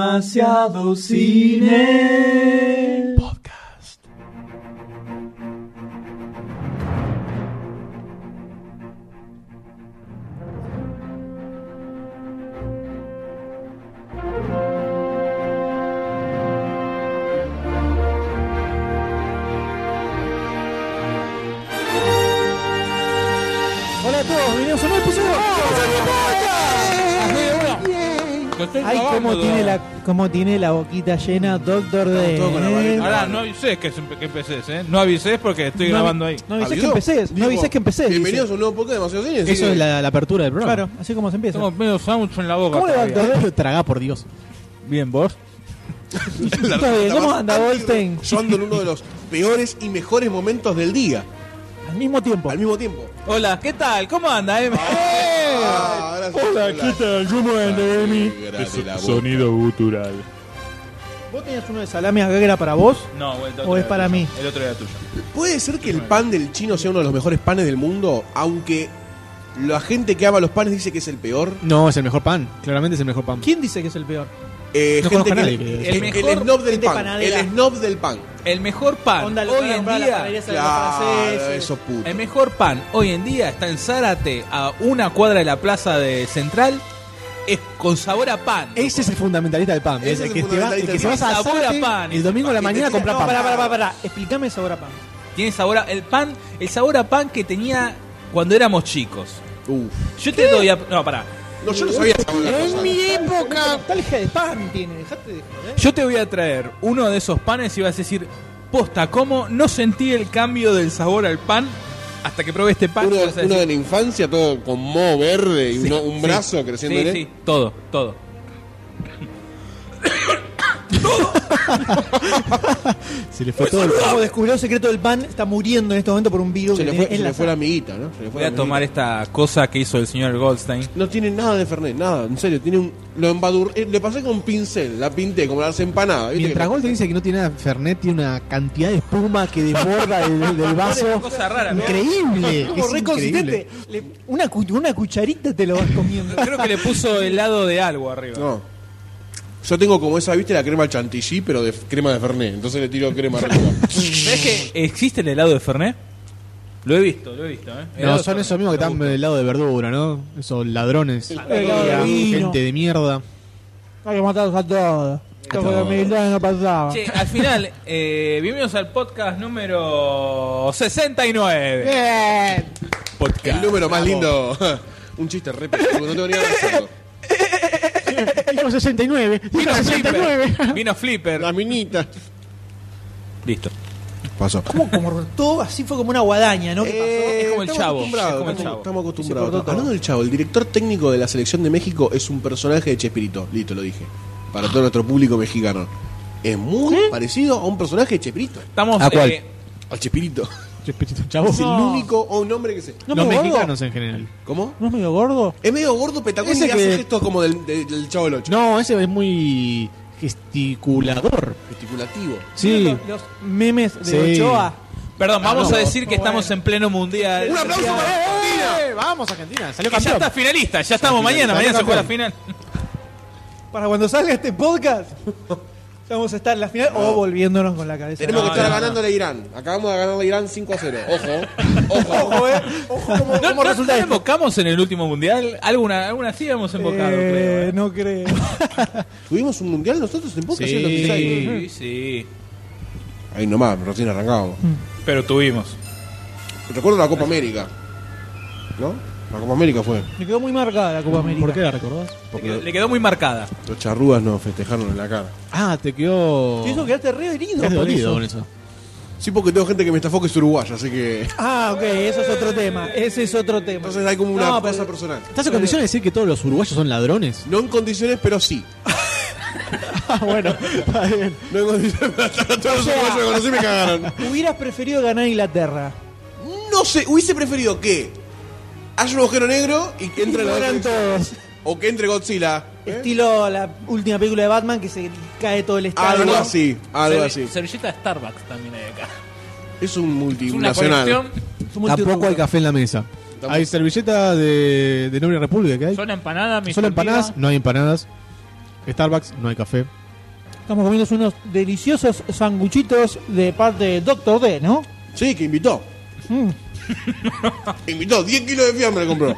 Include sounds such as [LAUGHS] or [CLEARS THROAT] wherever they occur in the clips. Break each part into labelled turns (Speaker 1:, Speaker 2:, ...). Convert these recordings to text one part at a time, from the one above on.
Speaker 1: Demasiado cine.
Speaker 2: Podcast.
Speaker 1: Hola a todos, bienvenidos a un nuevo episodio.
Speaker 2: Pues
Speaker 1: Ay, cómo tiene, la, cómo tiene la boquita llena Doctor D.
Speaker 3: todos con la
Speaker 1: ¿eh?
Speaker 3: varita.
Speaker 2: Ahora, no avises que, es- que empecés, ¿eh? No avises porque estoy
Speaker 1: No,
Speaker 2: grabando ahí.
Speaker 1: No avisés que empecé, no avisés que empecé. dice.
Speaker 3: Bienvenidos
Speaker 4: a un nuevo podcast de Demasiado Cine.
Speaker 3: Eso es la, la apertura del programa.
Speaker 1: Claro, así como se empieza.
Speaker 2: Tengo medio sándwich en la boca.
Speaker 1: ¿Cómo le va,
Speaker 2: todavía.
Speaker 4: [LAUGHS]
Speaker 1: Doctor D?
Speaker 3: Tragá, por Dios.
Speaker 2: Bien, vos.
Speaker 1: Está bien, ¿cómo
Speaker 4: [LAUGHS]
Speaker 1: anda Volten?
Speaker 4: Yo ando en uno de los peores y mejores momentos del día,
Speaker 1: Al mismo tiempo.
Speaker 4: al mismo tiempo.
Speaker 2: Hola, ¿qué tal? ¿Cómo anda, eh? M?
Speaker 3: ¡Eh!
Speaker 4: Ah, gracias, Lola.
Speaker 2: tal? ¿Cómo
Speaker 4: Grande la voz.
Speaker 2: gutural.
Speaker 1: ¿Vos tenías uno de salame que era para vos?
Speaker 2: No, el otro
Speaker 1: ¿O es
Speaker 2: era
Speaker 1: para
Speaker 2: tuyo.
Speaker 1: mí?
Speaker 2: El otro era tuyo.
Speaker 4: Puede ser que el pan del chino sea uno de los mejores panes del mundo, aunque la gente que ama los panes dice que es el peor.
Speaker 3: No, es el mejor pan. Claramente es el mejor pan.
Speaker 1: ¿Quién dice que es el peor?
Speaker 4: Eh,
Speaker 3: No
Speaker 4: gente
Speaker 3: conozco a
Speaker 4: que-
Speaker 3: nadie que-
Speaker 4: el,
Speaker 2: El
Speaker 4: el
Speaker 2: mejor
Speaker 4: snob del
Speaker 1: de
Speaker 4: pan.
Speaker 1: panadera.
Speaker 4: El snob del pan.
Speaker 2: El mejor
Speaker 4: Ah,
Speaker 2: pan
Speaker 1: Onda, lo
Speaker 2: hoy
Speaker 1: van a
Speaker 2: en
Speaker 1: comprar a las
Speaker 2: día.
Speaker 1: panaderías a los
Speaker 4: Claro,
Speaker 1: franceses.
Speaker 4: eso puto.
Speaker 2: El mejor pan hoy en día está en Zárate, a una cuadra de la plaza de Central. Es con sabor a pan.
Speaker 3: Ese es el fundamentalista del pan.
Speaker 4: Ese
Speaker 3: Es
Speaker 4: es
Speaker 3: el
Speaker 4: el
Speaker 3: que, te va, el
Speaker 4: fundamentalista
Speaker 3: que se
Speaker 4: del
Speaker 3: va
Speaker 2: pan.
Speaker 3: a
Speaker 2: Sabor a
Speaker 3: Zárate
Speaker 2: pan.
Speaker 3: el domingo a la
Speaker 4: Que te
Speaker 3: mañana a
Speaker 4: tira-
Speaker 3: comprar
Speaker 1: No,
Speaker 3: pan.
Speaker 1: pará, pará, pará, pará. Explícame esa hora, pan.
Speaker 2: Tiene sabor a, el pan, el sabor a pan que tenía cuando éramos chicos.
Speaker 4: Uf.
Speaker 2: Yo te doy a, no, pará.
Speaker 4: No, yo no sabía esa buena cosa.
Speaker 1: época. Nostalgia de pan tiene, dejate de joder.
Speaker 2: Yo te voy a traer uno de esos panes y vas a decir, "Posta, cómo no sentí el cambio del sabor al pan hasta que probé este pan."
Speaker 4: Uno,
Speaker 2: Y vas a
Speaker 4: uno de
Speaker 2: decir,
Speaker 4: la infancia, todo con moho verde y uno-
Speaker 2: sí,
Speaker 4: un brazo creciendo
Speaker 2: sí,
Speaker 4: en él.
Speaker 2: sí, todo, todo.
Speaker 3: Se le fue todo el
Speaker 1: Como descubrió el secreto del pan, está muriendo en este momento por un virus
Speaker 4: Se
Speaker 1: que
Speaker 4: le
Speaker 1: tiene
Speaker 4: fue, se
Speaker 1: en
Speaker 4: le
Speaker 1: la
Speaker 4: fue la
Speaker 1: sangre.
Speaker 4: amiguita, ¿no? Se le fue
Speaker 2: Voy
Speaker 4: la
Speaker 2: a tomar
Speaker 4: amiguita.
Speaker 2: esta cosa que hizo el señor Goldstein.
Speaker 4: No tiene nada de Fernet, nada, en serio. Tiene un. Lo embadur... eh, Le pasé con pincel, la pinté como las empanadas. ¿viste?
Speaker 3: Mientras
Speaker 4: Que-
Speaker 3: Gold te dice que no tiene nada, Fernet tiene una cantidad de espuma que desborda del, del
Speaker 2: [LAUGHS]
Speaker 3: vaso.
Speaker 2: Cosa rara, ¿no?
Speaker 3: Increíble.
Speaker 1: Como
Speaker 3: es
Speaker 1: re consistente.
Speaker 3: increíble.
Speaker 1: Le- una, cu- una cucharita te lo vas
Speaker 2: [LAUGHS]
Speaker 1: comiendo.
Speaker 2: Creo que le puso helado de algo arriba.
Speaker 4: No. Yo tengo como esa, viste, la crema chantilly, pero de f- crema de Fernet. Entonces le tiro crema arriba.
Speaker 2: ¿Sabes que existe el helado de Fernet? Lo he visto, lo he visto, ¿eh?
Speaker 3: No,
Speaker 2: Helado de
Speaker 3: son
Speaker 2: Fernet,
Speaker 3: esos mismos que
Speaker 2: me
Speaker 3: están
Speaker 2: gusta.
Speaker 3: del lado de verdura, ¿no? Esos ladrones.
Speaker 1: helado de vino.
Speaker 3: Gente de mierda.
Speaker 1: Hay que matarlos a todos. Esto con la militar no pasaba.
Speaker 2: Che, al final, eh, bienvenidos al podcast número 69.
Speaker 1: Bien.
Speaker 2: Podcast.
Speaker 4: El número más lindo. [LAUGHS] un chiste re pelotudo, no tengo ni idea de hacerlo.
Speaker 3: Dijo 69.
Speaker 2: Vino Flipper. Vino Flipper.
Speaker 4: La minita.
Speaker 2: Listo.
Speaker 4: Pasó.
Speaker 1: Como, como todo, así fue como una guadaña, ¿no? ¿Qué
Speaker 2: Es como el
Speaker 4: Eh, estamos
Speaker 2: chavo,
Speaker 4: acostumbrados,
Speaker 2: es como el
Speaker 4: estamos-
Speaker 2: chavo.
Speaker 4: Estamos
Speaker 1: Y se cortó
Speaker 4: acostumbrados.
Speaker 1: todo.
Speaker 4: Hablando del chavo, el director técnico de la selección de México es un personaje de Chespirito. Listo, lo dije. Para todo nuestro público mexicano. Es muy parecido a un personaje de Chespirito.
Speaker 2: Estamos.
Speaker 3: ¿A cuál?
Speaker 2: eh,
Speaker 4: Al Chespirito.
Speaker 3: Chavo.
Speaker 4: Es el
Speaker 1: No.
Speaker 4: único o [LAUGHS] un hombre que se.
Speaker 1: ¿No
Speaker 3: Los
Speaker 1: me gordo?
Speaker 3: mexicanos en general.
Speaker 4: ¿Cómo?
Speaker 1: ¿No es medio gordo?
Speaker 4: Es medio gordo, petacón y
Speaker 3: Ese
Speaker 4: hace
Speaker 3: que-
Speaker 4: gestos como del, del- del chavo del 8.
Speaker 3: No, ese es muy gesticulador.
Speaker 4: Gesticulativo.
Speaker 3: Sí.
Speaker 1: Los, los memes de
Speaker 3: Sí.
Speaker 1: Ochoa.
Speaker 2: perdón, vamos
Speaker 3: no,
Speaker 2: a decir que
Speaker 1: no,
Speaker 2: estamos
Speaker 1: bueno.
Speaker 2: en pleno mundial.
Speaker 4: ¡Un aplauso para Argentina!
Speaker 3: Eh, Vamos, Argentina. Salió
Speaker 2: Que ya está finalista, ya estamos
Speaker 3: finalista,
Speaker 2: mañana. Mañana se
Speaker 3: salió
Speaker 2: juega la final.
Speaker 1: Para cuando salga este podcast, ya vamos a estar en la final o volviéndonos con la cabeza.
Speaker 4: Tenemos
Speaker 2: No,
Speaker 4: que estar
Speaker 2: no, no.
Speaker 4: ganándole a Irán. Acabamos de ganarle a Irán 5 a 0. Ojo. Ojo.
Speaker 1: Ojo, eh. Ojo, ¿cómo,
Speaker 2: ¿No,
Speaker 1: cómo
Speaker 2: no-
Speaker 1: resulta
Speaker 2: no
Speaker 1: esto?
Speaker 2: invocamos en el último mundial? Alguna, alguna sí hemos invocado, creo.
Speaker 1: Eh,
Speaker 2: ¿eh?
Speaker 1: no creo.
Speaker 4: ¿Tuvimos un mundial nosotros en Boca?
Speaker 3: Sí.
Speaker 4: Sí.
Speaker 3: Sí.
Speaker 2: Sí, sí.
Speaker 4: Ahí nomás, recién arrancábamos.
Speaker 2: Pero tuvimos.
Speaker 4: Recuerdo la Copa América. ¿No? La Copa América fue.
Speaker 1: Me quedó muy marcada la Copa América.
Speaker 3: ¿Por qué la recordás?
Speaker 2: Le
Speaker 4: Porque
Speaker 2: quedó, le quedó muy marcada.
Speaker 4: los charrúas nos festejaron en la cara.
Speaker 3: Ah, te quedó.
Speaker 1: Te hizo quedarte re herido.
Speaker 3: Estás
Speaker 1: por
Speaker 3: dolido
Speaker 1: eso.
Speaker 3: con eso.
Speaker 4: Sí, porque tengo gente que me estafó que es uruguaya, así que.
Speaker 1: Ah, ok, eso es otro tema. Ese es otro tema.
Speaker 4: Entonces hay como una
Speaker 1: No, pero-
Speaker 4: cosa personal.
Speaker 3: ¿Estás en condiciones de decir que todos los uruguayos son
Speaker 4: [LAUGHS]
Speaker 3: ladrones?
Speaker 4: No en condiciones, pero sí. [LAUGHS]
Speaker 3: Ah, bueno. Está bien.
Speaker 4: No en condiciones, pero todos los
Speaker 1: sea-
Speaker 4: uruguayos que conocí me cagaron.
Speaker 1: Hubieras preferido ganar Inglaterra.
Speaker 4: No sé, hubiese preferido que haya un agujero negro y que entre la
Speaker 1: Eran todos.
Speaker 4: O que entre Godzilla. ¿eh? Ah,
Speaker 1: Estilo la última película de Batman que se cae todo el estadio.
Speaker 4: Algo así, algo así.
Speaker 2: Servilleta Starbucks también hay acá.
Speaker 4: Es un
Speaker 2: Es una
Speaker 4: multinacional.
Speaker 2: colección.
Speaker 1: Es un multirrubro.
Speaker 3: Tampoco hay café en la mesa.
Speaker 4: Tampoco.
Speaker 3: Hay servilleta de, de Noble República que hay.
Speaker 2: Son empanadas,
Speaker 3: Solo empanadas, no hay empanadas. Starbucks, no hay café.
Speaker 1: Estamos comiendo unos deliciosos sanguchitos de parte de Doctor D, ¿no?
Speaker 4: Sí, que invitó. [LAUGHS]
Speaker 1: Mm.
Speaker 4: Invitó, 10 kilos de fiambre compró.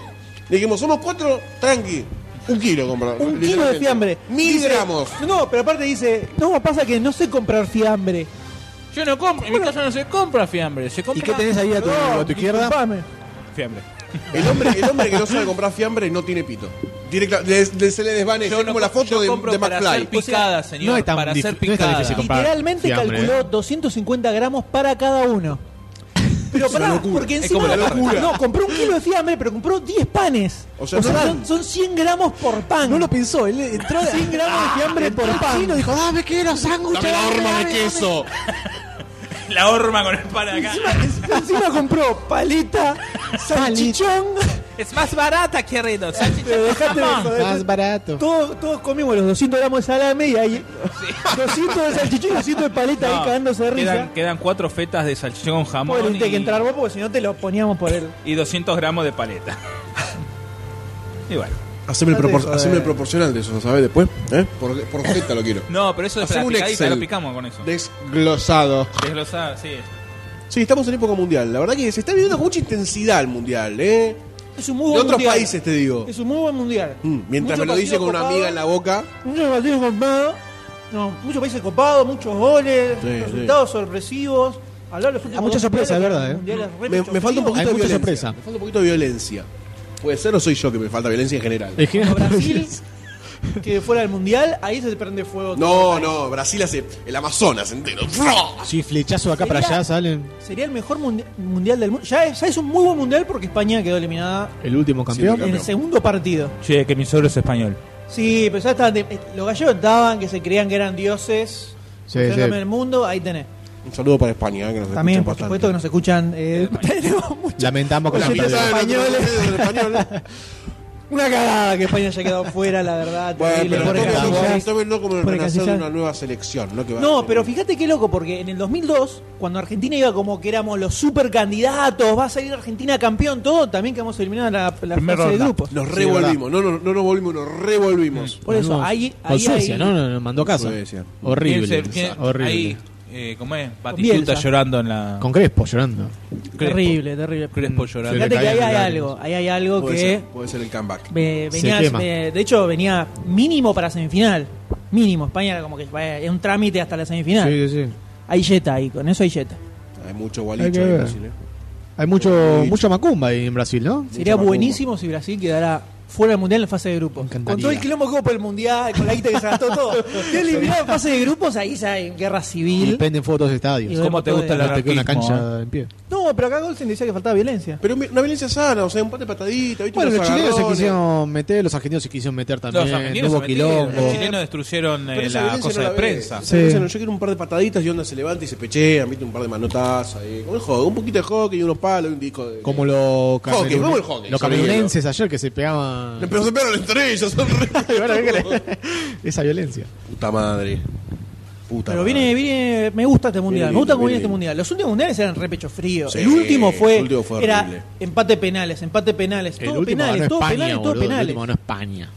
Speaker 4: Le dijimos, somos cuatro, tranqui. Un kilo compró.
Speaker 1: Un kilo de
Speaker 4: literalmente.
Speaker 1: fiambre.
Speaker 4: Mil
Speaker 1: Dice-
Speaker 4: gramos.
Speaker 1: No, pero aparte dice, no, pasa que no sé comprar fiambre.
Speaker 2: Yo no compro, en mi casa no se compra fiambre, se compra
Speaker 3: ¿Y qué tenés ahí a tu, a tu izquierda?
Speaker 1: Disculpame.
Speaker 2: fiambre.
Speaker 4: El hombre, el hombre que no sabe comprar fiambre no tiene pito. Directa, le- le- se le desvanece
Speaker 2: Yo
Speaker 4: como la foto de,
Speaker 2: compro
Speaker 4: de
Speaker 2: para
Speaker 4: McFly.
Speaker 2: hacer picada, señor,
Speaker 3: no es tan
Speaker 2: para
Speaker 3: dif-
Speaker 2: hacer
Speaker 3: no es tan
Speaker 2: picada.
Speaker 3: difícil comprar
Speaker 1: Literalmente
Speaker 3: fiambre.
Speaker 1: calculó 250 gramos para cada uno. Pero
Speaker 4: Es una
Speaker 1: pará,
Speaker 4: locura.
Speaker 1: porque
Speaker 2: Es
Speaker 1: encima.
Speaker 4: como la locura.
Speaker 1: No, compró un kilo de fiambre, pero compró 10 panes.
Speaker 4: O sea, no-
Speaker 1: son, son 100 gramos por pan.
Speaker 3: No lo pensó, él entró Ah,
Speaker 1: 100 gramos de fiambre por pan.
Speaker 3: y dijo, dame quiero sándwich.
Speaker 4: Dame la
Speaker 3: dame,
Speaker 4: horma de
Speaker 3: dame,
Speaker 4: queso.
Speaker 2: [LAUGHS] La horma con el pan acá.
Speaker 1: Encima, encima compró paleta, salchichón.
Speaker 2: Es más barata, querido. salchicha
Speaker 1: Pero dejate de
Speaker 2: jamón.
Speaker 1: joder.
Speaker 3: dame". Más barato.
Speaker 1: Todos, todos comimos los 200 gramos de salame y ahí 200 de salchichón y 200 de paleta
Speaker 2: No,
Speaker 1: ahí cagándose de risa.
Speaker 2: Quedan, quedan cuatro fetas de salchichón con jamón.
Speaker 1: Pobre, tuviste
Speaker 2: y,
Speaker 1: que entrar vos porque si no te lo poníamos por él.
Speaker 2: y 200 gramos de [LAUGHS] paleta. y bueno.
Speaker 4: Haceme el,
Speaker 1: Date
Speaker 4: propor-
Speaker 1: eso de-
Speaker 4: haceme el proporcional de eso, ¿sabes? Después, ¿eh? Por, por jeta
Speaker 2: [LAUGHS]
Speaker 4: lo quiero.
Speaker 2: No, pero eso es la
Speaker 4: Haceme un
Speaker 2: picadita,
Speaker 4: Excel.
Speaker 2: lo picamos con eso.
Speaker 4: Desglosado.
Speaker 2: Desglosada, sí.
Speaker 4: Sí, estamos en época mundial. La verdad que se está viviendo con mucha intensidad el mundial, ¿eh?
Speaker 1: Es un muy
Speaker 4: De
Speaker 1: buen
Speaker 4: otros
Speaker 1: mundial.
Speaker 4: países, te digo.
Speaker 1: Es un muy buen mundial.
Speaker 4: Mm, mientras
Speaker 1: Mucho
Speaker 4: me lo dice
Speaker 1: partido
Speaker 4: con una
Speaker 1: copado,
Speaker 4: amiga en la boca.
Speaker 1: Muchos partidos copados. No, muchos países copados, muchos goles,
Speaker 4: Sí, Ah,
Speaker 1: resultados sorpresivos. Hablar de los últimos
Speaker 3: mucha
Speaker 1: dos
Speaker 3: sorpresa,
Speaker 1: mundiales,
Speaker 3: verdad, eh.
Speaker 1: mundiales re
Speaker 4: Me, me
Speaker 1: pecho
Speaker 4: falta
Speaker 1: frío.
Speaker 4: un poquito
Speaker 3: mucha
Speaker 4: de violencia.
Speaker 3: sorpresa.
Speaker 4: Me falta un poquito de violencia. Puede ser o soy yo que me falta violencia en general.
Speaker 3: Es que- [LAUGHS]
Speaker 1: Brasil, que fuera del mundial, ahí se prende fuego. todo.
Speaker 4: No, no, Brasil hace el Amazonas entero.
Speaker 3: Sí, flechazo de acá para allá salen.
Speaker 1: Sería el mejor mundi- mundial del mundo. Ya es, ya es un muy buen mundial porque España quedó eliminada
Speaker 3: El último
Speaker 4: campeón.
Speaker 3: campeón.
Speaker 1: en el
Speaker 4: Campeón.
Speaker 1: segundo partido.
Speaker 2: Che, que mi suegro es español.
Speaker 1: Sí, pero ya estaban. de- eh, los gallegos estaban que se creían que eran dioses.
Speaker 3: Sí,
Speaker 1: Los
Speaker 3: sí.
Speaker 1: campeones del mundo, ahí tenés.
Speaker 4: Un saludo para España, eh, que nos
Speaker 1: También, por
Speaker 4: escuchan
Speaker 1: supuesto, que nos escuchan. eh, [LAUGHS] tenemos mucha-
Speaker 3: Lamentamos que
Speaker 4: bastante.
Speaker 3: se
Speaker 4: La
Speaker 3: perdió.
Speaker 4: mitad de
Speaker 1: españoles. [LAUGHS]
Speaker 4: los españoles.
Speaker 1: Una cagada que España haya quedado fuera, la verdad.
Speaker 4: Bueno,
Speaker 1: terrible,
Speaker 4: pero
Speaker 1: pobre
Speaker 4: entonces no-
Speaker 1: Casillas.
Speaker 4: entonces no como el
Speaker 1: Pobre
Speaker 4: renacer de
Speaker 1: Casillas.
Speaker 4: una nueva selección, ¿no? Que va a
Speaker 1: No,
Speaker 4: ser-
Speaker 1: pero fíjate qué loco, porque en el 2002, cuando Argentina iba como que éramos los supercandidatos, va a salir Argentina campeón, todo, también quedamos eliminados en la, la fase
Speaker 2: Primera
Speaker 1: de
Speaker 2: ronda.
Speaker 1: grupos.
Speaker 4: Nos
Speaker 3: Sí,
Speaker 4: revolvimos, no, no, no nos volvimos, nos revolvimos.
Speaker 1: Por eso,
Speaker 3: No,
Speaker 1: ahí.
Speaker 3: Con
Speaker 1: ahí
Speaker 3: Suecia,
Speaker 1: hay-
Speaker 3: ¿no? Nos mandó a casa.
Speaker 4: Suecia.
Speaker 3: Horrible.
Speaker 2: Piense, piense-
Speaker 3: Horrible.
Speaker 2: Ahí, eh, ¿cómo es? Batistuta
Speaker 1: Bielsa.
Speaker 2: llorando en la.
Speaker 3: Con Crespo llorando.
Speaker 1: Terrible, terrible.
Speaker 2: Crespo llorando.
Speaker 3: Se le
Speaker 1: Fíjate que
Speaker 3: caía
Speaker 1: ahí
Speaker 3: el
Speaker 1: hay
Speaker 3: árbitro.
Speaker 1: algo, ahí hay algo
Speaker 4: Puede ser,
Speaker 1: que.
Speaker 4: puede ser el comeback.
Speaker 1: ve-
Speaker 3: Se
Speaker 1: venía,
Speaker 3: quema.
Speaker 1: ve- de hecho, venía mínimo para semifinal. Mínimo, España era como que vaya, era un trámite hasta la semifinal.
Speaker 3: Sí, sí, sí.
Speaker 1: Hay Jetta ahí, con eso hay Jetta.
Speaker 4: Hay mucho
Speaker 3: Hay que
Speaker 4: gualicho ahí en
Speaker 3: ver.
Speaker 4: Brasil, ¿eh?
Speaker 3: Hay mucho,
Speaker 4: Mucho.
Speaker 3: mucha macumba ahí en Brasil, ¿no?
Speaker 1: Sería
Speaker 4: Mucha
Speaker 1: buenísimo si Brasil quedara fuera del mundial en fase de grupos. Con
Speaker 3: encantaría.
Speaker 1: todo el quilombo que hubo por el mundial, con la guita que se gastó
Speaker 4: [LAUGHS]
Speaker 1: todo. Y eliminado en fase de grupos, ahí ya hay guerra
Speaker 3: Y
Speaker 1: civil.
Speaker 3: penden fotos de
Speaker 1: Y
Speaker 3: estadios.
Speaker 1: vemos
Speaker 2: ¿Cómo te
Speaker 1: todo
Speaker 2: gusta
Speaker 1: el- ¿eh?
Speaker 2: la eh?
Speaker 3: Hasta que una
Speaker 2: anarquismo,
Speaker 3: cancha en pie.
Speaker 1: No, pero acá Golsen decía que faltaba violencia.
Speaker 4: Pero mi- una violencia sana, o sea, un par de pataditas, ¿viste?
Speaker 3: Bueno,
Speaker 4: Unos
Speaker 3: los chilenos se
Speaker 4: agarrones.
Speaker 3: quisieron meter, los argentinos se quisieron meter también.
Speaker 2: Los argentinos
Speaker 3: hubo
Speaker 2: se metieron, los
Speaker 3: quilombo.
Speaker 2: chilenos destruyeron eh,
Speaker 4: Pero esa
Speaker 2: la
Speaker 4: violencia
Speaker 2: cosa
Speaker 4: no
Speaker 2: de
Speaker 4: la ves.
Speaker 2: prensa.
Speaker 4: Esa
Speaker 3: Sí.
Speaker 4: violencia no, yo quiero un par de pataditas y onda se levanta y se pechea, mete un par de manotazas. ahí. Como el hockey, un poquito de hockey y unos palos y un disco de.
Speaker 3: Como los
Speaker 4: Hockey,
Speaker 3: camerun-
Speaker 4: vamos al hockey,
Speaker 3: los
Speaker 4: sobre hielo.
Speaker 3: camerunenses ayer que se pegaban.
Speaker 4: [LAUGHS] Pero se pegaron entre ellos, son re-
Speaker 3: [LAUGHS] Esa violencia.
Speaker 4: Puta madre. Puta
Speaker 1: Pero
Speaker 4: madre.
Speaker 1: viene, viene, me gusta este mundial,
Speaker 4: Viene
Speaker 1: me gusta
Speaker 4: lindo,
Speaker 1: cómo viene
Speaker 4: viene
Speaker 1: este
Speaker 4: lindo.
Speaker 1: mundial. Los últimos mundiales eran re pecho frío.
Speaker 4: Sí,
Speaker 1: el último fue,
Speaker 4: el último fue
Speaker 1: era
Speaker 4: horrible.
Speaker 1: empate penales, empate penales,
Speaker 3: El
Speaker 1: todo
Speaker 3: último ganó
Speaker 1: penales, todo
Speaker 3: España,
Speaker 1: penales, todo
Speaker 3: boludo, El
Speaker 1: penales.
Speaker 3: último ganó España.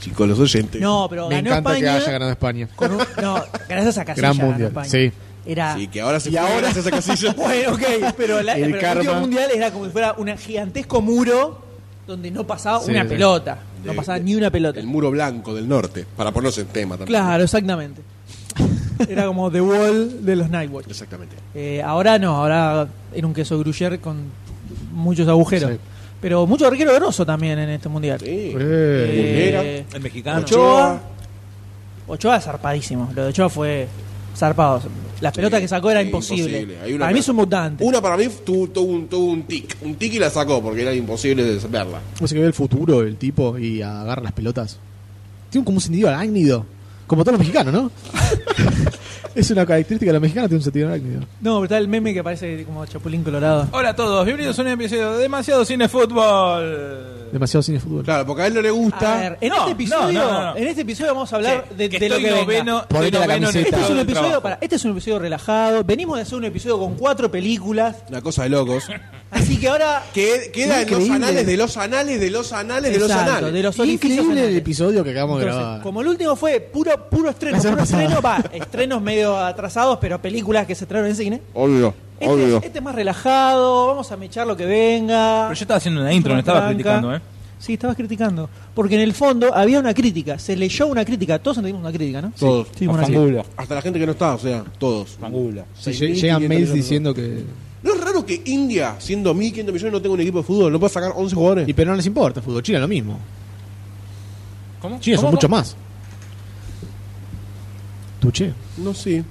Speaker 4: Chicos, los oyentes.
Speaker 1: No, pero
Speaker 3: Me
Speaker 1: ganó
Speaker 3: encanta
Speaker 1: España.
Speaker 3: que haya ganado España.
Speaker 1: con un- no, gracias a Casillas
Speaker 3: Gran
Speaker 1: ganó
Speaker 3: mundial,
Speaker 1: España.
Speaker 3: sí.
Speaker 1: Era
Speaker 4: Sí, que ahora se fue gracias a Casillas.
Speaker 1: Bueno, ok, pero,
Speaker 4: [LAUGHS]
Speaker 1: la-
Speaker 3: El
Speaker 1: pero el, último
Speaker 3: karma.
Speaker 1: mundial era como si fuera un gigantesco muro donde no pasaba
Speaker 3: Sí,
Speaker 1: una
Speaker 3: sí.
Speaker 1: pelota, no
Speaker 4: De-
Speaker 1: pasaba
Speaker 4: de-
Speaker 1: ni una pelota.
Speaker 4: El muro blanco del norte, para ponernos en tema también.
Speaker 1: Claro, exactamente. Era como The Wall de los Nightwatch.
Speaker 4: Exactamente.
Speaker 1: Eh, ahora no, ahora era un queso gruyere con muchos agujeros.
Speaker 3: Sí.
Speaker 1: Pero mucho arquero grosso también en este mundial.
Speaker 4: Sí.
Speaker 3: Eh,
Speaker 1: Eh,
Speaker 2: El mexicano.
Speaker 1: Ochoa. Ochoa es zarpadísimo. Lo de Ochoa fue zarpado. Las pelotas
Speaker 4: Sí,
Speaker 1: que sacó era
Speaker 4: sí,
Speaker 1: imposible.
Speaker 4: Hay una
Speaker 1: Para mí
Speaker 4: que-
Speaker 1: es un mutante.
Speaker 4: Una para mí tuvo, tuvo un, tuvo un tic. Un tic y la sacó porque era imposible de verla.
Speaker 3: ¿Cómo se que ve el futuro el tipo y agarra las pelotas? Tiene como un sentido arácnido. Como todos los mexicanos, ¿no? [LAUGHS] es una característica de los mexicanos, tiene un sentido arácnido.
Speaker 1: No, pero está el meme que parece como Chapulín Colorado.
Speaker 2: Hola a todos, bienvenidos a un episodio de Demasiado Cine Fútbol.
Speaker 3: Demasiado cine fútbol.
Speaker 4: Claro, porque a él no le gusta.
Speaker 1: A ver, en,
Speaker 2: No,
Speaker 1: este
Speaker 2: no,
Speaker 1: episodio,
Speaker 2: no, no.
Speaker 1: en este episodio vamos a hablar
Speaker 2: Che,
Speaker 1: de,
Speaker 2: que
Speaker 1: de lo
Speaker 2: estoy
Speaker 1: que venga.
Speaker 2: noveno, estoy
Speaker 3: Ponete la
Speaker 2: noveno en el
Speaker 3: camiseta.
Speaker 1: Este es, un
Speaker 2: estado de
Speaker 1: episodio,
Speaker 2: trabajo.
Speaker 1: para, este es un episodio relajado. Venimos de hacer un episodio con cuatro películas.
Speaker 4: Una cosa de locos.
Speaker 1: Así que
Speaker 2: [LAUGHS]
Speaker 1: ahora.
Speaker 4: Que queda en los
Speaker 3: Increíble.
Speaker 4: anales de los anales de los anales de los
Speaker 1: Exacto,
Speaker 4: anales.
Speaker 1: de los orificios
Speaker 3: Increíble el
Speaker 1: anales.
Speaker 3: episodio que acabamos de
Speaker 1: Entonces,
Speaker 3: grabar.
Speaker 1: como el último fue puro, puro estreno,
Speaker 3: La semana
Speaker 1: puro
Speaker 3: pasada.
Speaker 1: estreno, va, estrenos medio atrasados, pero películas que se trajeron en cine.
Speaker 4: Obvio,
Speaker 1: Este, es, este es más relajado, vamos a mechar lo que venga.
Speaker 2: Pero yo estaba haciendo una intro, no estaba
Speaker 1: Franca.
Speaker 2: criticando, ¿eh?
Speaker 1: Sí, estabas criticando. Porque en el fondo había una crítica, se leyó una crítica, todos entendimos una crítica, ¿no?
Speaker 4: Todos.
Speaker 1: Sí, bueno, sí.
Speaker 5: Fangula.
Speaker 4: Hasta la gente que no está, o sea, todos.
Speaker 5: Fangula.
Speaker 3: Si
Speaker 4: Seis
Speaker 3: llegan
Speaker 4: mil quinientos
Speaker 3: mails
Speaker 4: millones de
Speaker 3: diciendo que.
Speaker 4: personas. ¿No es raro que India, siendo 1.500 millones, no tenga un equipo de fútbol? ¿No puede sacar 11 jugadores?
Speaker 3: Y pero no les importa, fútbol. China lo mismo.
Speaker 2: ¿Cómo?
Speaker 3: China son
Speaker 2: ¿Cómo?
Speaker 3: mucho más. Tuche. [LAUGHS]
Speaker 4: No sé.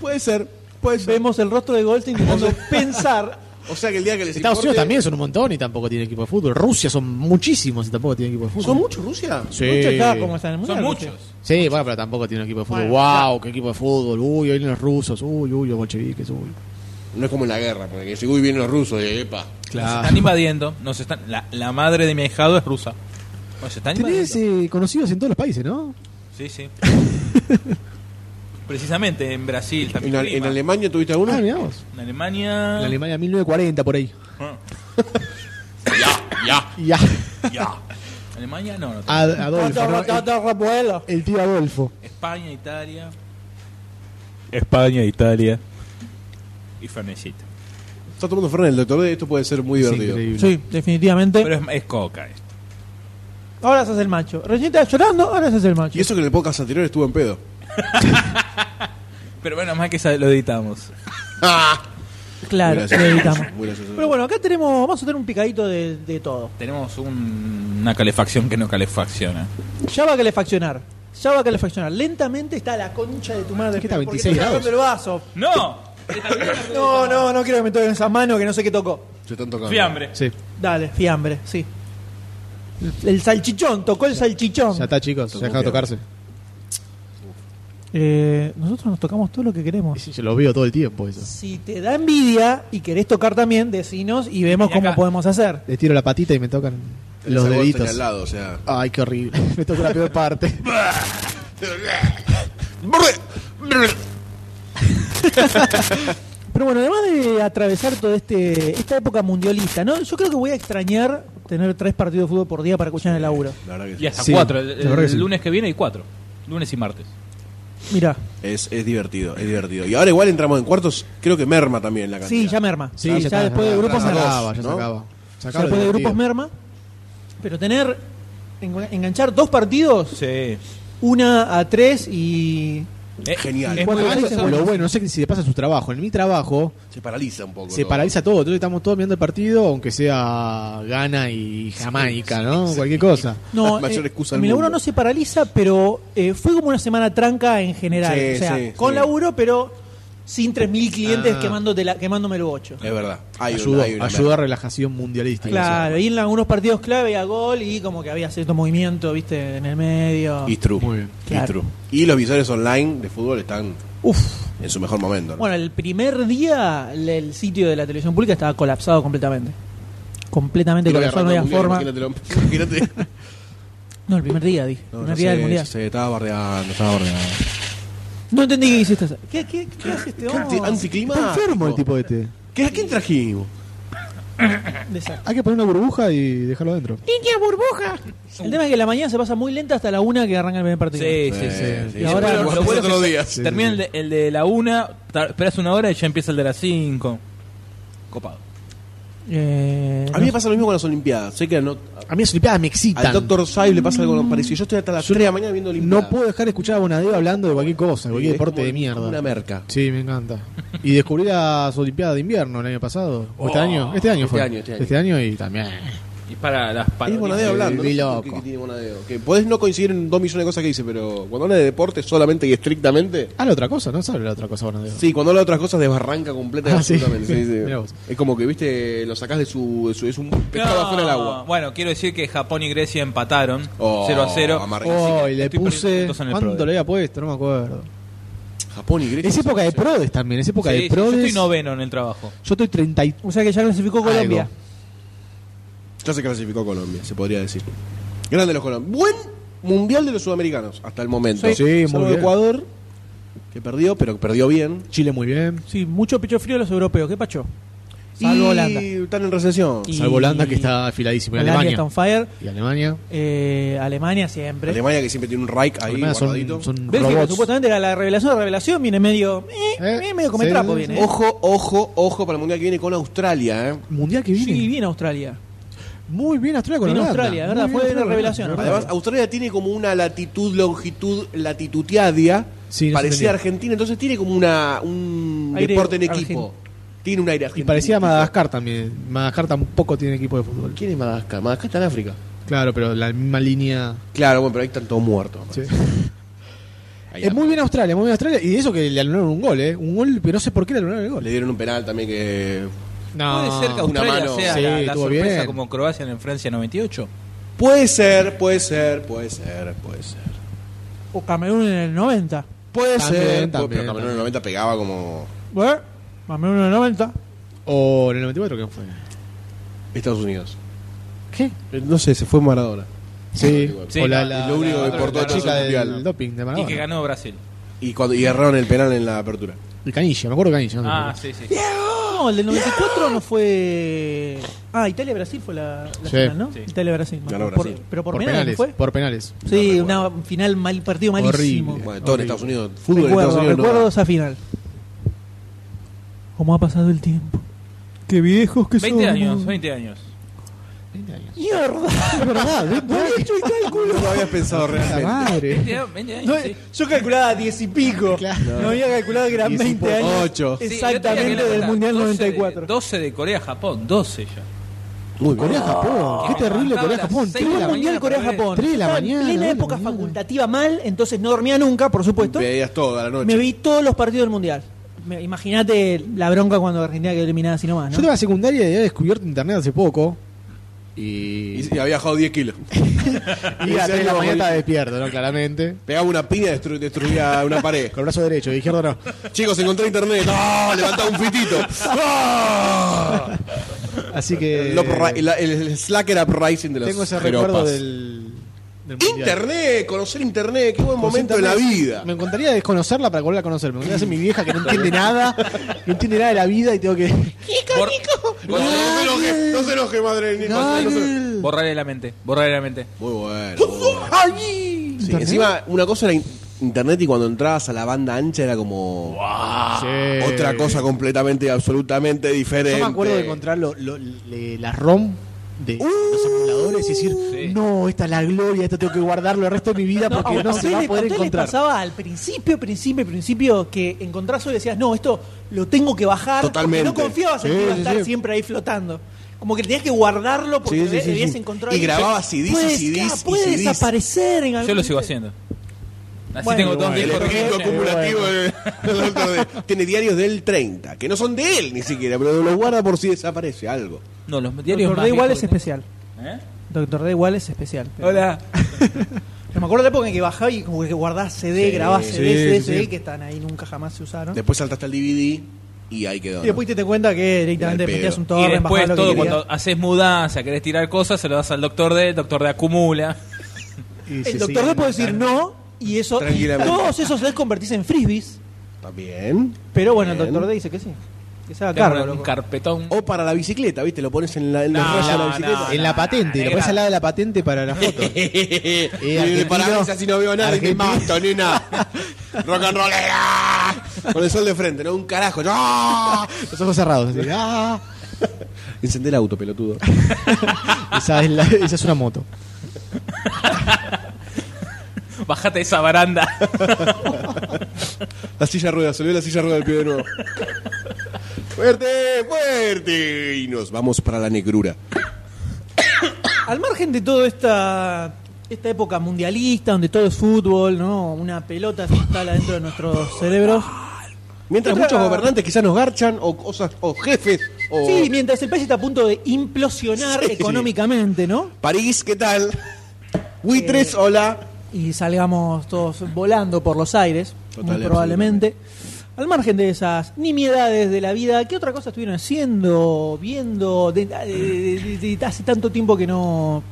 Speaker 4: puede ser, puede ser.
Speaker 1: Vemos el rostro de Goldstein
Speaker 2: [LAUGHS]
Speaker 1: intentando pensar.
Speaker 4: O sea que el día que les
Speaker 3: Estados
Speaker 4: importe-
Speaker 3: Unidos también son un montón y tampoco tiene equipo de fútbol. Rusia son muchísimos y tampoco tiene equipo de fútbol.
Speaker 4: ¿Son muchos Rusia?
Speaker 3: Sí.
Speaker 1: Mucho está como está en el
Speaker 2: Son
Speaker 1: mundial,
Speaker 2: muchos.
Speaker 1: ¿viste?
Speaker 3: Sí, bueno, pero tampoco tiene equipo de fútbol. wow, qué equipo de fútbol. Uy, hoy vienen los rusos. Uy, uy, los bolcheviques. Uy.
Speaker 4: No es como en la guerra, porque dice, uy, vienen los rusos, y epa.
Speaker 2: Nos están invadiendo, nos están... La, la madre de mi ahijado es rusa. Nos están
Speaker 3: Tenés
Speaker 2: invadiendo.
Speaker 3: eh, conocidos en todos los países, ¿no?
Speaker 2: Sí, sí. Precisamente en Brasil
Speaker 4: ¿En,
Speaker 2: también.
Speaker 4: Ale- en Alemania tuviste alguno?
Speaker 3: Ah, mirá vos.
Speaker 2: En Alemania.
Speaker 3: En Alemania 1940 por ahí. [LAUGHS]
Speaker 2: Ah,
Speaker 3: Y a-
Speaker 2: ya. Alemania no, no.
Speaker 3: Ad- Adolfo, ¿no? El- el tío Adolfo.
Speaker 2: España, Italia
Speaker 5: España, Italia.
Speaker 2: y Fernecita.
Speaker 4: Está tomando Fernet el doctor D, esto puede ser muy
Speaker 3: Es
Speaker 4: divertido.
Speaker 3: increíble.
Speaker 1: Sí, definitivamente.
Speaker 2: Pero es, es coca esto.
Speaker 1: Ahora se hace el macho. Recién estaba llorando, ahora se hace el macho.
Speaker 4: Y eso que en el podcast anterior estuvo en pedo.
Speaker 2: Pero bueno, más que esa lo editamos.
Speaker 3: Ah,
Speaker 1: Claro,
Speaker 4: Muy gracioso.
Speaker 1: lo evitamos.
Speaker 4: Muy gracioso.
Speaker 1: Pero bueno, acá tenemos, vamos a tener un picadito de, de todo.
Speaker 2: Tenemos un- una calefacción que no calefacciona.
Speaker 1: Ya va a calefaccionar. Ya va a calefaccionar. Lentamente está la concha de tu madre.
Speaker 3: ¿Qué está,
Speaker 1: Porque
Speaker 3: 26
Speaker 1: te está
Speaker 3: grados?
Speaker 1: tocando el vaso.
Speaker 2: ¡No!
Speaker 1: No, no, no quiero que me toquen esas manos que no sé qué tocó.
Speaker 4: Se están tocando.
Speaker 2: Fiambre.
Speaker 3: Sí,
Speaker 1: Dale, fiambre, sí. El- El salchichón, tocó el salchichón.
Speaker 3: ya está, chicos. Se ha dejado tocarse.
Speaker 1: Eh, nosotros nos tocamos todo lo que queremos.
Speaker 3: Sí, yo lo veo todo el tiempo eso.
Speaker 1: Si te da envidia y querés tocar también, decinos y vemos
Speaker 2: Y acá-
Speaker 1: cómo podemos hacer.
Speaker 3: Le tiro la patita y me tocan
Speaker 4: Tenés
Speaker 3: los
Speaker 4: a Goldstein
Speaker 3: deditos.
Speaker 4: al lado, o sea.
Speaker 3: Ay, qué horrible. Me tocó la peor parte.
Speaker 1: Pero bueno, además de atravesar toda este, esta época mundialista, ¿no? Yo creo que voy a extrañar tener tres partidos de fútbol por día para escuchar en el laburo.
Speaker 4: La verdad que sí.
Speaker 2: Y hasta
Speaker 3: Sí,
Speaker 2: cuatro.
Speaker 3: la
Speaker 2: El,
Speaker 3: verdad que
Speaker 2: el
Speaker 3: sí.
Speaker 2: lunes que viene y cuatro. Lunes y martes.
Speaker 1: Mirá,
Speaker 4: Es, es divertido, es divertido. Y ahora igual entramos en cuartos, creo que merma también la cantidad.
Speaker 1: sí, ya merma.
Speaker 3: Sí,
Speaker 1: ya,
Speaker 3: ya, está,
Speaker 1: después de
Speaker 3: ya
Speaker 1: grupos
Speaker 4: está,
Speaker 3: se
Speaker 1: merma.
Speaker 3: acaba, ya
Speaker 4: ¿no?
Speaker 3: se acaba. Se
Speaker 1: Ya
Speaker 3: acaba
Speaker 1: después de
Speaker 3: lo
Speaker 1: grupos
Speaker 3: divertido.
Speaker 1: merma. Pero tener, enga- enganchar dos partidos,
Speaker 2: Sí.
Speaker 1: una a tres y
Speaker 4: Genial.
Speaker 2: Es muy
Speaker 3: Bueno,
Speaker 1: Bueno,
Speaker 3: eso
Speaker 2: gracioso.
Speaker 3: es lo bueno, no sé si le pasa a su trabajo. En mi trabajo
Speaker 4: Se paraliza un poco.
Speaker 3: se
Speaker 4: todo.
Speaker 3: paraliza todo, entonces estamos todos mirando el partido, aunque sea Ghana y Jamaica, ¿no? Cualquier cosa.
Speaker 1: No,
Speaker 4: [LAUGHS] La mayor
Speaker 1: eh,
Speaker 4: excusa del
Speaker 1: mi laburo
Speaker 4: mundo.
Speaker 1: no se paraliza, pero eh, fue como una semana tranca en general.
Speaker 4: Sí,
Speaker 1: o sea,
Speaker 4: sí,
Speaker 1: con
Speaker 4: sí.
Speaker 1: laburo, pero sin 3.000 clientes
Speaker 3: Ah.
Speaker 1: quemándote la- quemándome el bocho.
Speaker 4: Es verdad. Hay una-
Speaker 3: Ayudó,
Speaker 4: hay una
Speaker 3: ayudó a relajación mundialística.
Speaker 1: Claro, y en algunos partidos clave había gol y como que había cierto movimiento, viste, en el medio.
Speaker 4: It's true.
Speaker 3: Muy bien.
Speaker 4: It's
Speaker 1: Claro.
Speaker 4: true. Y los visores online de fútbol están
Speaker 1: Uf.
Speaker 4: en su mejor momento. ¿no?
Speaker 1: Bueno, el primer día el, el sitio de la televisión pública estaba colapsado completamente. Completamente
Speaker 4: Creo que
Speaker 1: colapsado, no había
Speaker 4: arrancó el
Speaker 1: forma.
Speaker 4: mundial, [LAUGHS] Imagínate. lo- imagínate.
Speaker 1: No, el primer día, dije.
Speaker 4: No,
Speaker 1: el
Speaker 4: no
Speaker 1: primer día
Speaker 4: sé,
Speaker 1: del mundial.
Speaker 4: Se estaba bardeando, estaba bardeando.
Speaker 1: No entendí qué hiciste. ¿Qué, qué, qué hace este
Speaker 4: Anti-
Speaker 1: hombre?
Speaker 4: anticlimático.
Speaker 3: Está enfermo el tipo este.
Speaker 4: ¿Qué, ¿A quién trajimos?
Speaker 1: Desastre.
Speaker 3: Hay que poner una burbuja y dejarlo adentro.
Speaker 1: El tema es que la mañana se pasa muy lenta hasta la una que arranca el primer partido.
Speaker 2: Sí, sí, sí.
Speaker 4: sí.
Speaker 1: Y ahora-
Speaker 4: Bueno,
Speaker 1: los
Speaker 4: los
Speaker 2: vuelos
Speaker 4: otros
Speaker 2: se-
Speaker 4: días.
Speaker 3: Sí,
Speaker 2: Termina
Speaker 3: sí,
Speaker 2: el de, el de la una, tar- esperas una hora y ya empieza el de las cinco. Copado.
Speaker 1: Eh,
Speaker 4: A mí me
Speaker 1: no-
Speaker 4: pasa lo mismo con las Olimpiadas. Sé que no-
Speaker 3: A mí las Olimpiadas me
Speaker 4: al
Speaker 3: excitan.
Speaker 4: doctor Sai le pasa algo parecido. Yo estoy hasta las 3 de la mañana viendo Olimpiadas.
Speaker 3: No puedo dejar de escuchar a Bonadeo hablando de cualquier cosa, de
Speaker 4: Sí,
Speaker 3: cualquier
Speaker 4: es
Speaker 3: deporte
Speaker 4: como
Speaker 3: de mierda.
Speaker 4: Una merca.
Speaker 3: Sí, me encanta. Y descubrí las Olimpiadas de invierno el año pasado. ¿O este año? Este año
Speaker 4: Este
Speaker 3: fue.
Speaker 4: año, este año.
Speaker 3: y también.
Speaker 2: Y para las
Speaker 4: Ahí es
Speaker 2: parodias.
Speaker 4: Bonadeo hablando.
Speaker 3: vi
Speaker 4: no sé
Speaker 3: loco.
Speaker 4: qué- qué tiene Bonadeo. Que podés no coincidir en dos millones de cosas que dice, pero cuando habla de deporte solamente y estrictamente.
Speaker 3: Ah, la otra cosa, ¿no? ¿Sabe la otra cosa, Bonadeo?
Speaker 4: Sí, cuando habla de otras cosas desbarranca completamente.
Speaker 3: Ah, sí.
Speaker 4: absolutamente. Sí, sí.
Speaker 3: Mirá vos.
Speaker 4: Es como que, viste, lo sacás de su. de su- es un pescado
Speaker 2: No.
Speaker 4: afuera del agua.
Speaker 2: Bueno, quiero decir que Japón y Grecia empataron
Speaker 4: Oh,
Speaker 2: 0 a 0.
Speaker 4: amarga.
Speaker 3: Oh, y le
Speaker 2: Estoy perdiendo
Speaker 3: puse.
Speaker 2: puntos en el
Speaker 3: ¿Cuánto
Speaker 2: Prode.
Speaker 3: le había puesto? No me acuerdo.
Speaker 4: Japón y Grecia.
Speaker 3: Es época de
Speaker 4: Sí.
Speaker 3: Prodes también, es época
Speaker 2: Sí,
Speaker 3: de
Speaker 2: sí, yo
Speaker 3: Prodes.
Speaker 2: estoy noveno en el trabajo.
Speaker 3: Yo estoy 30 y-
Speaker 1: O sea que ya clasificó Colombia.
Speaker 3: Algo.
Speaker 4: Ya se clasificó Colombia, se podría decir. Grande los colombianos. Buen mundial de los sudamericanos hasta el momento.
Speaker 3: Sí, sí,
Speaker 4: Salvo
Speaker 3: muy bien.
Speaker 4: Ecuador, que perdió, pero perdió bien.
Speaker 3: Chile muy bien.
Speaker 1: Sí, mucho picho frío a los europeos. ¿Qué pacho? Salvo Holanda.
Speaker 4: Y están en recesión.
Speaker 1: Y-
Speaker 3: Salvo Holanda, que está afiladísimo. Y
Speaker 1: Holanda
Speaker 3: Alemania.
Speaker 1: está on fire.
Speaker 3: Y Alemania.
Speaker 1: Eh, Alemania siempre.
Speaker 4: Alemania que siempre tiene un Reich ahí
Speaker 3: Alemania
Speaker 4: guardadito.
Speaker 3: son, son
Speaker 1: Bélgica,
Speaker 3: robots.
Speaker 1: supuestamente, la- la revelación de la revelación viene medio. eh,
Speaker 3: Eh,
Speaker 1: eh, medio come
Speaker 3: sí,
Speaker 1: trapo
Speaker 3: sí,
Speaker 1: viene. eh.
Speaker 4: Ojo, ojo, ojo para el mundial que viene con Australia, ¿eh?
Speaker 3: Mundial que viene.
Speaker 1: Sí, viene Australia.
Speaker 3: Muy bien Australia con
Speaker 1: Vino
Speaker 3: Holanda.
Speaker 1: Australia, es
Speaker 3: Muy
Speaker 1: verdad,
Speaker 3: bien
Speaker 1: fue
Speaker 3: Australia
Speaker 1: una
Speaker 3: con
Speaker 1: revelación,
Speaker 3: Holanda.
Speaker 4: Además, Australia tiene como una latitud, longitud, latitudiadia,
Speaker 3: Sí, no se
Speaker 4: parecida a
Speaker 3: entendía.
Speaker 4: Argentina, entonces tiene como una, un
Speaker 1: Aire
Speaker 4: deporte en
Speaker 1: argen-
Speaker 4: equipo. Tiene un aire
Speaker 3: Y
Speaker 4: argentino.
Speaker 3: parecía Madagascar también. Madagascar tampoco tiene equipo de fútbol.
Speaker 4: ¿Quién es Madagascar? Madagascar está en África.
Speaker 3: Claro, pero la misma línea.
Speaker 4: Claro, bueno, pero ahí están todos muertos.
Speaker 3: sí.
Speaker 4: Ahí
Speaker 3: Eh,
Speaker 4: anda.
Speaker 3: muy bien Australia, muy bien Australia. Y eso que le anularon un gol, ¿eh? Un gol, pero no sé por qué le anularon el
Speaker 4: Le
Speaker 3: gol.
Speaker 4: dieron un penal también que...
Speaker 3: No.
Speaker 2: Puede ser que
Speaker 4: una
Speaker 2: Australia
Speaker 4: mano.
Speaker 2: sea
Speaker 3: Sí,
Speaker 2: la, la
Speaker 3: estuvo
Speaker 2: sorpresa
Speaker 3: bien.
Speaker 2: como Croacia en Francia 98.
Speaker 4: Puede ser, puede ser, puede ser, puede ser.
Speaker 1: O Camerún en el 90.
Speaker 4: Puede
Speaker 3: También,
Speaker 4: ser,
Speaker 3: también,
Speaker 4: pero Camerún en el
Speaker 3: también.
Speaker 4: 90 pegaba como
Speaker 1: ¿Eh? Camerún en el 90.
Speaker 3: O en el 94, ¿qué fue?
Speaker 4: Estados Unidos.
Speaker 3: ¿Qué?
Speaker 4: Eh, No sé, se fue Maradona.
Speaker 3: Sí,
Speaker 4: Sí,
Speaker 3: Ah, o la,
Speaker 2: es
Speaker 3: la-
Speaker 4: lo único
Speaker 3: la-
Speaker 4: que importó
Speaker 3: la
Speaker 4: todo
Speaker 3: chica
Speaker 4: el mundial.
Speaker 3: del doping de
Speaker 2: Y que
Speaker 3: Maradona.
Speaker 2: ganó Brasil.
Speaker 4: Y cuando y erraron el penal en la apertura.
Speaker 3: Y Canilla, me acuerdo de Canilla. no sé
Speaker 2: Ah,
Speaker 3: por qué.
Speaker 2: sí, sí.
Speaker 1: No, el del 94 no fue. Ah, Italia-Brasil fue la, la
Speaker 3: Sí.
Speaker 1: final, ¿no?
Speaker 2: Sí.
Speaker 1: Italia-Brasil.
Speaker 4: Ganó
Speaker 1: Por-
Speaker 4: Brasil.
Speaker 1: pero por,
Speaker 3: por
Speaker 1: penales,
Speaker 3: penales.
Speaker 1: ¿no fue?
Speaker 3: Por penales.
Speaker 1: sí,
Speaker 4: No
Speaker 1: una final mal, partido malísimo.
Speaker 3: Horrible.
Speaker 4: Bueno, todo en
Speaker 3: Horrible.
Speaker 4: Estados Unidos. Fútbol en Estados
Speaker 1: Recuerdo,
Speaker 4: Unidos. no
Speaker 1: recuerdo
Speaker 4: da.
Speaker 1: esa final. ¿Cómo ha pasado el tiempo? Qué viejos que
Speaker 2: 20
Speaker 1: somos.
Speaker 2: años, 20 años.
Speaker 1: [LAUGHS] ¡Mierda!
Speaker 3: verdad,
Speaker 1: No había hecho el cálculo.
Speaker 4: No habías pensado
Speaker 3: La
Speaker 4: [LAUGHS] realmente.
Speaker 3: madre.
Speaker 2: 20, a- 20 años,
Speaker 1: No,
Speaker 2: sí.
Speaker 1: yo calculaba 10 y pico.
Speaker 3: Claro.
Speaker 1: No había calculado que eran 20 años.
Speaker 4: Ocho.
Speaker 2: Sí, yo tenía que
Speaker 1: Exactamente del
Speaker 2: anotar.
Speaker 1: Mundial
Speaker 2: 12 de-
Speaker 1: 94.
Speaker 2: 12 de Corea-Japón, 12 ya.
Speaker 4: Muy bien.
Speaker 3: Corea-Japón. Qué terrible
Speaker 2: me levantaba a las
Speaker 3: Corea-Japón.
Speaker 2: seis
Speaker 3: Tres la
Speaker 2: de la
Speaker 3: mañana.
Speaker 1: Mundial
Speaker 2: mañana por ver.
Speaker 1: Corea-Japón.
Speaker 3: Tres de la
Speaker 1: Estaba
Speaker 3: mañana,
Speaker 1: En plena
Speaker 3: nueve de la
Speaker 1: época
Speaker 3: mañana.
Speaker 1: facultativa mal, entonces no dormía nunca, por supuesto.
Speaker 4: Veías toda la noche.
Speaker 1: Me vi todos los partidos del Mundial. Me- Imagínate la bronca cuando Argentina quedó eliminada así nomás,
Speaker 3: Yo de
Speaker 1: ¿no?
Speaker 3: la secundaria y había descubierto internet hace poco. Y.
Speaker 4: Y, y había bajado 10 kilos.
Speaker 3: Y a
Speaker 4: Ese
Speaker 3: tres de
Speaker 4: año
Speaker 3: la
Speaker 4: volví.
Speaker 3: mañana estaba despierto, ¿no? Claramente.
Speaker 4: Pegaba una piña y destru- destruía una pared.
Speaker 3: Con el brazo derecho, de izquierdo no.
Speaker 4: Chicos, encontré internet. ¡No! Levantaba un pitito. ¡Ah!
Speaker 3: Así que.
Speaker 4: El, upri- el- el slacker uprising de los
Speaker 3: Eh, Tengo ese
Speaker 4: jeropas.
Speaker 3: recuerdo del. del mundial.
Speaker 4: Internet, conocer internet, qué buen momento de la
Speaker 3: Pues Internet.
Speaker 4: vida.
Speaker 3: Me encantaría desconocerla para volver a conocerme. Me encantaría ser mi vieja que no entiende nada, no entiende nada de la vida y tengo que.
Speaker 2: Bor-
Speaker 4: No, no se enoje, no se enoje, madre. ni- no se enoje.
Speaker 3: Gabriel.
Speaker 2: Borrarle la mente, borrarle la mente.
Speaker 4: Muy bueno. muy bueno.
Speaker 3: ¡Ay!
Speaker 4: Sí, encima, una cosa era in- internet y cuando entrabas a la banda ancha era como Eh.
Speaker 3: Sí.
Speaker 4: otra cosa completamente y absolutamente diferente.
Speaker 3: Yo me acuerdo de encontrar lo- lo- le- la ROM de los emuladores y decir,
Speaker 2: Sí.
Speaker 3: no, esta es la gloria, esto tengo que guardarlo el resto de mi vida porque no, se va a
Speaker 1: a ustedes-
Speaker 3: poder
Speaker 1: ustedes les
Speaker 3: encontrar.
Speaker 1: pasaba al principio, principio, principio que encontrás hoy y decías, no, esto lo tengo que bajar.
Speaker 4: Totalmente.
Speaker 1: Porque no confiabas en que
Speaker 3: Sí,
Speaker 1: iba a
Speaker 3: sí,
Speaker 1: estar
Speaker 3: sí.
Speaker 1: siempre ahí flotando. Como que tenías que guardarlo porque
Speaker 4: Sí, sí, sí,
Speaker 1: debías
Speaker 4: sí.
Speaker 1: encontrar.
Speaker 4: Y
Speaker 1: ahí.
Speaker 4: grababas CDs y
Speaker 1: Puede
Speaker 4: CDs
Speaker 1: esca-
Speaker 4: y
Speaker 1: Puede
Speaker 4: CDs.
Speaker 1: desaparecer en algún
Speaker 2: Yo lo sigo haciendo. Así
Speaker 1: Bueno,
Speaker 2: tengo todos
Speaker 1: bueno.
Speaker 4: El
Speaker 2: mis
Speaker 4: espíritu
Speaker 2: discos.
Speaker 4: acumulativo de- [LAUGHS] del otro de- tiene diarios del 30, que no son de él ni siquiera, pero los guarda por si desaparece algo.
Speaker 2: No, los diarios
Speaker 1: Doctor
Speaker 2: más
Speaker 1: D igual es
Speaker 2: viejos que
Speaker 1: especial.
Speaker 2: tengo. ¿Eh?
Speaker 1: Doctor D igual es especial. pero-
Speaker 2: Hola.
Speaker 1: Pero me acuerdo de la época en que bajaba y como que guardás CD, grabás CD,
Speaker 4: sí,
Speaker 1: CD,
Speaker 4: sí,
Speaker 1: CD,
Speaker 4: sí.
Speaker 1: que están ahí, nunca jamás se
Speaker 3: ¿Ah?
Speaker 1: usaron.
Speaker 4: Después saltaste al DVD y ahí quedó.
Speaker 1: y después te te cuenta que directamente
Speaker 4: Al pedo.
Speaker 1: metías un
Speaker 2: Y
Speaker 1: torre,
Speaker 2: después
Speaker 1: bajabas lo que
Speaker 2: todo,
Speaker 1: querías.
Speaker 2: cuando haces mudanza, querés tirar cosas, se lo das al doctor D, el doctor D acumula.
Speaker 3: Y
Speaker 1: El
Speaker 3: se
Speaker 1: doctor D
Speaker 3: siguen
Speaker 1: puede decir no y eso y
Speaker 4: Tranquilamente.
Speaker 1: todos esos les convertís en frisbees.
Speaker 4: También.
Speaker 1: Pero bueno, el
Speaker 4: Bien.
Speaker 1: doctor D dice que sí. Que se haga
Speaker 2: Tengo
Speaker 1: cargo.
Speaker 2: un
Speaker 1: loco.
Speaker 2: carpetón.
Speaker 4: O para la bicicleta, ¿viste? Lo pones en la, en los
Speaker 2: No,
Speaker 4: rayos de la
Speaker 2: no,
Speaker 4: bicicleta. [LAUGHS]
Speaker 3: en la patente, lo
Speaker 2: negra.
Speaker 3: pones al lado de la patente para la foto.
Speaker 4: Eh,
Speaker 3: argentino.
Speaker 4: parabrisas así no veo nada y te
Speaker 3: Argentino.
Speaker 4: mato, nena. [LAUGHS] Rock and rollera. Con el sol de frente, no un carajo. ¡Ah!
Speaker 3: Los ojos cerrados. así, "Ah".
Speaker 4: Encendé el auto, pelotudo.
Speaker 3: Esa, es la- esa es una moto.
Speaker 2: Bajate de esa baranda.
Speaker 4: [LAUGHS] La silla de ruedas, se le ve la silla de ruedas al pie de nuevo. ¡Fuerte, fuerte! Y nos vamos para la negrura.
Speaker 1: Al margen de toda esta esta época mundialista donde todo es fútbol, ¿no? Una pelota se instala dentro de nuestros cerebros.
Speaker 4: Mientras
Speaker 1: Otra-
Speaker 4: muchos gobernantes quizás nos garchan, o cosas, o jefes,
Speaker 2: Oh.
Speaker 4: o.
Speaker 1: Sí, mientras el país está a punto de implosionar
Speaker 4: Sí.
Speaker 1: económicamente, ¿no?
Speaker 4: París, ¿qué tal? Buitres, hola.
Speaker 1: y salgamos todos volando por los aires,
Speaker 4: Total,
Speaker 1: muy probablemente. Al margen de esas nimiedades de la vida, ¿qué otra cosa estuvieron haciendo, viendo, de- de- de- de- de- hace tanto tiempo que no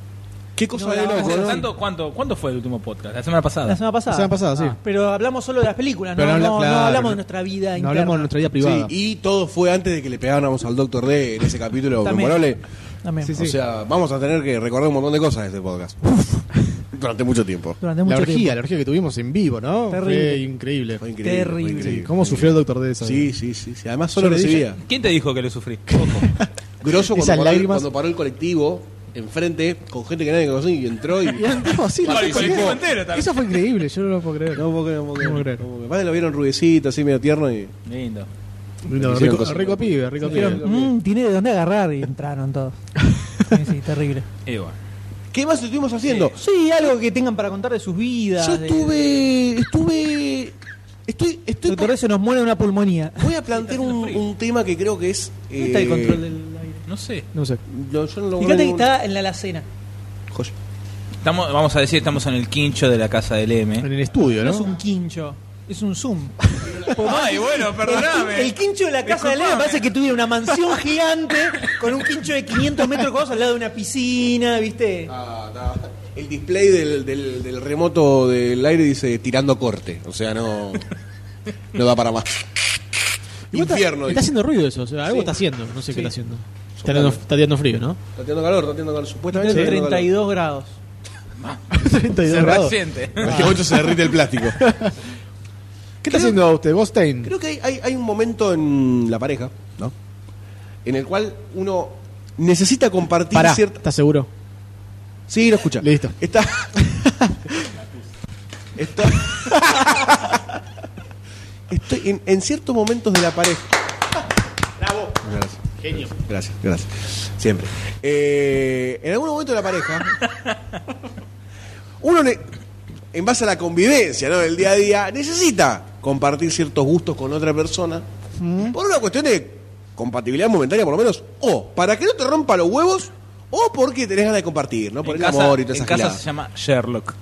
Speaker 4: Qué cosa
Speaker 1: No,
Speaker 4: de
Speaker 1: la-
Speaker 4: loco,
Speaker 2: Mientras
Speaker 4: ¿no?
Speaker 2: tanto, ¿cuánto, ¿Cuánto fue el último podcast? La semana pasada.
Speaker 1: La semana pasada.
Speaker 3: La semana pasada, sí.
Speaker 1: Pero hablamos solo de las películas,
Speaker 3: Pero
Speaker 1: no,
Speaker 3: habla-
Speaker 1: no- no
Speaker 3: claro,
Speaker 1: hablamos
Speaker 3: no-
Speaker 1: de nuestra vida
Speaker 3: No
Speaker 1: interna.
Speaker 3: hablamos de nuestra vida privada.
Speaker 4: Sí, y todo fue antes de que le pegáramos al Doctor D en ese capítulo
Speaker 1: También.
Speaker 4: memorable.
Speaker 1: También.
Speaker 3: Sí, sí.
Speaker 4: O sea, vamos a tener que recordar un montón de cosas de este podcast. Durante mucho tiempo.
Speaker 1: Durante
Speaker 3: La
Speaker 1: mucho
Speaker 3: orgía,
Speaker 1: tiempo.
Speaker 3: la orgía que tuvimos en vivo, ¿no?
Speaker 1: Terrible.
Speaker 3: Fue increíble.
Speaker 4: Fue increíble.
Speaker 1: Terrible.
Speaker 4: fue increíble.
Speaker 3: Sí, ¿Cómo sufrió el doctor de esa?
Speaker 4: Sí, sí, sí, sí. Además solo
Speaker 3: Yo le dije-
Speaker 4: recibía.
Speaker 2: ¿Quién te dijo que lo
Speaker 4: [LAUGHS]
Speaker 2: sufrí? Ojo.
Speaker 4: Grosso cuando
Speaker 3: Esas
Speaker 4: paró,
Speaker 3: lágrimas.
Speaker 4: cuando paró el colectivo enfrente con gente que nadie conocía y
Speaker 1: [LAUGHS]
Speaker 4: entró y.
Speaker 3: Y andaba así, [LAUGHS] no
Speaker 2: Claro,
Speaker 3: sé
Speaker 2: y
Speaker 3: por
Speaker 2: colectivo
Speaker 3: qué.
Speaker 2: entero también.
Speaker 3: Eso fue increíble, yo no lo puedo creer.
Speaker 4: puedo creer, no puedo
Speaker 3: No puedo creer.
Speaker 4: no puedo Aparte lo vieron rubiecito, así medio tierno y.
Speaker 2: Lindo.
Speaker 3: No,
Speaker 4: Hicieron
Speaker 3: rico,
Speaker 4: cosas.
Speaker 3: rico pibe, rico pibe.
Speaker 1: Mm, tiene de dónde agarrar y entraron todos. Sí, sí, terrible.
Speaker 2: Y bueno.
Speaker 4: ¿Qué más estuvimos haciendo?
Speaker 1: Sí, algo que tengan para contar de sus vidas.
Speaker 4: Yo
Speaker 1: de-
Speaker 4: estuve. estuve. Estoy. estoy
Speaker 1: Doctor D se nos muere una pulmonía.
Speaker 4: voy a plantear un, un tema que creo que es.
Speaker 1: ¿Dónde está el
Speaker 4: eh,
Speaker 1: control del aire?
Speaker 2: No sé.
Speaker 3: No sé.
Speaker 4: no, yo no lo
Speaker 1: Fíjate que
Speaker 4: no-
Speaker 1: está en la alacena.
Speaker 4: Joya.
Speaker 2: Estamos, vamos a decir, estamos en el quincho de la casa del
Speaker 3: En
Speaker 2: M.
Speaker 3: el estudio,
Speaker 1: No es
Speaker 3: ¿no?
Speaker 1: un quincho, es un zoom.
Speaker 2: Ay, bueno,
Speaker 1: El, el quincho de la casa de Leo
Speaker 2: Disculpame.
Speaker 1: parece que tuviera una mansión gigante con un quincho de 500 metros cuadrados al lado de una piscina, ¿viste?
Speaker 4: Ah, está. El display del, del- del remoto del aire dice tirando corte. O sea, [LAUGHS] no. No da para más.
Speaker 3: Igual está-
Speaker 4: Infierno.
Speaker 3: Está
Speaker 4: dice.
Speaker 3: haciendo ruido eso, o sea, algo
Speaker 4: Sí.
Speaker 3: está haciendo, no sé qué está haciendo. Está
Speaker 4: Soplando.
Speaker 3: tirando, está tirando frío,
Speaker 4: [LAUGHS]
Speaker 3: ¿no?
Speaker 4: Está tirando calor, está tirando calor. Supuestamente.
Speaker 1: Tiene
Speaker 4: está tirando
Speaker 1: 32
Speaker 4: calor.
Speaker 1: grados.
Speaker 3: 32
Speaker 2: Se
Speaker 3: grados.
Speaker 2: resiente.
Speaker 4: Es que mucho se derrite el [LAUGHS] plástico.
Speaker 3: ¿Qué está haciendo usted, Gostein?
Speaker 4: Creo que hay, hay- hay un momento en la pareja, ¿no? En el cual uno necesita compartir
Speaker 3: Pará,
Speaker 4: cierta.
Speaker 3: ¿estás seguro?
Speaker 4: Sí, lo escucha.
Speaker 3: Listo.
Speaker 4: Está. Está. Estoy en, en ciertos momentos de la pareja. Bravo. Gracias. Genio. Gracias, gracias. Siempre. Eh, en algún momento de la pareja, uno, ne- en base a la convivencia ¿no? del día a día, necesita compartir ciertos gustos con otra persona por una cuestión de compatibilidad momentánea, por lo menos, o para que no te rompa los huevos, o porque tenés ganas de compartir, ¿no? Por
Speaker 2: En
Speaker 4: el
Speaker 2: casa,
Speaker 4: amor y todas
Speaker 2: en
Speaker 4: esas
Speaker 2: casa
Speaker 4: giladas.
Speaker 2: se llama Sherlock.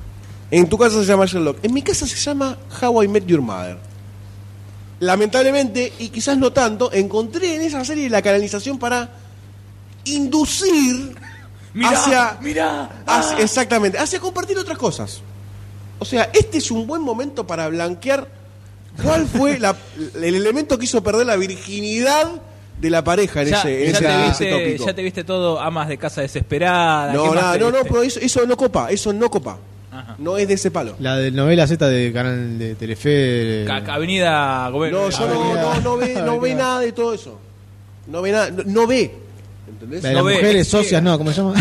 Speaker 4: En tu casa se llama Sherlock. En mi casa se llama How I Met Your Mother. Lamentablemente, y quizás no tanto, encontré en esa serie la canalización para
Speaker 2: [LAUGHS]
Speaker 4: inducir hacia.
Speaker 2: mirá.
Speaker 4: hacia- exactamente, hacia compartir otras cosas. O sea, este es un buen momento para blanquear
Speaker 2: [LAUGHS]
Speaker 4: cuál fue la- el elemento que hizo perder la virginidad de la pareja en
Speaker 2: Ya,
Speaker 4: ese, en
Speaker 2: ya
Speaker 4: ese-
Speaker 2: te
Speaker 4: en ese
Speaker 2: viste,
Speaker 4: tópico.
Speaker 2: ya te viste todo, amas de casa desesperada. ¿qué
Speaker 4: no,
Speaker 2: más
Speaker 4: nada,
Speaker 2: te
Speaker 4: no, no,
Speaker 2: viste?
Speaker 4: pero eso, eso no copa, eso no copa.
Speaker 2: Ajá.
Speaker 4: No es de ese palo.
Speaker 3: La de novela Z de canal de Telefe.
Speaker 2: Ca- ca- Avenida
Speaker 4: No,
Speaker 2: Gobernador.
Speaker 4: yo no, no,
Speaker 2: [LAUGHS]
Speaker 4: no ve, no ve nada de todo eso. No ve nada, no, no
Speaker 3: La
Speaker 4: ve.
Speaker 3: de
Speaker 4: ¿Entendés?
Speaker 2: No
Speaker 3: las
Speaker 2: ve,
Speaker 3: mujeres
Speaker 2: es ciega.
Speaker 3: socias, no, ¿cómo se llama?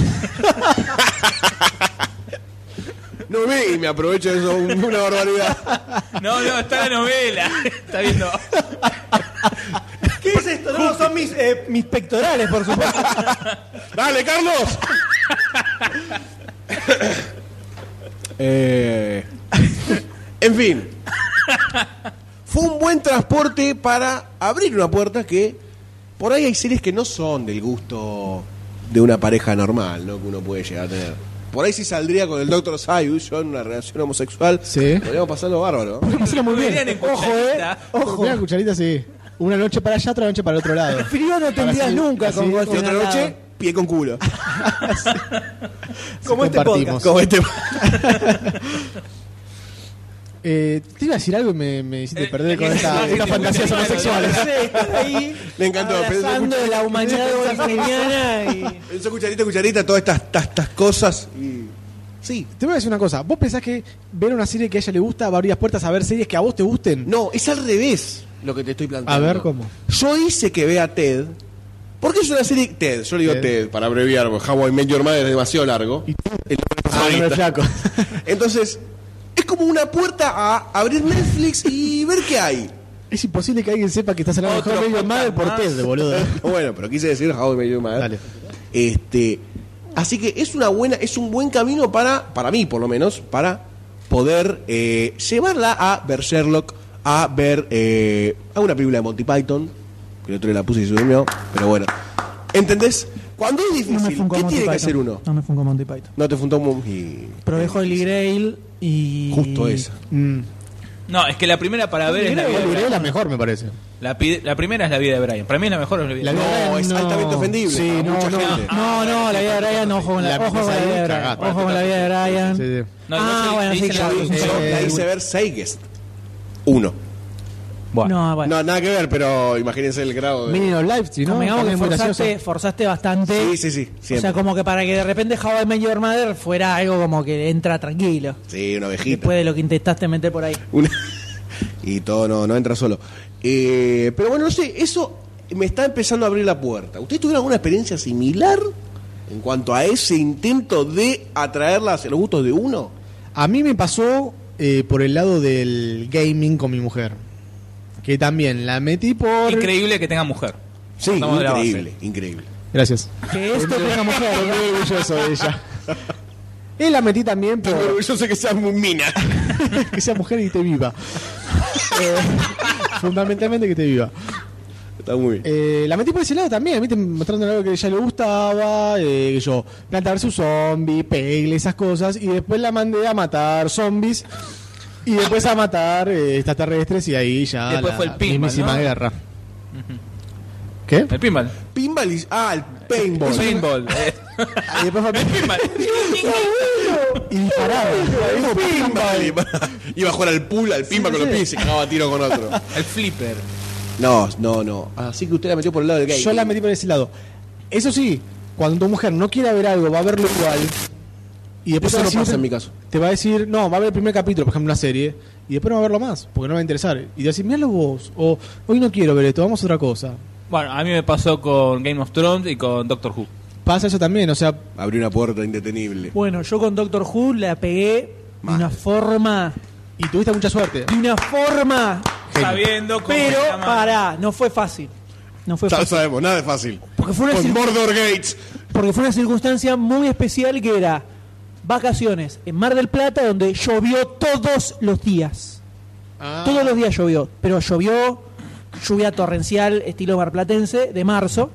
Speaker 4: No ve y me aprovecho de eso, [LAUGHS] un- una barbaridad.
Speaker 2: No, no, está la novela. Está viendo.
Speaker 1: ¿Qué es esto? No, son mis, eh, mis pectorales, por supuesto.
Speaker 4: ¡Dale, Carlos! Eh, en fin. Fue un buen transporte para abrir una puerta que por ahí hay series que no son del gusto de una pareja normal, ¿no? Que uno puede llegar a tener. Por ahí si saldría con el Dr. Sayus yo en una relación homosexual,
Speaker 3: Sí.
Speaker 4: podríamos pasarlo bárbaro. ¿no?
Speaker 3: Hacelo muy bien.
Speaker 2: Venían en
Speaker 1: [LAUGHS] Ojo, eh.
Speaker 2: cucharita.
Speaker 1: Ojo.
Speaker 3: Una cucharita, sí. Una noche para allá, otra noche para el otro
Speaker 2: [LAUGHS]
Speaker 3: lado.
Speaker 1: Frío no tendrías
Speaker 3: Así-
Speaker 1: nunca
Speaker 3: así-
Speaker 1: con
Speaker 4: Y
Speaker 1: Goldstein
Speaker 4: otra
Speaker 1: al
Speaker 4: noche,
Speaker 1: lado.
Speaker 4: pie con culo.
Speaker 1: Como este
Speaker 3: compartimos.
Speaker 1: podcast.
Speaker 4: Como este-
Speaker 3: Eh, te iba a decir algo y me, me hiciste
Speaker 2: Eh,
Speaker 3: perder con
Speaker 2: eh,
Speaker 3: esta-
Speaker 2: eh,
Speaker 3: estas
Speaker 2: eh,
Speaker 3: fantasías
Speaker 2: eh,
Speaker 3: homosexuales.
Speaker 1: Sí, estás [LAUGHS] ahí
Speaker 4: Me encantó, pero eso
Speaker 1: abrazando
Speaker 4: escucha-
Speaker 1: la humanidad bolivariana y...
Speaker 4: Eso cucharita, cucharita, todas estas, estas, estas cosas. Y... Sí.
Speaker 3: Te voy a decir una cosa. ¿Vos pensás que ver una serie que a ella le gusta va a abrir las puertas a ver series que a vos te gusten?
Speaker 4: No, es al revés lo que te estoy planteando.
Speaker 3: A ver, ¿cómo?
Speaker 4: Yo hice que vea Ted. Porque es una serie. Ted, yo le digo
Speaker 3: Ted.
Speaker 4: Ted, para abreviar, porque How I Met Your Mother es demasiado largo.
Speaker 3: Y-
Speaker 4: El-
Speaker 3: Ah, no me flaco. [LAUGHS]
Speaker 4: Entonces, es como una puerta a abrir Netflix y ver qué hay.
Speaker 3: Es imposible que alguien sepa que estás hablando de
Speaker 2: Otro
Speaker 3: How I Met Your Mother
Speaker 2: podcast
Speaker 3: por
Speaker 2: más.
Speaker 3: Ted, boludo. [LAUGHS]
Speaker 4: bueno, pero quise decir How I Met Your Mother.
Speaker 3: Dale.
Speaker 4: Este, así que es una buena, es un buen camino para, para mí por lo menos, para poder eh, llevarla a ver Sherlock, a ver eh, a una película de Monty Python, que el otro día la puse y se durmió, pero bueno. ¿Entendés? Cuando es
Speaker 1: No me
Speaker 4: difícil,
Speaker 1: funcó
Speaker 4: ¿qué
Speaker 1: Monty
Speaker 4: tiene que
Speaker 1: Python.
Speaker 4: hacer uno?
Speaker 1: No me funcó Monty Python.
Speaker 4: No te fundó un... y-
Speaker 1: Probé Holy Grail y...
Speaker 4: Justo Eh, esa.
Speaker 3: Mm.
Speaker 2: No, es que la primera para ver es la vida de
Speaker 3: Volveré
Speaker 2: Brian.
Speaker 3: es la mejor, me parece.
Speaker 2: La, pi- la primera es la vida de Brian. Para mí es la mejor. Es la vida
Speaker 3: La
Speaker 2: de
Speaker 3: vida de Brian,
Speaker 4: es altamente ofendible
Speaker 3: Sí,
Speaker 4: para
Speaker 3: no,
Speaker 4: mucha
Speaker 3: no.
Speaker 4: gente.
Speaker 1: No, no, la vida de Brian, ojo con la,
Speaker 3: La-
Speaker 1: ojo con la vida de Brian.
Speaker 3: cagada.
Speaker 1: Ojo con la vida de Brian.
Speaker 3: Sí, sí.
Speaker 2: No,
Speaker 1: ah,
Speaker 2: no, sí,
Speaker 1: bueno,
Speaker 2: sí,
Speaker 1: sí,
Speaker 2: se
Speaker 1: claro.
Speaker 2: la-
Speaker 1: sí,
Speaker 4: Yo,
Speaker 1: sí.
Speaker 4: yo la hice ver Seigest. Uno.
Speaker 2: Bueno.
Speaker 1: No, bueno.
Speaker 4: No, nada que ver, pero imagínense el grado
Speaker 2: Pues.
Speaker 4: de.
Speaker 3: Meaning of Life, si no,
Speaker 1: Convengamos
Speaker 3: también
Speaker 1: que
Speaker 3: es muy graciosa.
Speaker 1: forzaste, forzaste bastante.
Speaker 4: Sí, sí, sí.
Speaker 1: o
Speaker 4: Siempre.
Speaker 1: sea, como que para que de repente How I Met Your Mother fuera algo como que entra tranquilo.
Speaker 4: sí, una ovejita.
Speaker 1: Después de lo que intentaste meter por ahí.
Speaker 4: Una- [LAUGHS] y todo no, no entra solo. Eh, pero bueno, no sé, eso me está empezando a abrir la puerta. ¿Ustedes tuvieron alguna experiencia similar en cuanto a ese intento de atraerla hacia los gustos de uno?
Speaker 3: A mí me pasó eh, por el lado del gaming con mi mujer. Que también la metí por.
Speaker 2: Increíble que tenga mujer.
Speaker 4: Sí,
Speaker 2: Estamos de la base.
Speaker 4: increíble, increíble.
Speaker 3: Gracias.
Speaker 1: Que esto tenga mujer.
Speaker 3: Estoy muy orgulloso de ella. Y la metí también por
Speaker 4: Yo sé que seas muy mina. [LAUGHS]
Speaker 3: [LAUGHS] que sea mujer y te viva. Eh, fundamentalmente que te viva.
Speaker 4: Está muy bien.
Speaker 3: Eh, la metí por ese lado también, ¿viste? mostrándole algo que ya le gustaba, eh, que yo, planta versus zombie, pegle, esas cosas, y después la mandé a matar zombies, y después a matar eh, extraterrestres, y ahí ya
Speaker 2: Después
Speaker 3: la
Speaker 2: fue el pinball,
Speaker 3: mismísima
Speaker 2: ¿no?
Speaker 3: guerra. ¿Qué?
Speaker 2: El pinball.
Speaker 4: Pinball y- Ah, el paintball.
Speaker 2: Paintball. eh. [LAUGHS]
Speaker 3: Y después fue
Speaker 2: Pinball.
Speaker 3: y disparaba.
Speaker 4: Pinball. [LAUGHS] Iba a jugar al pool, al pinball con los pies y se cagaba a tiro con otro.
Speaker 2: El flipper.
Speaker 4: No, no, no. Así que usted la metió por el lado del gay.
Speaker 3: Yo la metí por ese lado. Eso sí, cuando tu mujer no quiera ver algo, va a verlo igual. Y después
Speaker 4: Eso
Speaker 3: te va a decir-
Speaker 4: no pasa en mi caso.
Speaker 3: Te va a decir, no, va a ver el primer capítulo, por ejemplo, una serie, y después no va a verlo más, porque no va a interesar. Y te va a decir, míralo vos, o hoy no quiero ver esto, vamos a otra cosa.
Speaker 2: Bueno, a mí me pasó con Game of Thrones y con Doctor Who.
Speaker 3: Pasa eso también, o sea,
Speaker 4: Abrió una puerta indetenible.
Speaker 1: Bueno, yo con Doctor Who la pegué de
Speaker 4: Mal.
Speaker 1: una forma.
Speaker 3: y tuviste mucha suerte.
Speaker 1: De una forma.
Speaker 2: Sabiendo cómo
Speaker 1: Pero
Speaker 2: se llama.
Speaker 1: pará, no fue fácil. No fue
Speaker 4: Ya lo
Speaker 1: fácil.
Speaker 4: sabemos, nada es fácil.
Speaker 1: Porque fue una
Speaker 4: Con
Speaker 1: circun-
Speaker 4: Mordor Gates.
Speaker 1: Porque fue una circunstancia muy especial que era vacaciones en Mar del Plata donde llovió todos los días. Todos los días llovió, pero llovió lluvia torrencial estilo marplatense de marzo,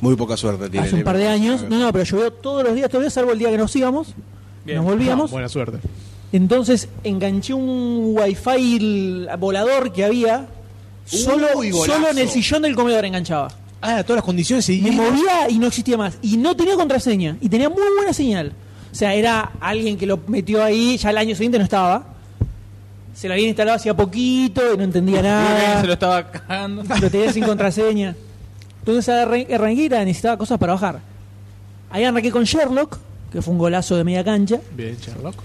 Speaker 4: Muy poca suerte tiene.
Speaker 1: hace un
Speaker 4: el
Speaker 1: par de
Speaker 4: Everton.
Speaker 1: años. No, no, pero llovió todos los días, todavía salvo el día que nos íbamos.
Speaker 2: Bien.
Speaker 1: Nos volvíamos.
Speaker 3: No, buena suerte.
Speaker 1: Entonces enganché un wifi l- volador que había. Solo,
Speaker 4: golazo.
Speaker 1: solo en el sillón del comedor enganchaba.
Speaker 3: Ah, todas las condiciones
Speaker 1: Me
Speaker 3: seguimos.
Speaker 1: movía y no existía más. Y no tenía contraseña. Y tenía muy buena señal. O sea, era alguien que lo metió ahí, ya el año siguiente no estaba. Se lo habían instalado hacía poquito y no entendía
Speaker 2: Bien,
Speaker 1: nada.
Speaker 2: Se lo estaba cagando.
Speaker 1: Lo tenía sin contraseña. Entonces arran- arranqué y era- necesitaba cosas para bajar. Ahí arranqué con Sherlock, que fue un golazo de media cancha.
Speaker 3: Bien, Sherlock.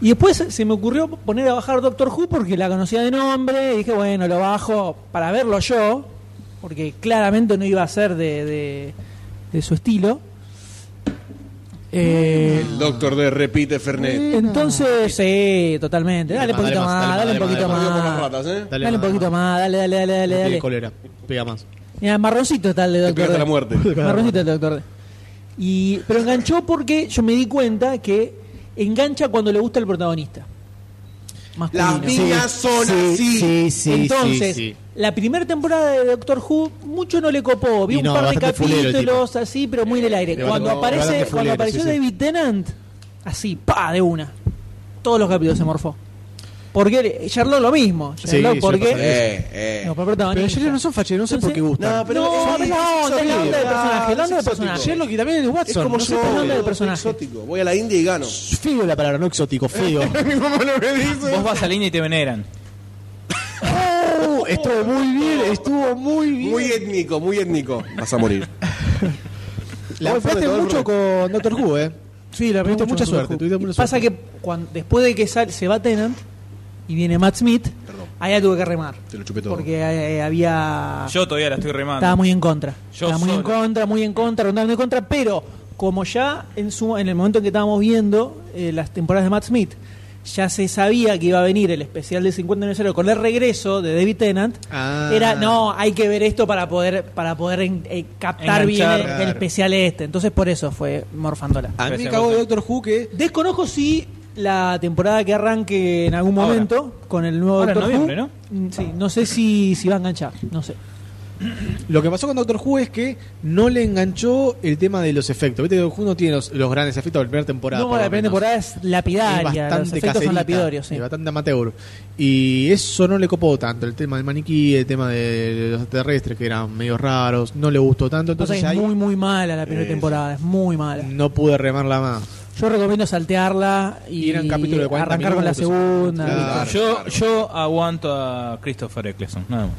Speaker 1: Y después se me ocurrió poner a bajar Doctor Who porque la conocía de nombre. Y dije, bueno, lo bajo para verlo yo. Porque claramente no iba a ser de, de- de su estilo. Eh,
Speaker 4: El doctor D repite Fernet.
Speaker 1: entonces, sí, totalmente. Dale un
Speaker 3: Dale
Speaker 1: poquito
Speaker 3: más, dale más,
Speaker 1: más, dale un
Speaker 3: dale
Speaker 1: poquito
Speaker 3: más,
Speaker 4: Perdió por las
Speaker 1: más.
Speaker 4: ratas, ¿eh?
Speaker 1: Dale un poquito más, dale, dale, dale, dale.
Speaker 3: Tiene
Speaker 1: dale.
Speaker 3: cólera, pega más.
Speaker 1: Mira, marroncito está el de
Speaker 4: Te
Speaker 1: Doctor
Speaker 4: pegaste
Speaker 1: D.
Speaker 4: la muerte.
Speaker 1: [LAUGHS] Marroncito el Doctor D. Y, pero enganchó porque yo me di cuenta que engancha cuando le gusta el protagonista.
Speaker 4: Las
Speaker 1: Masculino.
Speaker 4: minas son así.
Speaker 1: Entonces, la primera temporada de Doctor Who mucho no le copó. Vi
Speaker 3: Y
Speaker 1: un
Speaker 3: no,
Speaker 1: par de
Speaker 3: bastante fulero el
Speaker 1: capítulos así, pero muy en el aire.
Speaker 3: Le
Speaker 1: Cuando
Speaker 3: bastante-
Speaker 1: aparece,
Speaker 3: bastante
Speaker 1: cuando
Speaker 3: fulero,
Speaker 1: apareció
Speaker 3: sí, sí.
Speaker 1: David Tennant, así, pa, de una. Todos los capítulos se morfó. Porque Sherlock lo mismo.
Speaker 3: Sí,
Speaker 1: Sherlock
Speaker 3: sí, pasa
Speaker 1: porque
Speaker 4: Eh, eh.
Speaker 1: no, pero protagonista.
Speaker 3: Pero Sherlock no son facheros, no sé
Speaker 1: No
Speaker 3: por
Speaker 1: sé.
Speaker 3: qué gustan.
Speaker 1: pero- No, pero no,
Speaker 4: exótico.
Speaker 1: de la onda del personaje, la onda del
Speaker 4: Es
Speaker 1: personaje.
Speaker 4: exótico.
Speaker 3: Sherlock y también el Watson.
Speaker 4: Es como
Speaker 3: no sé
Speaker 4: yo,
Speaker 3: por qué.
Speaker 1: onda del
Speaker 4: boludo,
Speaker 1: personaje.
Speaker 4: exótico. Voy a la India y gano.
Speaker 3: Feo la palabra, no exótico, [LAUGHS] feo.
Speaker 4: Mi mamá no me dice.
Speaker 2: Vos vas a línea y te veneran.
Speaker 3: Oh, estuvo muy bien, estuvo muy bien.
Speaker 4: Muy étnico, muy étnico. Vas a morir.
Speaker 3: La
Speaker 4: Vos
Speaker 3: golpeaste
Speaker 4: fuiste todo el
Speaker 3: mucho con Doctor Who, eh.
Speaker 1: Sí, la
Speaker 3: Tuviste
Speaker 1: verdad,
Speaker 3: mucha
Speaker 1: más
Speaker 3: suerte,
Speaker 1: Doctor Who.
Speaker 3: tuviste mucha
Speaker 1: Y Pasa que cuando, después de que sal- se va Tennant y viene Matt Smith,
Speaker 4: Perdón.
Speaker 1: ahí la tuve que remar.
Speaker 4: Te lo chupé todo.
Speaker 1: Porque eh, había.
Speaker 2: Yo todavía la estoy remando.
Speaker 1: Estaba muy en contra.
Speaker 2: Ah, Yo
Speaker 1: estaba muy en
Speaker 2: solo.
Speaker 1: contra, muy en contra, rondando en contra, pero como ya en su en el momento en que estábamos viendo eh, las temporadas de Matt Smith, ya se sabía que iba a venir el especial del 50 aniversario con el regreso de David Tennant.
Speaker 3: Ah.
Speaker 1: Era, no, hay que ver esto para poder para poder en- eh, captar
Speaker 2: Enganchar.
Speaker 1: bien el, el
Speaker 3: Claro.
Speaker 1: especial este. Entonces por eso fue morfándola.
Speaker 3: A mí me
Speaker 2: Gracias,
Speaker 3: cagó de
Speaker 2: Walter.
Speaker 3: Doctor Who que.
Speaker 1: Desconozco si la temporada que arranque en algún
Speaker 2: Ahora.
Speaker 1: momento con el nuevo
Speaker 2: Ahora en
Speaker 1: Doctor Who,
Speaker 2: noviembre,
Speaker 1: mm, Sí, no sé si, si va a enganchar, no sé.
Speaker 3: Lo que pasó con Doctor Who es que no le enganchó el tema de los efectos. Viste que Doctor Who no tiene los, los grandes efectos de la primera temporada.
Speaker 1: no,
Speaker 3: por
Speaker 1: la
Speaker 3: lo
Speaker 1: primera
Speaker 3: menos.
Speaker 1: temporada es lapidaria.
Speaker 3: es
Speaker 1: los
Speaker 3: bastante
Speaker 1: efectos son
Speaker 3: caserita,
Speaker 1: lapidarios, sí.
Speaker 3: es bastante amateur. Y eso no le copó tanto, el tema del maniquí, el tema de los extraterrestres que eran medio raros, no le gustó tanto,
Speaker 1: O sea,
Speaker 3: entonces
Speaker 1: es
Speaker 3: ahí
Speaker 1: muy, muy mala la primera temporada, es muy mala.
Speaker 3: no pude remarla más.
Speaker 1: Yo recomiendo saltearla y,
Speaker 3: Y era un capítulo de 40
Speaker 1: arrancar con la
Speaker 3: minutos,
Speaker 1: segunda.
Speaker 3: claro.
Speaker 2: yo, yo aguanto a Christopher Eccleston, nada más.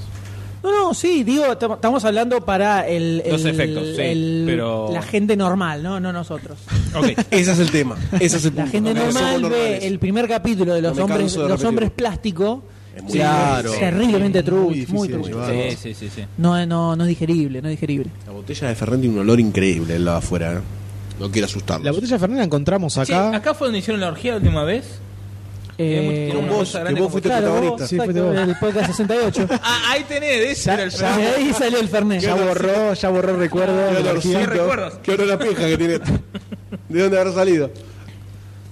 Speaker 1: No, no, sí, digo, tam- estamos hablando para el, el-
Speaker 2: Los efectos, sí,
Speaker 1: el-
Speaker 2: pero-
Speaker 1: la gente normal, no, no nosotros.
Speaker 2: Ok.
Speaker 4: Ese es el tema. Ese es
Speaker 3: [LAUGHS]
Speaker 4: el
Speaker 1: La
Speaker 4: punto.
Speaker 1: gente
Speaker 4: No somos
Speaker 1: normal
Speaker 4: normales.
Speaker 1: ve el primer capítulo de los
Speaker 4: No me
Speaker 1: hombres,
Speaker 4: canso de
Speaker 1: los
Speaker 4: repetirlo.
Speaker 1: hombres plástico,
Speaker 4: Es muy
Speaker 1: sí,
Speaker 4: claro.
Speaker 1: es terriblemente
Speaker 3: Sí, muy
Speaker 1: true,
Speaker 3: difícil
Speaker 1: muy
Speaker 3: de
Speaker 1: true.
Speaker 3: llevar.
Speaker 2: Sí, sí, sí, sí.
Speaker 1: No, eh, no, no es digerible, no es digerible.
Speaker 4: La botella de Ferrandi tiene un olor increíble al lado afuera. ¿eh? No quiero asustarlos.
Speaker 3: La botella de Fernández la encontramos
Speaker 2: Che,
Speaker 3: acá.
Speaker 2: acá fue donde hicieron la orgía la última vez.
Speaker 1: Eh,
Speaker 2: Tiene una
Speaker 4: vos,
Speaker 2: cosa
Speaker 4: que
Speaker 2: grande
Speaker 4: vos
Speaker 2: como-
Speaker 4: fuiste
Speaker 1: claro, vos,
Speaker 4: protagonista.
Speaker 3: Sí, fue
Speaker 1: exacto,
Speaker 3: protagonista.
Speaker 1: el podcast 68.
Speaker 2: Ah, ahí tenés, de ese
Speaker 3: Ya-
Speaker 2: era
Speaker 1: [LAUGHS]
Speaker 2: el
Speaker 1: Ya de ahí salió el Fernet.
Speaker 3: Ya borró, ya borró recuerdos.
Speaker 4: Qué
Speaker 3: de la
Speaker 4: olorcito.
Speaker 3: orgía.
Speaker 2: recuerdos.
Speaker 4: Qué olor a pija que tiene. ¿De dónde habrá salido?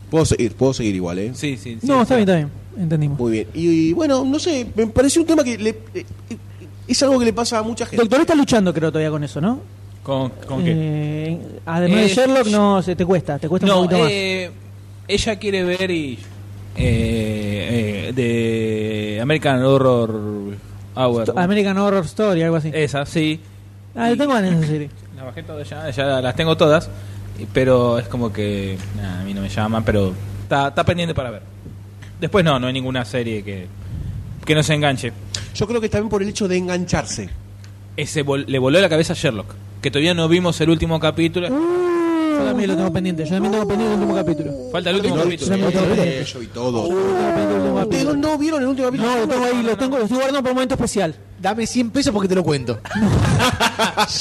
Speaker 4: Puedo seguir, puedo seguir igual, ¿eh?
Speaker 2: Sí, sí, sí.
Speaker 1: No, está bien, está bien, entendimos.
Speaker 4: Muy bien. Y, bueno, no sé, me pareció un tema que le- eh, eh, es algo que le pasa a mucha gente.
Speaker 1: Doctor está luchando creo todavía con eso, ¿no?
Speaker 2: ¿Con, con qué?
Speaker 1: Eh, además de
Speaker 2: Eh,
Speaker 1: Sherlock, no, se te cuesta, te cuesta un
Speaker 2: No,
Speaker 1: poquito
Speaker 2: eh, ella quiere ver y eh, eh, de American Horror Hour.
Speaker 1: más. American Horror Story, algo así.
Speaker 2: Esa, sí.
Speaker 1: ah, le tengo ganas de serie.
Speaker 2: Las bajé todas ya, ya las tengo todas, y- pero es como que nah, a mí no me llaman, pero está, está pendiente para ver. Después no, no hay ninguna serie que, que no se enganche.
Speaker 4: Yo creo que también por el hecho de engancharse.
Speaker 2: Ese vol- le voló la cabeza a Sherlock, que todavía no vimos el último capítulo.
Speaker 1: [LAUGHS] Yo también lo tengo pendiente, yo también tengo pendiente el último capítulo.
Speaker 2: Falta el último
Speaker 4: No,
Speaker 2: capítulo.
Speaker 4: yo-
Speaker 1: capítulo.
Speaker 4: eh, yo vi todo. ¿Ustedes no,
Speaker 1: No,
Speaker 4: no vieron el último capítulo?
Speaker 1: lo tengo ahí, lo tengo, lo estoy guardando para un momento especial.
Speaker 3: Dame 100 pesos porque te lo cuento.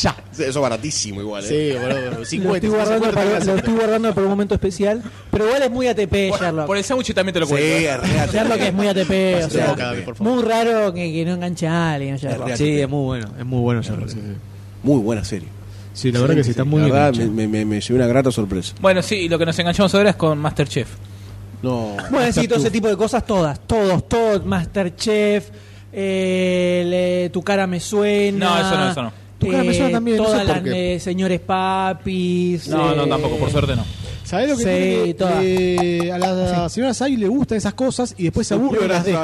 Speaker 3: ya.
Speaker 4: Sí, Eso es baratísimo igual, ¿eh?
Speaker 3: Sí, boludo.
Speaker 1: Lo
Speaker 3: 50.
Speaker 1: estoy guardando,
Speaker 3: 50,
Speaker 1: para, lo
Speaker 3: 50.
Speaker 1: estoy guardando para un momento especial, pero igual es muy ATP,
Speaker 2: Por,
Speaker 1: Sherlock.
Speaker 2: por el sándwich también te lo
Speaker 4: Sí,
Speaker 2: cuento. ¿eh?
Speaker 4: es re atrevido.
Speaker 1: Sherlock es muy ATP, o
Speaker 4: Pásate la boca,
Speaker 1: sea,
Speaker 4: Gaby, por
Speaker 1: muy raro que, que no enganche a alguien, Sherlock.
Speaker 4: real.
Speaker 3: Sí, es muy bueno. Es muy bueno. Sherlock, sí, sí.
Speaker 4: Muy buena serie.
Speaker 3: Sí, la verdad que sí, está muy
Speaker 4: La
Speaker 3: bien.
Speaker 4: verdad,
Speaker 3: hecho.
Speaker 4: me, me, me- me llevé una grata sorpresa.
Speaker 2: Bueno, sí, y lo que nos enganchamos ahora es con Masterchef.
Speaker 4: No.
Speaker 1: Bueno, sí, todo ese tipo de cosas, todas, todos, todos, Masterchef, eh, le- Tu cara me suena.
Speaker 2: No, eso no, eso no.
Speaker 3: Tu cara me suena también, no sé
Speaker 1: Eh, todas
Speaker 3: por
Speaker 1: las
Speaker 3: qué.
Speaker 1: de Señores Papis.
Speaker 2: No,
Speaker 1: eh,
Speaker 2: no, tampoco, por suerte no.
Speaker 3: ¿Sabés lo que
Speaker 1: Sí,
Speaker 3: tiene que-
Speaker 1: toda.
Speaker 3: que a la señora Sayus le gustan esas cosas y después se aburre y las deja.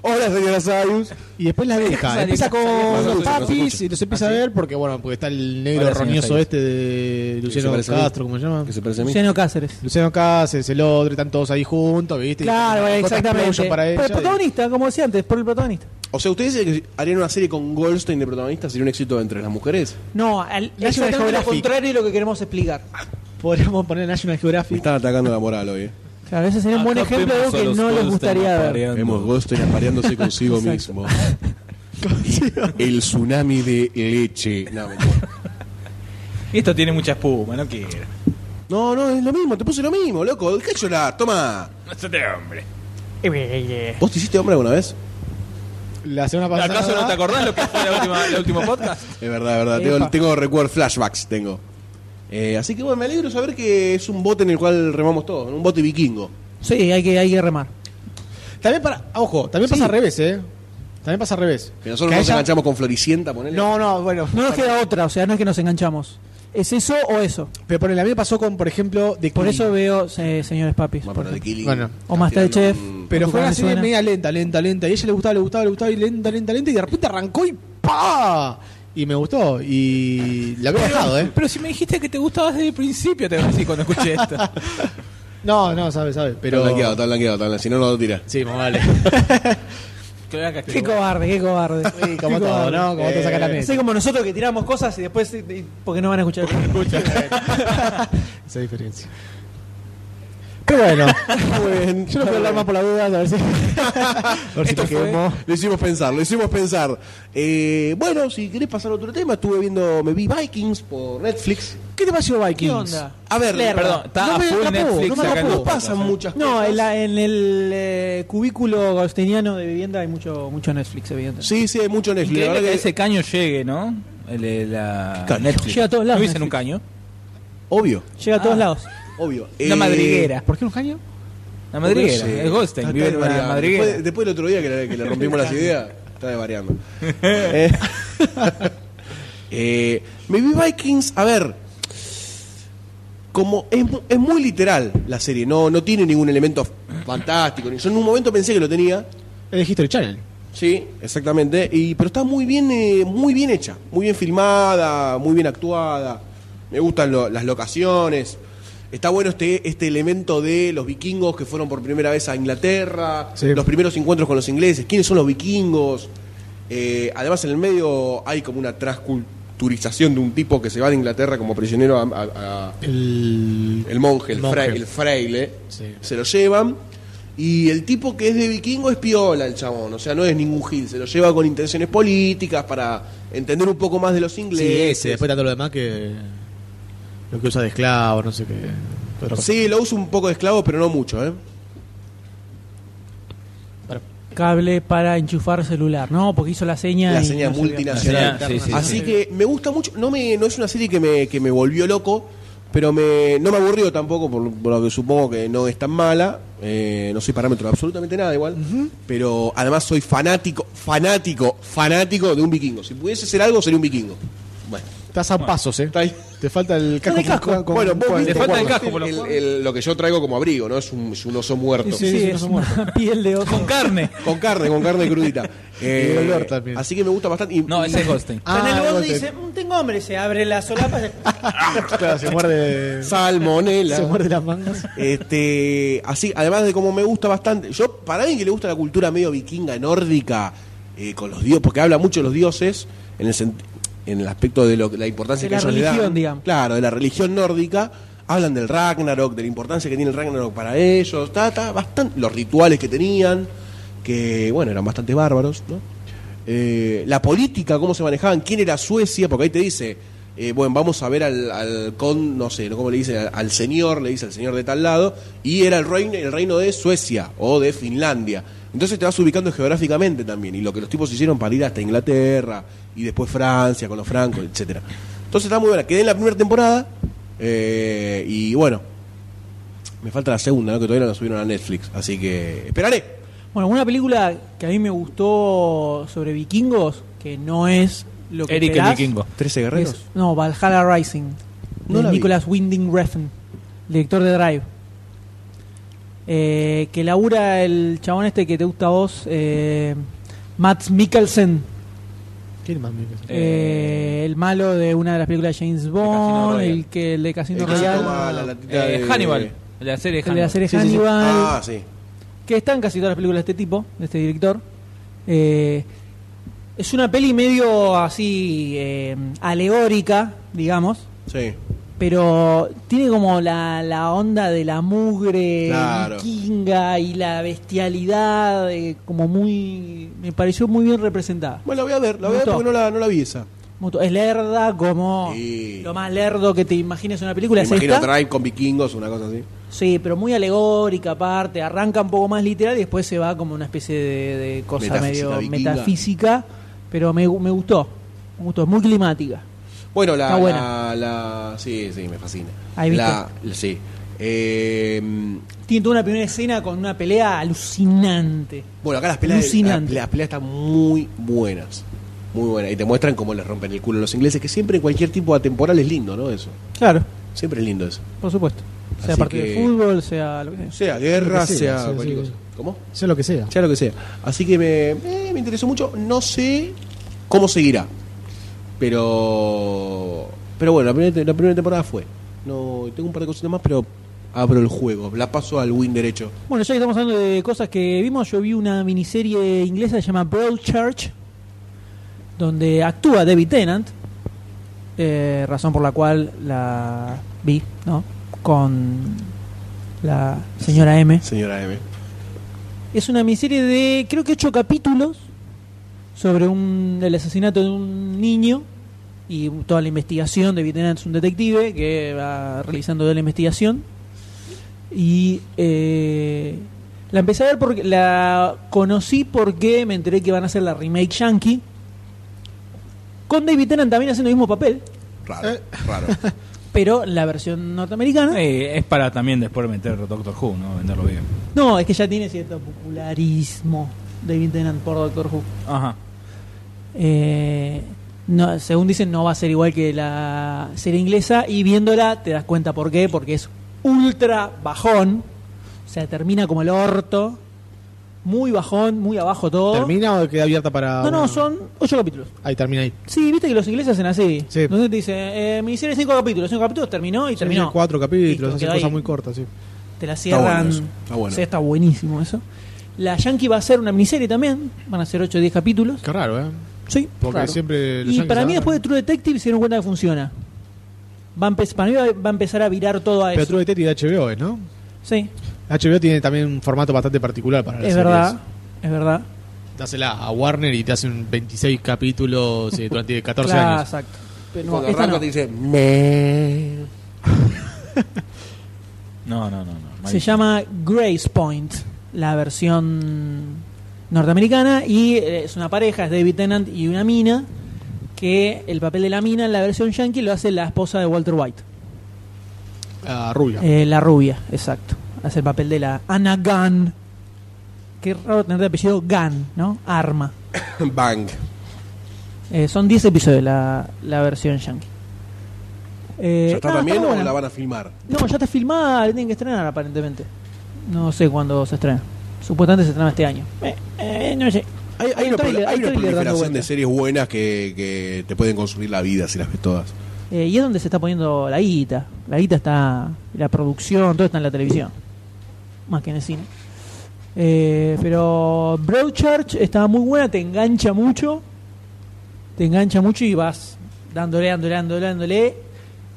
Speaker 4: Hola, señora Sayus.
Speaker 3: Y después las deja.
Speaker 1: Sayus.
Speaker 3: Empieza
Speaker 1: Sayus.
Speaker 3: con
Speaker 4: Sayus.
Speaker 3: los papis
Speaker 4: Escucha.
Speaker 3: y los empieza a ver porque, bueno, porque está el negro
Speaker 2: Hola, señora
Speaker 3: roñoso
Speaker 2: Sayus.
Speaker 3: este de
Speaker 4: se
Speaker 3: Luciano
Speaker 4: parece a mí.
Speaker 3: Castro, ¿cómo se llama?
Speaker 4: ¿Qué se parece a mí?
Speaker 1: Luciano Cáceres.
Speaker 3: Luciano Cáceres, el otro, están todos ahí juntos, ¿viste? Y
Speaker 1: Claro,
Speaker 3: tienen cosas
Speaker 1: exactamente.
Speaker 3: explosion para
Speaker 1: por el
Speaker 3: ella y-
Speaker 1: protagonista, como decía antes, por el protagonista.
Speaker 4: O sea, ¿ustedes dicen que harían una serie con Goldstein de protagonista? ¿Sería un éxito entre las mujeres?
Speaker 1: No, al-
Speaker 3: National
Speaker 1: exactamente lo
Speaker 3: Geographic.
Speaker 1: contrario de lo que queremos explicar.
Speaker 3: Podríamos poner National
Speaker 4: Me
Speaker 3: Geographic.
Speaker 4: están atacando la moral hoy. eh.
Speaker 1: Claro, ese sería un buen
Speaker 5: Acá
Speaker 1: ejemplo de algo
Speaker 5: vemos a
Speaker 1: que
Speaker 5: los
Speaker 1: no les
Speaker 5: Golden
Speaker 1: gustaría ver.
Speaker 5: apareando.
Speaker 4: Vemos Goldstein apareándose consigo mismo. Y el tsunami de leche. No, mentira.
Speaker 2: Y esto tiene mucha espuma, no quiero.
Speaker 4: no, no, es lo mismo. Te puse lo mismo, loco. Deja de llorar. Toma.
Speaker 2: Hacete hombre.
Speaker 3: Eh.
Speaker 4: ¿Vos te hiciste hombre alguna vez?
Speaker 3: La semana pasada.
Speaker 2: ¿Acaso no te acordás lo que fue la última, el último podcast?
Speaker 4: Es verdad, es verdad. Tengo,
Speaker 1: Epa.
Speaker 4: tengo recuerdo, flashbacks tengo. Eh, así que bueno, me alegro saber que es un bote en el cual remamos todos. Un bote vikingo.
Speaker 1: Sí, hay que, hay que remar.
Speaker 3: También para. Ojo, también pasa al revés, ¿eh? También pasa al revés.
Speaker 4: Que nosotros
Speaker 3: a
Speaker 4: nos
Speaker 3: ella-
Speaker 4: enganchamos con Floricienta, ponele.
Speaker 3: No, no, bueno.
Speaker 1: No nos queda otra, o sea, no es que nos enganchamos. ¿Es eso o eso?
Speaker 3: Pero por el mí me pasó con, por ejemplo, de
Speaker 1: Por
Speaker 3: Killing.
Speaker 1: eso veo eh, Señores Papis.
Speaker 4: Bueno,
Speaker 1: por
Speaker 4: pero The
Speaker 1: ejemplo.
Speaker 4: Killing
Speaker 3: Bueno.
Speaker 4: está
Speaker 1: O Masterchef.
Speaker 4: tirando un-
Speaker 3: Pero fue
Speaker 1: Me
Speaker 3: una serie
Speaker 1: suena.
Speaker 3: media lenta, lenta, lenta. Y a ella le gustaba, le gustaba, le gustaba, y lenta, lenta, lenta. Y de repente arrancó y ¡pa! Y me gustó. Y la había bajado, ¿eh?
Speaker 2: Pero si me dijiste que te gustaba desde el principio, te voy a decir cuando
Speaker 1: [LAUGHS]
Speaker 2: escuché esto.
Speaker 3: No, no, sabe, sabe.
Speaker 4: Está
Speaker 3: Pero.
Speaker 4: blanqueado, está blanqueado, está blanqueado. Si no, no
Speaker 3: [LAUGHS]
Speaker 4: lo tira.
Speaker 3: Sí, más vale.
Speaker 2: Claro que
Speaker 1: Qué cobarde, qué cobarde.
Speaker 3: Sí, [LAUGHS] como todo, ¿no? Eh, Como te saca la
Speaker 1: Así
Speaker 3: mesa.
Speaker 1: como nosotros que tiramos cosas y después. eh, eh, Porque no van a escuchar.
Speaker 3: Esa diferencia. Pero [LAUGHS] bueno, yo no puedo hablar más por la duda, [LAUGHS] a ver si. a ver si te quemo.
Speaker 4: Lo hicimos pensar, lo hicimos pensar. Eh, bueno, si querés pasar a otro tema, estuve viendo, me vi Vikings por Netflix.
Speaker 3: ¿Qué te pareció Vikings?
Speaker 4: A ver,
Speaker 1: Lerda.
Speaker 2: Perdón, está
Speaker 3: No
Speaker 2: a
Speaker 3: me
Speaker 2: full
Speaker 3: atrapó,
Speaker 2: Netflix
Speaker 3: no me
Speaker 2: sacando
Speaker 3: atrapó.
Speaker 2: cosas,
Speaker 4: Pasan
Speaker 2: ¿eh?
Speaker 4: muchas
Speaker 1: No,
Speaker 4: cosas.
Speaker 1: en, la- en el eh, cubículo agostiniano de vivienda hay mucho mucho Netflix, evidentemente.
Speaker 4: Sí, sí, hay mucho Netflix. La
Speaker 2: Increíble
Speaker 4: verdad
Speaker 2: que
Speaker 4: que-
Speaker 2: ese caño llegue, ¿no? El, de la
Speaker 4: Caño.
Speaker 2: Netflix.
Speaker 1: Llega a todos lados
Speaker 2: ¿No viste en un
Speaker 1: Netflix.
Speaker 2: caño?
Speaker 4: Obvio,
Speaker 1: Llega a todos lados.
Speaker 4: obvio.
Speaker 2: Una
Speaker 4: Eh,
Speaker 2: madriguera.
Speaker 3: ¿Por qué un caño?
Speaker 2: La madriguera.
Speaker 4: Sí.
Speaker 2: Es Goldstein.
Speaker 4: Está-
Speaker 2: Vive en
Speaker 4: está
Speaker 2: una
Speaker 4: desvariando.
Speaker 2: madriguera. [LAUGHS]
Speaker 4: Después, después del otro día que le, que le rompimos las ideas, está desvariando. Eh, Eh, me vi Vikings, a ver. Como es, mu- es muy literal la serie, no, no tiene ningún elemento fantástico. Yo en un momento pensé que lo tenía,
Speaker 3: El History Channel.
Speaker 4: Sí, exactamente. Y, pero está muy bien, eh, muy bien hecha, muy bien filmada, muy bien actuada. Me gustan lo- las locaciones. Está bueno este, este elemento de los vikingos que fueron por primera vez a Inglaterra,
Speaker 3: Sí.
Speaker 4: los primeros encuentros con los ingleses, quiénes son los vikingos. Eh, además, en el medio hay como una transculturización de un tipo que se va de Inglaterra como prisionero a- a- a,
Speaker 3: El...
Speaker 4: el monje, el,
Speaker 3: Monje.
Speaker 4: frai- el fraile,
Speaker 3: Sí.
Speaker 4: se lo llevan. Y el tipo que es de vikingo es piola el chabón, o sea, no es ningún gil, se lo lleva con intenciones políticas para entender un poco más de los ingleses.
Speaker 3: Sí, ese, después tanto lo demás que. Lo que usa de esclavo, no sé qué. Otra cosa.
Speaker 4: Sí, lo uso un poco de esclavo, pero no mucho, ¿eh?
Speaker 1: Cable para enchufar celular. No, porque hizo la seña.
Speaker 4: La
Speaker 1: y
Speaker 4: seña
Speaker 1: no se
Speaker 4: multinacional.
Speaker 2: La seña, sí, sí,
Speaker 4: Así
Speaker 2: sí.
Speaker 4: que me gusta mucho, no me no es una serie que me, que me volvió loco, pero me, no me aburrió tampoco, por, por lo que supongo que no es tan mala. Eh, no soy parámetro de absolutamente nada igual, pero además soy fanático, fanático, fanático de un vikingo. Si pudiese ser algo, sería un vikingo. Bueno,
Speaker 3: Estás a pasos, eh.
Speaker 4: está ahí.
Speaker 3: Te falta el casco.
Speaker 1: No hay casco.
Speaker 3: con- con-
Speaker 4: Bueno, vos
Speaker 3: con-
Speaker 4: viste
Speaker 2: le falta
Speaker 4: cuál-
Speaker 2: el casco, por lo
Speaker 4: el-
Speaker 2: cual.
Speaker 4: el- lo que yo traigo como abrigo, ¿no? Es un, es un oso muerto.
Speaker 1: Sí, sí, es una piel de oso. [LAUGHS]
Speaker 2: Con carne.
Speaker 4: Con carne, con carne crudita. Eh,
Speaker 3: Y olor también.
Speaker 4: Así que me gusta bastante. y-
Speaker 2: No,
Speaker 4: y-
Speaker 2: ese es Goldstein.
Speaker 3: Ah,
Speaker 6: Está en el borde
Speaker 3: bote.
Speaker 6: y dice, "Mm, tengo hambre, se abre la solapa.
Speaker 3: [LAUGHS] Claro, se muerde.
Speaker 4: Salmonela.
Speaker 3: Se muerde las mangas.
Speaker 4: Este, así, además de como me gusta bastante, yo para alguien que le gusta la cultura medio vikinga nórdica eh, con los dioses, porque habla mucho de los dioses en el sent- en el aspecto de lo, la
Speaker 1: De
Speaker 4: importancia que
Speaker 1: la
Speaker 4: ellos le
Speaker 1: religión,
Speaker 4: dan.
Speaker 1: digamos.
Speaker 4: claro, de la religión nórdica, hablan del Ragnarok, de la importancia que tiene el Ragnarok para ellos, ta, ta, bastan- los rituales que tenían, que bueno, eran bastante bárbaros, ¿no? Eh, la política, cómo se manejaban, quién era Suecia, porque ahí te dice, eh, bueno, vamos a ver al, al con, no sé, cómo le dice, al, al señor, le dice al señor de tal lado, y era el reino, el reino de Suecia o de Finlandia. Entonces te vas ubicando geográficamente también, y lo que los tipos hicieron para ir hasta Inglaterra, y después Francia, con los francos, etcétera. Entonces está muy buena, quedé en la primera temporada, eh, y bueno, me falta la segunda, ¿no? que todavía no la subieron a Netflix, así que esperaré.
Speaker 1: Bueno, una película que a mí me gustó sobre vikingos, que no es lo que
Speaker 2: Eric el
Speaker 1: esperás,
Speaker 2: vikingo.
Speaker 4: ¿13 guerreros?
Speaker 1: es- no, Valhalla Rising.
Speaker 4: No
Speaker 1: De
Speaker 4: la vi.
Speaker 1: Nicholas Winding Refn, director de Drive. Eh, que labura el chabón este que te gusta a vos, eh, Matt Mikkelsen.
Speaker 3: ¿Quién más me
Speaker 1: eh, el malo de una de las películas de James
Speaker 2: Casino
Speaker 1: Bond,
Speaker 2: Royale.
Speaker 1: el que el de Casino
Speaker 4: El que se
Speaker 1: Royale,
Speaker 4: toma la latita
Speaker 2: Eh,
Speaker 4: de-
Speaker 2: Hannibal. La serie
Speaker 1: el de la
Speaker 2: Hannibal.
Speaker 1: serie
Speaker 3: Sí, sí, sí.
Speaker 1: Hannibal.
Speaker 4: Ah, sí.
Speaker 1: que está en casi todas las películas de este tipo, de este director. Eh, es una peli medio así eh, alegórica, digamos,
Speaker 4: Sí.
Speaker 1: pero tiene como la, la onda de la mugre
Speaker 4: Claro.
Speaker 1: vikinga y la bestialidad, eh, como muy. Me pareció muy bien representada.
Speaker 4: Bueno, la voy a ver,
Speaker 1: Me
Speaker 4: la voy a ver
Speaker 1: gustó.
Speaker 4: porque no la, no la vi esa.
Speaker 1: Mucho- Es lerda, como
Speaker 4: Sí.
Speaker 1: lo más lerdo que te imagines en una película.
Speaker 4: Me
Speaker 1: es
Speaker 4: imagino
Speaker 1: esta.
Speaker 4: Drive con vikingos, una cosa así.
Speaker 1: Sí, pero muy alegórica aparte, arranca un poco más literal y después se va como una especie de, de cosa
Speaker 4: Metafísica
Speaker 1: medio
Speaker 4: vikinga.
Speaker 1: metafísica, pero me, gu- me gustó, me gustó, es muy climática.
Speaker 4: Bueno, la,
Speaker 1: Está buena.
Speaker 4: la, la- Sí, sí, me fascina.
Speaker 1: Ahí viste.
Speaker 4: La, la- sí. Eh, bueno,
Speaker 1: Tiene toda una primera escena con una pelea alucinante.
Speaker 4: acá las peleas, las,
Speaker 1: Alucinante.
Speaker 4: las peleas están muy buenas. Muy buenas. Y te muestran cómo les rompen el culo a los ingleses, que siempre en cualquier tipo atemporal es lindo, ¿no? Eso.
Speaker 1: Claro,
Speaker 4: Siempre es lindo eso.
Speaker 1: por supuesto. Sea
Speaker 4: Así
Speaker 1: partido
Speaker 4: que-
Speaker 1: de fútbol, sea lo que sea.
Speaker 4: Sea
Speaker 3: Lo
Speaker 4: guerra,
Speaker 3: que sea,
Speaker 4: sea
Speaker 3: sí,
Speaker 4: cualquier
Speaker 3: sí.
Speaker 4: cosa. ¿Cómo?
Speaker 3: Sea lo que sea.
Speaker 4: sea lo que sea. Así que me, eh, me interesó mucho. No sé cómo seguirá. Pero pero bueno, la primera, te- la primera temporada fue. No, tengo un par de cositas más, pero abro el juego. La paso al win derecho.
Speaker 1: Bueno, ya que estamos hablando de cosas que vimos, yo vi una miniserie inglesa que se llama Broadchurch, donde actúa David Tennant, eh, razón por la cual la vi, ¿no? Con la señora M.
Speaker 4: Señora M.
Speaker 1: Es una miniserie de, creo que ocho capítulos, sobre un, el asesinato de un niño y toda la investigación. David Tennant es un detective que va realizando toda la investigación. Y eh, la empecé a ver porque la conocí porque me enteré que van a hacer la remake Yankee. Con David Tennant también haciendo el mismo papel,
Speaker 4: Raro, raro.
Speaker 1: [LAUGHS] pero en la versión norteamericana.
Speaker 2: Eh, es para también después meter Doctor Who, ¿no? Venderlo bien.
Speaker 1: No, es que ya tiene cierto popularismo David Tennant por Doctor Who.
Speaker 2: Ajá.
Speaker 1: Eh, no, según dicen, no va a ser igual que la serie inglesa. Y viéndola te das cuenta por qué, porque es ultra bajón. O sea, termina como el orto. Muy bajón, muy abajo todo.
Speaker 3: ¿Termina o queda abierta para.?
Speaker 1: No, no,
Speaker 3: una-
Speaker 1: son ocho capítulos.
Speaker 3: Ahí termina ahí.
Speaker 1: Sí, viste que los ingleses hacen así.
Speaker 3: Sí.
Speaker 1: Entonces te dicen, eh, miniserie cinco capítulos. Cinco capítulos terminó y terminó.
Speaker 3: Tiene Cuatro
Speaker 1: Listo,
Speaker 3: capítulos, hacen
Speaker 1: quedó
Speaker 3: cosas
Speaker 1: ahí.
Speaker 3: muy cortas, sí.
Speaker 1: Te la
Speaker 4: bueno
Speaker 1: cierran.
Speaker 4: eso, está bueno.
Speaker 1: Sí, está buenísimo eso. La Yankee va a ser una miniserie también. Van a ser 8 o 10 capítulos.
Speaker 3: Qué raro, ¿eh?
Speaker 1: Sí,
Speaker 3: Porque
Speaker 1: raro.
Speaker 3: siempre los
Speaker 1: Y
Speaker 3: Yankees
Speaker 1: para mí,
Speaker 3: agarran.
Speaker 1: después de True Detective, se dieron cuenta que funciona. Va a empe- para mí va va a empezar a virar todo a
Speaker 3: Pero
Speaker 1: eso.
Speaker 3: True Detective de HBO es, ¿eh? ¿no?
Speaker 1: Sí,
Speaker 3: HBO tiene también un formato bastante particular para las
Speaker 1: es
Speaker 3: series.
Speaker 1: verdad. Es verdad.
Speaker 3: Dásela a Warner y te hacen 26 capítulos eh, durante 14
Speaker 1: [LAUGHS] Claro,
Speaker 3: años.
Speaker 1: exacto. Pero no,
Speaker 4: Cuando
Speaker 1: esta
Speaker 4: arranca
Speaker 1: no.
Speaker 4: te dice, me.
Speaker 2: No, no, no. no
Speaker 1: Se
Speaker 2: malísimo.
Speaker 1: llama Grace Point, la versión norteamericana, y eh, es una pareja, es David Tennant y una mina, que el papel de la mina en la versión yankee lo hace la esposa de Walter White,
Speaker 3: A Rubia.
Speaker 1: eh, la rubia, exacto. Hace el papel de la Anna Gunn. Qué raro tener de apellido Gunn, ¿no? Arma.
Speaker 4: Bang.
Speaker 1: Eh, son 10 episodios la, la versión yankee. Eh,
Speaker 4: ¿Ya está
Speaker 1: no,
Speaker 4: también
Speaker 1: muy
Speaker 4: o
Speaker 1: buena.
Speaker 4: la van a filmar?
Speaker 1: No, ya está filmada, la tienen que estrenar aparentemente. No sé cuándo se estrena. Supuestamente se estrena este año. Eh, eh, no sé.
Speaker 4: Hay, hay
Speaker 1: Hay un
Speaker 4: una, pro-
Speaker 1: tráiler-
Speaker 4: hay
Speaker 1: hay
Speaker 4: una
Speaker 1: tráiler dando
Speaker 4: proliferación de
Speaker 1: vueltas.
Speaker 4: series buenas que, que te pueden consumir la vida si las ves todas.
Speaker 1: Eh, y es donde se está poniendo la guita. La guita está. La producción, todo está en la televisión. Más que en el cine. Eh, pero Broadchurch estaba muy buena, te engancha mucho. Te engancha mucho y vas dándole, dándole, dándole, dándole.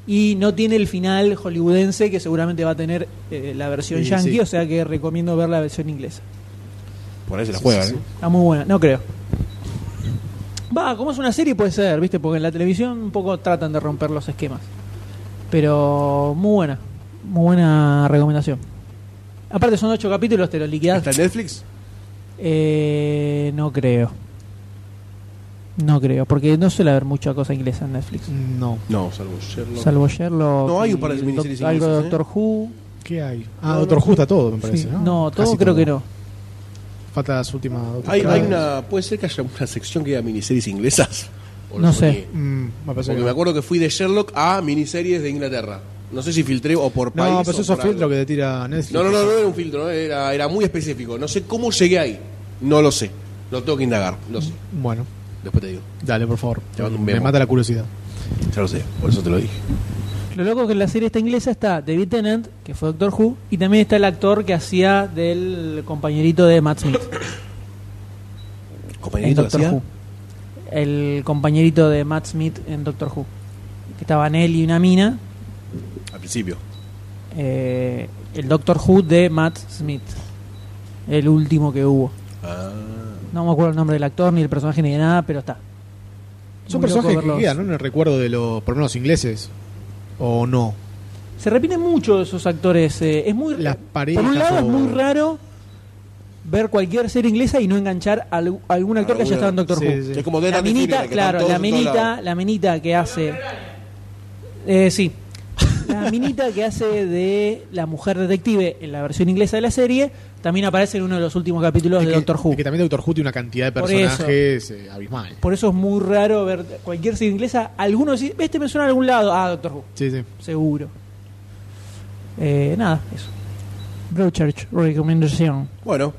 Speaker 1: Y no tiene el final hollywoodense que seguramente va a tener eh, la versión
Speaker 3: Sí,
Speaker 1: yankee,
Speaker 3: sí.
Speaker 1: o sea que recomiendo ver la versión inglesa.
Speaker 4: Por ahí se las juegan, ¿eh?
Speaker 1: Está muy buena, no creo. Va, como es una serie puede ser, ¿viste? Porque en la televisión un poco tratan de romper los esquemas. Pero muy buena, muy buena recomendación. Aparte son ocho capítulos, te los liquidás.
Speaker 4: ¿Está en Netflix?
Speaker 1: Eh, no creo. No creo, porque no suele haber mucha cosa inglesa en Netflix.
Speaker 3: No.
Speaker 4: No, salvo Sherlock.
Speaker 1: Salvo Sherlock.
Speaker 4: No, hay un
Speaker 1: y
Speaker 4: par de
Speaker 1: Doc-
Speaker 4: miniseries
Speaker 1: Algo de
Speaker 4: inglesas, ¿eh?
Speaker 1: Doctor Who.
Speaker 3: ¿Qué hay? Ah, Doctor Who está todo, me parece.
Speaker 1: Sí.
Speaker 3: ¿no?
Speaker 1: No, todo
Speaker 3: Casi
Speaker 1: creo que no.
Speaker 3: Falta las últimas. dos
Speaker 4: Hay, hay
Speaker 3: temporadas.
Speaker 4: una, puede ser que haya una sección que diga miniseries inglesas. O
Speaker 1: No
Speaker 4: lo
Speaker 1: sé.
Speaker 4: soñé.
Speaker 3: Mm, me parece
Speaker 4: Porque
Speaker 3: que
Speaker 4: me
Speaker 3: no.
Speaker 4: acuerdo que fui de Sherlock a miniseries de Inglaterra. No sé si filtré o por país.
Speaker 3: No, pero
Speaker 4: o
Speaker 3: eso es
Speaker 4: por
Speaker 3: filtro
Speaker 4: algo.
Speaker 3: que te tira Netflix.
Speaker 4: No, no, no, no era un filtro, ¿no? era, era muy específico. No sé cómo llegué ahí. No lo sé. Lo tengo que indagar. Lo sé.
Speaker 3: Bueno,
Speaker 4: Después te digo.
Speaker 3: dale, por favor.
Speaker 4: Te mando un
Speaker 3: Me
Speaker 4: memo.
Speaker 3: mata la curiosidad.
Speaker 4: Ya lo sé. Por eso te lo dije.
Speaker 1: Lo loco es que en la serie esta inglesa está David Tennant, que fue Doctor Who, y también está el actor que hacía del compañerito de Matt Smith. en
Speaker 4: Compañerito
Speaker 1: Doctor
Speaker 4: hacía.
Speaker 1: Who. El compañerito de Matt Smith en Doctor Who. Que estaban él y una mina.
Speaker 4: Al principio.
Speaker 1: eh, el Doctor Who de Matt Smith. El último que hubo.
Speaker 4: Ah.
Speaker 1: No me acuerdo el nombre del actor, ni el personaje, ni de nada, pero está.
Speaker 3: Son
Speaker 1: Muy loco
Speaker 3: personajes que
Speaker 1: verlos.
Speaker 3: quedan, ¿no? En el recuerdo de los, por lo menos, ingleses. ¿O no?
Speaker 1: Se repiten mucho esos actores. eh, es muy
Speaker 3: Las
Speaker 1: Por un
Speaker 3: parejas
Speaker 1: lado,
Speaker 3: o-
Speaker 1: es muy raro ver cualquier serie inglesa y no enganchar a alg- a algún actor que haya
Speaker 4: Alguno.
Speaker 1: estado en Doctor
Speaker 3: Sí,
Speaker 1: Who.
Speaker 3: sí.
Speaker 4: Es como Dead
Speaker 1: La
Speaker 4: and the
Speaker 1: minita,
Speaker 4: Funeral, que están
Speaker 1: claro,
Speaker 4: todos
Speaker 1: la
Speaker 4: en todos
Speaker 1: minita,
Speaker 4: lados.
Speaker 1: la minita que hace. Eh, sí. La minita que hace de la mujer detective en la versión inglesa de la serie también aparece en uno de los últimos capítulos
Speaker 3: Es
Speaker 1: de
Speaker 3: que-
Speaker 1: Doctor Who.
Speaker 3: Es que también Doctor Who tiene una cantidad de
Speaker 1: Por eso.
Speaker 3: personajes eh, abismal.
Speaker 1: Por eso es muy raro ver cualquier serie inglesa. Alguno decís, este me suena a algún lado. Ah, Doctor Who,
Speaker 3: Sí, sí.
Speaker 1: seguro. Eh, nada, eso. Broadchurch, recomendación.
Speaker 4: Bueno.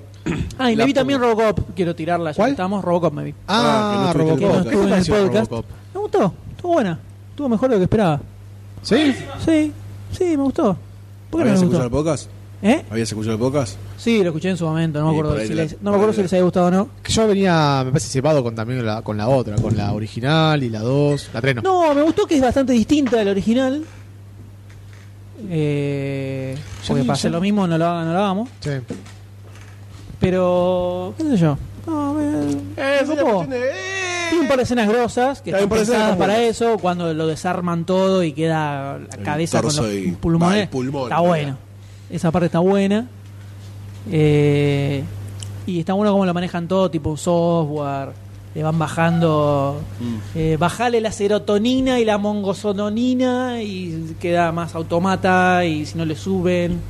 Speaker 1: Ah, y me
Speaker 4: La
Speaker 1: vi también
Speaker 4: pongo.
Speaker 1: Robocop. Quiero tirarla, ya
Speaker 3: ¿Cuál?
Speaker 1: que estamos. Robocop me vi.
Speaker 3: Ah,
Speaker 4: Ah, que no estuviste en el
Speaker 3: Robocop.
Speaker 4: podcast.
Speaker 3: ¿Qué te
Speaker 1: No estuve en el
Speaker 3: pareció
Speaker 1: podcast.
Speaker 3: Robocop?
Speaker 1: Me gustó, estuvo buena. Estuvo mejor de lo que esperaba.
Speaker 3: ¿Sí?
Speaker 1: Sí, sí, me gustó. ¿Por qué no
Speaker 4: ¿Habías
Speaker 1: me
Speaker 4: escuchado el
Speaker 1: gustó?
Speaker 4: podcast?
Speaker 1: ¿Eh?
Speaker 4: ¿Habías escuchado el podcast?
Speaker 1: Sí, lo escuché en su momento, no me
Speaker 4: Sí,
Speaker 1: acuerdo,
Speaker 4: por ahí
Speaker 1: si,
Speaker 4: la-
Speaker 1: les,
Speaker 4: por
Speaker 1: no me
Speaker 4: ahí
Speaker 1: acuerdo si
Speaker 4: la-
Speaker 1: les había gustado o no.
Speaker 3: Que Yo venía, me parece, cebado con también la, con la otra, con la original y la 2, la 3 no.
Speaker 1: No, me gustó que es bastante distinta del original. Eh, porque
Speaker 3: ni-
Speaker 1: para hacer
Speaker 3: ya-
Speaker 1: lo mismo no lo, haga- no lo hagamos.
Speaker 3: Sí.
Speaker 1: Pero, qué sé yo. Eh, No, me, me copó. Tiene un par de escenas grosas que
Speaker 4: Hay un
Speaker 1: están
Speaker 4: par de
Speaker 1: pensadas
Speaker 4: escenas que están
Speaker 1: para
Speaker 4: buenas.
Speaker 1: eso, cuando lo desarman todo y queda la
Speaker 4: El
Speaker 1: cabeza con
Speaker 4: torso
Speaker 1: los
Speaker 4: y-
Speaker 1: pulmones.
Speaker 4: va, el pulmón,
Speaker 1: está
Speaker 4: ¿verdad?
Speaker 1: bueno. Esa parte está buena. Eh, y está bueno como lo manejan todo, tipo software. Le van bajando.
Speaker 4: Mm.
Speaker 1: eh, bajale la serotonina y la mongosononina y queda más automata. Y si no le suben.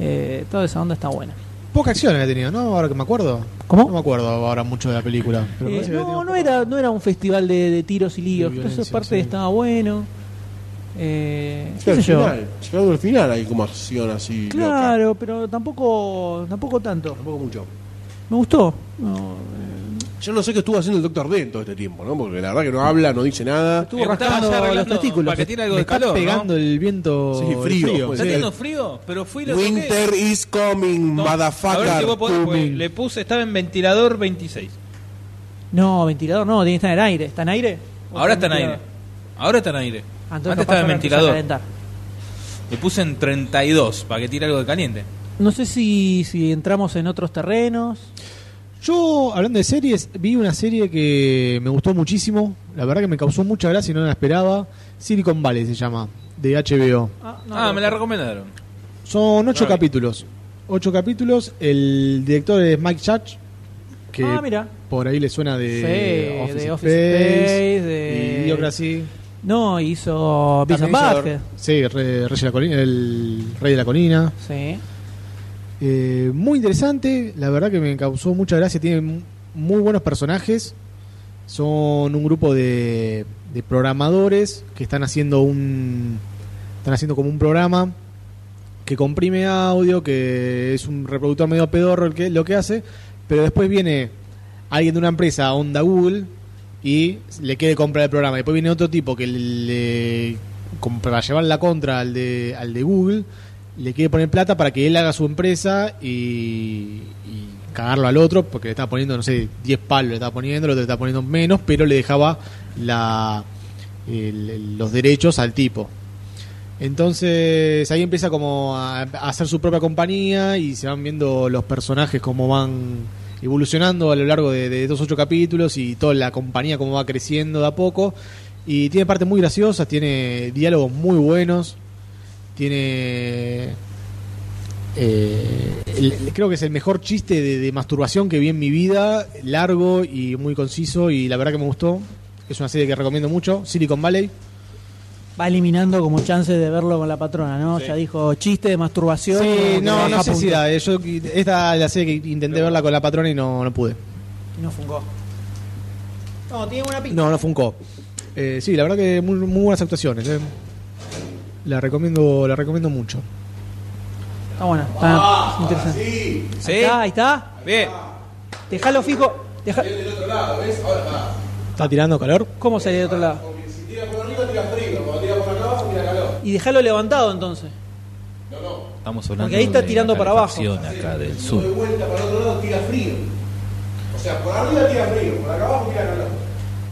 Speaker 1: Eh, toda esa onda está buena.
Speaker 3: Poca acción había tenido, ¿no? Ahora que me acuerdo.
Speaker 1: ¿Cómo?
Speaker 3: No me acuerdo ahora mucho de la película. pero
Speaker 1: Eh,
Speaker 3: parece que tenía
Speaker 1: no,
Speaker 3: un
Speaker 1: no
Speaker 3: poco-
Speaker 1: era, no era un festival de, de tiros y líos.
Speaker 3: De
Speaker 1: Por esa
Speaker 3: violencia,
Speaker 1: parte
Speaker 3: sí.
Speaker 1: estaba bueno. Eh,
Speaker 4: Sí,
Speaker 1: qué
Speaker 4: al
Speaker 1: sé yo.
Speaker 4: final, llegando al final hay como acción así. loca.
Speaker 1: Claro, pero tampoco tampoco tanto.
Speaker 4: Tampoco mucho.
Speaker 1: Me gustó.
Speaker 4: Yo no sé qué estuvo haciendo el Doctor D en todo este tiempo, ¿no? Porque la verdad que no habla, no dice nada.
Speaker 1: Estuvo rascando
Speaker 2: ya arreglando
Speaker 1: los testículos.
Speaker 2: Para que tiene algo
Speaker 3: eh, Me
Speaker 2: de
Speaker 3: está
Speaker 2: calor.
Speaker 3: pegando
Speaker 2: ¿no?
Speaker 3: el viento.
Speaker 4: Sí, frío, pues.
Speaker 2: ¿Está
Speaker 4: Sí.
Speaker 2: teniendo frío? Pero fui y lo toqué.
Speaker 4: Winter is coming,
Speaker 2: No, A ver si
Speaker 4: motherfucker.
Speaker 2: vos podés, porque
Speaker 3: Coming.
Speaker 2: le puse, estaba en ventilador 26.
Speaker 1: No, ventilador no, tiene que estar en aire. ¿Está en aire? ¿O
Speaker 2: Ahora está en aire.
Speaker 1: ventilador?
Speaker 2: Ahora está en aire.
Speaker 1: Ah, entonces
Speaker 2: Antes
Speaker 1: capaz
Speaker 2: estaba en
Speaker 1: ahora empieza a
Speaker 2: ventilador.
Speaker 1: calentar.
Speaker 2: Le puse en 32 para que tire algo de caliente.
Speaker 1: No sé si, si entramos en otros terrenos.
Speaker 3: Yo, hablando de series, vi una serie que me gustó muchísimo. La verdad que me causó mucha gracia y no la esperaba. Silicon Valley se llama, de HBO.
Speaker 1: Ah, no,
Speaker 2: ah,
Speaker 1: pero-
Speaker 2: me la recomendaron.
Speaker 3: Son ocho
Speaker 2: No la vi.
Speaker 3: capítulos. Ocho capítulos. El director es Mike Church. Que
Speaker 1: Ah, mira.
Speaker 3: por ahí le suena de
Speaker 1: Sí,
Speaker 3: Office,
Speaker 1: de
Speaker 3: Space,
Speaker 1: Office Space, de-
Speaker 3: Idiocracy.
Speaker 1: No, hizo Beast and
Speaker 3: También hizo-
Speaker 1: Butthead.
Speaker 3: Sí, Re- Rey de la Colina, el Rey de la Colina.
Speaker 1: Sí.
Speaker 3: Eh, muy interesante, la verdad que me causó mucha gracia. Tienen muy buenos personajes. Son un grupo de, de programadores que están haciendo un. Están haciendo como un programa que comprime audio, que es un reproductor medio pedorro el que, lo que hace, pero después viene alguien de una empresa, onda Google, y le quiere comprar el programa. Después viene otro tipo que le, como para llevar la contra al de, al de Google, le quiere poner plata para que él haga su empresa y, y cagarlo al otro, porque le estaba poniendo, no sé, 10 palos le estaba poniendo, el otro le estaba poniendo menos, pero le dejaba la, el- el- los derechos al tipo. Entonces ahí empieza como a, a hacer su propia compañía y se van viendo los personajes cómo van evolucionando a lo largo de, de estos ocho capítulos y toda la compañía cómo va creciendo de a poco. Y tiene partes muy graciosas, tiene diálogos muy buenos, tiene... eh, el- el- creo que es el mejor chiste de, de masturbación que vi en mi vida, largo y muy conciso y la verdad que me gustó. Es una serie que recomiendo mucho, Silicon Valley.
Speaker 1: Va eliminando como chance de verlo con la patrona, ¿no? Ya dijo chiste de masturbación. como
Speaker 3: Sí,
Speaker 1: que
Speaker 3: no,
Speaker 1: baja
Speaker 3: no sé
Speaker 1: punto.
Speaker 3: si da. eh, Yo, esta la serie que intenté verla con la patrona y no, no pude.
Speaker 1: Y No fungó. No, tiene buena pinta.
Speaker 3: No, no fue un co. Eh, sí, la verdad que muy, muy buenas actuaciones. eh. La recomiendo, la recomiendo mucho.
Speaker 1: Está buena, está Ah,
Speaker 4: Ah,
Speaker 1: interesante.
Speaker 2: ¿Sí?
Speaker 1: Ahí está, ahí está.
Speaker 2: Bien.
Speaker 1: Dejalo fijo. Deja...
Speaker 3: ¿Está tirando calor?
Speaker 1: ¿Cómo sale de otro lado? Y dejalo levantado entonces.
Speaker 2: Estamos hablando
Speaker 1: Porque ahí está
Speaker 2: de
Speaker 1: tirando
Speaker 2: la
Speaker 1: para abajo.
Speaker 2: calefacción acá del sur.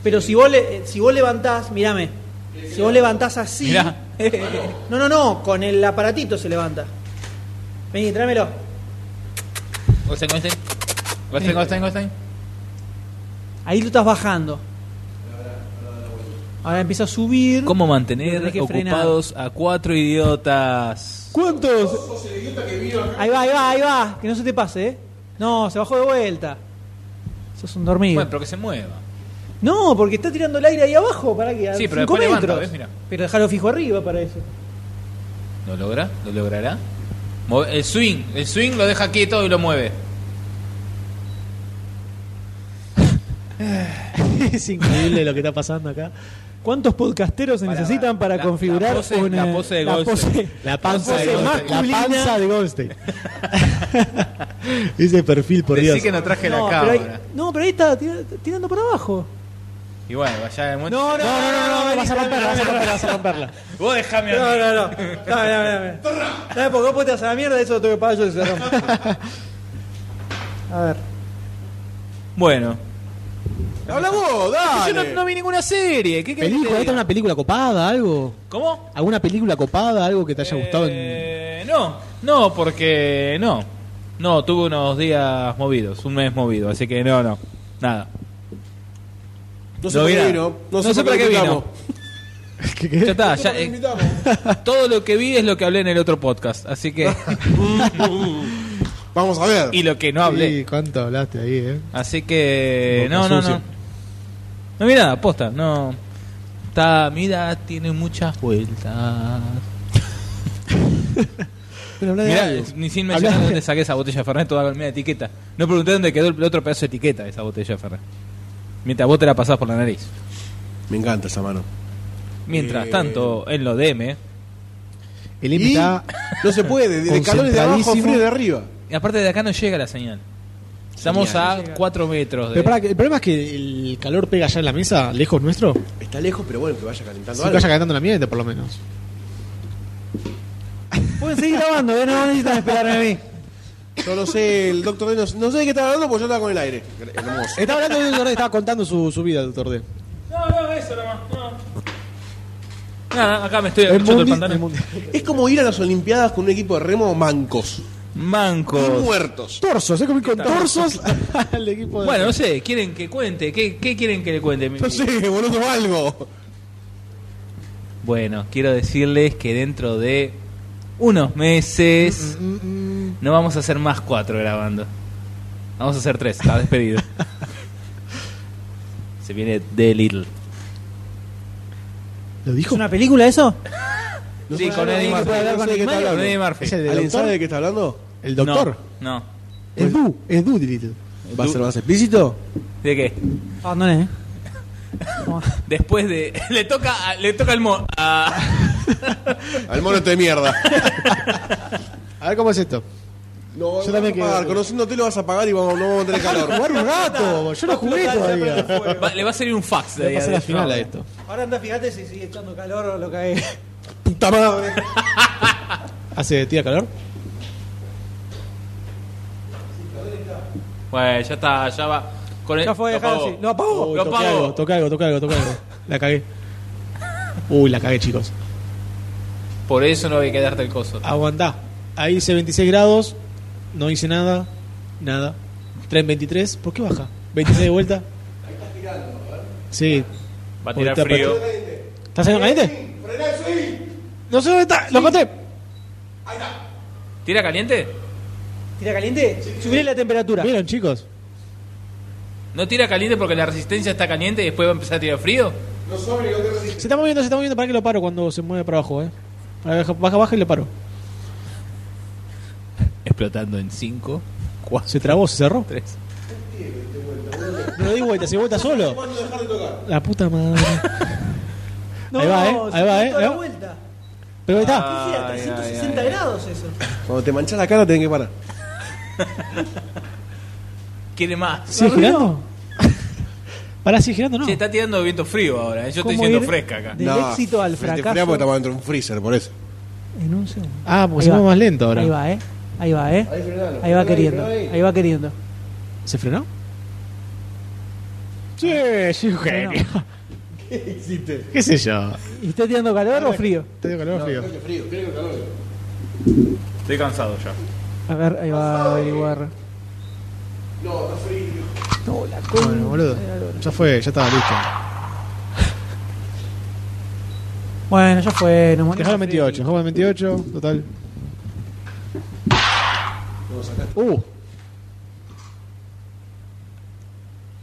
Speaker 1: Pero si vos, le- eh, si vos levantás, mirame. Si vos levantás así.
Speaker 2: Mirá.
Speaker 1: [LAUGHS] No, no, no, con el aparatito se levanta. Vení, tráemelo.
Speaker 2: Goldstein, Goldstein. Goldstein, Goldstein, Goldstein.
Speaker 1: Ahí lo estás bajando. Ahora empieza a subir.
Speaker 2: ¿Cómo
Speaker 1: Tenés
Speaker 2: mantener
Speaker 1: que frenar.
Speaker 2: ocupados a cuatro idiotas?
Speaker 3: ¿Cuántos?
Speaker 1: Ahí va, ahí va, ahí va. Que no se te pase, ¿eh? No, se bajó de vuelta. Sos un dormido.
Speaker 2: Bueno, pero que se mueva.
Speaker 1: No, porque está tirando el aire ahí abajo. ¿Para que A
Speaker 2: Sí, pero
Speaker 1: cinco
Speaker 2: después levanta,
Speaker 1: metros.
Speaker 2: ¿ves? Mirá.
Speaker 1: Pero dejarlo fijo arriba para eso.
Speaker 2: ¿Lo logra? ¿Lo logrará? Move- El swing, el swing lo deja quieto y lo mueve.
Speaker 3: [LAUGHS] es increíble lo que está pasando acá.
Speaker 1: ¿Cuántos podcasteros se
Speaker 2: Pará,
Speaker 1: necesitan para
Speaker 2: la-
Speaker 1: configurar
Speaker 2: la pose-
Speaker 1: una,
Speaker 2: la pose de
Speaker 1: la
Speaker 2: Goldstein.
Speaker 1: pose-
Speaker 3: La panza
Speaker 1: pose
Speaker 3: de Goldstein. La
Speaker 1: masculina.
Speaker 3: panza de Goldstein. Ese perfil, por
Speaker 2: Decí
Speaker 3: Dios.
Speaker 2: que no traje
Speaker 1: no,
Speaker 2: la
Speaker 1: pero
Speaker 2: cámara.
Speaker 1: ahí, no, pero ahí está tira- tirando para abajo.
Speaker 2: Y bueno, vaya de momento.
Speaker 1: No, no, no, no, no,
Speaker 3: vas a romperla, vas a romperla, vas a romperla.
Speaker 2: Vos dejame a mí.
Speaker 1: [LAUGHS] No, no, no. Dame, dame, dame. Dame, porque vos puedes hacer la mierda, eso lo tengo que pagar yo y se rompe. A ver.
Speaker 2: Bueno.
Speaker 4: Habla vos, dale.
Speaker 2: Yo no, no vi ninguna serie. ¿Qué querés que
Speaker 3: Película,
Speaker 2: te
Speaker 3: ¿esta es
Speaker 2: diga?
Speaker 3: una película copada, algo?
Speaker 2: ¿Cómo?
Speaker 3: ¿Alguna película copada, algo que te haya gustado? en-
Speaker 2: Eh, No, no, porque no. No, tuve unos días movidos, un mes movido, así que no, no. Nada.
Speaker 4: No sé
Speaker 2: No
Speaker 4: por
Speaker 2: vi
Speaker 4: qué
Speaker 2: nada.
Speaker 4: vino. No
Speaker 2: No
Speaker 4: sé por qué vino.
Speaker 3: ¿Qué- qué?
Speaker 2: Ya está, ya, eh, todo lo que vi es lo que hablé en el otro podcast,
Speaker 3: [LAUGHS]
Speaker 2: así que
Speaker 4: Vamos a ver.
Speaker 2: y lo que no hablé.
Speaker 3: Sí, ¿Cuánto hablaste ahí, eh?
Speaker 2: Así que
Speaker 3: Boca
Speaker 2: no, no,
Speaker 3: sucia.
Speaker 2: no. No vi nada, posta, no. Está, mi vida tiene muchas vueltas.
Speaker 3: [LAUGHS] Pero habla de
Speaker 2: Mirá,
Speaker 3: algo.
Speaker 2: es- ni sin mencionar
Speaker 3: Habla-
Speaker 2: dónde saqué esa botella de Fernet, toda con la etiqueta. No pregunté dónde quedó el otro pedazo de etiqueta de esa botella de Fernet. Mientras vos te la pasás por la nariz.
Speaker 4: Me encanta esa mano.
Speaker 2: Mientras tanto, en lo DM.
Speaker 3: El
Speaker 4: Y
Speaker 3: invitado.
Speaker 4: no se puede, de calores de abajo,
Speaker 3: concentradísimo.
Speaker 4: frío de arriba.
Speaker 2: Y aparte de acá no llega la señal. Estamos
Speaker 4: Señal.
Speaker 2: a 4 metros de.
Speaker 3: Pero pará, que- el problema es que el calor pega allá en la mesa, lejos nuestro. Sí,
Speaker 4: Está lejos, pero bueno, que vaya calentando
Speaker 3: que
Speaker 4: algo.
Speaker 3: vaya calentando la mierda, por lo menos.
Speaker 1: Pueden seguir grabando, ¿eh? no necesitan esperarme a mí.
Speaker 4: Yo no sé, el doctor D no, no sé de qué estaba hablando porque yo estaba con el aire. Hermoso.
Speaker 3: Estaba hablando de doctor D, estaba contando su, su vida, doctor [LAUGHS] D.
Speaker 2: No, no, eso nomás. No. Nada, acá me estoy
Speaker 3: El
Speaker 2: agachando el
Speaker 3: mundi- el
Speaker 2: pantalón.
Speaker 3: mundi-
Speaker 4: Es como ir a las Olimpiadas con un equipo de remo mancos y
Speaker 2: Manco.
Speaker 4: muertos.
Speaker 3: Torsos, es como ir con torsos al equipo de.
Speaker 2: Bueno, no sé, quieren que cuente. ¿Qué, qué quieren que le cuente? Mi-
Speaker 4: No sé, boludo, algo.
Speaker 2: Bueno, quiero decirles que dentro de unos meses no vamos a hacer más cuatro grabando. Vamos a hacer tres, está despedido. Se viene The Little.
Speaker 3: ¿Lo
Speaker 1: ¿Es
Speaker 3: dijo?
Speaker 1: una película eso?
Speaker 2: Sí,
Speaker 4: sé,
Speaker 2: con
Speaker 4: no
Speaker 2: Eddie
Speaker 4: sé,
Speaker 2: Murphy.
Speaker 4: no sé
Speaker 2: Con
Speaker 4: de qué está
Speaker 2: Eddie
Speaker 4: hablando.
Speaker 2: Murphy.
Speaker 3: ¿Es el de
Speaker 4: ¿Alguien
Speaker 3: doctor?
Speaker 4: sabe de qué está hablando?
Speaker 3: ¿El doctor?
Speaker 2: No, no.
Speaker 3: Es Du, es Du, Dilito.
Speaker 4: ¿Va a ser más explícito?
Speaker 2: ¿De qué?
Speaker 1: Abandoné, ¿eh?
Speaker 2: Después de. [LAUGHS] Le toca, a- le toca al mo. a- [LAUGHS]
Speaker 4: Al mono este de mierda.
Speaker 3: A ver cómo es esto.
Speaker 4: No,
Speaker 3: Yo
Speaker 4: lo
Speaker 3: también
Speaker 4: vas a pagar.
Speaker 3: quiero-
Speaker 4: Conociéndote lo vas a pagar y vamos, no vamos a tener [LAUGHS] calor.
Speaker 3: Jugar un rato, yo no jugué todavía.
Speaker 2: va- le va a salir un fax de
Speaker 3: Voy a
Speaker 2: ahí
Speaker 3: pasar la
Speaker 2: adentro.
Speaker 3: final a esto.
Speaker 1: Ahora anda, fíjate si sigue echando calor o lo que
Speaker 3: Eh,
Speaker 1: es.
Speaker 4: Puta madre.
Speaker 3: [LAUGHS] ¿Hace tira calor?
Speaker 2: Bueno, ya está, ya va. Con el-
Speaker 1: Ya fue,
Speaker 2: lo
Speaker 1: dejalo
Speaker 2: apagó.
Speaker 1: así. Oh, Lo apagó.
Speaker 2: Lo
Speaker 3: toca
Speaker 2: pago.
Speaker 3: algo, toca algo, toca algo, toca algo. La cagué. Uy, la cagué, chicos.
Speaker 2: Por eso no voy a quedarte el coso.
Speaker 3: Aguantá. Ahí hice 26 grados, no hice nada, nada. 3 en 23, ¿por qué baja? 26 de vuelta. Ahí estás tirando, Sí.
Speaker 2: Va a tirar
Speaker 3: Ahorita
Speaker 2: frío.
Speaker 3: ¿Estás haciendo caliente? No sé dónde está, lo encontré.
Speaker 2: ¿Tira caliente?
Speaker 1: ¿Tira caliente? Subiré la temperatura.
Speaker 3: ¿Vieron, chicos?
Speaker 2: ¿No tira caliente porque la resistencia está caliente y después va a empezar a tirar frío?
Speaker 3: Se está moviendo, se está moviendo, para que lo paro cuando se mueve para abajo, eh. Ahora Baja, baja, baja y lo paro.
Speaker 2: Explotando en 5,
Speaker 3: Se trabó, se cerró.
Speaker 2: 3.
Speaker 3: No lo di vuelta, se vuelta solo. La puta madre. ahí va, eh, ahí va, eh.
Speaker 1: se dio toda
Speaker 3: ahí
Speaker 1: la
Speaker 3: va.
Speaker 1: vuelta.
Speaker 3: Pero ahí está.
Speaker 2: Ah.
Speaker 1: Sí, a 360 grados eso.
Speaker 4: Cuando te manchas la cara tenés que parar.
Speaker 2: Quiere más.
Speaker 3: ¿Sigue girando? Pará, sigue girando, ¿no?
Speaker 2: Se está tirando viento frío ahora. eh. Yo estoy
Speaker 1: ¿Cómo
Speaker 2: diciendo
Speaker 1: ir?
Speaker 2: fresca acá.
Speaker 1: Del éxito al
Speaker 4: te
Speaker 1: fracaso.
Speaker 4: fría porque estamos dentro de un freezer, por eso.
Speaker 1: En un segundo.
Speaker 3: Ah, porque
Speaker 1: Ahí
Speaker 3: se
Speaker 1: va.
Speaker 3: mueve más lento ahora.
Speaker 1: Ahí va, ¿eh? Ahí va, ¿eh? Ahí va queriendo. Ahí va queriendo.
Speaker 3: ¿Se frenó? Sí, sí, un genio.
Speaker 4: ¿Qué hiciste?
Speaker 3: ¿Qué sé yo?
Speaker 1: ¿Y está tirando calor o frío?
Speaker 3: Te dio calor o frío.
Speaker 4: frío, creo que calor.
Speaker 2: Estoy cansado ya.
Speaker 1: A ver, ahí va a averiguar.
Speaker 4: No, está frío.
Speaker 1: No, la co-
Speaker 3: Bueno, boludo. Ya fue, ya estaba listo.
Speaker 1: Bueno, ya fue. Nos morimos.
Speaker 3: Dejalo en 28, dejalo en 28, total. Uh,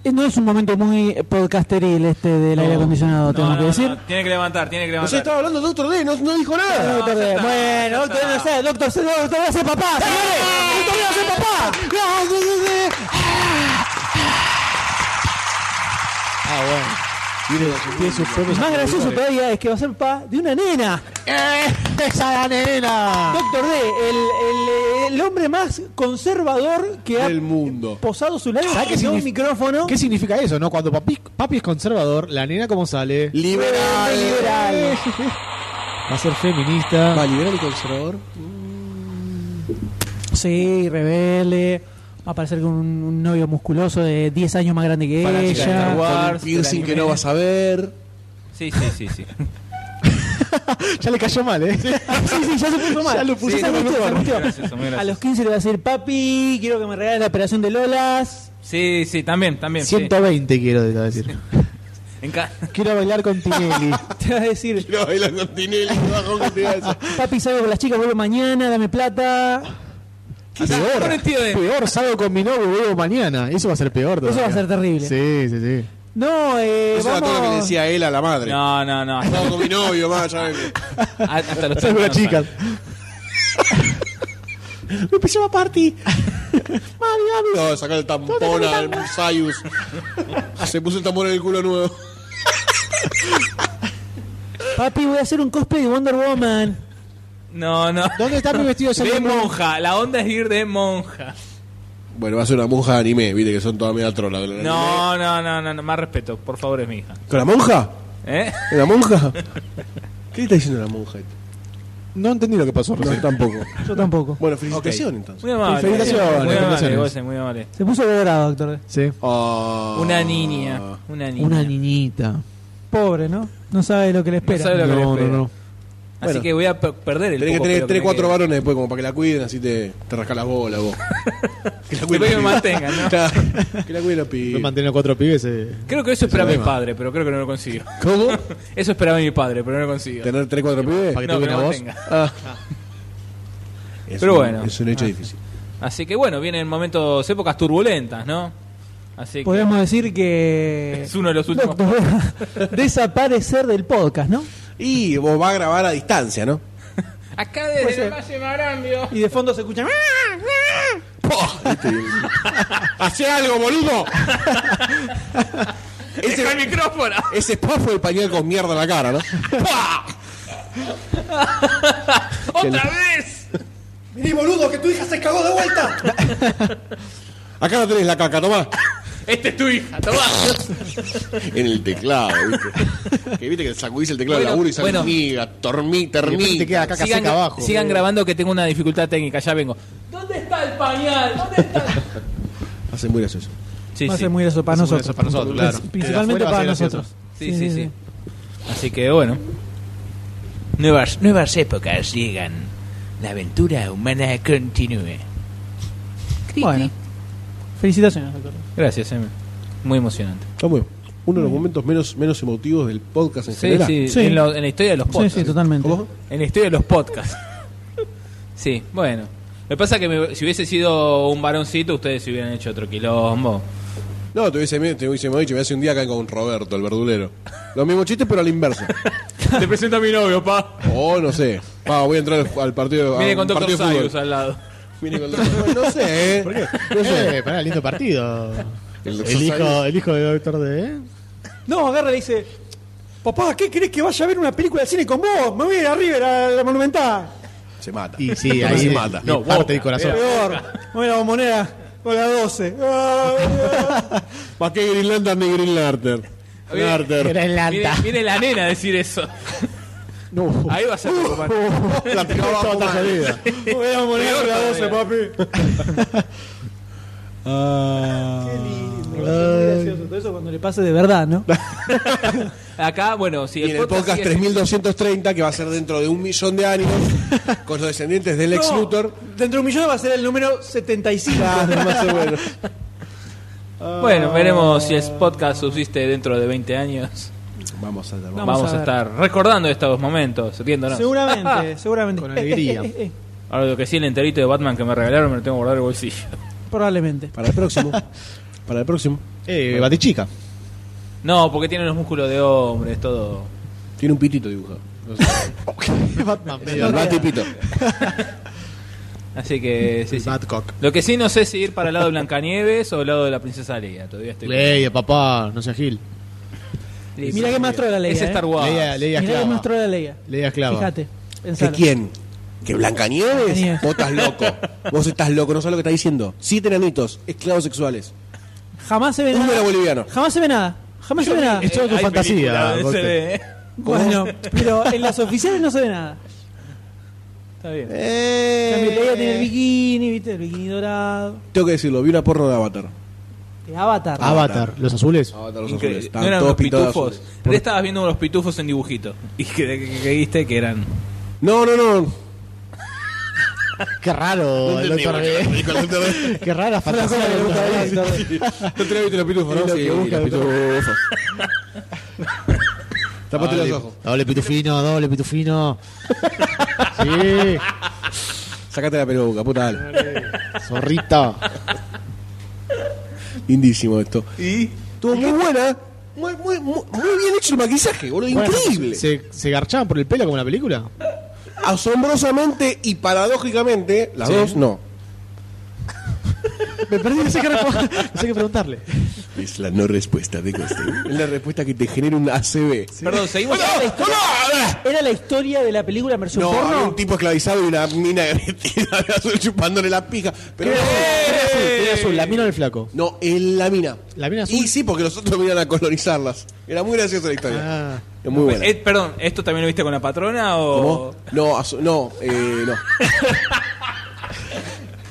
Speaker 1: Eh, No es un momento muy podcasteril este del aire acondicionado, tengo que decir.
Speaker 2: Tiene que levantar, tiene que
Speaker 4: No
Speaker 2: levantar.
Speaker 4: sé, estaba hablando Doctor D, no, no dijo nada.
Speaker 1: Doctor D.
Speaker 2: está,
Speaker 1: Bueno,
Speaker 2: ya
Speaker 1: doctor,
Speaker 2: está.
Speaker 1: no sé, doctor, se- doctor, voy a ser papá, señores. Doctor, voy a ser papá.
Speaker 3: tiene sus propios.
Speaker 1: Más gracioso todavía es que va a ser papá de una nena.
Speaker 3: ¡Eh! ¡Esa la nena!
Speaker 1: Doctor D, el, el, el hombre más conservador que ha
Speaker 4: Del mundo.
Speaker 1: posado su labio
Speaker 3: ¿Sabes qué
Speaker 1: en un
Speaker 3: signif-
Speaker 1: micrófono.
Speaker 3: ¿Qué significa eso, no? Cuando papi, papi es conservador, la nena, ¿cómo sale?
Speaker 4: Liberal.
Speaker 1: liberal.
Speaker 3: Va a ser feminista.
Speaker 4: Va, liberal y conservador.
Speaker 1: Sí, rebelde. Va a aparecer con un, un novio musculoso de 10 años más grande que
Speaker 4: Fanática de
Speaker 1: ella.
Speaker 2: Star Wars.
Speaker 4: Con un piercing que no vas a ver.
Speaker 2: Sí, sí, sí, sí.
Speaker 3: Ya le cayó mal, ¿eh?
Speaker 1: [LAUGHS] Sí, sí, ya se puso mal.
Speaker 3: Ya lo puso
Speaker 1: se
Speaker 3: mal.
Speaker 1: angustió, se angustió.
Speaker 2: Gracias, muy
Speaker 1: A
Speaker 2: gracias.
Speaker 1: los 15 le va a decir, papi, quiero que me regales la operación de Lolas.
Speaker 2: Sí, sí, también, también. sí.
Speaker 3: 120 quiero decir.
Speaker 2: En ca-
Speaker 3: Quiero bailar con Tinelli.
Speaker 1: [LAUGHS] Te va a decir,
Speaker 4: No, y la continela, el bajón que te iba a decir.
Speaker 1: papi, salgo con las chicas, vuelvo mañana, dame plata.
Speaker 2: Quizás con
Speaker 3: peor,
Speaker 2: el tío de-
Speaker 3: peor, salgo con mi novio y vuelvo mañana. Eso va a ser peor todavía.
Speaker 1: Eso va a ser terrible.
Speaker 3: Sí, sí, sí.
Speaker 1: No, eh,
Speaker 4: Eso era
Speaker 1: vamos...
Speaker 4: todo lo que decía él a la madre.
Speaker 2: No, no, no.
Speaker 4: Estaba con mi novio, más, ya ven.
Speaker 2: A- Hasta los
Speaker 3: Salgo con las
Speaker 2: chicas.
Speaker 3: chicas.
Speaker 4: ¡Mi pijama party! ¡Mami, mami! No, sacar el tampón al Sayus. Se puso el tampón en el culo nuevo.
Speaker 1: Papi, voy a hacer un cosplay de Wonder Woman.
Speaker 2: No, no.
Speaker 3: ¿Dónde está mi vestido de
Speaker 2: De
Speaker 3: Sailor Moon?
Speaker 2: monja. La onda es ir de monja.
Speaker 4: Bueno, va a ser una monja de anime, viste que son todas media trolas. del anime.
Speaker 2: No, no, no, no, no, Más respeto. Por favor, es mi hija.
Speaker 4: ¿Con la monja?
Speaker 2: ¿Eh?
Speaker 4: ¿Con la monja? ¿Qué le está diciendo la monja?
Speaker 3: No entendí lo que pasó recién. tampoco.
Speaker 1: Yo tampoco.
Speaker 4: Bueno, felicitación entonces.
Speaker 2: Muy amable.
Speaker 3: Felicitaciones,
Speaker 2: Muy amable,
Speaker 3: felicitaciones.
Speaker 2: Gosen, muy amable.
Speaker 1: Se puso colorado, doctor.
Speaker 3: Sí.
Speaker 4: Ah.
Speaker 2: Una niña. Una niña.
Speaker 1: Una niñita. Pobre, ¿no? No sabe lo que le espera.
Speaker 2: No sabe lo que le
Speaker 3: No, no,
Speaker 2: espera.
Speaker 3: no.
Speaker 2: Así
Speaker 4: Bueno.
Speaker 2: que voy a pe- perder el
Speaker 4: Tenés que
Speaker 2: poco
Speaker 4: tener
Speaker 2: pelo
Speaker 4: 3,
Speaker 2: me
Speaker 4: 4
Speaker 2: queda.
Speaker 4: varones después como para que la cuiden, así te, te rascas las bolas vos. que la
Speaker 2: Después que me
Speaker 4: los pibes.
Speaker 2: mantengan, ¿no?
Speaker 4: [LAUGHS] Claro, que la cuiden los
Speaker 3: Me
Speaker 4: pibes.
Speaker 3: mantienen cuatro pibes. eh.
Speaker 2: Creo que eso esperaba mi padre, pero creo que no lo consiguió.
Speaker 4: [LAUGHS] ¿Cómo?
Speaker 2: Eso esperaba mi padre, pero no lo consiguió.
Speaker 4: ¿Tener 3, 4 pibes?
Speaker 3: Para que
Speaker 2: No,
Speaker 3: toquen
Speaker 2: que
Speaker 3: a
Speaker 2: no
Speaker 3: vos.
Speaker 2: tenga.
Speaker 4: Ah. Es
Speaker 2: Pero
Speaker 4: un-
Speaker 2: bueno.
Speaker 4: Es un hecho difícil.
Speaker 2: Así que bueno, vienen momentos, épocas turbulentas, ¿no? Así que
Speaker 1: Podríamos decir que.
Speaker 2: es uno de los últimos.
Speaker 1: Doctor, va a [LAUGHS] desaparecer del podcast, ¿no?
Speaker 4: Y vos vas a grabar a distancia, ¿no?
Speaker 2: Acá desde el Valle Marambio.
Speaker 1: Y de fondo se escucha. "Ah",
Speaker 4: ¡Hacé algo, boludo!
Speaker 2: ¡Ese el
Speaker 4: [LAUGHS]
Speaker 2: micrófono! [LAUGHS]
Speaker 4: Ese spa fue el pañal con mierda en la cara, ¿no?
Speaker 2: ¡Otra vez!
Speaker 6: Vení, boludo, que tu hija se cagó de vuelta.
Speaker 4: [LAUGHS] Acá no tenés la caca, tomá.
Speaker 2: Este es tu hija, tomá.
Speaker 4: En el teclado, ¿viste? Que viste que sacudís el teclado de
Speaker 2: Bueno,
Speaker 4: laburo y sale
Speaker 2: bueno.
Speaker 4: hormiga, tormí,
Speaker 3: Y después
Speaker 4: termita.
Speaker 3: te queda caca
Speaker 2: Sigan,
Speaker 3: seca abajo.
Speaker 2: sigan grabando que tengo una dificultad técnica, ya vengo. ¿Dónde está el pañal? ¿Dónde está el...
Speaker 4: Hace muy gracioso.
Speaker 2: Sí,
Speaker 1: Va a
Speaker 2: sí.
Speaker 1: ser muy gracioso para
Speaker 3: Va a ser muy
Speaker 1: nosotros.
Speaker 3: gracioso para nosotros, claro.
Speaker 1: Prin- Principalmente
Speaker 3: Desde afuera va a
Speaker 1: para
Speaker 3: ser gracioso.
Speaker 1: nosotros.
Speaker 2: Sí, sí, sí. Así que bueno. Nuevas, nuevas épocas llegan. La aventura humana continúe.
Speaker 1: Bueno. Felicitaciones, doctor.
Speaker 2: Gracias, Emi. Muy emocionante.
Speaker 4: Está muy bien. Uno de los momentos menos, menos emotivos del podcast en
Speaker 2: Sí,
Speaker 4: general.
Speaker 2: sí,
Speaker 1: Sí.
Speaker 2: En, lo- en la historia de los
Speaker 1: Sí,
Speaker 2: podcasts.
Speaker 1: sí, totalmente.
Speaker 4: ¿Cómo?
Speaker 2: En la historia de los podcasts. [LAUGHS] sí, bueno. Lo que pasa es que me- si hubiese sido un varoncito, ustedes se hubieran hecho otro quilombo.
Speaker 4: No, te hubiese, te hubiese dicho, me hace un día acá con Roberto, el verdulero. Los mismos chistes, pero al inverso.
Speaker 2: Te presento a mi novio, pa.
Speaker 4: O no sé. Pa, voy a entrar al, al partido. a
Speaker 2: Viene
Speaker 4: un
Speaker 2: con Dr.
Speaker 4: partido de fútbol.
Speaker 2: Sayus al lado.
Speaker 4: Viene con Dr. No sé, ¿eh?
Speaker 3: ¿Por qué? No sé, pará, lindo partido.
Speaker 4: El
Speaker 3: El,
Speaker 4: doctor
Speaker 3: hijo,
Speaker 4: Sayus.
Speaker 3: el hijo del doctor D. eh.
Speaker 6: No, agarra y le dice, papá, ¿qué querés que vaya a ver una película de cine con vos? Me voy a ir a River, a la Monumental.
Speaker 4: Se mata.
Speaker 3: Y sí,
Speaker 4: No
Speaker 3: ahí
Speaker 4: se
Speaker 3: le-
Speaker 4: mata.
Speaker 3: le
Speaker 2: No,
Speaker 3: parte
Speaker 2: boca,
Speaker 3: el corazón.
Speaker 6: Peor, me voy a la bombonera con la [LAUGHS] 12. Ah, ah.
Speaker 4: ¿Para qué Green Lantern ni Green Lantern?
Speaker 2: Oye,
Speaker 4: Lantern.
Speaker 3: Era en la
Speaker 2: Viene,
Speaker 3: alta.
Speaker 2: viene la nena a decir eso.
Speaker 3: No.
Speaker 2: Ahí vas a preocupar.
Speaker 4: La
Speaker 3: Todo
Speaker 4: picaba bajo
Speaker 3: está
Speaker 4: mal.
Speaker 3: jodido.
Speaker 6: me voy a la bombonera con la
Speaker 3: [LAUGHS]
Speaker 6: 12, papi.
Speaker 3: Ah.
Speaker 6: Qué lindo. Muy gracioso.
Speaker 1: Todo eso cuando le pase de verdad, ¿no?
Speaker 2: Acá, bueno, si
Speaker 4: Y en el podcast
Speaker 2: sigue-
Speaker 4: 3230, que va a ser dentro de un millón de años, con los descendientes del ex
Speaker 6: No,
Speaker 4: Luthor.
Speaker 6: Dentro de un millón va a ser el número 75.
Speaker 2: Bueno, veremos si el podcast subsiste dentro de 20 años.
Speaker 4: Vamos a
Speaker 1: No.
Speaker 4: ver.
Speaker 2: Vamos,
Speaker 1: Vamos
Speaker 2: a,
Speaker 1: a ver.
Speaker 2: estar recordando estos momentos,
Speaker 1: [LAUGHS]
Speaker 2: riéndonos.
Speaker 1: Seguramente, seguramente.
Speaker 3: Con alegría.
Speaker 1: Eh, eh, eh, eh.
Speaker 2: Ahora lo que sí, el enterito de Batman que me regalaron me lo tengo que guardar en el bolsillo.
Speaker 1: Probablemente.
Speaker 4: Para el próximo. Para el próximo.
Speaker 3: Eh, Batichica.
Speaker 2: No, porque tiene los músculos de hombre, es todo.
Speaker 4: Tiene un pitito dibujado.
Speaker 2: [LAUGHS]
Speaker 3: Batman, medio
Speaker 4: El batipito.
Speaker 2: Así que, sí, sí.
Speaker 3: Batcock.
Speaker 2: Lo que sí no sé si ir para el lado de Blancanieves o el lado de la princesa Leia. Todavía estoy.
Speaker 3: Leia, papá, no sea Gil.
Speaker 2: Sí,
Speaker 1: Mirá
Speaker 2: sí,
Speaker 1: qué
Speaker 2: sí.
Speaker 1: más trola Leia,
Speaker 2: Es
Speaker 1: eh.
Speaker 2: Star Wars.
Speaker 3: Leia, Leia
Speaker 1: Mirá que
Speaker 3: esclava.
Speaker 1: mostró la ley.
Speaker 3: Leia esclava.
Speaker 1: Fíjate.
Speaker 4: ¿Que
Speaker 1: pensalo.
Speaker 4: quién? ¿Que
Speaker 1: Blancanieves.
Speaker 4: Blancanieves? Vos
Speaker 2: [LAUGHS]
Speaker 4: estás loco. Vos estás loco, no sabes lo que estás diciendo. Siete enanitos, esclavos sexuales.
Speaker 1: Jamás se ve
Speaker 4: Uno era
Speaker 1: nada.
Speaker 4: boliviano.
Speaker 1: Jamás se ve nada. Jamás se ve nada.
Speaker 3: Es todo tu
Speaker 2: Hay
Speaker 3: fantasía.
Speaker 2: película de
Speaker 3: Golte.
Speaker 2: SD, eh.
Speaker 1: Bueno, pero en las oficiales no se ve nada.
Speaker 2: Está bien.
Speaker 1: En cambio, Leia tiene el
Speaker 4: Eh,
Speaker 1: bikini, ¿viste? El bikini dorado.
Speaker 4: Tengo que decirlo, vi una porno de Avatar.
Speaker 1: De Avatar.
Speaker 3: Avatar, los azules.
Speaker 4: Avatar los
Speaker 2: Increíble.
Speaker 4: azules.
Speaker 2: No
Speaker 4: Estaban
Speaker 2: eran
Speaker 4: todos
Speaker 2: los
Speaker 4: pintados de
Speaker 2: pitufos.
Speaker 4: azules.
Speaker 2: Te estabas viendo unos pitufos en dibujito. Y que que- que- que viste que eran.
Speaker 4: No, no, no.
Speaker 3: Qué raro, el doctor D. [LAUGHS]
Speaker 4: [LAUGHS]
Speaker 3: Qué rara fantasía del Dr. D.
Speaker 4: No te viste los pitufos, ¿no? Sí, los pitufos.
Speaker 2: [LAUGHS]
Speaker 4: Tapate los
Speaker 3: Doble-
Speaker 4: ojos.
Speaker 3: Doble pitufino, doble pitufino. [LAUGHS] Sí,
Speaker 4: Sacate la peluca, puta. dale.
Speaker 3: zorrita.
Speaker 4: Lindísimo esto.
Speaker 2: ¿Y?
Speaker 4: Estuvo muy buena. Muy, muy, muy, muy bien hecho el maquillaje, boludo.
Speaker 3: Bueno,
Speaker 4: Increíble.
Speaker 3: ¿se, ¿Se garchaban por el pelo como en la película?
Speaker 4: asombrosamente y paradójicamente, las
Speaker 2: Sí.
Speaker 4: dos no.
Speaker 3: Me perdí, no sé qué, responder, no sé qué preguntarle.
Speaker 4: Es la no respuesta de [LAUGHS] Es la respuesta que te genera un ACB.
Speaker 2: Perdón, seguimos.
Speaker 1: ¿Era la historia de la película en versión
Speaker 4: No, había
Speaker 1: porno?
Speaker 4: un tipo esclavizado y una mina [LAUGHS] vestida de azul chupándole la pija. Pero
Speaker 3: Era azul, la mina del flaco.
Speaker 4: no, es la mina.
Speaker 3: La mina azul.
Speaker 4: Y sí, porque los otros venían a colonizarlas. Era muy graciosa la historia.
Speaker 3: Ah.
Speaker 4: es muy buena.
Speaker 2: Eh, perdón, ¿esto también lo viste con la patrona o
Speaker 4: ¿Cómo? No, azu- no, eh, no.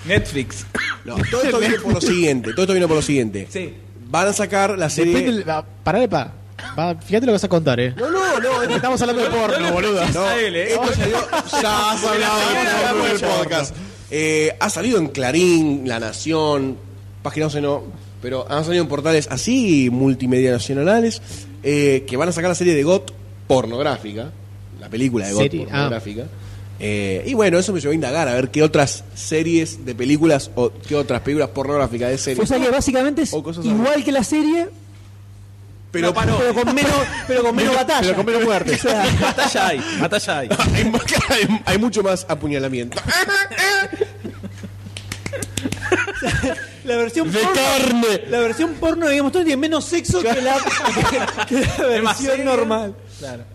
Speaker 2: Netflix?
Speaker 4: No, Todo esto viene por lo siguiente. Todo esto viene por lo siguiente.
Speaker 2: Sí.
Speaker 4: Van a sacar la serie.
Speaker 3: Depende. del- ah, Pará de pa. Va, Fíjate lo que vas a contar, eh.
Speaker 4: No, no, no. esto-
Speaker 3: Estamos hablando de porno, boludo.
Speaker 4: No,
Speaker 2: a él, ¿eh?
Speaker 4: Esto salió, ya has hablado de porno en el podcast. Eh, ha salido en Clarín, La Nación, página 11 no, pero han salido en portales así, multimedia nacionales, eh, que van a sacar la serie de GOT pornográfica, la película de GOT
Speaker 3: Serie, ah.
Speaker 4: pornográfica. Eh, y bueno, eso me llevó a indagar, a ver qué otras series de películas o qué otras películas pornográficas de
Speaker 1: O
Speaker 4: series.
Speaker 1: sea que básicamente es
Speaker 4: O cosas
Speaker 1: igual que la serie, pero
Speaker 4: Pero
Speaker 1: con menos, pero con
Speaker 4: [LAUGHS]
Speaker 1: menos batalla.
Speaker 3: Pero con menos muerte.
Speaker 1: O sea,
Speaker 2: Batalla hay, batalla hay.
Speaker 4: hay, hay- hay mucho más apuñalamiento.
Speaker 1: la versión porno, La versión porno de Game of Thrones tiene menos sexo que la, [LAUGHS] que la versión normal.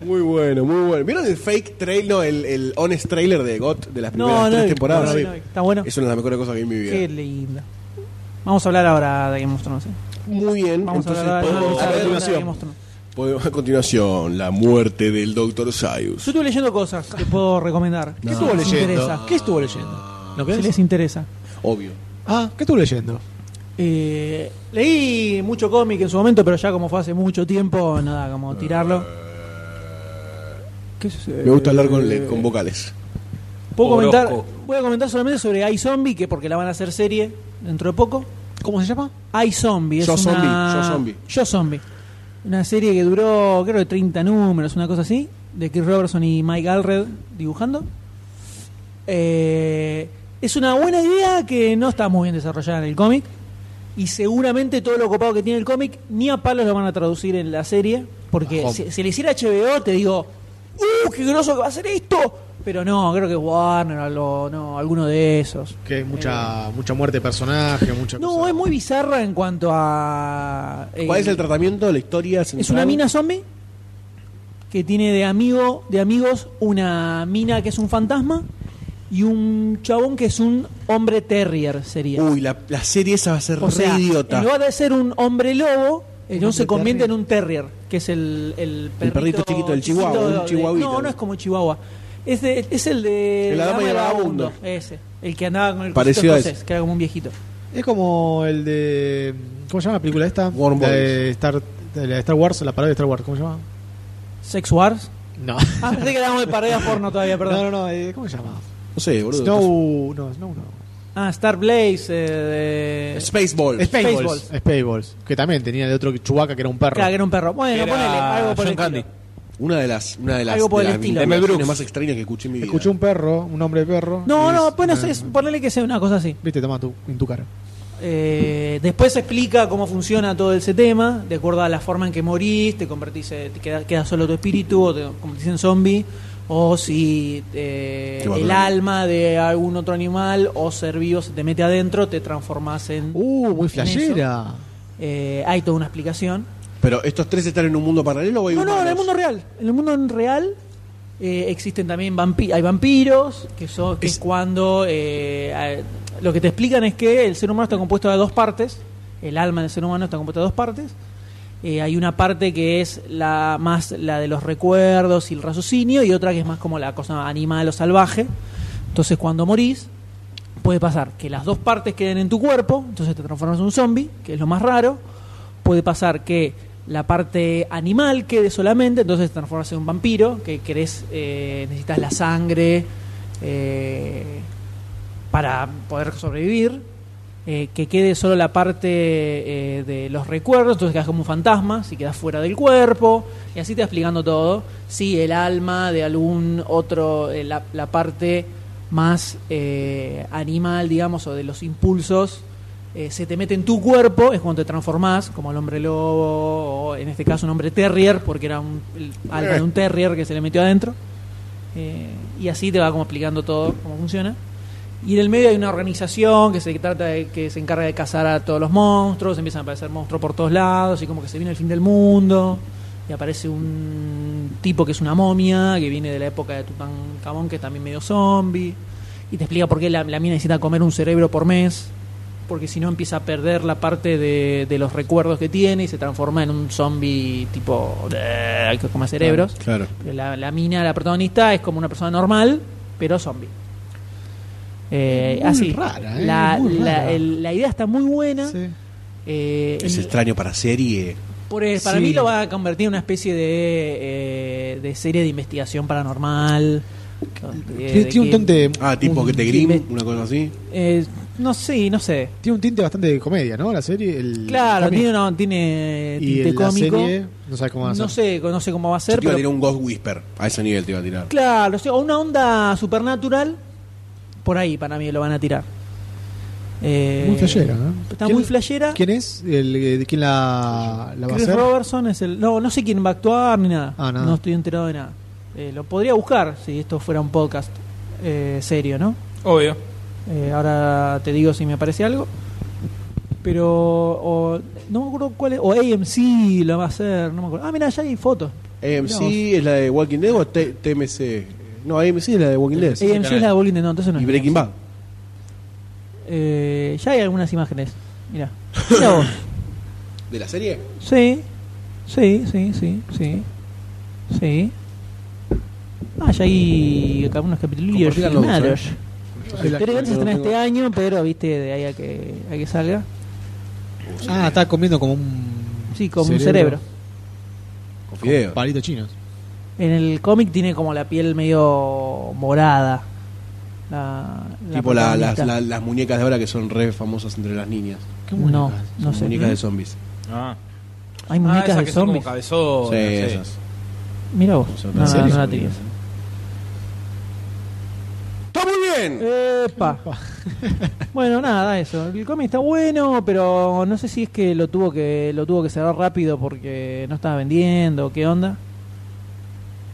Speaker 4: Muy bueno, muy bueno. ¿Vieron el fake trailer, no, el, el honest trailer de GOT de las
Speaker 1: No,
Speaker 4: primeras
Speaker 1: no
Speaker 4: tres
Speaker 1: vi.
Speaker 4: temporadas?
Speaker 1: No, no vi. Está bueno.
Speaker 4: Es una de las mejores cosas que vi en mi vida.
Speaker 1: Qué linda. Vamos a hablar ahora de Game of Thrones. ¿eh?
Speaker 4: Muy bien,
Speaker 1: Vamos
Speaker 4: entonces
Speaker 1: a hablar ahora
Speaker 4: podemos,
Speaker 1: vamos a hablar
Speaker 4: a,
Speaker 1: ahora de
Speaker 4: continuación.
Speaker 1: Game of Thrones.
Speaker 4: Podemos- a continuación, la muerte del Dr.
Speaker 1: Yo
Speaker 4: Sayus.
Speaker 1: estuve leyendo cosas que puedo recomendar.
Speaker 3: ¿Qué estuvo
Speaker 1: Si les
Speaker 3: leyendo?
Speaker 1: interesa.
Speaker 3: ¿Qué estuvo leyendo? ¿No
Speaker 1: Si
Speaker 3: querés?
Speaker 1: les interesa.
Speaker 4: Obvio.
Speaker 3: Ah, ¿qué estuvo leyendo?
Speaker 1: Eh, leí mucho cómic en su momento, pero ya como fue hace mucho tiempo, nada,
Speaker 3: Eh,
Speaker 1: como tirarlo. ¿Qué es eso?
Speaker 4: Me gusta hablar con, le- con vocales.
Speaker 1: Puedo comentar,
Speaker 2: Orozco.
Speaker 1: voy a comentar solamente sobre iZombie, que porque la van a hacer serie dentro de poco.
Speaker 3: ¿Cómo se llama?
Speaker 1: iZombie. es
Speaker 4: Yo Zombie,
Speaker 1: una-
Speaker 4: Yo Zombie.
Speaker 1: Yo Zombie. Una serie que duró, creo que 30 números, una cosa así, de Chris Robertson y Mike Allred dibujando. Eh, es una buena idea que no está muy bien desarrollada en el cómic. Y seguramente todo lo copado que tiene el cómic, ni a palos lo van a traducir en la serie. Porque
Speaker 3: Bajón.
Speaker 1: si, si le hiciera HBO, te digo, ¡uh, qué groso que va a ser esto! Pero no, creo que Warner o algo- no, alguno de esos.
Speaker 3: Que es Eh, mucha, mucha muerte de personaje, mucha
Speaker 1: No,
Speaker 3: cosa.
Speaker 1: es muy bizarra en cuanto a. eh,
Speaker 4: ¿Cuál es el tratamiento de la historia
Speaker 1: es
Speaker 4: central?
Speaker 1: una mina zombie que tiene de amigo, de amigos, una mina que es un fantasma y un chabón que es un hombre terrier sería.
Speaker 4: Uy, la, la serie esa va a ser
Speaker 1: o
Speaker 4: re
Speaker 1: sea,
Speaker 4: idiota.
Speaker 1: en lugar de ser un hombre lobo, el chabón se
Speaker 3: hombre
Speaker 1: convierte
Speaker 3: terrier?
Speaker 1: en un terrier, que es el el perrito,
Speaker 4: perrito chiquito, el chihuahua,
Speaker 1: chiquito
Speaker 4: un
Speaker 1: de-
Speaker 4: chihuahuita.
Speaker 1: No, no es como chihuahua. Es, de- es el de
Speaker 4: El
Speaker 1: la
Speaker 4: Adama y
Speaker 1: Dama
Speaker 4: el
Speaker 1: del
Speaker 4: Vagabundo.
Speaker 1: ese, el que andaba con el
Speaker 4: Parecido a
Speaker 1: cosito
Speaker 4: ese.
Speaker 1: que era como un viejito.
Speaker 3: Es como el de. ¿Cómo se llama la película esta?
Speaker 4: Warm
Speaker 3: la de
Speaker 4: Bodies.
Speaker 3: Star, de la de Star Wars, la parada de Star Wars, ¿cómo se llama?
Speaker 1: Sex Wars.
Speaker 3: No.
Speaker 1: Ah, pensé que hablábamos de parodias porno todavía, perdón.
Speaker 3: [LAUGHS] No, no, no, eh, ¿cómo se llama?
Speaker 4: No sé, boludo.
Speaker 3: Snow. No, Snow no.
Speaker 1: Ah, Star Blaze. eh, de-
Speaker 4: Spaceball.
Speaker 3: Spaceballs.
Speaker 1: Spaceballs.
Speaker 3: Spaceballs. Que también tenía el otro Chubaca que era un perro.
Speaker 1: Claro, que era un perro. Bueno,
Speaker 2: Era
Speaker 1: ponele algo por
Speaker 2: John
Speaker 1: el
Speaker 2: Candy.
Speaker 1: estilo.
Speaker 4: Una de las, una de las,
Speaker 1: Algo por
Speaker 4: de
Speaker 1: el
Speaker 4: las
Speaker 1: estilo.
Speaker 4: vinculaciones
Speaker 2: Mel Brooks.
Speaker 4: más extrañas que escuché en mi vida.
Speaker 3: Escuché un perro, un hombre perro.
Speaker 1: No,
Speaker 3: y
Speaker 1: no,
Speaker 3: es-
Speaker 1: bueno,
Speaker 3: eh,
Speaker 1: es- ponele que sea una cosa así.
Speaker 3: Viste, toma tu, en tu cara.
Speaker 1: Eh, después se explica cómo funciona todo ese tema, de acuerdo a la forma en que morís, te convertís, eh, te queda, queda solo tu espíritu, o te convertís en zombie, o si eh,
Speaker 4: Qué bárbaro.
Speaker 1: el alma de algún otro animal o ser vivo se te mete adentro, te transformás en...
Speaker 3: Uh, muy
Speaker 1: en eso.
Speaker 3: flashera.
Speaker 1: Eh, hay toda una explicación.
Speaker 4: Pero estos tres están en un mundo paralelo o hay
Speaker 1: No, no, en el
Speaker 4: humanos?
Speaker 1: mundo real. En el mundo en real eh, existen también vampi- hay vampiros, que, son, que
Speaker 4: Es-
Speaker 1: es cuando... eh, eh, lo que te explican es que el ser humano está compuesto de dos partes, el alma del ser humano está compuesta de dos partes. Eh, hay una parte que es la más la de los recuerdos y el raciocinio y otra que es más como la cosa animal o salvaje. Entonces cuando morís puede pasar que las dos partes queden en tu cuerpo, entonces te transformas en un zombie, que es lo más raro. Puede pasar que la parte animal quede solamente, entonces te transformas en un vampiro, que querés, eh, necesitas la sangre eh, para poder sobrevivir. eh, que quede solo la parte eh, de los recuerdos, entonces quedas como un fantasma, si quedas fuera del cuerpo, y así te va explicando todo. Si el alma de algún otro, eh, la, la parte más eh, animal, digamos, o de los impulsos, eh, se te mete en tu cuerpo, es cuando te transformás, como el hombre lobo, o en este caso un hombre terrier, porque era un, el alma de un terrier que se le metió adentro. Eh, y así te va como explicando todo cómo funciona. Y en el medio hay una organización que se trata de, que se encarga de cazar a todos los monstruos, empiezan a aparecer monstruos por todos lados, y como que se viene el fin del mundo, y aparece un tipo que es una momia, que viene de la época de Tutankamón, que es también medio zombie, y te explica por qué la, la mina necesita comer un cerebro por mes, porque si no empieza a perder la parte de, de los recuerdos que tiene y se transforma en un zombie tipo "Bleh", que come Ah, cerebros.
Speaker 4: Claro.
Speaker 1: Pero La, la mina, la protagonista, es como una persona normal, pero zombie. Eh,
Speaker 3: Muy
Speaker 1: así.
Speaker 3: rara, ¿eh?
Speaker 1: la,
Speaker 3: Muy
Speaker 1: la-
Speaker 3: rara.
Speaker 1: el- la idea está muy buena. Eh,
Speaker 4: Es
Speaker 1: y-
Speaker 4: extraño para serie.
Speaker 1: por- para
Speaker 3: Sí.
Speaker 1: mí lo va a convertir en una especie de, eh, de serie de investigación paranormal. Eh,
Speaker 3: Tiene,
Speaker 1: de
Speaker 3: tiene un
Speaker 1: que-
Speaker 3: tinte,
Speaker 4: Ah, tipo
Speaker 1: Un-
Speaker 4: que te grim,
Speaker 1: un-
Speaker 4: una cosa así.
Speaker 1: eh, no sé, no sé.
Speaker 3: tiene un tinte bastante de comedia, ¿no? La serie. El
Speaker 1: Claro,
Speaker 3: cómic.
Speaker 1: tiene, no, tiene
Speaker 3: y
Speaker 1: tinte
Speaker 3: el- la
Speaker 1: cómico.
Speaker 3: serie. No sabes cómo va a
Speaker 1: No
Speaker 3: ser.
Speaker 1: sé, no sé cómo va a
Speaker 4: Yo
Speaker 1: ser,
Speaker 4: te iba a tirar
Speaker 1: pero
Speaker 4: un Ghost Whisper. A ese nivel te iba a tirar.
Speaker 1: claro, o sea, una onda supernatural por ahí para mí lo van a tirar. Eh,
Speaker 3: Muy flashera, ¿no?
Speaker 1: Está
Speaker 3: ¿Quién-
Speaker 1: muy flashera.
Speaker 3: ¿Quién es? El, eh, ¿Quién la, la va a
Speaker 1: Chris
Speaker 3: hacer?
Speaker 1: Robertson es el no, no sé quién va a actuar ni nada.
Speaker 3: Ah, nada.
Speaker 1: No estoy enterado de nada. Eh, lo podría buscar si esto fuera un podcast eh, serio, ¿no?
Speaker 2: Obvio.
Speaker 1: Eh, ahora te digo si me aparece algo. Pero o- no me acuerdo cuál es. O AMC lo va a hacer, no me acuerdo. Ah, mira, ya hay fotos.
Speaker 4: AMC es la de Walking Dead o T- TMC. No, AMC es la de Walking Dead.
Speaker 2: Sí,
Speaker 1: AMC es
Speaker 2: canal.
Speaker 1: la de Bowling, no, entonces no.
Speaker 4: Y
Speaker 1: es
Speaker 4: Breaking
Speaker 1: AMC.
Speaker 4: Bad.
Speaker 1: Eh, ya hay algunas imágenes. Mira. Mira vos.
Speaker 4: ¿De la serie?
Speaker 1: Sí. Sí, sí, sí, sí. Sí. Ah, ya hay algunos capítulos
Speaker 4: Compartí la luz,
Speaker 1: filmados.
Speaker 4: ¿eh?
Speaker 1: Pero antes
Speaker 4: no
Speaker 1: estrenó
Speaker 4: tengo-
Speaker 1: este año, pero viste, de ahí a que, a que salga.
Speaker 3: Ah, está comiendo como un.
Speaker 1: Sí, como un cerebro.
Speaker 4: Con fideos.
Speaker 3: Palitos chinos.
Speaker 1: En el cómic tiene como la piel medio morada. La, la
Speaker 4: Tipo la- las,
Speaker 1: protagonista.
Speaker 4: la- las muñecas de ahora que son re famosas entre las niñas.
Speaker 3: Qué
Speaker 1: No,
Speaker 3: muñecas.
Speaker 1: no sé.
Speaker 4: Muñecas de zombies.
Speaker 2: Ah,
Speaker 1: Hay
Speaker 2: Ah,
Speaker 1: muñecas
Speaker 2: esas
Speaker 1: de
Speaker 2: que son como
Speaker 1: zombies.
Speaker 2: cabezonas.
Speaker 4: sí,
Speaker 2: sí.
Speaker 4: esas.
Speaker 1: Mira vos.
Speaker 4: Son
Speaker 1: No,
Speaker 4: las
Speaker 1: no,
Speaker 4: series
Speaker 1: no la
Speaker 4: zombies.
Speaker 1: tenías.
Speaker 4: ¡Está muy
Speaker 1: Eh,
Speaker 4: bien!
Speaker 1: Epa. [LAUGHS] bueno, nada, eso. El cómic está bueno, pero no sé si es que lo tuvo que lo tuvo que cerrar rápido porque no estaba vendiendo, qué onda.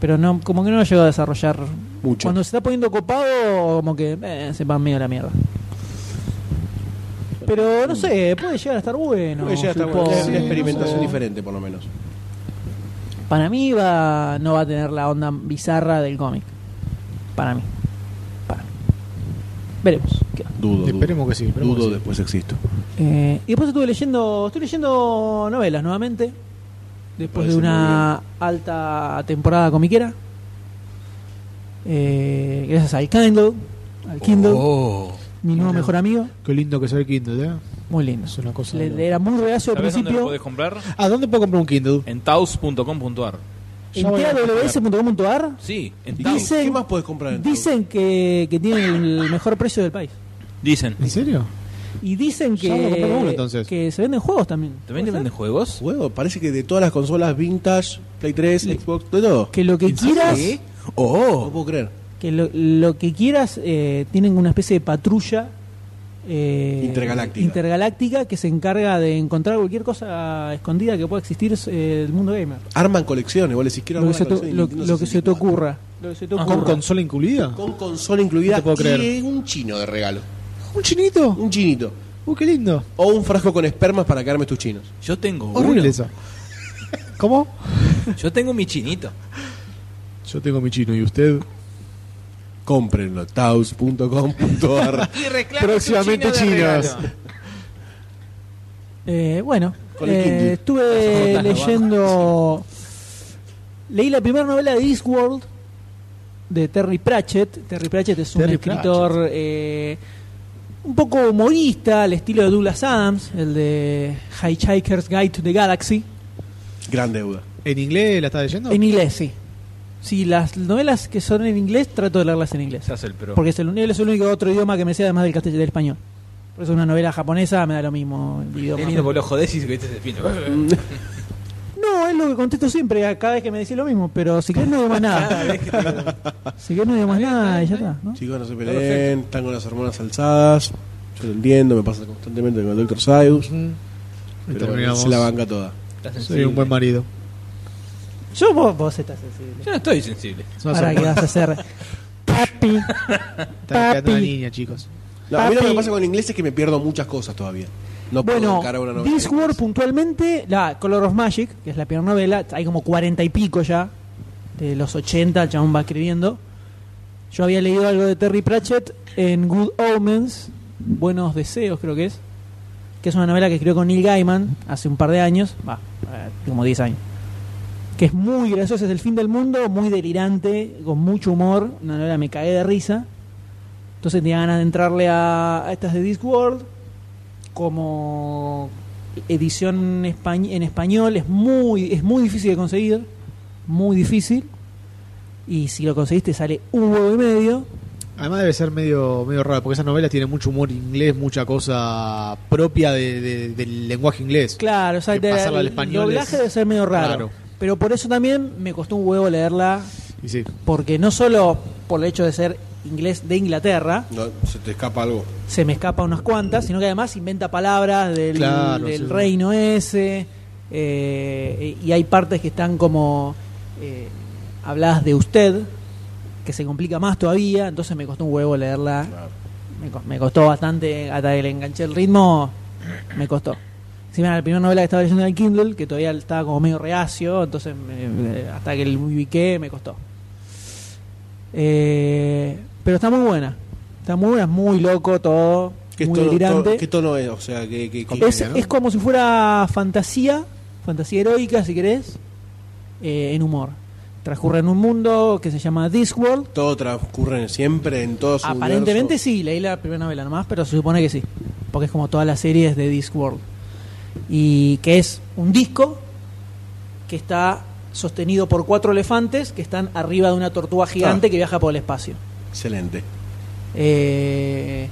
Speaker 1: Pero no como que no lo llegó a desarrollar
Speaker 4: Mucho.
Speaker 1: Cuando se está poniendo copado, como que eh, se va medio a la mierda. Pero no sé, puede llegar a estar bueno.
Speaker 4: Puede llegar a estar
Speaker 1: supongo.
Speaker 4: bueno. Es
Speaker 1: Sí,
Speaker 4: una
Speaker 1: no
Speaker 4: experimentación
Speaker 1: sé.
Speaker 4: diferente, por lo menos.
Speaker 1: Para mí va, no va a tener la onda bizarra del cómic. Para mí. Para mí. Veremos. qué onda.
Speaker 4: Dudo. dudo.
Speaker 3: Esperemos que sí. esperemos
Speaker 4: Dudo
Speaker 3: que sí.
Speaker 4: después existo.
Speaker 1: Eh, y después estuve leyendo, estoy leyendo novelas nuevamente. Después de
Speaker 4: Parece
Speaker 1: una alta temporada comiquera. Eh, gracias al Kindle, al Kindle,
Speaker 3: Oh,
Speaker 2: Oh.
Speaker 1: mi nuevo mejor amigo.
Speaker 3: Qué lindo que se ve el Kindle, ¿eh?
Speaker 1: Muy lindo.
Speaker 3: Es una cosa.
Speaker 1: Le,
Speaker 3: de-
Speaker 1: le era muy reacio al
Speaker 2: ¿Sabés dónde lo
Speaker 1: principio.
Speaker 2: podés comprar?
Speaker 3: ¿A dónde puedo comprar un Kindle?
Speaker 2: En taus.com.ar.
Speaker 1: En
Speaker 3: Ya voy a-
Speaker 1: tws.com.ar
Speaker 2: Sí, en
Speaker 4: ¿Y
Speaker 2: Taos.
Speaker 1: Dice-
Speaker 4: qué,
Speaker 1: Dicen-
Speaker 4: qué más puedes comprar en Taos?
Speaker 1: dicen que, que tienen el mejor precio del país.
Speaker 2: Dicen.
Speaker 3: ¿En serio?
Speaker 1: Y dicen
Speaker 3: Ya vamos a comprar uno,
Speaker 1: que,
Speaker 3: entonces.
Speaker 1: que se venden juegos también.
Speaker 2: ¿También te
Speaker 1: ¿Puede
Speaker 2: venden
Speaker 1: ser?
Speaker 2: juegos?
Speaker 4: Huevo, parece que de todas las consolas vintage, Play 3, Xbox, de todo.
Speaker 1: Que lo que quieras,
Speaker 4: ¿Sí? Oh, no puedo creer.
Speaker 1: que lo, lo que quieras, eh, tienen una especie de patrulla eh,
Speaker 4: Intergaláctica.
Speaker 1: intergaláctica que se encarga de encontrar cualquier cosa escondida que pueda existir eh, el mundo gamer.
Speaker 4: Arman colecciones, vos le decís quiero
Speaker 1: Lo que,
Speaker 4: armar
Speaker 1: se
Speaker 4: una
Speaker 1: te,
Speaker 4: colección de
Speaker 1: lo-
Speaker 4: Nintendo
Speaker 1: lo que se te
Speaker 4: 64.
Speaker 1: ocurra. Lo que se te
Speaker 2: Ajá.
Speaker 3: ¿Con
Speaker 1: ocurra.
Speaker 3: consola incluida?
Speaker 4: Con consola incluida
Speaker 3: No te puedo creer.
Speaker 4: y un chino de regalo.
Speaker 3: ¿Un chinito?
Speaker 4: Un chinito.
Speaker 3: Uy, qué lindo.
Speaker 4: O un frasco con espermas para que armes tus chinos.
Speaker 2: Yo tengo uno.
Speaker 3: Horrible eso. ¿Cómo?
Speaker 2: Yo tengo mi chinito.
Speaker 3: Yo tengo mi chino y usted.
Speaker 1: [LAUGHS]
Speaker 4: Cómprenlo, taus.com.ar.
Speaker 2: Y
Speaker 3: Próximamente chinos.
Speaker 1: Eh, bueno,
Speaker 4: Con el
Speaker 1: eh,
Speaker 4: Kindle.
Speaker 1: estuve
Speaker 2: Las notas,
Speaker 1: leyendo. Leí la primera novela de Discworld de Terry Pratchett. Terry Pratchett es un
Speaker 3: Terry
Speaker 1: escritor eh, un poco humorista, al estilo de Douglas Adams, el de Hitchhiker's Guide to the Galaxy.
Speaker 4: Gran deuda.
Speaker 1: [LAUGHS]
Speaker 3: ¿En inglés la estás leyendo?
Speaker 1: En inglés, sí. Sí, las novelas que son en inglés trato de leerlas en inglés.
Speaker 2: Se hace el pro.
Speaker 1: Porque es el, él es el único otro idioma que me sé además del castellano y del español. Por eso una novela japonesa me da lo mismo. el idioma.
Speaker 2: Es lindo porque lo jodés y viste el
Speaker 1: Mm.
Speaker 2: fino.
Speaker 1: No, es lo que contesto siempre, a cada vez que me decís lo mismo, pero si querés no digo más nada. si querés no digo más nada y ya está. ¿no?
Speaker 4: Chicos, no se peleen, están con las hormonas alzadas. Yo lo entiendo, me pasa constantemente con el Dr. Sayus.
Speaker 3: Mm. Y
Speaker 4: Pero bueno,
Speaker 3: terminamos.
Speaker 4: se la banca toda.
Speaker 3: Soy un buen marido.
Speaker 1: Yo vos, vos estás sensible.
Speaker 2: Yo no estoy sensible.
Speaker 3: Es una
Speaker 1: Ahora que
Speaker 3: sorpresa.
Speaker 1: vas a hacer. Papi.
Speaker 3: Está quedando una
Speaker 1: Papi.
Speaker 3: niña, chicos.
Speaker 4: No, a mí lo que
Speaker 1: Papi.
Speaker 4: me pasa con inglés es que me pierdo muchas cosas todavía. No puedo
Speaker 1: Bueno,
Speaker 4: encarar una novela. en
Speaker 1: Discworld
Speaker 4: inglés.
Speaker 1: puntualmente, la Color of Magic, que es la primera novela, hay como cuarenta y pico ya, de los 80, el chabón va escribiendo. Yo había leído algo de Terry Pratchett en Good Omens, Buenos Deseos creo que es, que es una novela que escribió con Neil Gaiman hace un par de años, va, eh, como 10 años, que es muy graciosa, es el fin del mundo, muy delirante, con mucho humor, una novela me cagué de risa. Entonces tenía ganas de entrarle a, a estas de Discworld como edición españ- en español es muy es muy difícil de conseguir muy difícil y si lo conseguiste sale un huevo y medio
Speaker 3: Además debe ser medio, medio raro, porque esas novelas tienen mucho humor inglés, mucha cosa propia de- de- del lenguaje inglés.
Speaker 1: claro o sea,
Speaker 3: Que
Speaker 1: de-
Speaker 3: pasarla al
Speaker 1: el
Speaker 3: español
Speaker 1: doblaje
Speaker 3: es
Speaker 1: debe ser medio raro
Speaker 3: raro.
Speaker 1: pero por eso también me costó un huevo leerla
Speaker 3: Y sí.
Speaker 1: porque no solo por el hecho de ser inglés de Inglaterra
Speaker 4: No, se te escapa algo.
Speaker 1: se me escapa unas cuantas, sino que además inventa palabras del,
Speaker 3: Claro,
Speaker 1: del
Speaker 3: sí.
Speaker 1: reino ese, eh, y hay partes que están como eh, habladas de usted, que se complica más todavía, entonces me costó un huevo leerla, me, co- me costó bastante, hasta que le enganché el ritmo, me costó. Encima era la primera novela que estaba leyendo en el Kindle, que todavía estaba como medio reacio, entonces me- me- hasta que lo ubiqué me costó. Eh, pero está muy buena. Está muy buena, es muy loco todo.
Speaker 4: ¿Qué
Speaker 1: muy
Speaker 4: tono,
Speaker 1: delirante.
Speaker 4: tono- qué tono es? O sea, que, que- que-
Speaker 1: es, es como si fuera fantasía, fantasía heroica, si querés, eh, en humor. Transcurre en un mundo que se llama Discworld.
Speaker 4: todo transcurre siempre en todo su
Speaker 1: Aparentemente
Speaker 4: universo.
Speaker 1: sí, leí la primera novela nomás, pero se supone que sí. Porque es como todas las series de Discworld. Y que es un disco que está sostenido por cuatro elefantes que están arriba de una tortuga gigante
Speaker 4: Ah.
Speaker 1: que viaja por el espacio.
Speaker 4: Excelente.
Speaker 1: Eh,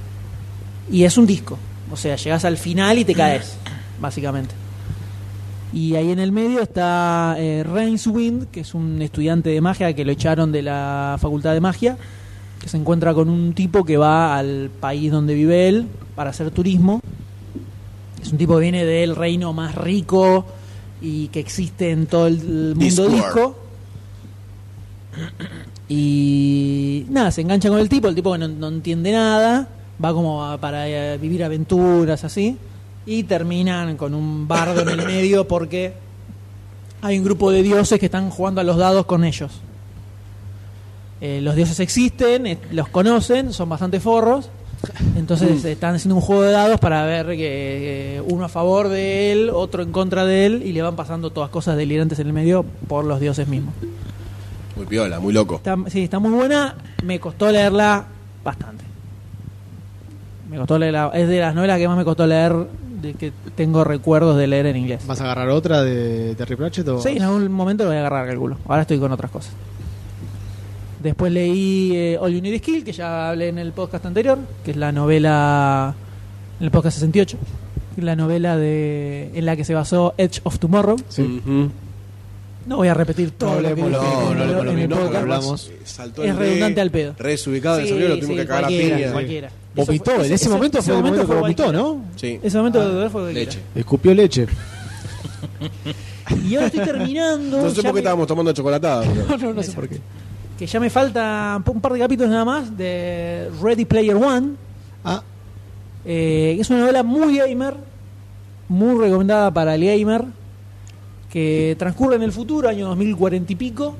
Speaker 1: y es un disco. O sea, llegas al final y te caes, básicamente. Y ahí en el medio está eh, Rainswind, que es un estudiante de magia que lo echaron de la facultad de magia, que se encuentra con un tipo que va al país donde vive él para hacer turismo. Es un tipo que viene del reino más rico y que existe en todo el- el mundo
Speaker 4: Discworld.
Speaker 1: disco. Y nada, se engancha con el tipo, el tipo que no, no entiende nada, va como a- para eh, vivir aventuras así, y terminan con un bardo en el medio porque hay un grupo de dioses que están jugando a los dados con ellos. Eh, los dioses existen, eh, los conocen, son bastante forros, entonces están haciendo un juego de dados para ver que eh, uno a favor de él, otro en contra de él, y le van pasando todas cosas delirantes en el medio por los dioses mismos.
Speaker 4: Muy piola, muy loco.
Speaker 1: Está, sí, está muy buena. Me costó leerla bastante. Me costó leerla. Es de las novelas que más me costó leer, de que tengo recuerdos de leer en inglés.
Speaker 3: ¿Vas a agarrar otra de Terry Pratchett o...?
Speaker 1: Sí, en algún momento lo voy a agarrar, calculo. Ahora estoy con otras cosas. Después leí eh, All You Need Is Kill, que ya hablé en el podcast anterior, que es la novela, en el podcast 68, que es la novela de en la que se basó Edge of Tomorrow.
Speaker 3: Sí.
Speaker 4: Ujú.
Speaker 1: No voy a repetir todo lo que
Speaker 3: hablemos lo
Speaker 1: dije
Speaker 3: mismo,
Speaker 1: en el-
Speaker 3: no hablemos lo
Speaker 1: en el
Speaker 3: mismo, no
Speaker 1: podcast.
Speaker 3: hablamos.
Speaker 4: Eh, saltó
Speaker 1: Es
Speaker 4: el
Speaker 1: redundante
Speaker 4: re-
Speaker 1: al pedo.
Speaker 4: Re desubicado en
Speaker 1: Sí,
Speaker 4: el sonido, lo tuvimos
Speaker 1: sí,
Speaker 4: que cagar a
Speaker 1: cualquiera,
Speaker 4: piña.
Speaker 1: cualquiera.
Speaker 3: Vomitó,
Speaker 1: Eso fue-
Speaker 3: en ese momento fue el momento que vomitó, ¿no?
Speaker 4: Sí.
Speaker 1: Ese momento fue cualquiera.
Speaker 4: Leche.
Speaker 3: Escupió leche.
Speaker 1: Y ahora estoy
Speaker 3: [LAUGHS]
Speaker 1: terminando.
Speaker 4: No sé
Speaker 1: ya
Speaker 4: por qué
Speaker 1: me-
Speaker 4: estábamos tomando chocolatada. pero-
Speaker 1: [LAUGHS] No, no, no sé por qué. Que ya me falta un par de capítulos nada más de Ready Player One.
Speaker 3: Ah,
Speaker 1: Eh, que es una novela muy gamer, muy recomendada para el gamer, que transcurre en el futuro, año 2040 y pico,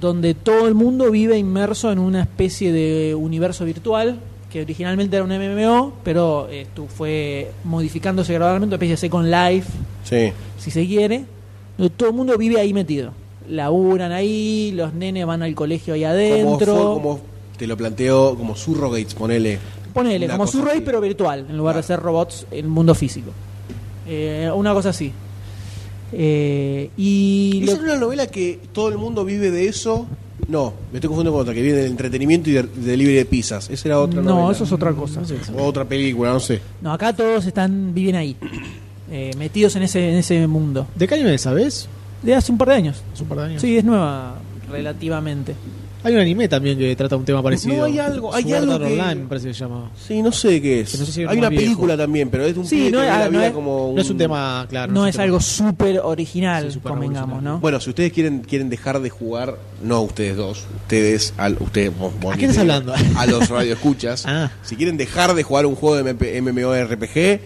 Speaker 1: donde todo el mundo vive inmerso en una especie de universo virtual, que originalmente era un MMO, pero esto fue modificándose gradualmente, una especie de Second Life,
Speaker 4: Sí.
Speaker 1: si se quiere, donde todo el mundo vive ahí metido. Laburan ahí, los nenes van al colegio ahí
Speaker 4: Como, fue-
Speaker 1: adentro.
Speaker 4: como te lo planteo, como surrogates, ponele.
Speaker 1: Ponele,
Speaker 4: Una
Speaker 1: como
Speaker 4: cosa
Speaker 1: Surrey,
Speaker 4: así.
Speaker 1: pero virtual, en lugar de
Speaker 4: Claro.
Speaker 1: ser robots en mundo físico. Eh, una cosa así. Eh, y
Speaker 4: ¿Esa
Speaker 1: lo-
Speaker 4: es una novela que todo el mundo vive de eso? No, me estoy confundiendo con otra, que vive del entretenimiento y del delivery de pizzas. Esa era otra
Speaker 1: no,
Speaker 4: novela.
Speaker 1: eso es otra cosa.
Speaker 4: O otra película, no sé.
Speaker 1: No, acá todos están viven ahí, eh, metidos en ese, en ese mundo.
Speaker 3: ¿de qué año es, sabes?
Speaker 1: De hace un par de años.
Speaker 3: Hace un par de años.
Speaker 1: Sí, es nueva relativamente.
Speaker 3: Hay un anime también que trata un tema parecido.
Speaker 4: hay algo- hay
Speaker 3: Sword
Speaker 4: algo
Speaker 3: Art
Speaker 4: que-
Speaker 3: Online, me parece que se llama.
Speaker 4: Sí, no sé qué es.
Speaker 3: Que no sé si es
Speaker 4: Hay
Speaker 3: más
Speaker 4: una
Speaker 3: viejo.
Speaker 4: película también, pero es de un
Speaker 1: Sí,
Speaker 4: pibe que
Speaker 1: no
Speaker 4: ve
Speaker 1: es-
Speaker 4: la
Speaker 1: no
Speaker 4: vida
Speaker 1: es-
Speaker 4: como
Speaker 3: No es un tema, claro.
Speaker 1: No
Speaker 3: es un
Speaker 1: es
Speaker 3: tema-
Speaker 1: algo súper original,
Speaker 3: Sí, súper
Speaker 1: convengamos,
Speaker 3: revolucionario.
Speaker 1: ¿no?
Speaker 4: Bueno, si ustedes quieren quieren dejar de jugar, no ustedes dos, ustedes al ustedes vos, vos,
Speaker 3: ¿A quién estás
Speaker 4: ustedes,
Speaker 3: hablando?
Speaker 4: A
Speaker 1: [LAUGHS]
Speaker 4: los radioescuchas.
Speaker 3: Ah.
Speaker 4: Si quieren dejar de jugar un juego de MP MMORPG,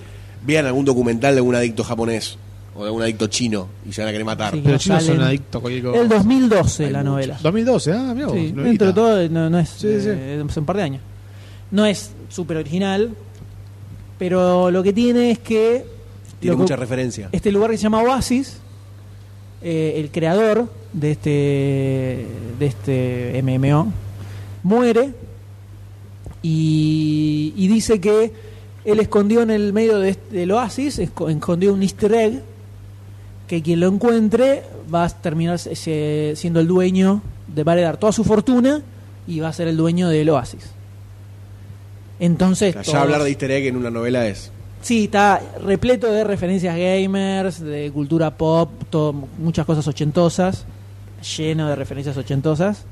Speaker 4: vean algún documental de un adicto japonés o de un adicto chino y se van a querer matar.
Speaker 1: Sí.
Speaker 3: Pero los chinos son
Speaker 1: Salen-
Speaker 3: adictos a cualquier cosa.
Speaker 1: El 2012
Speaker 4: Hay
Speaker 1: la
Speaker 4: mucho.
Speaker 1: novela.
Speaker 3: 2012, ah, mirá vos.
Speaker 1: Sí,
Speaker 3: nuevita.
Speaker 1: dentro de todo no, no es
Speaker 3: Sí, sí.
Speaker 1: eh, es un par de años. No es súper original, pero lo que tiene es que
Speaker 4: Tiene
Speaker 1: lo que-
Speaker 4: mucha referencia.
Speaker 1: este lugar que se llama Oasis, eh, el creador de este de este MMO muere y, y dice que él escondió en el medio de este- del Oasis esco- escondió un Easter egg que quien lo encuentre va a terminar se- se- siendo el dueño de va a heredar toda su fortuna y va a ser el dueño del Oasis. Entonces
Speaker 4: Ya
Speaker 1: todos-
Speaker 4: hablar de easter egg en una novela es
Speaker 1: Sí, está repleto de referencias gamers, de cultura pop, todo- muchas cosas ochentosas, lleno de referencias ochentosas.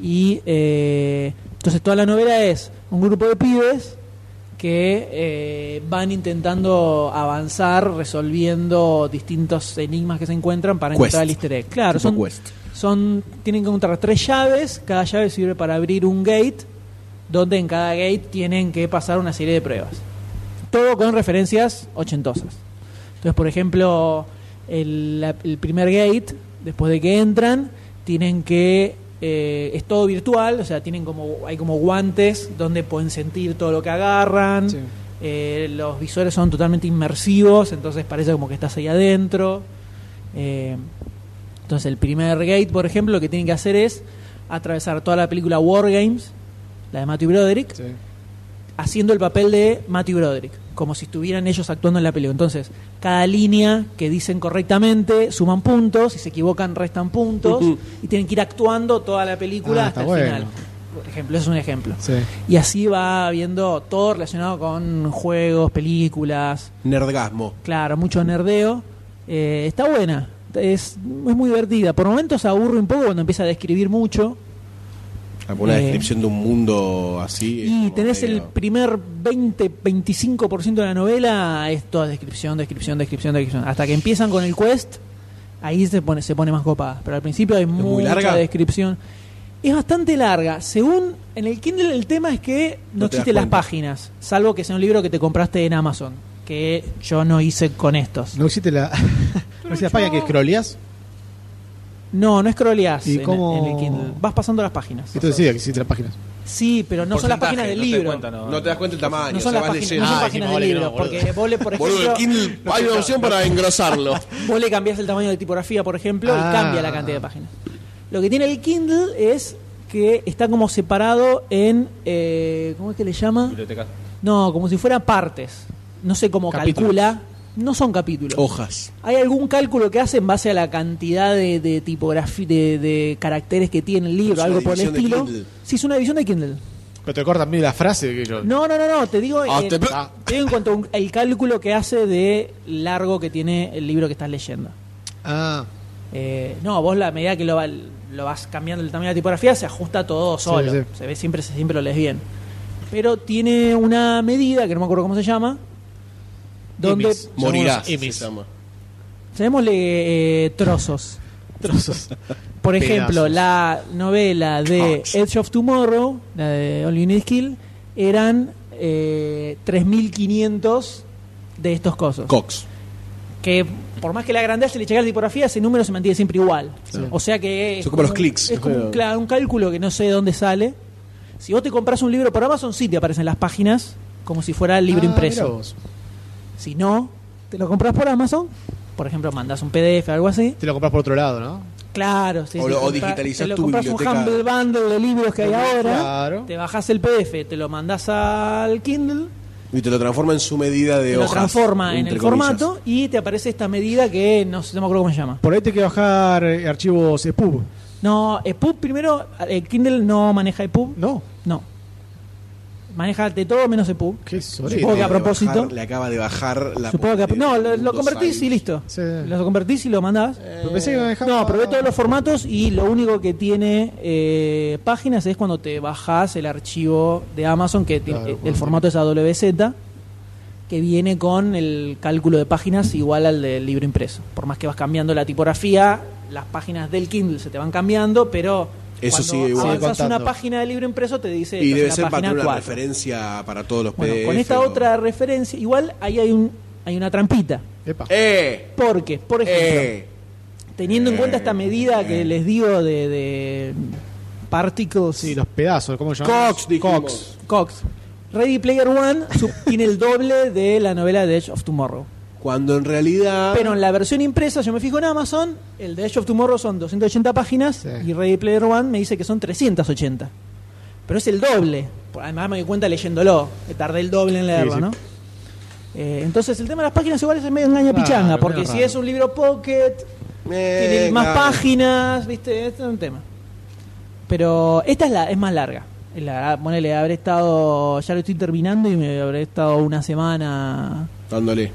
Speaker 1: Y eh, entonces toda la novela es un grupo de pibes que eh, van intentando avanzar resolviendo distintos enigmas que se encuentran para
Speaker 4: Quest.
Speaker 1: encontrar el easter egg. Claro,
Speaker 4: tipo
Speaker 1: son,
Speaker 4: quest.
Speaker 1: son tienen que encontrar tres llaves, cada llave sirve para abrir un gate, donde en cada gate tienen que pasar una serie de pruebas. Todo con referencias ochentosas. Entonces, por ejemplo, el, la- el primer gate, después de que entran, tienen que eh, es todo virtual, o sea, tienen como hay como guantes donde pueden sentir todo lo que agarran.
Speaker 3: Sí.
Speaker 1: Eh, los visores son totalmente inmersivos, entonces parece como que estás ahí adentro. Eh, entonces el primer gate, por ejemplo, lo que tienen que hacer es atravesar toda la película War Games, la de Matthew Broderick,
Speaker 3: Sí.
Speaker 1: haciendo el papel de Matthew Broderick, como si estuvieran ellos actuando en la película. Entonces, cada línea que dicen correctamente suman puntos, si se equivocan restan puntos,
Speaker 4: Ujú.
Speaker 1: y tienen que ir actuando toda la película
Speaker 3: Ah,
Speaker 1: hasta el
Speaker 3: está bueno.
Speaker 1: final. Por ejemplo, es un ejemplo.
Speaker 3: Sí.
Speaker 1: Y así va viendo todo relacionado con juegos, películas,
Speaker 4: Nerdgasmo.
Speaker 1: Claro, mucho nerdeo. Eh, está buena. Es, es muy divertida. Por momentos aburre un poco cuando empieza a describir mucho.
Speaker 4: Alguna
Speaker 1: Eh.
Speaker 4: descripción de un mundo así. es
Speaker 1: Y
Speaker 4: como
Speaker 1: tenés el
Speaker 4: medio-
Speaker 1: primer 20-25% de la novela. Es toda descripción, descripción, descripción, descripción. Hasta que empiezan con el quest, ahí se pone, se pone más copada. Pero al principio hay
Speaker 4: muy
Speaker 1: mucha
Speaker 4: larga?
Speaker 1: descripción. Es bastante larga. Según en el Kindle el tema es que no,
Speaker 4: No te das
Speaker 1: existen las
Speaker 4: cuenta.
Speaker 1: páginas. Salvo que sea un libro que te compraste en Amazon. Que yo no hice con estos.
Speaker 3: No existe la. no existe la página que scrolleas.
Speaker 1: No, no scrolleás
Speaker 3: ¿Y
Speaker 1: en,
Speaker 3: cómo-
Speaker 1: en el Kindle. Vas pasando las páginas.
Speaker 3: Esto decía que existe la página.
Speaker 1: Sí, pero no son las páginas
Speaker 2: Porcentaje,
Speaker 1: del
Speaker 2: no te
Speaker 1: libro.
Speaker 2: cuenta, no.
Speaker 4: No te das cuenta el tamaño,
Speaker 1: No
Speaker 4: o
Speaker 1: son las
Speaker 4: sea, vas
Speaker 1: páginas,
Speaker 4: leyendo.
Speaker 1: no son
Speaker 3: Ah, encima
Speaker 1: páginas del
Speaker 3: vale que
Speaker 1: libro.
Speaker 3: no, boludo.
Speaker 1: porque vos le, por
Speaker 4: Boludo, el
Speaker 1: ejemplo,
Speaker 4: Kindle, hay una opción para engrosarlo.
Speaker 1: [LAUGHS] vos le cambiás el tamaño de tipografía, por ejemplo,
Speaker 3: Ah.
Speaker 1: y cambia la cantidad de páginas. Lo que tiene el Kindle es que está como separado en. eh, ¿Cómo es que le llama?
Speaker 2: Biblioteca.
Speaker 1: No, como si fueran partes. No sé cómo
Speaker 3: Capítulos.
Speaker 1: calcula. No son capítulos.
Speaker 4: Hojas.
Speaker 1: ¿Hay algún cálculo que hace en base a la cantidad de, de tipografía, de, de caracteres que tiene el
Speaker 4: Es
Speaker 1: libro,
Speaker 4: una
Speaker 1: algo por el
Speaker 4: división de
Speaker 1: estilo?
Speaker 4: Kindle.
Speaker 1: Sí, es una división de Kindle.
Speaker 3: Pero te cortan medio la frase que yo.
Speaker 1: No, no, no, no, te digo,
Speaker 4: Ah,
Speaker 1: eh,
Speaker 4: te-
Speaker 1: te digo en cuanto a un- el cálculo que hace de largo que tiene el libro que estás leyendo.
Speaker 3: Ah,
Speaker 1: Eh, no, vos la medida que lo, va- lo vas cambiando el tamaño de la tipografía se ajusta todo solo.
Speaker 3: sí.
Speaker 1: Se ve siempre, siempre lo lees bien. Pero tiene una medida, que no me acuerdo cómo se llama, donde
Speaker 3: Imis.
Speaker 4: Morirás.
Speaker 3: Somos
Speaker 4: se
Speaker 3: Imis.
Speaker 4: llama.
Speaker 1: llamémosle eh, trozos.
Speaker 3: trozos.
Speaker 1: Por ejemplo,
Speaker 3: Pedazos. Ah,
Speaker 1: la novela de Edge of Tomorrow, la de All You Need Is Kill, eran eh, 3.500 de estos cosos.
Speaker 4: Cox.
Speaker 1: que por más que la agrandaste y le chequeas la tipografía, ese número se mantiene siempre igual.
Speaker 3: Sí.
Speaker 1: O sea que. es
Speaker 4: Son como los clics.
Speaker 1: Es como un, cla- un cálculo que no sé de dónde sale. Si vos te compras un libro por Amazon, sí te aparecen las páginas como si fuera el libro
Speaker 3: Ah, mirá
Speaker 1: impreso.
Speaker 3: vos.
Speaker 1: Si no, te lo compras por Amazon, por ejemplo, mandas un PDF o algo así.
Speaker 3: Te lo compras por otro lado, ¿no?
Speaker 1: Claro, sí,
Speaker 4: O
Speaker 1: sí,
Speaker 4: lo- o
Speaker 1: compra-
Speaker 4: digitalizás
Speaker 1: te lo
Speaker 4: tu
Speaker 1: compras un
Speaker 4: biblioteca.
Speaker 1: Humble Bundle de libros que hay ahora,
Speaker 3: Claro.
Speaker 1: te bajas el PDF, te lo mandas al Kindle,
Speaker 4: Y te lo transforma en su medida de
Speaker 1: te lo
Speaker 4: hojas.
Speaker 1: transforma en
Speaker 4: entre
Speaker 1: el
Speaker 4: comillas.
Speaker 1: formato y te aparece esta medida que no sé, no me acuerdo cómo se llama.
Speaker 3: Por ahí te hay que bajar eh, archivos EPUB.
Speaker 1: No, EPUB primero, el Kindle no maneja EPUB,
Speaker 3: No.
Speaker 1: no. maneja de todo menos EPUB.
Speaker 3: Qué sorete.
Speaker 1: Supongo que a
Speaker 4: Le acaba de
Speaker 1: propósito.
Speaker 4: bajar- le acaba de bajar la.
Speaker 1: Supongo que a-
Speaker 4: de-
Speaker 1: no, lo, lo
Speaker 4: dos
Speaker 1: convertís y
Speaker 4: años.
Speaker 1: listo.
Speaker 3: Sí.
Speaker 1: Lo convertís y lo mandás.
Speaker 3: Pero pensé que manejaba-
Speaker 1: No, probé todos los formatos y lo único que tiene eh, páginas es cuando te bajás el archivo de Amazon, que tiene-
Speaker 3: Claro,
Speaker 1: eh, el
Speaker 3: cuando-
Speaker 1: formato es AWZ, que viene con el cálculo de páginas igual al del libro impreso. Por más que vas cambiando la tipografía, las páginas del Kindle se te van cambiando, pero
Speaker 4: Eso
Speaker 1: cuando
Speaker 4: sigue
Speaker 1: avanzas
Speaker 4: igual.
Speaker 3: Sigue contando.
Speaker 1: una página de libro impreso te dice "Estás
Speaker 4: Y
Speaker 1: en
Speaker 4: debe
Speaker 1: la
Speaker 4: ser para
Speaker 1: página
Speaker 4: tener una
Speaker 1: 4".
Speaker 4: referencia para todos los
Speaker 1: Bueno, con
Speaker 4: PDF
Speaker 1: esta
Speaker 4: o-
Speaker 1: otra referencia, igual ahí hay un hay una trampita.
Speaker 3: Epa.
Speaker 4: ¡Eh!
Speaker 1: Porque, por ejemplo,
Speaker 4: ¡Eh!
Speaker 1: teniendo en cuenta esta medida que
Speaker 4: Eh.
Speaker 1: les digo de, de particles,
Speaker 3: Sí, los pedazos, ¿cómo se llama?
Speaker 4: Cox, dijimos.
Speaker 3: Cox.
Speaker 1: Cox, Ready Player One [LAUGHS] su- tiene el doble de la novela de Edge of Tomorrow.
Speaker 4: Cuando en realidad.
Speaker 1: Pero en la versión impresa, yo me fijo en Amazon, el de Edge of Tomorrow son 280 páginas
Speaker 3: Sí.
Speaker 1: y Ready Player One me dice que son 380. Pero es el doble. Por- Además me di cuenta leyéndolo, que tardé el doble en leerlo,
Speaker 3: sí.
Speaker 1: ¿no? Eh, entonces el tema de las páginas iguales es medio engaña
Speaker 3: Claro,
Speaker 1: pichanga,
Speaker 3: medio
Speaker 1: porque si
Speaker 3: raro.
Speaker 1: es un libro pocket,
Speaker 4: Eh,
Speaker 1: tiene más
Speaker 4: claro.
Speaker 1: páginas, viste, este es un tema. Pero esta es la es más larga. La, ponele, habré estado, ya lo estoy terminando y me habré estado una semana
Speaker 4: Dándole.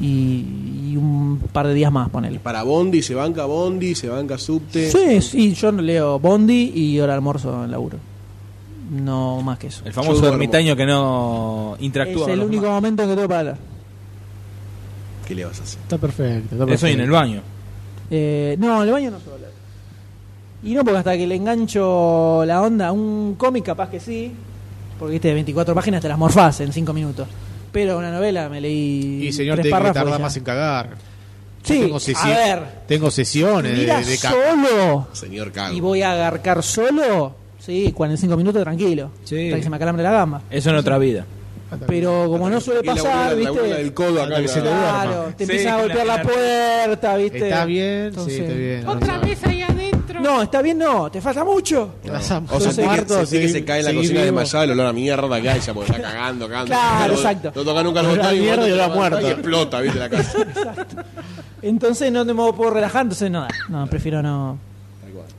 Speaker 1: y, y un par de días más, ponele.
Speaker 4: Para Bondi, se banca Bondi, se banca Subte.
Speaker 1: Sí, sí, yo no leo Bondi y hora de almuerzo en laburo. No más que eso.
Speaker 2: El
Speaker 4: Yo
Speaker 2: famoso
Speaker 4: duermo.
Speaker 2: ermitaño que no
Speaker 1: Es
Speaker 2: interactúa. con
Speaker 1: el
Speaker 2: los
Speaker 1: único
Speaker 2: demás.
Speaker 1: momento en que tengo para hablar.
Speaker 4: ¿Qué le vas a hacer?
Speaker 3: Está perfecto. Está perfecto.
Speaker 2: Eso y en el baño.
Speaker 1: Eh, no, en el baño no suelo hablar. Y no porque hasta que le engancho la onda a un cómic, capaz que sí. Porque viste, 24 páginas te las morfás en 5 minutos. Pero una novela me leí.
Speaker 3: Y señor,
Speaker 1: tres
Speaker 3: tiene que
Speaker 1: párrafos
Speaker 3: tardar
Speaker 1: y ya.
Speaker 3: más en cagar.
Speaker 1: Sí,
Speaker 3: tengo sesi-
Speaker 1: a ver.
Speaker 3: Tengo sesiones de,
Speaker 1: Mira
Speaker 3: de ca-
Speaker 1: solo
Speaker 4: Señor Cago.
Speaker 1: y voy a agarcar solo. Sí, 45 minutos tranquilo.
Speaker 2: Sí.
Speaker 1: Hasta que se me acalambre la gamba.
Speaker 2: Eso en otra vida.
Speaker 3: Ah,
Speaker 1: Pero como no suele
Speaker 4: Y la bola-
Speaker 1: pasar,
Speaker 4: la bola
Speaker 1: viste.
Speaker 4: del codo acá.
Speaker 3: Hasta que se te-
Speaker 4: claro.
Speaker 1: Claro, te
Speaker 2: Sí,
Speaker 1: empiezan a golpear la,
Speaker 2: la-
Speaker 1: puerta, viste.
Speaker 3: Está bien,
Speaker 1: Entonces-
Speaker 3: sí, está bien.
Speaker 7: Otra vez ahí adentro.
Speaker 1: No, está bien, no, te falta mucho.
Speaker 4: O sea,
Speaker 1: Entonces,
Speaker 4: que, sentí que se cae en la cocina desmayada, el olor a mierda acá, y ya porque
Speaker 1: [LAUGHS]
Speaker 4: está cagando, cagando.
Speaker 1: Claro,
Speaker 4: no,
Speaker 1: exacto.
Speaker 4: No toca nunca el
Speaker 3: Olor a
Speaker 4: botón y
Speaker 3: mierda y olor a
Speaker 4: la
Speaker 3: muerto.
Speaker 4: Y explota, viste, la casa.
Speaker 1: Entonces no te mo- puedo relajar, entonces nada. No, prefiero no.
Speaker 4: [LAUGHS]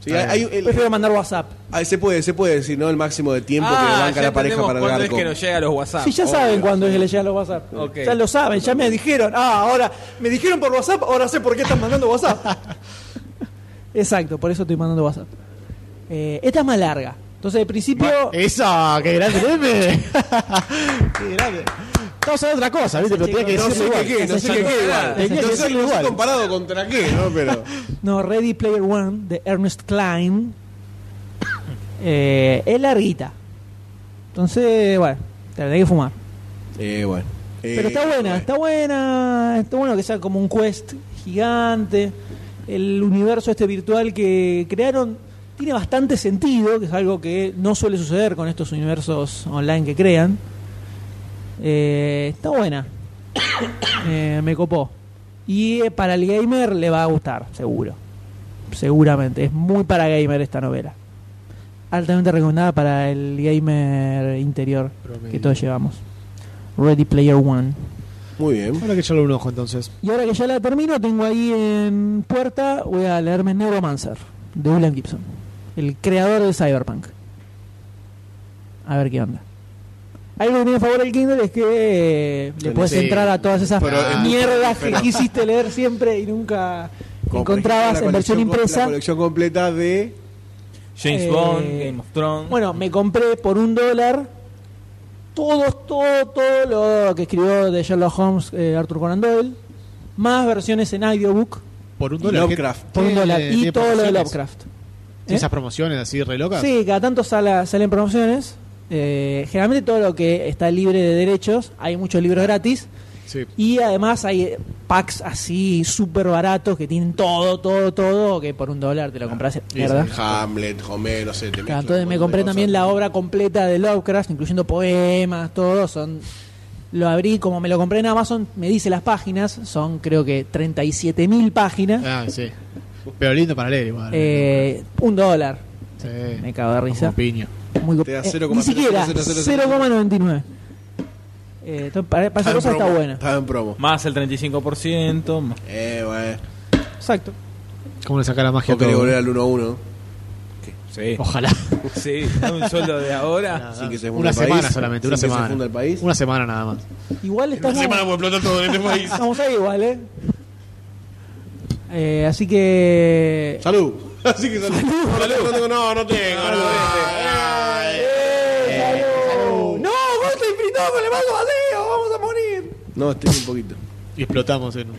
Speaker 4: Sí, hay- hay- el-
Speaker 1: Prefiero mandar WhatsApp.
Speaker 4: ah, se puede, se puede decir, ¿no? El máximo de tiempo que
Speaker 2: Ah,
Speaker 4: banca
Speaker 2: ya
Speaker 4: la pareja
Speaker 2: entendemos
Speaker 4: para el
Speaker 2: cuándo es
Speaker 4: garco.
Speaker 2: que nos llega a los
Speaker 4: Ah,
Speaker 2: WhatsApp.
Speaker 1: Sí, ya saben cuándo es que le llegan los WhatsApp.
Speaker 2: Ok.
Speaker 1: Ya lo saben, ya me dijeron. Ah, ahora.
Speaker 6: Me dijeron por WhatsApp, ahora sé por qué están
Speaker 4: [LAUGHS]
Speaker 6: mandando WhatsApp.
Speaker 1: Exacto, por eso estoy mandando WhatsApp. Eh, esta es más larga. Entonces, al principio.
Speaker 4: eh,
Speaker 3: ¡Eso! ¡Qué grande, ¿eh? Pepe! ¡Qué grande! Estamos hablando de otra cosa, ¿viste? Pero tenía que
Speaker 4: No sé
Speaker 3: decirlo
Speaker 4: qué,
Speaker 3: igual.
Speaker 4: qué, no sé qué, qué, igual.
Speaker 3: Tenía que
Speaker 4: No sé-
Speaker 3: decirlo
Speaker 4: no sé
Speaker 3: igual.
Speaker 4: comparado contra qué, ¿no? Pero.
Speaker 1: No, Ready Player One de Ernest Klein. Eh, es larguita. Entonces, bueno, te la tenés que fumar.
Speaker 4: Eh, bueno. Eh,
Speaker 1: Pero está buena, está buena. Está bueno que sea como un quest gigante. El universo este virtual que crearon tiene bastante sentido, que es algo que no suele suceder con estos universos online que crean. Eh, está buena. [COUGHS] Eh, me copó. Y eh, para el gamer le va a gustar, seguro. Seguramente. Es muy para gamer esta novela. Altamente recomendada para el gamer interior que
Speaker 3: Promedio.
Speaker 1: todos llevamos. Ready Player One.
Speaker 4: Muy bien.
Speaker 3: Ahora que echarle un ojo, entonces.
Speaker 1: Y ahora que ya la termino, tengo ahí en puerta, voy a leerme Neuromancer, de William Gibson, el creador de Cyberpunk. A ver qué onda. Algo que tiene a favor el Kindle es que eh, le
Speaker 4: Tenés-
Speaker 1: puedes
Speaker 3: sí.
Speaker 1: entrar a todas esas
Speaker 4: Pero en- [LAUGHS]
Speaker 1: mierdas que
Speaker 4: pero-
Speaker 1: quisiste leer siempre y nunca
Speaker 4: Como por
Speaker 1: encontrabas
Speaker 4: ejemplo, la
Speaker 1: en versión
Speaker 4: colección com- La
Speaker 1: impresa.
Speaker 4: colección completa de.
Speaker 2: James
Speaker 1: Eh,
Speaker 2: Bond, Game of Thrones.
Speaker 1: Bueno, me compré por un dólar todos, todo, todo lo que escribió de Sherlock Holmes eh, Arthur Conan Doyle, más versiones en audiobook.
Speaker 3: Por un
Speaker 4: Y
Speaker 3: dólar. ¿qué-
Speaker 4: Lovecraft.
Speaker 1: Por un
Speaker 3: tiene-
Speaker 1: dólar. Y
Speaker 3: tiene
Speaker 1: todo lo de
Speaker 3: promociones?
Speaker 1: Lovecraft.
Speaker 3: ¿Tiene
Speaker 1: ¿Eh?
Speaker 3: Esas promociones así, re locas.
Speaker 1: Sí, cada tanto sala- salen promociones. Eh, generalmente todo lo que está libre de derechos, hay muchos libros gratis.
Speaker 3: Sí.
Speaker 1: Y además hay eh, packs así súper baratos que tienen todo, todo, todo, que por un dólar te lo compras. mierda.
Speaker 4: eh, Hamlet, Homero, no sé. te
Speaker 1: Claro,
Speaker 4: mezclan
Speaker 1: entonces
Speaker 4: un
Speaker 1: me
Speaker 4: montón
Speaker 1: compré
Speaker 4: de
Speaker 1: también
Speaker 4: cosas.
Speaker 1: la obra completa de Lovecraft, incluyendo poemas, todo. Son, lo abrí, como me lo compré en Amazon, me dice las páginas, son creo que 37.000 páginas,
Speaker 3: Ah, sí. Pero lindo para leer, igual.
Speaker 1: eh, un dólar.
Speaker 3: Sí.
Speaker 1: Me cago de risa.
Speaker 3: Como piño.
Speaker 1: Muy co-
Speaker 4: Te da
Speaker 1: eh,
Speaker 4: 0,000000.
Speaker 1: ni siquiera 0,99. Eh, entonces, para, para
Speaker 4: Está
Speaker 1: esa
Speaker 4: en
Speaker 1: cosa está
Speaker 4: promo,
Speaker 1: buena.
Speaker 4: Está en promo.
Speaker 2: Más el 35%. más-
Speaker 4: Eh, bueno.
Speaker 1: Exacto.
Speaker 3: ¿Cómo le saca la magia a
Speaker 4: Yo quería
Speaker 3: todo?
Speaker 4: volver al 1-1.
Speaker 2: Sí.
Speaker 3: Ojalá.
Speaker 2: Sí, dame un sueldo
Speaker 1: [LAUGHS]
Speaker 2: de ahora.
Speaker 4: Sin [LAUGHS] que se funda
Speaker 3: una
Speaker 4: el país,
Speaker 3: semana solamente,
Speaker 4: sin
Speaker 3: una
Speaker 4: que se
Speaker 3: semana.
Speaker 4: funda el país.
Speaker 3: Una semana nada más.
Speaker 1: Igual estamos.
Speaker 5: explotar todo en este país.
Speaker 1: Estamos ahí igual, ¿eh? Eh, así que.
Speaker 4: [LAUGHS] Salud. Así que salud. No, no tengo, no, no tengo. no, este.
Speaker 6: ¡No! ¡Golden infritado con el vaso vacío! ¡Vamos a morir!
Speaker 4: No, estoy un poquito.
Speaker 3: Y explotamos en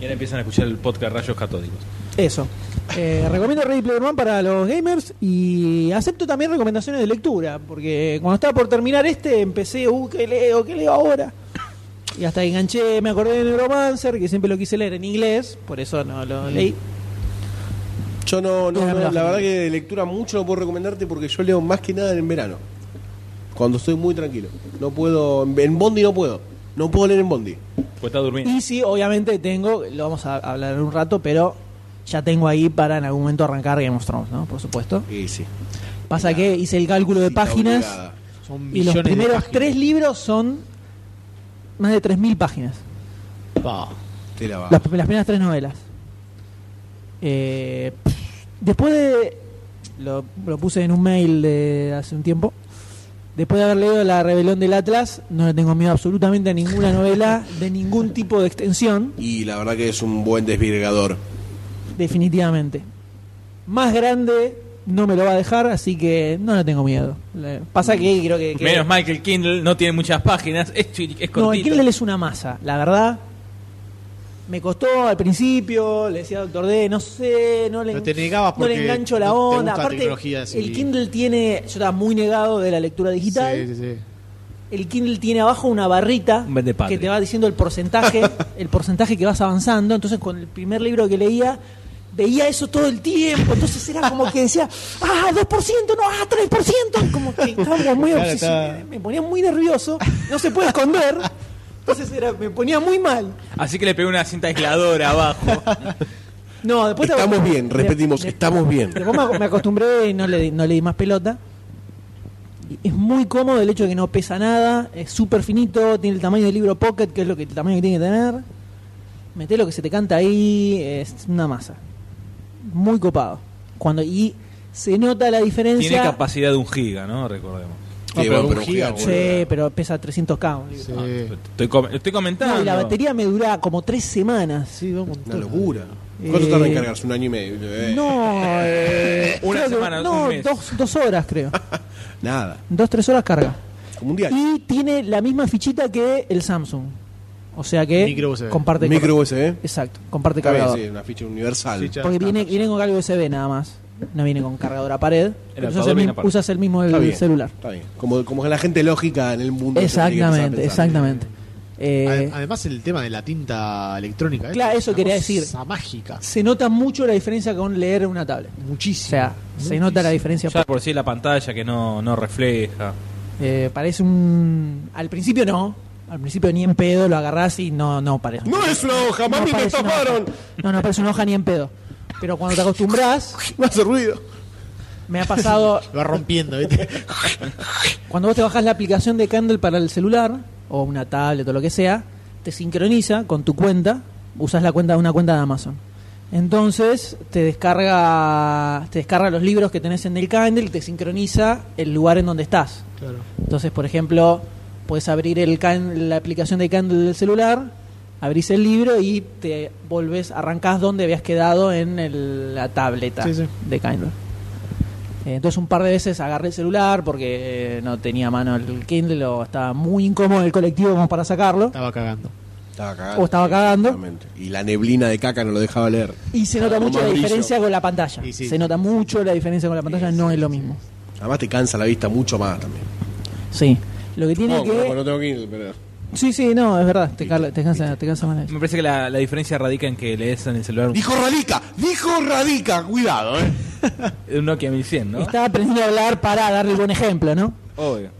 Speaker 2: Y ahora empiezan a escuchar el podcast Rayos Catódicos.
Speaker 1: Eso. Eh, recomiendo Ready Player One para los gamers y acepto también recomendaciones de lectura, porque cuando estaba por terminar este empecé, uh, ¿qué leo? ¿Qué leo ahora? Y hasta enganché, me acordé de Neuromancer, que siempre lo quise leer en inglés, por eso no lo leí.
Speaker 4: Yo no, no,
Speaker 1: Ya,
Speaker 4: no,
Speaker 1: relaja.
Speaker 4: la verdad que de lectura mucho no puedo recomendarte porque yo leo más que nada en el verano. Cuando estoy muy tranquilo. No puedo, en Bondi no puedo. No puedo leer en Bondi.
Speaker 2: Pues está durmiendo.
Speaker 1: Y sí, obviamente tengo, lo vamos a hablar en un rato, pero ya tengo ahí para en algún momento arrancar Game of Thrones, ¿no? Por supuesto.
Speaker 4: Y sí.
Speaker 1: Pasa que hice el cálculo de
Speaker 4: Cita
Speaker 1: páginas.
Speaker 4: obligada.
Speaker 3: Son
Speaker 1: Y los
Speaker 3: millones de
Speaker 1: primeros
Speaker 3: páginas.
Speaker 1: tres libros son más de 3.000 páginas.
Speaker 3: Pa.
Speaker 4: Te
Speaker 3: Ah.
Speaker 4: la va.
Speaker 1: Las, las primeras tres novelas. Eh, después de... Lo, lo puse en un mail de hace un tiempo. Después de haber leído La Rebelión del Atlas, no le tengo miedo absolutamente a ninguna novela de ningún tipo de extensión,
Speaker 4: Y la verdad que es un buen desvirgador.
Speaker 1: definitivamente. Más grande no me lo va a dejar, así que no le tengo miedo. Le- Pasa que creo que... que-
Speaker 2: Menos mal que el Kindle no tiene muchas páginas. Es, chi- es cortito.
Speaker 1: No, el Kindle es una masa, la verdad. Me costó al principio, le decía al doctor D, no sé, no le,
Speaker 3: Pero te negabas
Speaker 1: no le
Speaker 3: porque
Speaker 1: engancho la
Speaker 3: no te
Speaker 1: onda.
Speaker 3: gusta la
Speaker 1: Aparte,
Speaker 3: tecnología, sí.
Speaker 1: el Kindle tiene, yo estaba muy negado de la lectura digital.
Speaker 3: Sí, sí, sí.
Speaker 1: El Kindle tiene abajo una barrita
Speaker 2: Un vende
Speaker 1: que
Speaker 2: patria.
Speaker 1: te va diciendo el
Speaker 2: [LAUGHS]
Speaker 1: porcentaje, el porcentaje que vas avanzando. Entonces, con el primer libro que leía, veía eso todo el tiempo. Entonces era como que decía, ah, 2%, no, ah, 3%. Como que estaba muy
Speaker 3: Claro,
Speaker 1: obsesionado.
Speaker 3: estaba-
Speaker 1: Me ponía muy nervioso, no se puede esconder. Entonces era, me ponía muy mal.
Speaker 2: Así que le pegué una cinta aisladora abajo.
Speaker 1: No, después te-
Speaker 4: Estamos bien,
Speaker 1: de-
Speaker 4: repetimos,
Speaker 1: de-
Speaker 4: estamos bien.
Speaker 1: Después me ac- me acostumbré y no le, di- no le di más pelota. Y Es muy cómodo el hecho de que no pesa nada, es súper finito, tiene el tamaño del libro pocket, que es lo que el tamaño que tiene que tener. Meté lo que se te canta ahí, es una masa. Muy copado. Cuando y se nota la diferencia.
Speaker 2: tiene capacidad de un giga, ¿no? Recordemos.
Speaker 4: Sí,
Speaker 3: pero
Speaker 4: bueno,
Speaker 3: un
Speaker 4: pero un
Speaker 3: giga,
Speaker 4: giga,
Speaker 3: boludo.
Speaker 1: Sí, pero pesa 300k. un libro.
Speaker 3: Sí.
Speaker 2: Ah, estoy, com- estoy comentando.
Speaker 1: No, y la batería me dura como tres semanas. sí, un montón.
Speaker 4: Una locura.
Speaker 1: Eh,
Speaker 4: ¿Cuánto tarda en cargarse? Un año y medio. Eh, [LAUGHS]
Speaker 1: No, eh,
Speaker 2: Una
Speaker 1: creo que-
Speaker 2: semana,
Speaker 1: no,
Speaker 2: un mes.
Speaker 1: Dos, dos horas creo.
Speaker 4: Nada.
Speaker 1: Dos, tres horas carga.
Speaker 4: Como un diario.
Speaker 1: Y tiene la misma fichita que el Samsung. O sea que
Speaker 3: Micro USB.
Speaker 1: comparte
Speaker 4: Micro USB.
Speaker 1: Exacto, comparte
Speaker 4: Está
Speaker 1: cargador.
Speaker 4: bien, sí, una ficha universal.
Speaker 3: Ficha.
Speaker 1: Porque
Speaker 3: Ah,
Speaker 1: viene, viene con carga USB nada más. No viene con cargador a pared. Pero usas
Speaker 2: adaptador
Speaker 1: el,
Speaker 2: viene
Speaker 1: mi-
Speaker 2: aparte.
Speaker 1: usas el mismo
Speaker 4: Está
Speaker 1: el
Speaker 4: bien.
Speaker 1: celular.
Speaker 4: Está bien. Como, como la gente lógica en el mundo.
Speaker 1: Exactamente, exactamente. Eh,
Speaker 3: Ade- Además, el tema de la tinta electrónica. ¿eh?
Speaker 1: Claro, eso
Speaker 3: Una
Speaker 1: quería
Speaker 3: cosa
Speaker 1: decir.
Speaker 3: mágica.
Speaker 1: se nota mucho la diferencia con leer una tablet. O
Speaker 3: Muchísimo.
Speaker 1: sea, se nota la diferencia.
Speaker 2: Ya por sí la pantalla que no, no refleja.
Speaker 1: Eh, parece un... Al principio no. Al principio ni en pedo lo agarrás y no, no parece.
Speaker 4: No es una hoja, mami, me
Speaker 1: parece una hoja. [LAUGHS]
Speaker 4: taparon.
Speaker 1: No, no parece una hoja ni en pedo. Pero cuando te acostumbras,
Speaker 4: No hace ruido.
Speaker 1: me ha pasado
Speaker 3: Va rompiendo, ¿viste?
Speaker 1: Cuando vos te bajás la aplicación de Candle para el celular, o una tablet o lo que sea, te sincroniza con tu cuenta, usás la cuenta de una cuenta de Amazon. Entonces te descarga, te descarga los libros que tenés en el Candle y te sincroniza el lugar en donde estás.
Speaker 3: Claro.
Speaker 1: Entonces, por ejemplo, puedes abrir el can- la aplicación de Candle del celular, abrís el libro y te volvés, arrancás donde habías quedado en el- la tableta
Speaker 3: Sí, sí.
Speaker 1: de Kindle. Eh, Entonces un par de veces agarré el celular porque eh, no tenía a mano el Kindle o estaba muy incómodo en el colectivo como para sacarlo.
Speaker 3: Estaba cagando.
Speaker 4: Estaba cagando.
Speaker 1: O estaba cagando.
Speaker 4: Exactamente. Y la neblina de caca no lo dejaba leer.
Speaker 1: Y se nota
Speaker 4: Como
Speaker 1: mucho la
Speaker 4: brillo.
Speaker 1: diferencia con la pantalla.
Speaker 3: Y sí.
Speaker 1: Se nota mucho la diferencia con la pantalla, no es lo mismo.
Speaker 4: Además te cansa la vista mucho más también.
Speaker 1: Sí. Lo que tiene
Speaker 4: No,
Speaker 1: que...
Speaker 4: pero no tengo Kindle, pero...
Speaker 1: Sí, sí, no, es verdad. Te, cala- te cansa, te cansa más la-
Speaker 2: Me parece que la, la diferencia radica en que lees en el celular un,
Speaker 4: Dijo Radica, dijo Radica, cuidado, eh.
Speaker 2: un Nokia 1100, ¿no?
Speaker 1: Estaba aprendiendo a hablar para darle el buen ejemplo, ¿no?
Speaker 2: Obvio.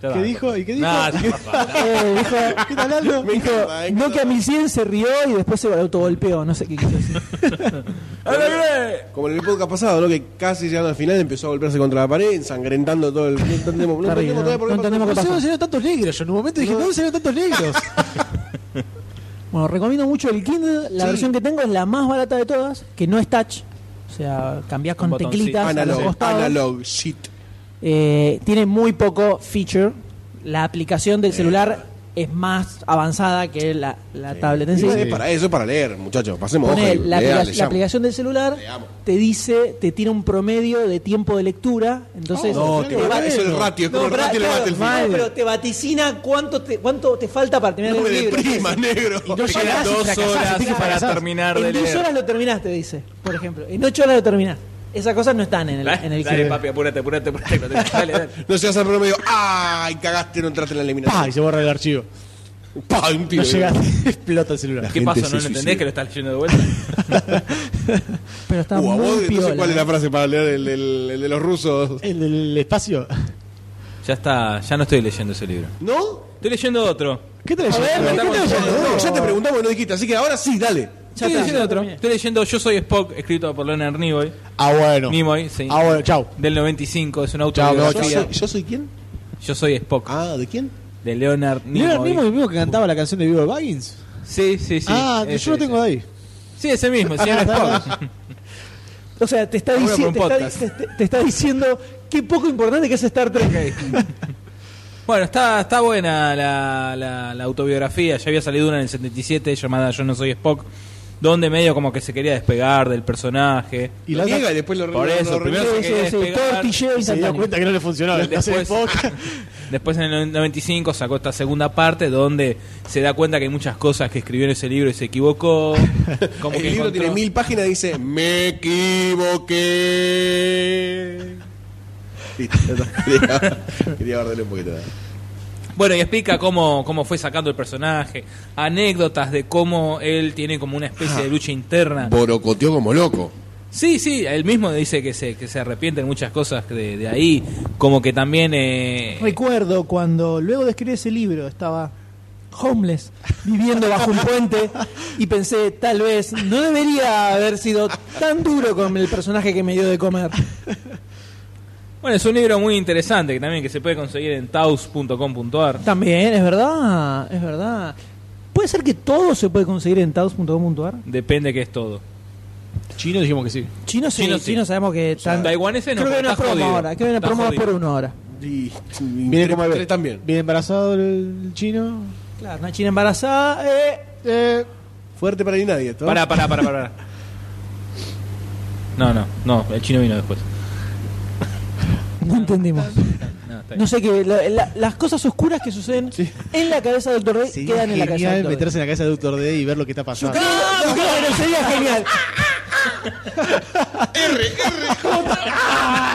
Speaker 3: ¿Qué dijo? ¿Y qué dijo?
Speaker 2: Nah,
Speaker 3: ¿Qué-
Speaker 1: Eh, dijo, ¿qué tal Aldo?
Speaker 4: Me
Speaker 1: Dijo,
Speaker 4: encanta, me encanta.
Speaker 1: no que a 1100 se rió y después se autogolpeó, no sé qué quiso decir.
Speaker 4: Como en el podcast pasado, ¿no? Que casi llegando al final empezó a golpearse contra la pared, ensangrentando todo el. No entendemos, no
Speaker 1: Terrible,
Speaker 4: entendemos
Speaker 1: ¿no?
Speaker 4: todavía por qué
Speaker 1: No
Speaker 4: pasó.
Speaker 1: entendemos
Speaker 3: No
Speaker 1: qué
Speaker 3: sé
Speaker 1: pasó.
Speaker 3: dónde salieron tantos negros. Yo en un momento dije, ¿dónde salieron tantos negros?
Speaker 1: Bueno, recomiendo mucho el Kindle. La versión que tengo es la más barata de todas, que no es touch. O sea, cambiás con
Speaker 2: Un botoncito.
Speaker 1: teclitas a los
Speaker 4: Analog,
Speaker 1: costados.
Speaker 4: analog, shit.
Speaker 1: Eh, tiene muy poco feature. La aplicación
Speaker 4: Eh.
Speaker 1: del celular es más avanzada que la, la tablet en sí.
Speaker 4: Igual Es para eso, es para leer, muchachos. Pasemos
Speaker 1: Pone
Speaker 4: hoja y
Speaker 1: la,
Speaker 4: lea,
Speaker 1: aplica- la
Speaker 4: leyamos.
Speaker 1: aplicación del celular
Speaker 4: Leamos.
Speaker 1: te dice, te tira un promedio de tiempo de lectura, entonces
Speaker 4: Oh, No, te va-
Speaker 1: va-
Speaker 4: es el ratio, es como
Speaker 1: No,
Speaker 4: el
Speaker 1: pero-
Speaker 4: ratio del
Speaker 1: claro,
Speaker 4: Battlefield.
Speaker 1: no, pero te vaticina cuánto te, cuánto te falta para terminar
Speaker 4: No me
Speaker 1: el libro.
Speaker 4: deprimas, negro.
Speaker 3: no
Speaker 2: Te
Speaker 3: llegás
Speaker 2: quedan
Speaker 3: y
Speaker 2: dos
Speaker 3: fracasás, así que
Speaker 2: horas para
Speaker 3: fracasás.
Speaker 2: terminar de
Speaker 1: En 10
Speaker 2: leer.
Speaker 1: horas lo terminaste, dice, por ejemplo. En 8 horas lo terminás. Esas cosas no están en el, en el
Speaker 2: Dale,
Speaker 1: celular.
Speaker 2: papi, apúrate, apúrate,
Speaker 3: [LAUGHS]
Speaker 2: apúrate. apúrate. Dale, dale.
Speaker 4: No seas al promedio. ¡Ay, cagaste, no entraste en la
Speaker 3: ¡Pah! Y
Speaker 4: eliminación!
Speaker 3: se borra el archivo. [LAUGHS]
Speaker 4: ¡Pah! Un tiro.
Speaker 3: No llegaste, explota el celular.
Speaker 2: ¿Qué
Speaker 4: gente
Speaker 2: pasó?
Speaker 4: se
Speaker 2: ¿No lo
Speaker 4: suicida.
Speaker 2: entendés que lo estás leyendo
Speaker 3: [LAUGHS]
Speaker 2: de vuelta?
Speaker 1: Pero está
Speaker 4: Uh, a vos,
Speaker 1: muy
Speaker 4: no sé
Speaker 1: piola.
Speaker 4: cuál es la frase para leer el, el- el de los rusos.
Speaker 3: El del espacio. [LAUGHS]
Speaker 2: Ya está, ya no estoy leyendo ese libro.
Speaker 4: ¿No?
Speaker 2: Estoy leyendo otro.
Speaker 3: ¿Qué te leyó?
Speaker 2: ver,
Speaker 3: ¿Qué
Speaker 2: estamos-
Speaker 3: te leyó?
Speaker 4: No, ya te preguntamos y no dijiste, así que ahora sí, dale.
Speaker 1: Ya está,
Speaker 2: Estoy leyendo
Speaker 1: ya
Speaker 2: otro.
Speaker 1: terminé.
Speaker 2: Estoy leyendo Yo soy Spock, escrito por Leonard Nimoy.
Speaker 3: Ah, bueno.
Speaker 2: Nimoy, sí.
Speaker 3: Ah, bueno, chau.
Speaker 2: Del 95, es una
Speaker 3: Chao,
Speaker 4: ¿Yo
Speaker 2: autobiografía.
Speaker 4: soy, yo soy quién?
Speaker 2: Yo soy Spock,
Speaker 4: Ah, ¿de quién?
Speaker 2: de Leonard Nimoy.
Speaker 3: ¿Leonard Nimoy el mismo que cantaba la canción de Vivo Baggins?
Speaker 2: Sí, sí, sí.
Speaker 3: ah,
Speaker 2: ese,
Speaker 3: yo lo tengo
Speaker 2: ese.
Speaker 3: ahí.
Speaker 2: Sí, ese mismo, el señor
Speaker 3: Ah,
Speaker 2: Spock.
Speaker 1: O sea, te está,
Speaker 2: Ahora por
Speaker 1: dici-
Speaker 2: un
Speaker 1: te, está,
Speaker 2: podcast.
Speaker 1: te- te- te está diciendo qué poco importante que es Star Trek.
Speaker 2: [LAUGHS] Bueno, está, está buena la, la- la autobiografía. Ya había salido una en el 77 llamada Yo no soy Spock, donde medio como que se quería despegar del personaje.
Speaker 3: Y
Speaker 4: Lo
Speaker 3: la otra-
Speaker 4: niega y después lo
Speaker 2: Por
Speaker 4: lo-
Speaker 2: eso,
Speaker 4: lo- lo-
Speaker 2: primero-
Speaker 1: Sí,
Speaker 2: se quería
Speaker 1: sí, sí, todo
Speaker 2: despegar.
Speaker 1: artilleo
Speaker 3: se dio
Speaker 1: instantáneo.
Speaker 3: cuenta que no le funcionaba. No se
Speaker 2: Después,
Speaker 3: enfoca.
Speaker 2: [LAUGHS] después en el 95 sacó esta segunda parte donde se da cuenta que hay muchas cosas que escribió en ese libro y se
Speaker 3: [LAUGHS]
Speaker 2: equivocó. Como
Speaker 4: el
Speaker 2: que
Speaker 4: libro
Speaker 2: encontró-
Speaker 4: tiene mil páginas y dice, me equivoqué. Listo, ya está. [LAUGHS] Quería- Quería guardarle un poquito.
Speaker 2: Bueno, y explica cómo, cómo fue sacando el personaje, anécdotas de cómo él tiene como una especie de lucha interna.
Speaker 4: Borocoteó como loco.
Speaker 2: Sí, sí, él mismo dice que se, que se arrepienten muchas cosas de, de ahí, como que también... eh,
Speaker 1: Recuerdo cuando luego de escribir ese libro estaba homeless, viviendo bajo un puente y pensé, tal vez no debería haber sido tan duro con el personaje que me dio de comer.
Speaker 2: bueno, es un libro muy interesante que también que se puede conseguir en taus.com.ar.
Speaker 1: También, es verdad, es verdad. ¿Puede ser que todo se puede conseguir en taos.com.ar?
Speaker 2: Depende que es todo.
Speaker 3: Chino dijimos que sí.
Speaker 1: Chino sí,
Speaker 2: Chino
Speaker 1: chino,
Speaker 2: sí.
Speaker 1: sabemos que están...
Speaker 2: taiwaneses no,
Speaker 1: creo que hay
Speaker 2: porque
Speaker 1: una
Speaker 2: está
Speaker 1: promo
Speaker 2: jodido.
Speaker 1: ahora, creo que hay una
Speaker 2: Está
Speaker 1: promo
Speaker 2: jodido.
Speaker 1: por una hora.
Speaker 4: Y,
Speaker 3: Viene como
Speaker 4: tres también.
Speaker 3: Viene embarazado el chino.
Speaker 1: Claro, una china embarazada, eh, eh,
Speaker 4: Fuerte para ni nadie. ¿todo?
Speaker 2: Pará, pará, pará, pará. No, no, no, el chino vino después.
Speaker 1: no entendimos.
Speaker 2: No, está bien.
Speaker 1: No sé qué, la- la- las cosas oscuras que suceden en la cabeza del doctor D
Speaker 3: Sería
Speaker 1: quedan en la cabeza
Speaker 3: genial
Speaker 1: del Dr. D.
Speaker 3: meterse en la cabeza de Doctor D y ver lo que está pasando.
Speaker 1: ¡Ah, bueno, sería genial.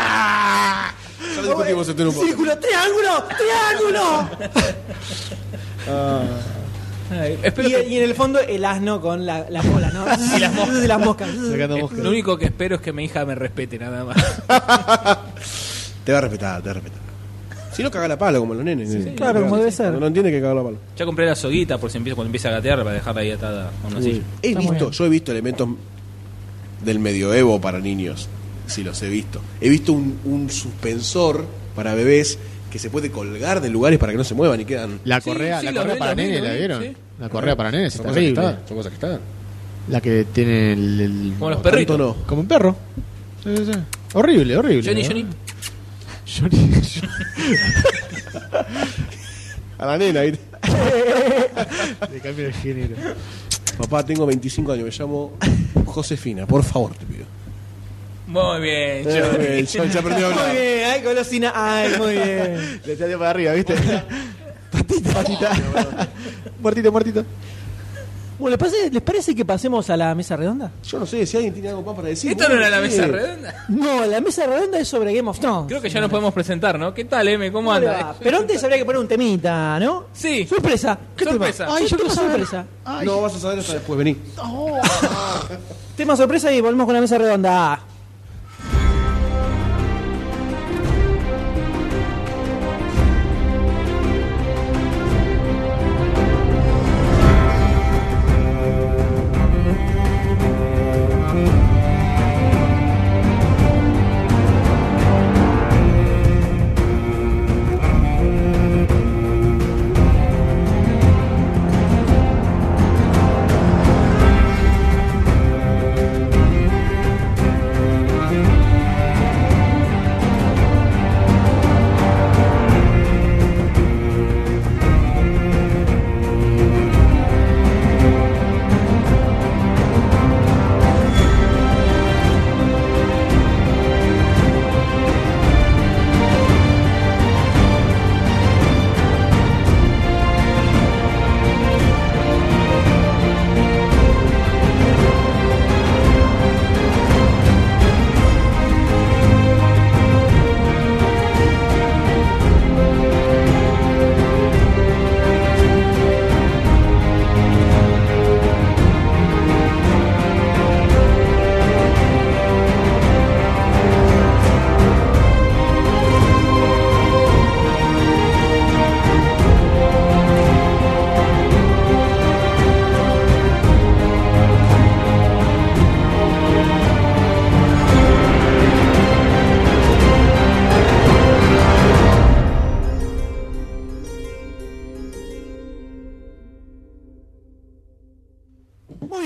Speaker 4: Ya lo discutimos esto en un podcast.
Speaker 1: Círculo, triángulo, triángulo.
Speaker 2: Ay, espero
Speaker 1: Y,
Speaker 2: que-
Speaker 1: y en el fondo el asno con la- las bolas, ¿no? y las moscas. [LAUGHS] Y las moscas.
Speaker 3: Sacando
Speaker 2: eh,
Speaker 3: moscas.
Speaker 2: lo único que espero es que mi hija me respete nada más.
Speaker 4: Te va a respetar, te va a respetar. Si no, caga la pala como los nenes. Eh,
Speaker 1: claro, como debe ser.
Speaker 4: Cuando No entiende que caga la pala.
Speaker 2: Ya compré la soguita por si empieza, cuando empieza a gatear para dejarla ahí atada a una silla.
Speaker 4: He
Speaker 1: Está muy
Speaker 4: visto,
Speaker 1: bien.
Speaker 4: yo he visto elementos del medioevo para niños. Si los he visto. He visto un, un suspensor para bebés que se puede colgar de lugares para que no se muevan y quedan.
Speaker 3: La
Speaker 2: Sí,
Speaker 3: correa,
Speaker 2: sí,
Speaker 3: la
Speaker 2: lo
Speaker 3: correa
Speaker 2: vi,
Speaker 3: para
Speaker 2: lo vi,
Speaker 3: nenes,
Speaker 2: lo
Speaker 3: ¿la
Speaker 2: vi,
Speaker 3: vieron?
Speaker 2: sí.
Speaker 3: La correa para nenes,
Speaker 4: Son
Speaker 3: está
Speaker 4: cosas que
Speaker 3: horrible.
Speaker 4: están, son cosas que están.
Speaker 3: La que tiene el, el-
Speaker 2: Como los
Speaker 3: tanto
Speaker 2: perritos.
Speaker 3: no. Como un perro. Sí, sí, sí. Horrible, horrible.
Speaker 2: Johnny,
Speaker 3: ¿no?
Speaker 2: Johnny.
Speaker 3: Johnny, Johnny.
Speaker 4: A la nena, [LAUGHS] ¿viste?
Speaker 3: Le cambio de género.
Speaker 4: Papá, tengo 25 años, me llamo Josefina, por favor, te pido.
Speaker 2: Muy bien,
Speaker 4: Eh,
Speaker 2: Johnny.
Speaker 4: bien, yo [LAUGHS] ya aprendí a
Speaker 1: Muy
Speaker 4: hablar.
Speaker 1: bien, ay, golosina, ay, muy bien.
Speaker 3: Le tiré para arriba, ¿viste? patita, patita. muertito, muertito.
Speaker 1: Bueno, ¿les parece, ¿les parece que pasemos a la mesa redonda?
Speaker 4: Yo no sé si alguien tiene algo más para decir.
Speaker 2: Esto no era la mesa
Speaker 4: Sí.
Speaker 2: redonda.
Speaker 1: No, la mesa redonda es sobre Game of Thrones.
Speaker 2: Creo que ya nos podemos presentar, ¿no? ¿Qué tal, M? ¿Cómo
Speaker 1: ¿Cómo le
Speaker 2: anda?
Speaker 1: va? Pero antes habría que poner un temita, ¿no?
Speaker 2: Sí.
Speaker 1: Sorpresa. tema?
Speaker 2: Sorpresa.
Speaker 1: Ay, yo quiero
Speaker 3: quiero saber.
Speaker 1: sorpresa.
Speaker 4: No, vas a saber hasta después, vení.
Speaker 1: Tema sorpresa y volvemos con la mesa redonda.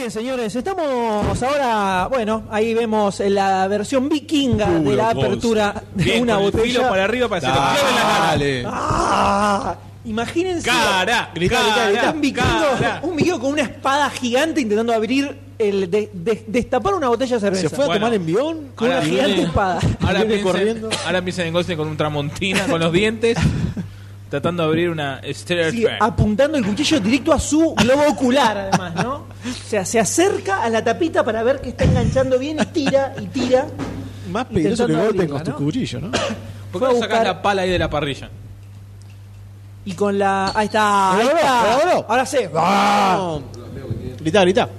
Speaker 1: señores, estamos ahora, bueno, ahí vemos la versión vikinga de la apertura de
Speaker 2: Uh, Bien,
Speaker 1: una
Speaker 2: con el
Speaker 1: botella.
Speaker 2: filo para arriba para que se te claven las ganas.
Speaker 4: Dale.
Speaker 1: ¡Ah! Imagínense
Speaker 2: Cara,
Speaker 1: Gritá, gritá, gritá.
Speaker 2: cara,
Speaker 1: un vikingo,
Speaker 2: cara.
Speaker 1: un vikingo con una espada gigante intentando abrir el de- de- destapar una botella de cerveza.
Speaker 6: ¿Se fue a
Speaker 2: Bueno.
Speaker 6: tomar envión?
Speaker 1: Con una
Speaker 2: Ahora
Speaker 1: gigante
Speaker 2: viene-
Speaker 1: espada.
Speaker 2: Ahora
Speaker 6: Viene
Speaker 2: piensen,
Speaker 6: corriendo.
Speaker 2: ahora piensen en Goldstein con un tramontina con los [LAUGHS] dientes, tratando de abrir una Stereo
Speaker 1: Sí, apuntando el cuchillo directo a su globo ocular, además, ¿no? O sea, se acerca a la tapita para ver que está enganchando bien y tira y tira.
Speaker 6: Más peligroso que
Speaker 1: Intentando
Speaker 6: golpes
Speaker 1: abrirla,
Speaker 6: con tu
Speaker 1: ¿no?
Speaker 6: cuchillo, ¿no?
Speaker 1: fue
Speaker 2: ¿Por qué
Speaker 1: a
Speaker 2: no sacás
Speaker 1: buscar-
Speaker 2: la pala ahí de la parrilla?
Speaker 1: Y con la. Ahí está. Ahí
Speaker 6: Logró,
Speaker 1: está.
Speaker 6: logró.
Speaker 1: Ahora sí.
Speaker 6: Ah. Gritá, gritá.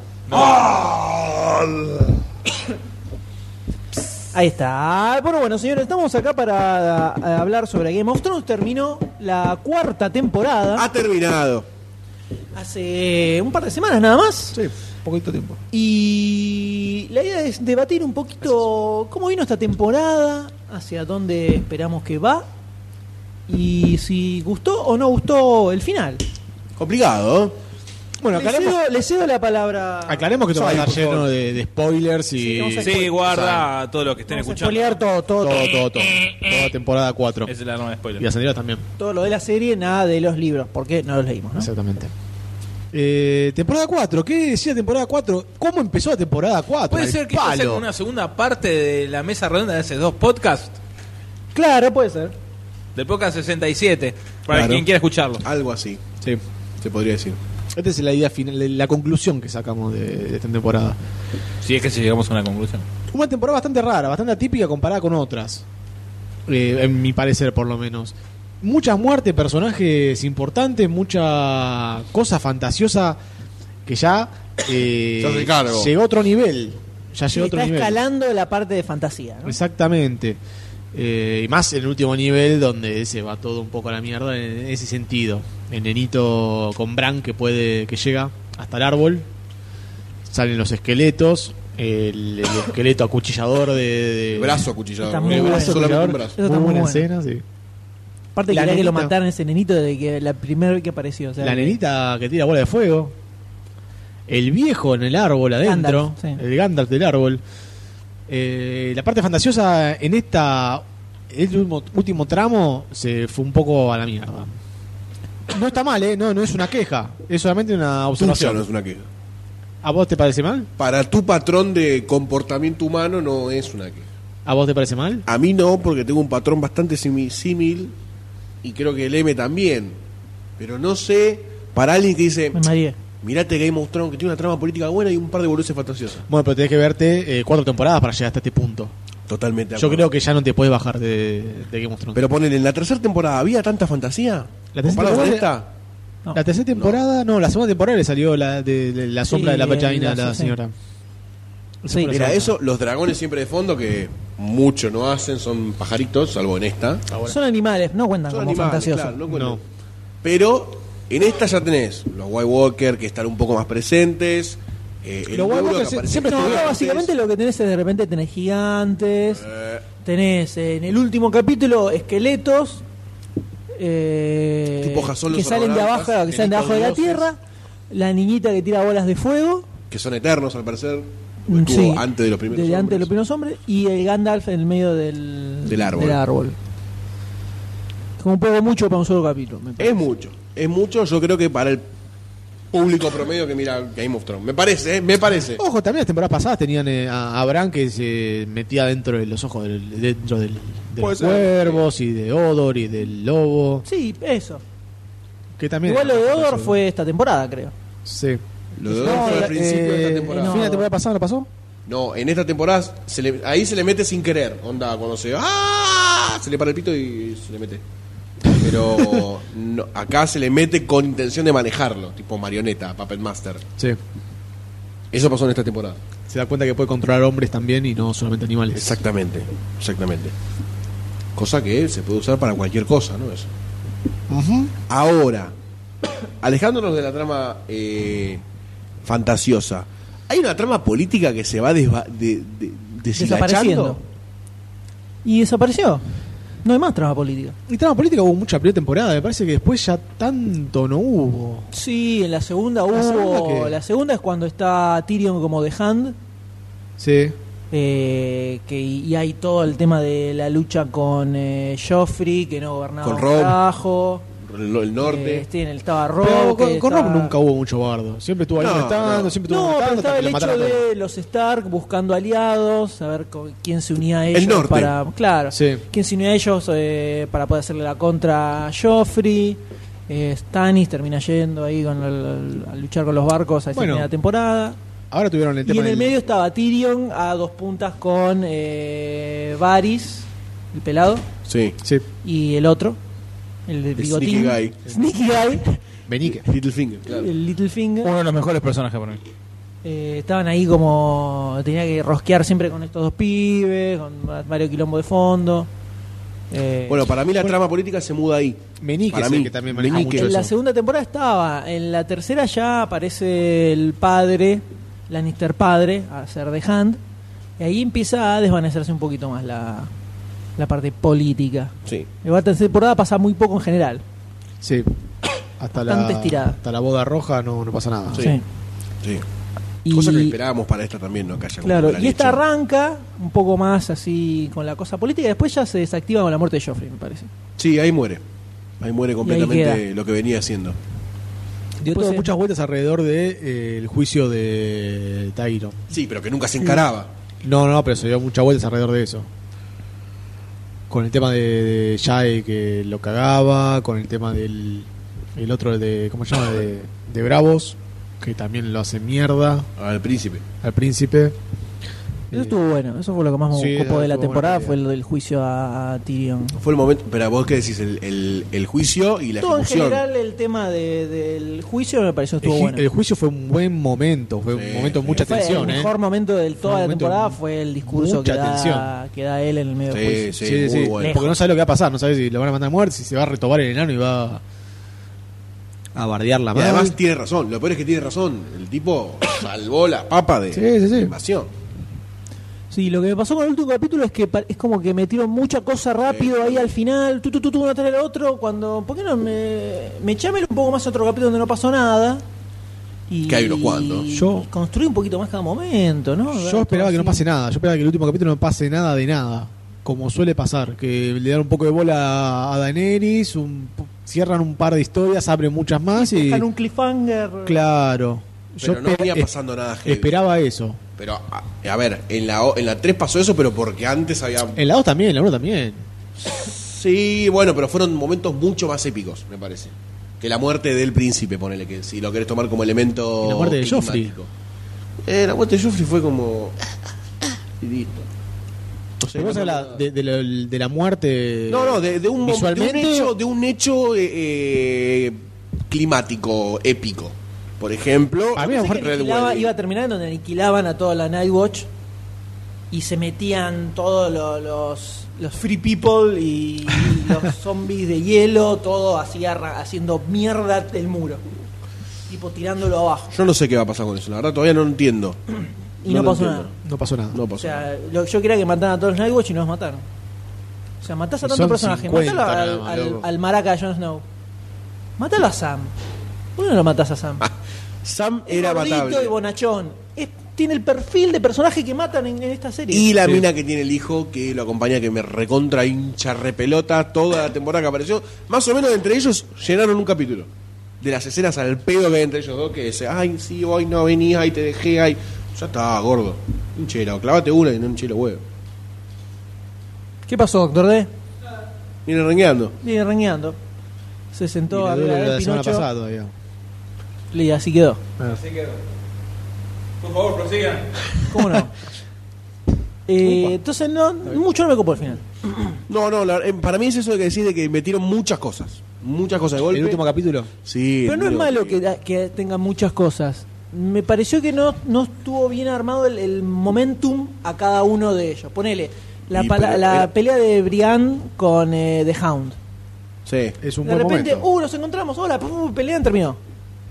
Speaker 1: Ahí está. Bueno, bueno, señores, estamos acá para eh, hablar sobre Game of Thrones. Terminó la cuarta temporada
Speaker 6: Ah.
Speaker 4: Ha terminado.
Speaker 1: hace un par de semanas nada más.
Speaker 6: Sí, poquito tiempo.
Speaker 1: Y la idea es debatir un poquito cómo vino esta temporada, hacia dónde esperamos que va y si gustó o no gustó el final.
Speaker 4: Complicado, ¿eh?
Speaker 6: Bueno,
Speaker 1: le,
Speaker 6: aclaremos,
Speaker 1: cedo, le cedo la palabra.
Speaker 6: aclaremos que te va a
Speaker 4: Ay,
Speaker 6: estar
Speaker 4: por favor.
Speaker 6: lleno de, de spoilers y
Speaker 1: Sí, vamos a
Speaker 6: todo,
Speaker 2: Sí, guarda todo lo que estén
Speaker 1: Vamos a
Speaker 2: escuchando.
Speaker 1: spoilear todo, todo, todo,
Speaker 6: todo, todo, Toda temporada 4.
Speaker 2: Eh, Es el arma de spoiler.
Speaker 6: Y ascenderos también.
Speaker 1: todo lo de la serie, nada de los libros, porque no los leímos, ¿no?
Speaker 6: Exactamente. Eh, temporada 4, ¿qué decía temporada 4? ¿Cómo empezó la temporada 4?
Speaker 2: Puede
Speaker 6: El
Speaker 2: ser que
Speaker 6: palo.
Speaker 2: sea como una segunda parte de la mesa redonda de hace dos podcasts,
Speaker 1: Claro, puede ser.
Speaker 2: del podcast 67, para
Speaker 4: Claro.
Speaker 2: quien quiera escucharlo.
Speaker 4: Algo así,
Speaker 6: Sí.
Speaker 4: se podría decir.
Speaker 6: Esta es la idea final, la conclusión que sacamos de, de esta temporada.
Speaker 2: Si es que si llegamos a una conclusión.
Speaker 6: Una temporada bastante rara, bastante atípica comparada con otras. Eh, en mi parecer, por lo menos. Muchas muertes, personajes importantes, mucha cosa fantasiosa que ya eh,
Speaker 4: Se hace cargo.
Speaker 6: llegó a otro nivel. Ya
Speaker 1: Sí,
Speaker 6: llegó a otro
Speaker 1: está
Speaker 6: nivel.
Speaker 1: escalando la parte de fantasía, ¿no?
Speaker 6: Exactamente. Eh, y más en el último nivel donde se va todo un poco a la mierda en ese sentido. El nenito con Bran que puede que llega hasta el árbol. Salen los esqueletos. El, el esqueleto acuchillador de, de-
Speaker 4: El brazo acuchillado.
Speaker 1: Está
Speaker 4: ¿no?
Speaker 1: muy
Speaker 4: El
Speaker 1: bueno.
Speaker 4: brazo, solamente un brazo.
Speaker 1: Eso está muy
Speaker 6: Muy buena
Speaker 1: bueno.
Speaker 6: escena, sí.
Speaker 1: Aparte
Speaker 6: La
Speaker 1: quería que lo
Speaker 6: nenita.
Speaker 1: mataran ese nenito de que la primera vez que apareció. o sea,
Speaker 6: La
Speaker 1: que-
Speaker 6: nenita que tira bola de fuego. El viejo en el árbol adentro.
Speaker 1: Gandalf, sí.
Speaker 6: El Gandalf del árbol. Eh, la parte fantasiosa en esta en este último, último tramo se fue un poco a la mierda. No está mal, ¿eh? No, no es una queja. Es solamente una
Speaker 4: Tuya
Speaker 6: observación.
Speaker 4: no es una queja.
Speaker 6: ¿A vos te parece mal?
Speaker 4: Para tu patrón de comportamiento humano no es una queja.
Speaker 6: ¿A vos te parece mal?
Speaker 4: A mí no, porque tengo un patrón bastante simi- símil y creo que el M también. Pero no sé, para alguien que dice,
Speaker 1: Me mareé.
Speaker 4: mirate Game of Thrones, que tiene una trama política buena y un par de boludeces fantasiosas.
Speaker 6: Bueno, pero tenés que verte eh, cuatro temporadas para llegar hasta este punto.
Speaker 4: Totalmente. de
Speaker 6: Yo
Speaker 4: acuerdo.
Speaker 6: creo que ya no te puedes bajar de, de Game of Thrones.
Speaker 4: Pero ponen, en la tercera temporada había tanta fantasía.
Speaker 6: La tercera
Speaker 4: Comparado con
Speaker 6: temporada-
Speaker 4: esta?
Speaker 1: No.
Speaker 6: La tercera temporada, no. la segunda temporada le salió la, de, de la
Speaker 1: Sí,
Speaker 6: sombra de la vagina a
Speaker 1: el-
Speaker 6: la
Speaker 1: sí.
Speaker 6: señora. Esa
Speaker 1: Sí.
Speaker 6: fue
Speaker 4: Mira,
Speaker 6: la segunda.
Speaker 4: eso, los dragones siempre de fondo, que mucho no hacen, son pajaritos, salvo en esta.
Speaker 1: Son animales, no cuentan
Speaker 4: Son
Speaker 1: Ah, como
Speaker 4: animales,
Speaker 1: fantasiosos.
Speaker 4: claro, no cuentan.
Speaker 6: No.
Speaker 4: Pero en esta ya tenés los White Walker que están un poco más presentes. eh, el
Speaker 6: Los White
Speaker 4: muro
Speaker 6: Walker
Speaker 4: que
Speaker 6: se-
Speaker 4: aparece
Speaker 6: siempre
Speaker 1: No,
Speaker 4: antes.
Speaker 1: acá básicamente lo que tenés es de repente tenés gigantes,
Speaker 4: Eh,
Speaker 1: tenés eh, en el último capítulo esqueletos eh,
Speaker 4: Tipo hojas solos
Speaker 1: que salen de
Speaker 4: sonorantas,
Speaker 1: abajo, que salen de
Speaker 4: tenitos
Speaker 1: abajo de la
Speaker 4: dioses.
Speaker 1: tierra, la niñita que tira bolas de fuego,
Speaker 4: que son eternos al parecer.
Speaker 1: mm,
Speaker 4: porque Estuvo
Speaker 1: sí,
Speaker 4: antes de los primeros.
Speaker 1: desde antes de
Speaker 4: hombres.
Speaker 1: los primeros hombres, y el Gandalf en el medio del,
Speaker 4: Del árbol.
Speaker 1: Como un poco mucho para un solo capítulo. me parece.
Speaker 4: Es mucho, es mucho. Yo creo que para el público promedio que mira Game of Thrones. Me parece, eh, me parece.
Speaker 6: Ojo, también las temporadas pasadas tenían eh, a, a Bran que se metía dentro de los ojos del, dentro del, de
Speaker 4: Puede
Speaker 6: los
Speaker 4: ser,
Speaker 6: cuervos y de Odor y del lobo.
Speaker 1: Sí, eso.
Speaker 6: Que también
Speaker 1: Igual lo de Odor
Speaker 6: Sí.
Speaker 1: fue esta temporada, creo.
Speaker 6: Sí.
Speaker 4: Lo de Odor fue
Speaker 6: eh,
Speaker 4: al principio de esta temporada.
Speaker 6: ¿El fin de la temporada pasada no pasó?
Speaker 4: No, en esta temporada se le- ahí se le mete sin querer. Onda, cuando se. ¡Ah! Se le para el pito y se le mete. Pero [LAUGHS] no, acá se le mete con intención de manejarlo, tipo marioneta, Puppet Master.
Speaker 6: Sí.
Speaker 4: Eso pasó en esta temporada.
Speaker 6: Se da cuenta que puede controlar hombres también y no solamente animales.
Speaker 4: Exactamente, exactamente. Cosa que se puede usar para cualquier cosa, ¿no? Eso. Ahora, alejándonos de la trama eh, fantasiosa, hay una trama política que se va desva- de- de- deshilachando.
Speaker 1: Desapareciendo. Y desapareció. No hay más trama política.
Speaker 3: Y trama política hubo mucha primera temporada, me parece que después ya tanto no hubo.
Speaker 1: Sí, en la segunda hubo.
Speaker 3: ¿La
Speaker 1: La
Speaker 3: segunda
Speaker 1: segunda,
Speaker 3: qué?
Speaker 1: es cuando está Tyrion como The Hand.
Speaker 3: Sí.
Speaker 1: eh, que, y hay todo el tema de la lucha con eh, Joffrey, que no gobernaba
Speaker 4: Con
Speaker 1: un
Speaker 4: Rob.
Speaker 1: carajo.
Speaker 4: El, el norte.
Speaker 1: Eh, este, en el estaba Rob.
Speaker 3: Pero con,
Speaker 1: que
Speaker 3: con
Speaker 1: está-
Speaker 3: Rob nunca hubo mucho bardo. Siempre estuvo ahí
Speaker 4: No,
Speaker 3: molestando,
Speaker 4: no.
Speaker 3: siempre estuvo
Speaker 1: No, pero
Speaker 3: molestando hasta que
Speaker 1: estaba el
Speaker 3: lo
Speaker 1: hecho
Speaker 3: mataron a todos.
Speaker 1: de los Stark buscando aliados, a ver con- quién se unía a ellos
Speaker 4: norte.
Speaker 1: para, claro,
Speaker 3: Sí.
Speaker 1: quién se unía a ellos eh, para poder hacerle la contra a Joffrey. Eh, Stannis termina yendo ahí con el- a luchar con los barcos a esa
Speaker 3: Bueno.
Speaker 1: primera temporada.
Speaker 3: Ahora tuvieron el tema
Speaker 1: Y en el
Speaker 3: del-
Speaker 1: medio estaba Tyrion a dos puntas con eh, Varys, el pelado,
Speaker 4: Sí.
Speaker 3: Sí,
Speaker 1: y el otro, el de bigotín.
Speaker 4: Sneaky Guy.
Speaker 1: [LAUGHS] Sneaky Guy,
Speaker 3: Benique.
Speaker 4: Littlefinger, claro.
Speaker 1: el Littlefinger.
Speaker 2: Uno de los mejores personajes para mí.
Speaker 1: Eh, estaban ahí como. Tenía que rosquear siempre con estos dos pibes, con va- varios quilombo de fondo. Eh,
Speaker 4: Bueno, para mí la trama política se muda ahí.
Speaker 3: Menique
Speaker 4: Para
Speaker 3: es el
Speaker 4: mí,
Speaker 3: que también
Speaker 6: Ah,
Speaker 3: maneja
Speaker 4: Meñique.
Speaker 3: mucho
Speaker 1: en la
Speaker 3: eso.
Speaker 1: segunda temporada estaba, en la tercera ya aparece el padre, Lannister padre, a ser de Hand. Y ahí empieza a desvanecerse un poquito más la, la parte política.
Speaker 4: Sí.
Speaker 1: En la tercera temporada pasa muy poco en general.
Speaker 3: Sí. Hasta
Speaker 1: Bastante
Speaker 3: la,
Speaker 1: estirada.
Speaker 3: hasta la boda roja no, no pasa nada.
Speaker 4: Sí. sí.
Speaker 1: Y-
Speaker 4: Cosa que esperábamos para esta también, ¿no? Que haya como
Speaker 1: Claro,
Speaker 4: una
Speaker 1: y esta
Speaker 4: leche.
Speaker 1: arranca un poco más así con la cosa política. y Después ya se desactiva con la muerte de Joffrey, me parece.
Speaker 4: Sí, ahí muere. Ahí muere completamente
Speaker 1: queda.
Speaker 4: lo que venía haciendo.
Speaker 3: Dio
Speaker 1: Pues,
Speaker 3: todo
Speaker 1: eh,
Speaker 3: muchas vueltas alrededor del juicio de Tairo.
Speaker 4: Sí, pero que nunca se encaraba.
Speaker 3: No, no, pero se dio muchas vueltas alrededor de eso. Con el tema de, de Jai que lo cagaba, con el tema del el otro de ¿cómo se llama? de, de Bravos que también lo hace mierda
Speaker 4: Al príncipe.
Speaker 3: al príncipe.
Speaker 1: Eso estuvo bueno, eso fue lo que más me
Speaker 3: Sí,
Speaker 1: ocupó de la
Speaker 3: estuvo
Speaker 1: temporada,
Speaker 3: buena
Speaker 1: fue el del juicio a, a Tyrion.
Speaker 4: Fue el momento. Pero vos qué decís, el, el- el juicio y la
Speaker 1: Todo en
Speaker 4: ejecución.
Speaker 1: general el tema de- del juicio me pareció
Speaker 3: El,
Speaker 1: estuvo
Speaker 3: ju-
Speaker 1: bueno.
Speaker 3: el juicio fue un buen momento, fue
Speaker 4: Sí,
Speaker 3: un momento de
Speaker 4: sí.
Speaker 3: mucha
Speaker 1: Fue
Speaker 3: tensión,
Speaker 1: el
Speaker 3: ¿eh?
Speaker 1: mejor momento de
Speaker 3: Fue un
Speaker 1: toda la
Speaker 3: momento
Speaker 1: temporada
Speaker 3: de
Speaker 1: fue el discurso que
Speaker 3: mucha
Speaker 1: da,
Speaker 3: tensión.
Speaker 1: que da él en el medio del
Speaker 4: Sí,
Speaker 1: juicio.
Speaker 4: sí,
Speaker 3: Sí,
Speaker 4: muy
Speaker 3: sí,
Speaker 4: bueno.
Speaker 3: Porque no sabe lo que va a pasar, no sabe si lo van a mandar a muerte, si se va a retobar el enano y va a bardear la
Speaker 4: Y
Speaker 3: madre.
Speaker 4: además tiene razón. Lo peor es que tiene razón. El tipo [COUGHS] salvó la papa de
Speaker 3: Sí, sí, sí.
Speaker 4: de invasión.
Speaker 1: Sí, lo que me pasó con el último capítulo es que pa- es como que metieron mucha cosa rápido ahí al final, tú, tú, tú, tú, uno tras el otro, cuando, ¿por qué no me, me llamen un poco más a otro capítulo donde no pasó nada? Y,
Speaker 4: Que hay unos cuantos.
Speaker 1: Yo, construí un poquito más cada momento, ¿no? Dar
Speaker 3: Yo
Speaker 1: todo
Speaker 3: esperaba que no
Speaker 1: así.
Speaker 3: pase nada. Yo esperaba que el último capítulo no pase nada de nada. Como suele pasar, que le dan un poco de bola a Daenerys, un- cierran un par de historias, abren muchas más y.
Speaker 1: Dejan un cliffhanger.
Speaker 3: Claro.
Speaker 4: Pero no
Speaker 3: espe-
Speaker 4: venía
Speaker 3: es-
Speaker 4: pasando nada heavy.
Speaker 3: Esperaba eso.
Speaker 4: Pero, a, a ver, en la, o- en la 3 pasó eso, pero porque antes había.
Speaker 3: En la 2 también, en la 1 también.
Speaker 4: Sí, bueno, pero fueron momentos mucho más épicos, me parece. Que la muerte del príncipe, ponele que si lo querés tomar como elemento.
Speaker 3: Y la muerte de Joffrey.
Speaker 4: climático. Eh, la muerte de Joffrey fue como. Y listo. No sé,
Speaker 3: Pero vos
Speaker 4: no me
Speaker 3: hablas
Speaker 4: acuerdo.
Speaker 3: de, de la- de la muerte.
Speaker 4: No, no, de, de un, mom- de un
Speaker 3: visualmente.
Speaker 4: hecho, de un hecho eh, eh, climático, épico. Por ejemplo,
Speaker 3: A mí me
Speaker 1: Pensé que
Speaker 3: Red
Speaker 1: aniquilaba-
Speaker 4: Wedding.
Speaker 1: iba a terminar en donde aniquilaban a toda la Nightwatch y se metían todos lo- los, los free people y, [LAUGHS] y los zombies de hielo, todo así arra- haciendo mierda del muro. Tipo tirándolo abajo.
Speaker 4: yo no sé qué va a pasar con eso, la verdad todavía no lo entiendo.
Speaker 1: Y no,
Speaker 4: lo
Speaker 1: pasó
Speaker 4: entiendo.
Speaker 1: nada.
Speaker 3: No pasó nada.
Speaker 4: No
Speaker 1: O
Speaker 4: pasó. nada.
Speaker 1: sea, lo- yo quería que mataran a todos los Nightwatch y no los mataron. O sea, matás a
Speaker 3: Y
Speaker 1: tantos
Speaker 3: son
Speaker 1: personajes.
Speaker 3: 50
Speaker 1: Matalo al,
Speaker 3: nada más,
Speaker 1: al-
Speaker 3: loco.
Speaker 1: al maraca de Jon Snow. Matalo a Sam. ¿Por qué no lo matás a Sam?
Speaker 4: Sam
Speaker 1: Es
Speaker 4: era
Speaker 1: gordito
Speaker 4: matable.
Speaker 1: y bonachón. Es- tiene el perfil de personaje que matan en, en esta serie.
Speaker 4: Y la
Speaker 3: Sí.
Speaker 4: mina que tiene el hijo que lo acompaña, que me recontra hincha repelota toda la temporada que apareció. Más o menos entre ellos llenaron un capítulo. De las escenas al pedo que hay entre ellos dos, que dice, ay, sí, hoy no venía, ahí te dejé, ay. Ya está, gordo. Hinchera, o clavate una y no hinchera huevo.
Speaker 1: ¿Qué pasó, doctor D?
Speaker 4: Viene rengueando.
Speaker 1: Viene rengueando. Se sentó
Speaker 3: la,
Speaker 1: a ver
Speaker 3: la,
Speaker 1: a
Speaker 3: la semana pasada
Speaker 1: Pinocho.
Speaker 3: todavía.
Speaker 1: Y así quedó.
Speaker 2: Por favor, prosigan.
Speaker 1: ¿Cómo no? Eh, entonces, no, mucho no me copo al final.
Speaker 4: No, no, la- eh, para mí es eso de que decís de que metieron muchas cosas. Muchas cosas de golpe.
Speaker 3: El último capítulo.
Speaker 4: Sí.
Speaker 1: Pero no es
Speaker 4: duro.
Speaker 1: malo que, que tenga muchas cosas. Me pareció que no, no estuvo bien armado el, el momentum a cada uno de ellos. Ponele, la,
Speaker 4: Y
Speaker 1: pala-
Speaker 4: pero
Speaker 1: la
Speaker 4: era-
Speaker 1: pelea de Brian con eh, The Hound.
Speaker 4: Sí.
Speaker 3: Es un
Speaker 1: de
Speaker 3: buen
Speaker 1: repente,
Speaker 3: momento.
Speaker 1: uh, nos encontramos, hola, pum, pum, pelean, terminó.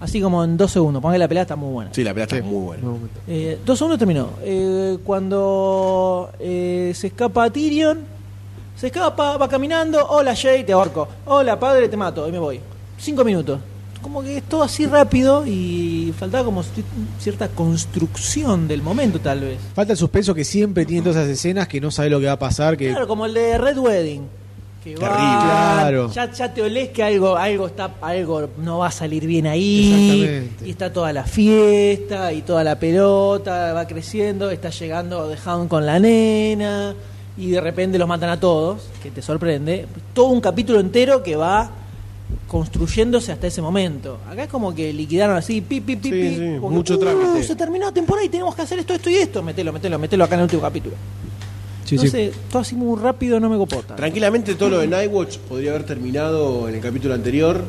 Speaker 1: Así como en dos segundos, porque la pelea está muy buena.
Speaker 4: Sí, la pelota
Speaker 3: Sí,
Speaker 4: es muy buena.
Speaker 3: buen momento.
Speaker 1: Eh, dos segundos terminó. Eh, cuando eh, se escapa Tyrion, Se escapa, va caminando, hola Jay, te ahorco. Hola padre, te mato y me voy. Cinco minutos. Como que es todo así rápido y faltaba como ci- cierta construcción del momento tal vez.
Speaker 6: Falta el suspenso que siempre tiene todas esas escenas que no sabe lo que va a pasar, que
Speaker 1: Claro, como el de Red Wedding. Que va,
Speaker 4: Terrible.
Speaker 6: Claro.
Speaker 1: Ya, ya te olés que algo, algo está, algo no va a salir bien ahí.
Speaker 6: Exactamente.
Speaker 1: Y está toda la fiesta y toda la pelota, va creciendo, está llegando The Hound con la nena, y de repente los matan a todos, que te sorprende. Todo un capítulo entero que va construyéndose hasta ese momento. Acá es como que liquidaron así, pi, pi, pi,
Speaker 4: Sí,
Speaker 1: pi,
Speaker 4: sí,
Speaker 1: como que,
Speaker 4: mucho
Speaker 1: "Uh,
Speaker 4: trámite".
Speaker 1: Se terminó la temporada y tenemos que hacer esto, esto y esto. Metelo, metelo, metelo acá en el último capítulo. No sé, todo así muy rápido no me copota.
Speaker 4: Tranquilamente todo lo de Nightwatch podría haber terminado en el capítulo anterior.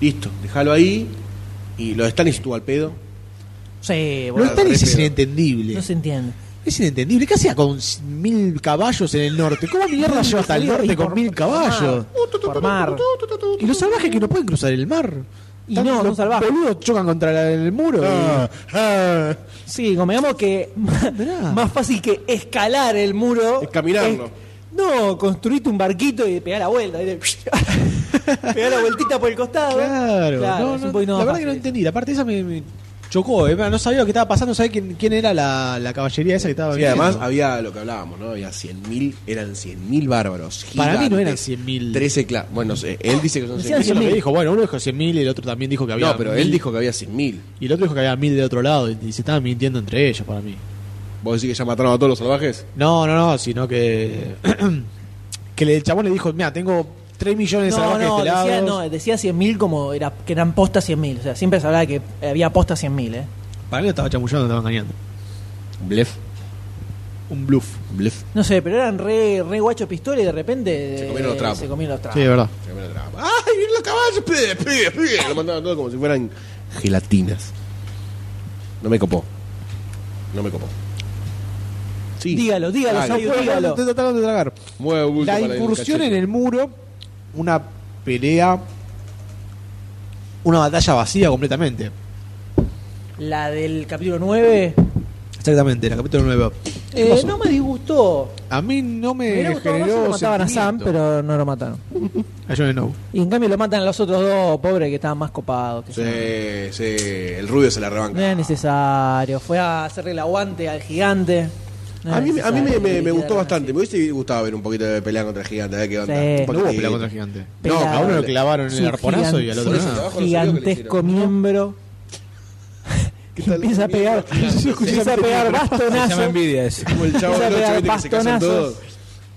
Speaker 4: Listo, déjalo ahí. Y lo de Stannis estuvo al pedo.
Speaker 1: Sí,
Speaker 6: Lo
Speaker 1: boludo,
Speaker 6: de Stannis
Speaker 4: re
Speaker 6: es
Speaker 4: pedo.
Speaker 6: inentendible.
Speaker 1: no se entiende.
Speaker 6: Es inentendible. ¿Qué hacía con c- mil caballos en el norte? ¿Cómo mierda llegó hasta el norte con mil caballos?
Speaker 1: Por mar.
Speaker 6: Y los salvajes que no pueden cruzar el mar.
Speaker 1: Y
Speaker 6: Tan-
Speaker 1: no, son
Speaker 6: los
Speaker 1: salvajes. Ah.
Speaker 6: boludos chocan contra la- el muro. y-
Speaker 1: Sí, como digamos que [LAUGHS]
Speaker 6: Mirá.
Speaker 1: más fácil que escalar el muro.
Speaker 4: Es caminarlo.
Speaker 1: es- no, construirte un barquito y pegar la vuelta. [LAUGHS] pegar la vueltita por el costado.
Speaker 6: Claro. no,
Speaker 1: es
Speaker 6: no,
Speaker 1: un poquito
Speaker 6: la
Speaker 1: más
Speaker 6: verdad que no
Speaker 1: fácil.
Speaker 6: entendí. La parte esa me, me chocó. eh. No sabía lo que estaba pasando. No sabía quién, quién era la, la caballería esa que estaba
Speaker 4: Y
Speaker 6: viniendo.
Speaker 4: además había lo que hablábamos, ¿no? Había 100.000, eran 100.000 bárbaros.
Speaker 6: Para mí no eran
Speaker 4: gigantes,
Speaker 6: 100.000.
Speaker 4: 13 cla- Bueno, se- él dice que son
Speaker 1: Decían
Speaker 6: Eso es
Speaker 4: 100.000.
Speaker 6: lo que
Speaker 1: 100.000.
Speaker 6: dijo. Bueno, uno dijo 100.000 y el otro también dijo que había.
Speaker 4: No, pero él
Speaker 6: mil.
Speaker 4: dijo que había 100.000.
Speaker 6: Y el otro dijo que había mil del otro lado. Y, y se estaban mintiendo entre ellos para mí.
Speaker 4: ¿Vos decís que ya mataron a todos los salvajes?
Speaker 6: No, no, no, sino que. [CLEARS THROAT] que el chabón le dijo: Mira, tengo 3 millones de
Speaker 1: No,
Speaker 6: salvajes de
Speaker 1: no,
Speaker 6: este lado.
Speaker 1: decía, no, decía 100.000 como era, que eran postas 100.000. O sea, siempre se hablaba que había postas 100.000, ¿eh?
Speaker 6: Para mí lo estaba chamullando, lo estaba engañando.
Speaker 4: Blef.
Speaker 6: Un bluff.
Speaker 4: Blef.
Speaker 1: No sé, pero eran re, re guacho pistola y de repente
Speaker 4: Se comieron los
Speaker 1: eh,
Speaker 4: trapos.
Speaker 1: se comieron los trapos.
Speaker 6: Sí, de verdad.
Speaker 4: Se me lo traba. ¡Ay, vienen los caballos! ¡Pide, pide, pide! Lo mandaban todo como si fueran gelatinas. No me copó. No me copó. Sí.
Speaker 1: Dígalo, dígalo,
Speaker 4: Dale.
Speaker 1: Saúl, dígalo.
Speaker 6: Estoy tratando de tragar.
Speaker 4: Mueve bulto
Speaker 6: La
Speaker 4: para el
Speaker 6: incursión en
Speaker 4: cachete.
Speaker 6: el muro, una pelea. Una batalla vacía completamente.
Speaker 1: La del capítulo 9
Speaker 6: Exactamente, la capítulo 9. ¿Qué
Speaker 1: eh,
Speaker 6: pasó?
Speaker 1: no me disgustó.
Speaker 6: A mí no me
Speaker 1: Me hubiera gustado más si
Speaker 6: generó
Speaker 1: lo mataban a Sam,
Speaker 6: sentimiento.
Speaker 1: pero no lo mataron.
Speaker 6: A Jon Snow.
Speaker 1: Y en cambio lo matan a los otros dos pobres que estaban más copados. que yo.
Speaker 4: Sí, sí. El rubio se la rebanca.
Speaker 1: No era necesario. Fue a hacerle el aguante al gigante. No
Speaker 4: a
Speaker 1: era
Speaker 4: mí, a mí me,
Speaker 1: necesario.
Speaker 4: me- me gustó
Speaker 1: Liquidaron
Speaker 4: bastante.
Speaker 1: así.
Speaker 4: Me hubiese gustado ver un poquito de pelea contra el gigante. A ver qué onda.
Speaker 1: Sí.
Speaker 4: Un
Speaker 1: No
Speaker 6: No hubo
Speaker 4: poquitito.
Speaker 6: pelea contra el gigante.
Speaker 4: No,
Speaker 1: Pelado.
Speaker 6: A uno lo clavaron en
Speaker 1: Sí,
Speaker 6: el arponazo
Speaker 1: gigan-
Speaker 6: y al otro
Speaker 4: Por
Speaker 1: sí,
Speaker 4: eso,
Speaker 6: nada.
Speaker 4: abajo no se vio que le
Speaker 1: Gigantesco
Speaker 4: hicieron.
Speaker 1: miembro. Que
Speaker 4: tal?
Speaker 1: empieza a
Speaker 4: [LAUGHS]
Speaker 1: pegar, empieza a pegar
Speaker 2: Se llama
Speaker 1: bastonazos.
Speaker 2: envidia eso.
Speaker 4: Como el chavo
Speaker 1: Empieza a
Speaker 4: del
Speaker 1: pegar
Speaker 4: ocho, viste, que se casan
Speaker 1: bastonazos.
Speaker 4: todos.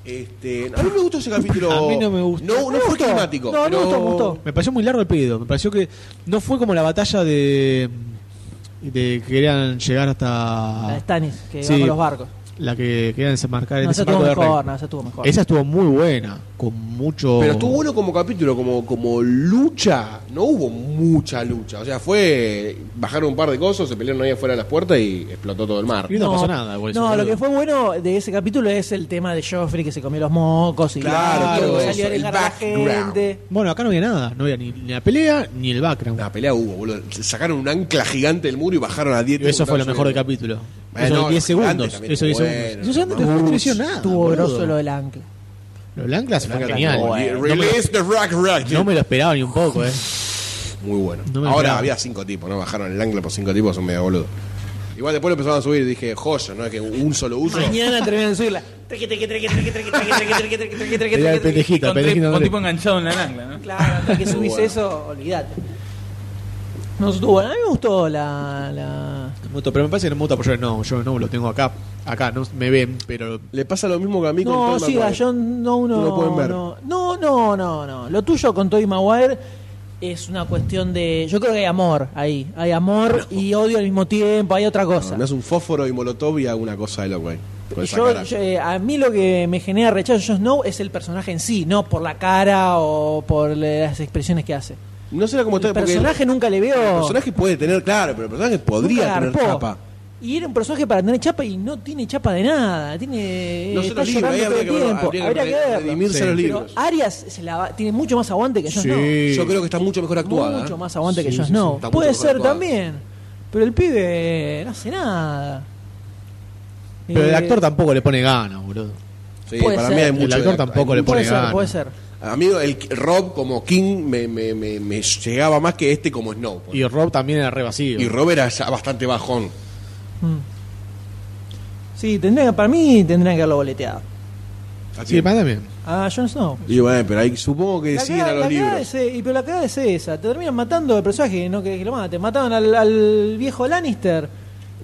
Speaker 4: Este, a mí me gustó ese capítulo.
Speaker 6: A mí no me gustó.
Speaker 4: No, no
Speaker 1: Me
Speaker 4: fue
Speaker 1: gustó.
Speaker 4: climático.
Speaker 1: No, me
Speaker 4: pero-
Speaker 1: gustó, me gustó.
Speaker 6: Me pareció muy largo el pedido. Me pareció que no fue como la batalla de. de que querían llegar
Speaker 1: La de
Speaker 4: Ah.
Speaker 6: hasta.
Speaker 1: Stannis, que
Speaker 6: Sí.
Speaker 1: va con los barcos.
Speaker 6: La que querían desembarcar en
Speaker 1: No,
Speaker 6: ese
Speaker 1: esa estuvo
Speaker 6: barco de
Speaker 1: mejor,
Speaker 6: rey.
Speaker 1: no, esa estuvo mejor.
Speaker 6: Esa estuvo muy buena. Con mucho.
Speaker 4: Pero estuvo bueno como capítulo, como, como lucha. No hubo mucha lucha. O sea, fue. Bajaron un par de cosas, se pelearon ahí afuera de las puertas y explotó todo el mar.
Speaker 6: Y no, pasó nada. por eso,
Speaker 1: no, lo
Speaker 6: boludo.
Speaker 1: que fue bueno de ese capítulo es el tema de Joffrey que se comió los mocos y
Speaker 4: Claro,
Speaker 1: todo
Speaker 4: todo
Speaker 1: que
Speaker 4: eso,
Speaker 1: salió a
Speaker 4: el
Speaker 1: dejar a la
Speaker 4: background.
Speaker 1: gente.
Speaker 6: Bueno, acá no había nada. No había ni, ni la pelea ni el background.
Speaker 4: Una pelea hubo, boludo. Sacaron un ancla gigante del muro y bajaron a 10
Speaker 6: Y eso fue lo mejor del capítulo.
Speaker 4: Bueno,
Speaker 6: Esos
Speaker 4: antes
Speaker 6: 10 segundos.
Speaker 4: también
Speaker 6: Eso 10
Speaker 4: estuvo
Speaker 6: segundos.
Speaker 4: bueno.
Speaker 6: Esos antes no
Speaker 4: Uy,
Speaker 6: hicieron nada.
Speaker 1: Estuvo
Speaker 6: boludo.
Speaker 1: grosso lo del ancla.
Speaker 6: Lo del Anclas fue genial. No me,
Speaker 4: Release the rock rock.
Speaker 6: no me lo esperaba ni un poco, eh.
Speaker 4: [LAUGHS] Muy bueno.
Speaker 6: No me
Speaker 4: Ahora
Speaker 6: esperaba.
Speaker 4: había cinco tipos, ¿no? Bajaron el ancla por cinco tipos, son medio boludo. Igual después lo empezaron a subir y dije, joya, ¿no? Es que un solo uso.
Speaker 1: Mañana terminan de subirla.
Speaker 6: Era el pendejito,
Speaker 2: Con,
Speaker 6: el pendejito.
Speaker 2: tri-
Speaker 6: no
Speaker 2: con
Speaker 6: le-
Speaker 2: tipo enganchado en la ancla, ¿no?
Speaker 1: Claro, hasta que
Speaker 4: Muy
Speaker 1: subís
Speaker 4: bueno.
Speaker 1: eso, olvídate. No estuvo bueno. A mí me gustó la. la...
Speaker 6: Muto, pero me parece que no me gusta porque yo no, yo no lo tengo acá, acá no me ven, pero
Speaker 4: Le pasa lo mismo que a mí con
Speaker 1: No,
Speaker 4: Tobey
Speaker 1: sí,
Speaker 4: Maguire.
Speaker 1: Gallón, no, uno,
Speaker 4: No lo pueden ver.
Speaker 1: No, no, no, no, no. Lo tuyo con Toby Maguire es una cuestión de. Yo creo que hay amor ahí. Hay amor y odio al mismo tiempo. Hay otra cosa.
Speaker 4: No, me hace un fósforo y molotov y hago una cosa de loco ahí. Con esa
Speaker 1: Yo,
Speaker 4: cara.
Speaker 1: yo, eh, a mí lo que me genera rechazo de Jon Snow es el personaje en sí, no por la cara o por le- las expresiones que hace.
Speaker 4: no será como
Speaker 1: El
Speaker 4: está. porque
Speaker 1: personaje nunca le veo.
Speaker 4: El personaje puede tener, claro, pero el personaje podría
Speaker 1: nunca
Speaker 4: tener
Speaker 1: garpó.
Speaker 4: chapa.
Speaker 1: Y era un personaje para tener chapa y no tiene chapa de nada. Tiene.
Speaker 4: No son
Speaker 1: Eh, está
Speaker 4: los libros, ahí
Speaker 1: llorando todo
Speaker 4: habría
Speaker 1: el
Speaker 4: que, verlo,
Speaker 1: tiempo.
Speaker 4: habría que
Speaker 1: Habría que
Speaker 4: re-
Speaker 1: verlo.
Speaker 4: redimirse
Speaker 6: Sí.
Speaker 4: los
Speaker 1: Pero ah,
Speaker 4: libros.
Speaker 1: Arias se la va- tiene mucho más aguante que Jon Snow.
Speaker 4: Yo creo que está mucho mejor actuada.
Speaker 1: Mucho
Speaker 4: ¿eh?
Speaker 1: más aguante que
Speaker 4: Sí,
Speaker 1: Jon
Speaker 4: sí, sí,
Speaker 1: Snow.
Speaker 4: está mucho
Speaker 1: Puede
Speaker 4: mejor
Speaker 1: ser
Speaker 4: actuada.
Speaker 1: también. Pero el pibe no hace nada.
Speaker 6: pero el
Speaker 1: Eh,
Speaker 6: actor tampoco le pone ganas, boludo.
Speaker 4: Sí,
Speaker 1: Puede
Speaker 4: para
Speaker 1: ser.
Speaker 4: mí hay
Speaker 1: El
Speaker 4: mucho. de
Speaker 3: actor
Speaker 4: act-
Speaker 3: tampoco
Speaker 4: hay
Speaker 3: le
Speaker 1: Puede
Speaker 4: mucho
Speaker 3: pone
Speaker 4: de
Speaker 1: ser,
Speaker 3: ganas.
Speaker 1: puede ser.
Speaker 4: A mí el Rob como King me, me- me- me llegaba más que este como Snow. por
Speaker 3: Y Rob también era re vacío.
Speaker 4: Y Rob era ya bastante bajón.
Speaker 1: Mm. Sí, tendría, para mí tendrían que haberlo boleteado. Ah,
Speaker 3: sí, para también.
Speaker 1: A Jon Snow.
Speaker 4: Y bueno, pero ahí supongo que
Speaker 1: La
Speaker 4: siguen
Speaker 1: cagada-
Speaker 4: a los
Speaker 1: la cagada
Speaker 4: libros.
Speaker 1: es- eh, y- pero la cagada es esa. Te terminan matando al personaje que no querés que lo mate. Mataron al, al viejo Lannister,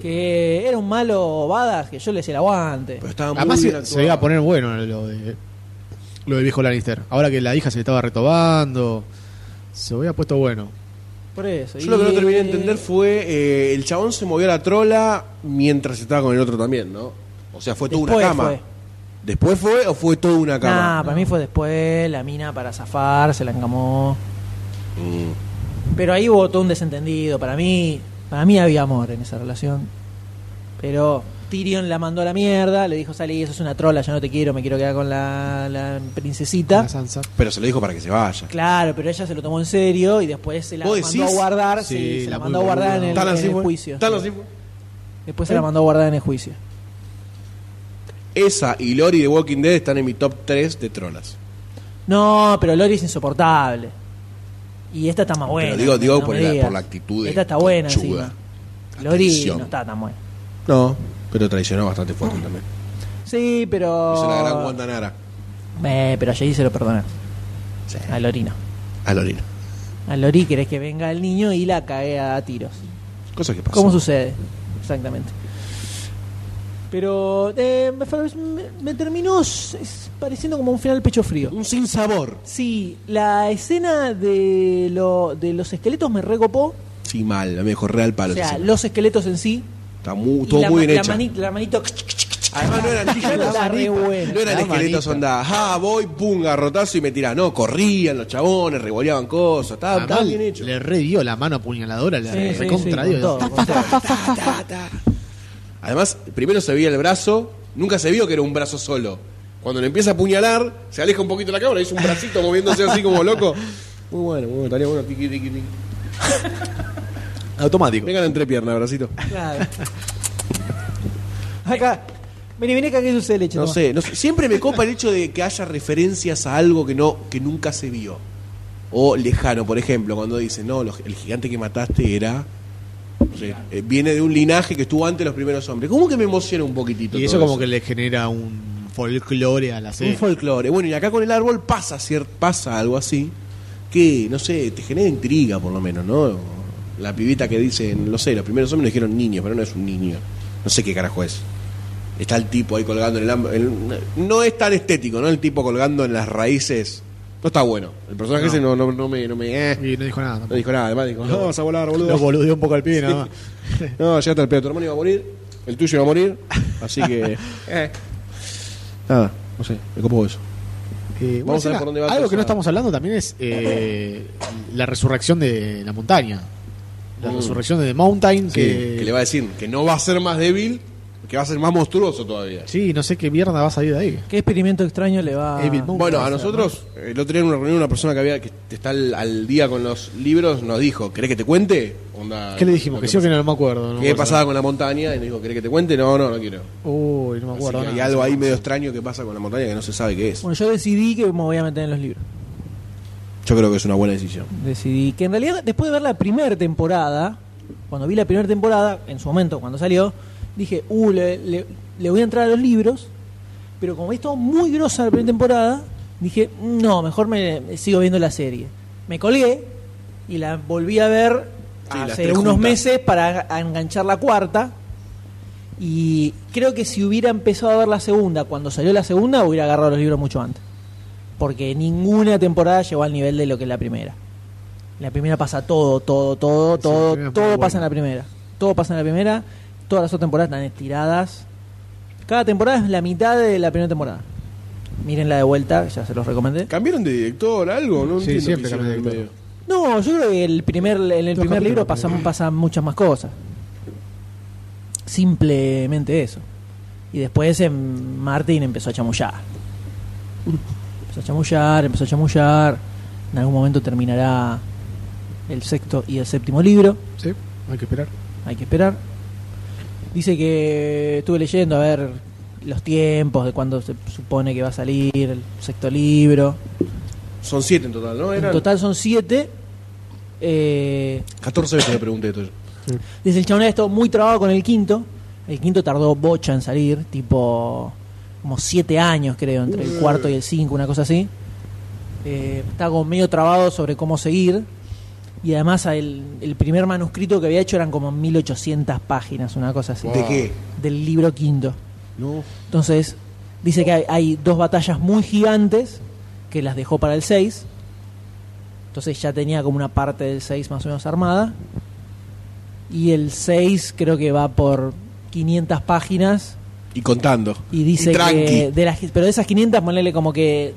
Speaker 1: que era un malo badas que yo le hice el aguante.
Speaker 4: Pero estaba muy
Speaker 3: Además
Speaker 4: bien
Speaker 3: se, se
Speaker 4: actuado.
Speaker 3: iba a poner bueno lo de lo de viejo Lannister. Ahora que la hija se le estaba retobando, se había puesto bueno.
Speaker 1: Por eso.
Speaker 4: Yo lo que no
Speaker 1: Y-
Speaker 4: terminé de entender fue eh, el chabón se movió a la trola mientras estaba con el otro también, ¿no? O sea, fue toda
Speaker 1: Después
Speaker 4: una cama.
Speaker 1: fue.
Speaker 4: ¿Después fue o fue toda una
Speaker 1: Nah,
Speaker 4: cama?
Speaker 1: para mí fue después. La mina para zafar, se la encamó.
Speaker 4: Mm.
Speaker 1: Pero ahí hubo todo un desentendido. Para mí, para mí había amor en esa relación. Pero Tyrion la mandó a la mierda, le dijo, salí, eso es una trola, yo no te quiero, me quiero quedar con la, la princesita.
Speaker 3: La Sansa.
Speaker 4: Pero se lo dijo para que se vaya.
Speaker 1: Claro, pero ella se lo tomó en serio y después se la
Speaker 4: ¿Vos
Speaker 1: mandó
Speaker 4: decís?
Speaker 1: a guardar, sí,
Speaker 3: Sí,
Speaker 1: se
Speaker 3: la
Speaker 1: la
Speaker 3: muy
Speaker 1: mandó a guardar en el,
Speaker 4: Tan
Speaker 1: en
Speaker 4: así
Speaker 1: el
Speaker 4: fue.
Speaker 1: juicio.
Speaker 4: Tan así fue.
Speaker 1: Después se la mandó a guardar en el juicio.
Speaker 4: Esa y Lori de Walking Dead están en mi top 3 de trolas.
Speaker 1: No, pero Lori es insoportable. Y esta está más buena.
Speaker 4: digo- digo
Speaker 1: no
Speaker 4: por
Speaker 1: me
Speaker 4: la-
Speaker 1: digas.
Speaker 4: por la actitud de
Speaker 1: Esta está buena
Speaker 4: conchuda.
Speaker 1: encima. Lori
Speaker 4: Atención.
Speaker 1: no está tan buena.
Speaker 4: No, pero traicionó bastante fuerte
Speaker 1: Ah.
Speaker 4: también.
Speaker 1: Sí, pero...
Speaker 4: Hizo la gran Guantanara.
Speaker 1: Eh, pero a Jay se lo perdonás.
Speaker 4: Sí.
Speaker 1: A Lori no.
Speaker 4: A Lori. no.
Speaker 1: A Lori querés que venga el niño y la cague a tiros.
Speaker 4: Cosas que pasan.
Speaker 1: ¿Cómo sucede? Exactamente. Pero eh, me, fa- me- me terminó s- es- pareciendo como un final pecho frío.
Speaker 4: Un sinsabor.
Speaker 1: Sí, la escena de, lo- de los esqueletos me recopó.
Speaker 4: Sí, mal. Me dijo real
Speaker 1: O
Speaker 4: palo. esa
Speaker 1: sea,
Speaker 4: escena.
Speaker 1: los esqueletos en sí.
Speaker 4: Está muy,
Speaker 1: y
Speaker 4: Uh, todo
Speaker 1: la,
Speaker 4: muy
Speaker 1: ma-
Speaker 4: bien
Speaker 1: la
Speaker 4: hecha.
Speaker 1: mani- la manito.
Speaker 4: Además no eran
Speaker 1: Está re buena.
Speaker 4: No eran
Speaker 3: La
Speaker 4: esqueletos
Speaker 3: manita.
Speaker 4: onda, ah, voy, pum, garrotazo y me tirá. No, corrían los chabones, revoleaban cosas, estaba, estaba
Speaker 3: Además,
Speaker 4: bien hecho.
Speaker 3: Le re dio la mano apuñaladora, la
Speaker 1: Sí, sí, sí,
Speaker 3: recontra
Speaker 1: con
Speaker 3: dio.
Speaker 1: todo, con todo.
Speaker 4: [LAUGHS] Además, primero se veía el brazo, nunca se vio que era un brazo solo. Cuando le empieza a apuñalar, se aleja un poquito la cámara, hizo un bracito moviéndose así como loco. Muy bueno, muy bueno, estaría bueno. tiqui, tiqui, tiqui.
Speaker 3: Automático.
Speaker 4: Vengan entre piernas, bracito.
Speaker 1: Claro. Acá. Vení, vení acá que sucede leche.
Speaker 4: No
Speaker 1: toma.
Speaker 4: sé, no sé. siempre me copa el hecho de que haya referencias a algo que no que nunca se vio. O lejano, por ejemplo, cuando dicen, no, los- el gigante que mataste era. no sé, eh, viene de un linaje que estuvo antes de los primeros hombres. ¿Cómo que me emociona un poquitito?
Speaker 3: Y
Speaker 4: todo
Speaker 3: eso como que le genera un folclore a la
Speaker 4: Un
Speaker 3: serie.
Speaker 4: folclore. Bueno, y acá con el árbol pasa, cier- pasa algo así que, no sé, te genera intriga por lo menos, ¿no? La pibita que dicen, no sé, los primeros hombres dijeron niño, pero no es un niño. No sé qué carajo es. Está el tipo ahí colgando en el ámbar- en- No es tan estético, ¿no? El tipo colgando en las raíces. No está bueno. El personaje
Speaker 3: No.
Speaker 4: ese no, no, no me... No, me eh.
Speaker 3: Y no dijo nada.
Speaker 4: no
Speaker 3: tampoco.
Speaker 4: dijo nada. Además dijo, no, vas a volar, boludo.
Speaker 3: Lo boludeó un poco al pibe, nada más.
Speaker 4: No, llegaste al pedo. Tu hermano iba a morir, el tuyo iba a morir, así [LAUGHS] que. Eh. Nada, no sé, me copo eso.
Speaker 3: Eh,
Speaker 4: Vamos a ver
Speaker 3: una-
Speaker 4: por dónde va
Speaker 3: Algo
Speaker 4: todo
Speaker 3: que no
Speaker 4: eso.
Speaker 3: estamos hablando también es eh, la resurrección de la montaña. La
Speaker 4: Mm.
Speaker 3: resurrección de The Mountain.
Speaker 4: Que,
Speaker 3: que,
Speaker 4: que le va a decir que no va a ser más débil, que va a ser más monstruoso todavía.
Speaker 3: Sí, no sé qué mierda va a salir de ahí.
Speaker 1: ¿Qué experimento extraño le va
Speaker 3: Evil Moon.
Speaker 4: Bueno, a nosotros, el otro día en una reunión, una persona que había que está al, al día con los libros nos dijo: ¿Querés que te cuente? Onda,
Speaker 3: ¿Qué le dijimos?
Speaker 4: lo
Speaker 3: Que sí o que no, no me acuerdo. no me
Speaker 4: ¿Qué
Speaker 3: acuerdo.
Speaker 4: pasaba con la montaña? Y nos dijo: ¿Querés que te cuente? No, no, no quiero.
Speaker 3: Uy, no me
Speaker 4: Así
Speaker 3: acuerdo.
Speaker 4: que hay
Speaker 3: nada.
Speaker 4: algo ahí medio extraño que pasa con la montaña que no se sabe qué es.
Speaker 1: Bueno, yo decidí que me voy a meter en los libros.
Speaker 4: Yo creo que es una buena decisión.
Speaker 1: Decidí que en realidad, después de ver la primera temporada, cuando vi la primera temporada, en su momento, cuando salió, dije, uh, le, le- le voy a entrar a los libros, pero como esto muy grosa la primera temporada, dije, no, mejor me, me sigo viendo la serie. Me colgué y la volví a ver
Speaker 4: Sí, las
Speaker 1: hace
Speaker 4: tres
Speaker 1: unos
Speaker 4: juntas.
Speaker 1: meses para a- enganchar la cuarta. Y creo que si hubiera empezado a ver la segunda, cuando salió la segunda, hubiera agarrado los libros mucho antes. Porque ninguna temporada llegó al nivel de lo que es la primera. La primera pasa todo, todo, todo,
Speaker 3: Sí, la
Speaker 1: todo,
Speaker 3: primera es muy
Speaker 1: todo pasa en
Speaker 3: buena.
Speaker 1: la primera. Todo pasa en la primera, todas las otras temporadas están estiradas. Cada temporada es la mitad de la primera temporada. Mírenla de vuelta, ya se los recomendé.
Speaker 4: ¿Cambiaron de director algo? No
Speaker 3: Sí,
Speaker 4: entiendo
Speaker 3: siempre
Speaker 4: qué hicieron
Speaker 3: cambian de
Speaker 4: en el
Speaker 3: director.
Speaker 1: No, yo creo que el primer, en el
Speaker 3: Dos
Speaker 1: primer
Speaker 3: capítulos,
Speaker 1: libro pasan,
Speaker 3: creo.
Speaker 1: pasan muchas más cosas. Simplemente eso. Y después en Martin empezó a chamullar. Empezó a chamullar, empezó a chamullar. En algún momento terminará el sexto y el séptimo libro.
Speaker 3: Sí, hay que esperar.
Speaker 1: Hay que esperar. Dice que estuve leyendo a ver los tiempos, de cuándo se supone que va a salir el sexto libro.
Speaker 4: Son siete en total, ¿no? Eran
Speaker 1: En total son siete. Eh,
Speaker 4: 14 veces le pregunté esto. yo.
Speaker 1: Dice el chabón esto muy trabado con el quinto. El quinto tardó bocha en salir, tipo como siete años creo, entre el cuarto y el cinco, una cosa así. Eh, está como medio trabado sobre cómo seguir. Y además el, el primer manuscrito que había hecho eran como 1800 páginas, una cosa así.
Speaker 4: ¿De qué?
Speaker 1: Del libro quinto.
Speaker 4: No.
Speaker 1: Entonces, dice que hay, hay dos batallas muy gigantes que las dejó para el 6. Entonces ya tenía como una parte del 6 más o menos armada. Y el 6 creo que va por 500 páginas
Speaker 4: Y contando.
Speaker 1: y dice
Speaker 4: tranqui.
Speaker 1: que de las pero de esas 500 ponele como que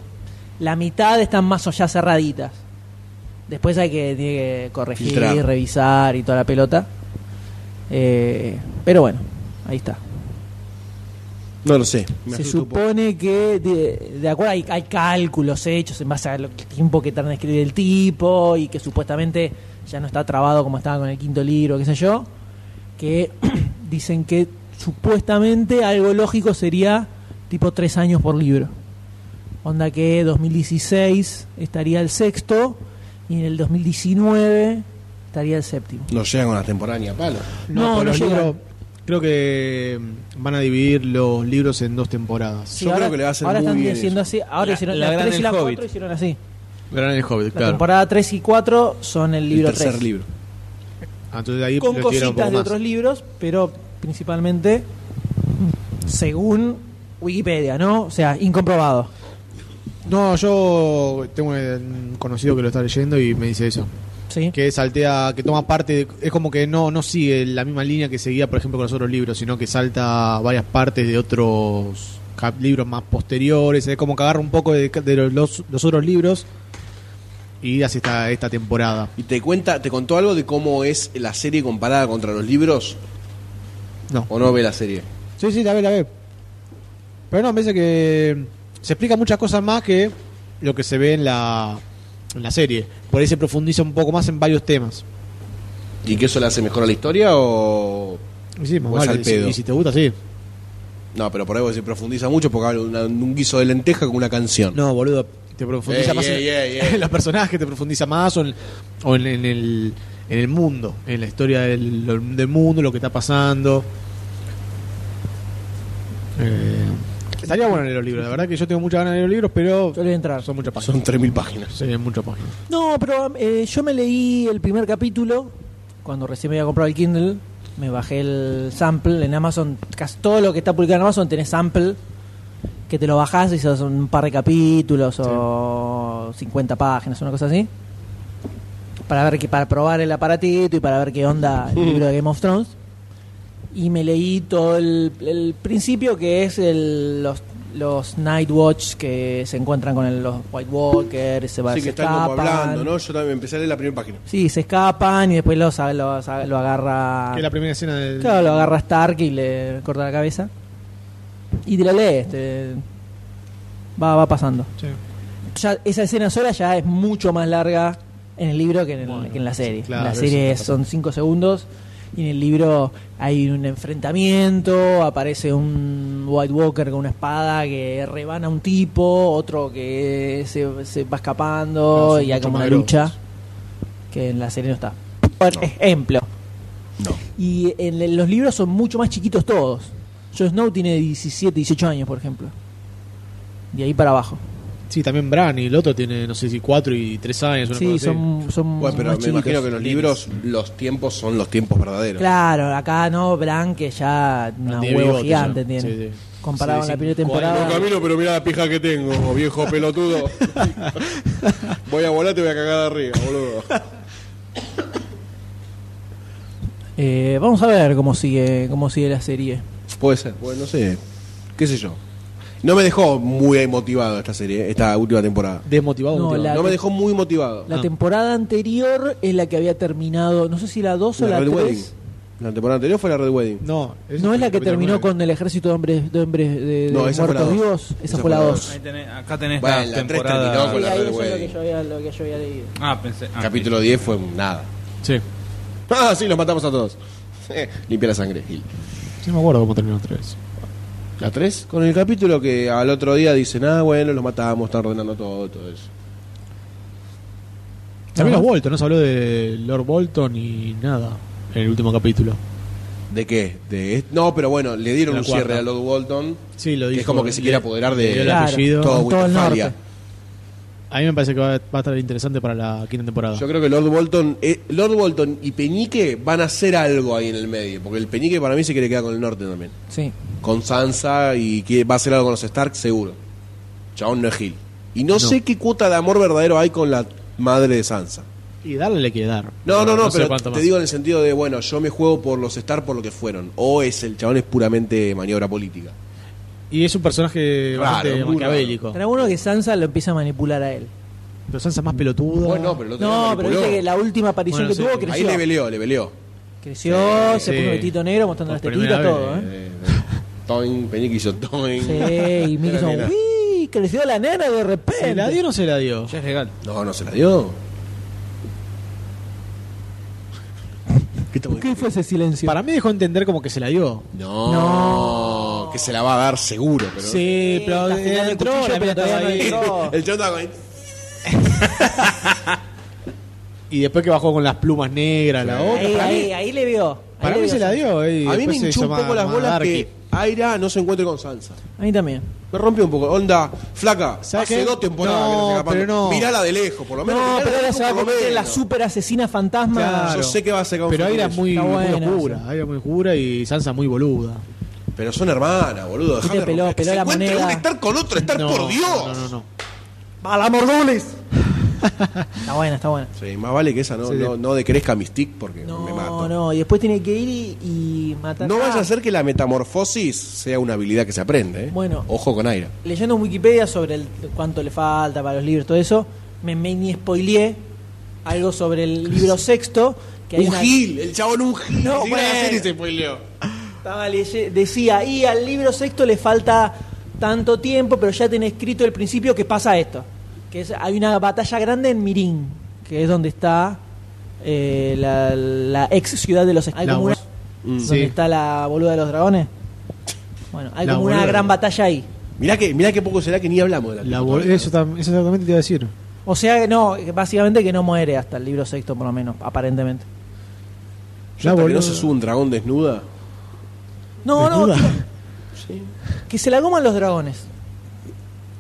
Speaker 1: la mitad están más o ya cerraditas. Después hay que, tiene que corregir,
Speaker 4: Filtrar.
Speaker 1: revisar y toda la pelota. Eh, pero bueno, ahí está.
Speaker 4: No lo sé. Me
Speaker 1: Se
Speaker 4: asusto un poco.
Speaker 1: supone que, de, de acuerdo, hay, hay cálculos hechos en base al tiempo que tarda en escribir el tipo y que supuestamente ya no está trabado como estaba con el quinto libro, qué sé yo, que [CLEARS THROAT] dicen que supuestamente algo lógico sería tipo tres años por libro. Onda que 2016 estaría el sexto y en el 2019 estaría el séptimo.
Speaker 4: No llegan con la temporánea, palo.
Speaker 1: No,
Speaker 6: pero
Speaker 1: no
Speaker 6: los
Speaker 1: llegan.
Speaker 6: libros- Creo que mm, van a dividir los libros en dos temporadas.
Speaker 1: Sí,
Speaker 4: Yo creo que le va a hacer
Speaker 1: ahora
Speaker 4: muy
Speaker 1: están
Speaker 4: bien
Speaker 1: diciendo
Speaker 4: eso.
Speaker 1: así, ahora
Speaker 2: La-
Speaker 1: hicieron
Speaker 2: la
Speaker 1: la,
Speaker 2: gran
Speaker 1: 3 y
Speaker 2: El
Speaker 1: la
Speaker 2: Hobbit.
Speaker 1: 4 hicieron así.
Speaker 6: Gran el Hobbit,
Speaker 1: La
Speaker 6: claro.
Speaker 1: temporada 3 y 4 son el libro
Speaker 4: el tercer
Speaker 1: 3.
Speaker 4: libro.
Speaker 6: Ah, entonces ahí
Speaker 1: Con
Speaker 6: lo estiraron un poco
Speaker 1: cositas de
Speaker 6: más.
Speaker 1: otros libros, pero principalmente según Wikipedia, ¿no? O sea, incomprobado.
Speaker 6: No, yo tengo un conocido que lo está leyendo y me dice eso.
Speaker 1: ¿sí?
Speaker 6: Que saltea, que toma parte, de- es como que no, no sigue la misma línea que seguía, por ejemplo, con los otros libros, sino que salta varias partes de otros cap- libros más posteriores, es como que agarra un poco de, de los, los otros libros y hace esta, esta temporada.
Speaker 4: ¿Y te cuenta, te contó algo de cómo es la serie comparada contra los libros?
Speaker 6: No.
Speaker 4: ¿O no ve la serie?
Speaker 6: Sí, sí, la ve, la ve. Pero no, me dice que se explica muchas cosas más que lo que se ve en la, en la serie. Por ahí se profundiza un poco más en varios temas.
Speaker 4: ¿Y que eso le hace mejor a la historia o.?
Speaker 6: Y sí, más
Speaker 4: Pues
Speaker 6: vale,
Speaker 4: al
Speaker 6: y si-
Speaker 4: pedo.
Speaker 6: Y si te gusta, sí.
Speaker 4: No, pero por algo se profundiza mucho porque habla de una- de un guiso de lenteja con una canción.
Speaker 6: No, boludo. Te profundiza
Speaker 4: Ey,
Speaker 6: más en-
Speaker 4: ey, ey, ey.
Speaker 6: [LAUGHS] en los personajes, te profundiza más o en, o en- en el, en el mundo, en la historia del, lo- del mundo, lo que está pasando. Eh, estaría bueno leer los libros. La verdad que yo tengo muchas ganas de leer los libros, pero
Speaker 1: Yo le voy a entrar.
Speaker 6: son muchas páginas.
Speaker 4: Son 3.000 páginas.
Speaker 6: Sí, muchas páginas.
Speaker 1: No, pero eh, yo me leí el primer capítulo cuando recién me había comprado el Kindle. Me bajé el sample en Amazon. Casi todo lo que está publicado en Amazon tiene sample. Que te lo bajás y son un par de capítulos o 50 páginas, una cosa así. Para ver que, para probar el aparatito y para ver qué onda
Speaker 4: Mm.
Speaker 1: el libro de Game of Thrones. Y me leí todo el, el principio que es el- los, los Night Watch que se encuentran con el- los White Walkers, se, va,
Speaker 4: Así
Speaker 1: se
Speaker 4: que están como
Speaker 1: escapan.
Speaker 4: hablando, ¿no? Yo también empecé a leer la primera página.
Speaker 1: Sí, se escapan y después los, los- lo agarra.
Speaker 6: Que es la primera escena del.
Speaker 1: Claro, lo agarra Stark y le corta la cabeza. Y te lo lees. te- Va, va pasando.
Speaker 6: Sí.
Speaker 1: Ya esa escena sola ya es mucho más larga en el libro que en, el- que en la serie.
Speaker 6: claro,
Speaker 1: en la
Speaker 6: eso
Speaker 1: serie
Speaker 6: está
Speaker 1: son 5 segundos y en el libro hay un enfrentamiento, aparece un White Walker con una espada que rebana a un tipo, otro que se, se va escapando
Speaker 6: Claro, son
Speaker 1: y hay
Speaker 6: mucho
Speaker 1: como
Speaker 6: más
Speaker 1: una
Speaker 6: grosos.
Speaker 1: lucha que en la serie no está. Por ejemplo. Y en el- los libros son mucho más chiquitos todos. Jon Snow tiene 17, 18 años, por ejemplo. De ahí para abajo.
Speaker 6: Sí, también Bran y el otro tiene, no sé si cuatro y tres años. Una
Speaker 1: Sí,
Speaker 6: cosa así.
Speaker 1: son, son
Speaker 4: Bueno, pero
Speaker 1: más
Speaker 4: me
Speaker 1: chiquitos.
Speaker 4: imagino que en los libros los tiempos son los tiempos verdaderos.
Speaker 1: Claro, acá no, Bran que ya una
Speaker 6: tiene
Speaker 1: huevo
Speaker 6: bigote
Speaker 1: gigante
Speaker 6: ya.
Speaker 1: tiene.
Speaker 6: Sí, sí.
Speaker 1: Comparado
Speaker 6: Sí,
Speaker 1: con la
Speaker 6: sí.
Speaker 1: primera
Speaker 4: No
Speaker 1: temporada.
Speaker 4: camino, pero mira la pija que tengo, oh, viejo pelotudo. voy a volar, te voy a cagar de arriba, boludo.
Speaker 1: Eh, vamos a ver cómo sigue, cómo sigue la serie.
Speaker 4: Puede ser, bueno, no sé. ¿Qué sé yo? No me dejó muy motivado esta serie, esta última temporada.
Speaker 6: Desmotivado.
Speaker 1: No,
Speaker 6: motivado.
Speaker 1: la-
Speaker 4: No me dejó muy motivado. Ah.
Speaker 1: La temporada anterior es la que había terminado, no sé si la 2 o la
Speaker 4: Red
Speaker 1: 3.
Speaker 4: Wedding. La temporada anterior fue la Red Wedding.
Speaker 6: No, esa
Speaker 1: ¿No
Speaker 6: fue
Speaker 1: es la que
Speaker 6: capítulo
Speaker 1: terminó
Speaker 6: nueve.
Speaker 1: con el ejército de hombres, de hombres de, de
Speaker 4: No, esa fue la
Speaker 1: muertos
Speaker 4: dos.
Speaker 1: vivos? Esa, fue la 2.
Speaker 2: Ahí tenés- acá tenés
Speaker 4: Bueno, la
Speaker 2: la
Speaker 4: tres
Speaker 2: temporada.
Speaker 4: terminó con la-
Speaker 1: ahí
Speaker 4: Red
Speaker 1: eso es lo que
Speaker 4: Wedding.
Speaker 1: yo había, lo que yo había leído.
Speaker 2: Ah, pensé. ah,
Speaker 4: Capítulo 10 fue un [LAUGHS] nada.
Speaker 6: Sí,
Speaker 4: Ah, sí, los matamos a todos. [LAUGHS] Limpia la sangre, Gil.
Speaker 6: sí me acuerdo cómo terminó otra vez.
Speaker 4: ¿La 3? Con el capítulo que al otro día dicen, ah, bueno, los matamos, están ordenando todo, todo eso.
Speaker 3: También los Bolton, no se habló de Lord Bolton y nada en el último capítulo.
Speaker 4: ¿De qué? De est- no, pero bueno, le dieron
Speaker 3: La
Speaker 4: un
Speaker 3: cuarta.
Speaker 4: cierre a Lord Walton.
Speaker 3: Sí, lo
Speaker 4: que
Speaker 3: dijo.
Speaker 4: es como que se
Speaker 3: Le-
Speaker 4: quiere apoderar
Speaker 3: le dio el
Speaker 4: de
Speaker 1: Claro,
Speaker 3: apellido.
Speaker 4: todo
Speaker 1: con todo el
Speaker 4: Westfalia.
Speaker 1: norte.
Speaker 3: A mí me parece que va, va a estar interesante para la quinta temporada.
Speaker 4: Yo creo que Lord Bolton, eh, Lord Bolton y Peñique van a hacer algo ahí en el medio, porque el Peñique para mí se quiere quedar con el norte también.
Speaker 1: Sí.
Speaker 4: Con Sansa y que va a hacer algo con los Stark seguro. Chabón no es Gil. Y no, sé qué cuota de amor verdadero hay con la madre de Sansa.
Speaker 3: Y darle le quiere dar.
Speaker 4: No, no, no,
Speaker 3: sé
Speaker 4: pero
Speaker 3: cuánto
Speaker 4: te
Speaker 3: más.
Speaker 4: digo en el sentido de, bueno, yo me juego por los Stark por lo que fueron. O es el chabón es puramente maniobra política.
Speaker 3: Y es un personaje
Speaker 4: Raro,
Speaker 3: bastante
Speaker 4: muy
Speaker 3: maquiavélico.
Speaker 1: Pero uno que Sansa lo empieza a manipular a él.
Speaker 3: Pero Sansa es más pelotuda.
Speaker 4: Bueno, pero el otro día
Speaker 1: No, pero
Speaker 4: manipuló.
Speaker 1: viste que la última aparición
Speaker 3: Bueno,
Speaker 1: que
Speaker 3: sí,
Speaker 1: tuvo
Speaker 3: sí.
Speaker 1: creció.
Speaker 4: Ahí le peleó, le peleó.
Speaker 1: Creció, se
Speaker 3: Sí.
Speaker 1: puso vestito negro mostrando
Speaker 3: Por
Speaker 1: las tetitas,
Speaker 3: primera
Speaker 1: todo, ¿eh?
Speaker 4: Eh, Toin, Peñique hizo Toin.
Speaker 1: Sí, y Mickey son,
Speaker 4: Era nena.
Speaker 1: "Uy, creció la nena de
Speaker 3: ¿Se
Speaker 1: repente.
Speaker 3: la dio o no se la dio?
Speaker 2: Ya es legal.
Speaker 4: No, no se la dio. ¿Qué estamos
Speaker 1: ¿Qué fue ese silencio?
Speaker 3: Para mí dejó entender como que se la dio.
Speaker 4: No, que se la va a dar seguro, pero.
Speaker 3: Sí, pero
Speaker 1: está afilando el
Speaker 3: entró,
Speaker 1: cuchillo,
Speaker 3: la
Speaker 1: pero
Speaker 3: mina estaba
Speaker 1: todavía no
Speaker 3: ahí.
Speaker 1: entró.
Speaker 4: El chabón estaba con-
Speaker 3: Y después que bajó con las plumas negras, la otra.
Speaker 1: ahí,
Speaker 4: para mí-
Speaker 1: ahí, ahí le vio. Ahí
Speaker 3: Para
Speaker 1: le
Speaker 3: mí
Speaker 1: vio
Speaker 3: se la
Speaker 1: Sansa.
Speaker 3: dio. eh, y
Speaker 4: A mí me
Speaker 3: después se
Speaker 4: hinchó un
Speaker 3: hizo
Speaker 4: poco
Speaker 3: más-
Speaker 4: las
Speaker 3: más
Speaker 4: bolas
Speaker 3: darky.
Speaker 4: que Aira no se encuentre con Sansa.
Speaker 1: A mí también.
Speaker 4: Me rompió un poco. Onda, flaca,
Speaker 3: ¿Sabes
Speaker 4: hace
Speaker 3: qué?
Speaker 4: dos temporadas que
Speaker 3: No,
Speaker 4: no se escapando.
Speaker 3: pero no.
Speaker 4: Mirala de lejos, por lo menos.
Speaker 1: No,
Speaker 4: mirala
Speaker 1: pero
Speaker 4: de
Speaker 1: ahora
Speaker 4: lejos,
Speaker 1: se va a
Speaker 4: por lo
Speaker 1: convertir en la
Speaker 4: menos.
Speaker 1: super asesina fantasma.
Speaker 3: Claro.
Speaker 4: Yo sé que va a sacar un
Speaker 3: Pero Aira es muy,
Speaker 1: Está
Speaker 3: muy
Speaker 1: buena,
Speaker 3: oscura.
Speaker 1: sí.
Speaker 3: Aira muy oscura y Sansa muy boluda.
Speaker 4: Pero son hermanas, boludo.
Speaker 1: Viste,
Speaker 4: Dejame
Speaker 1: peló-
Speaker 4: romper. Que
Speaker 1: peló
Speaker 4: se
Speaker 1: la
Speaker 4: encuentre
Speaker 1: moneda.
Speaker 4: un estar con otro estar,
Speaker 3: No,
Speaker 4: por Dios.
Speaker 3: No, no, no.
Speaker 6: ¡A la Mordulis!
Speaker 1: Está buena, está buena.
Speaker 4: Sí, más vale que esa no,
Speaker 3: Sí, sí.
Speaker 4: no, no decrezca Mystique porque
Speaker 1: No,
Speaker 4: me mato.
Speaker 1: no, y después tiene que ir y, y matar.
Speaker 4: No vaya
Speaker 1: Ah,
Speaker 4: a ser que la metamorfosis sea una habilidad que se aprende. ¿eh?
Speaker 1: Bueno.
Speaker 4: Ojo con Aira.
Speaker 1: Leyendo en Wikipedia sobre el, cuánto le falta para los libros, todo eso, me, me ni spoileé algo sobre el libro sexto. Que hay
Speaker 4: Un
Speaker 1: una-
Speaker 4: gil, el chabón un gil.
Speaker 1: No,
Speaker 4: Ni siquiera
Speaker 1: bueno.
Speaker 4: la serie se spoileó.
Speaker 1: Estaba leye- decía, y al libro sexto le falta tanto tiempo, pero ya tiene escrito el principio que pasa esto. Que es, hay una batalla grande en Mirín, que es donde está eh, la, la ex ciudad de los hay
Speaker 3: La
Speaker 1: como una-
Speaker 3: bol-
Speaker 1: donde
Speaker 3: Mm. sí.
Speaker 1: está la boluda de los dragones. Bueno, hay
Speaker 3: La
Speaker 1: como una
Speaker 3: boluda.
Speaker 1: gran batalla ahí.
Speaker 4: Mirá que, mirá que poco será que ni hablamos de la,
Speaker 3: La bol- eso, tam- eso exactamente te iba a decir.
Speaker 1: O sea, que no, que básicamente que no muere hasta el libro sexto, por lo menos, aparentemente.
Speaker 4: Yo
Speaker 3: La
Speaker 4: hasta que
Speaker 3: boluda.
Speaker 4: no se sube un dragón desnuda.
Speaker 1: No, no,
Speaker 3: Desnuda.
Speaker 1: que- que se la coman los dragones.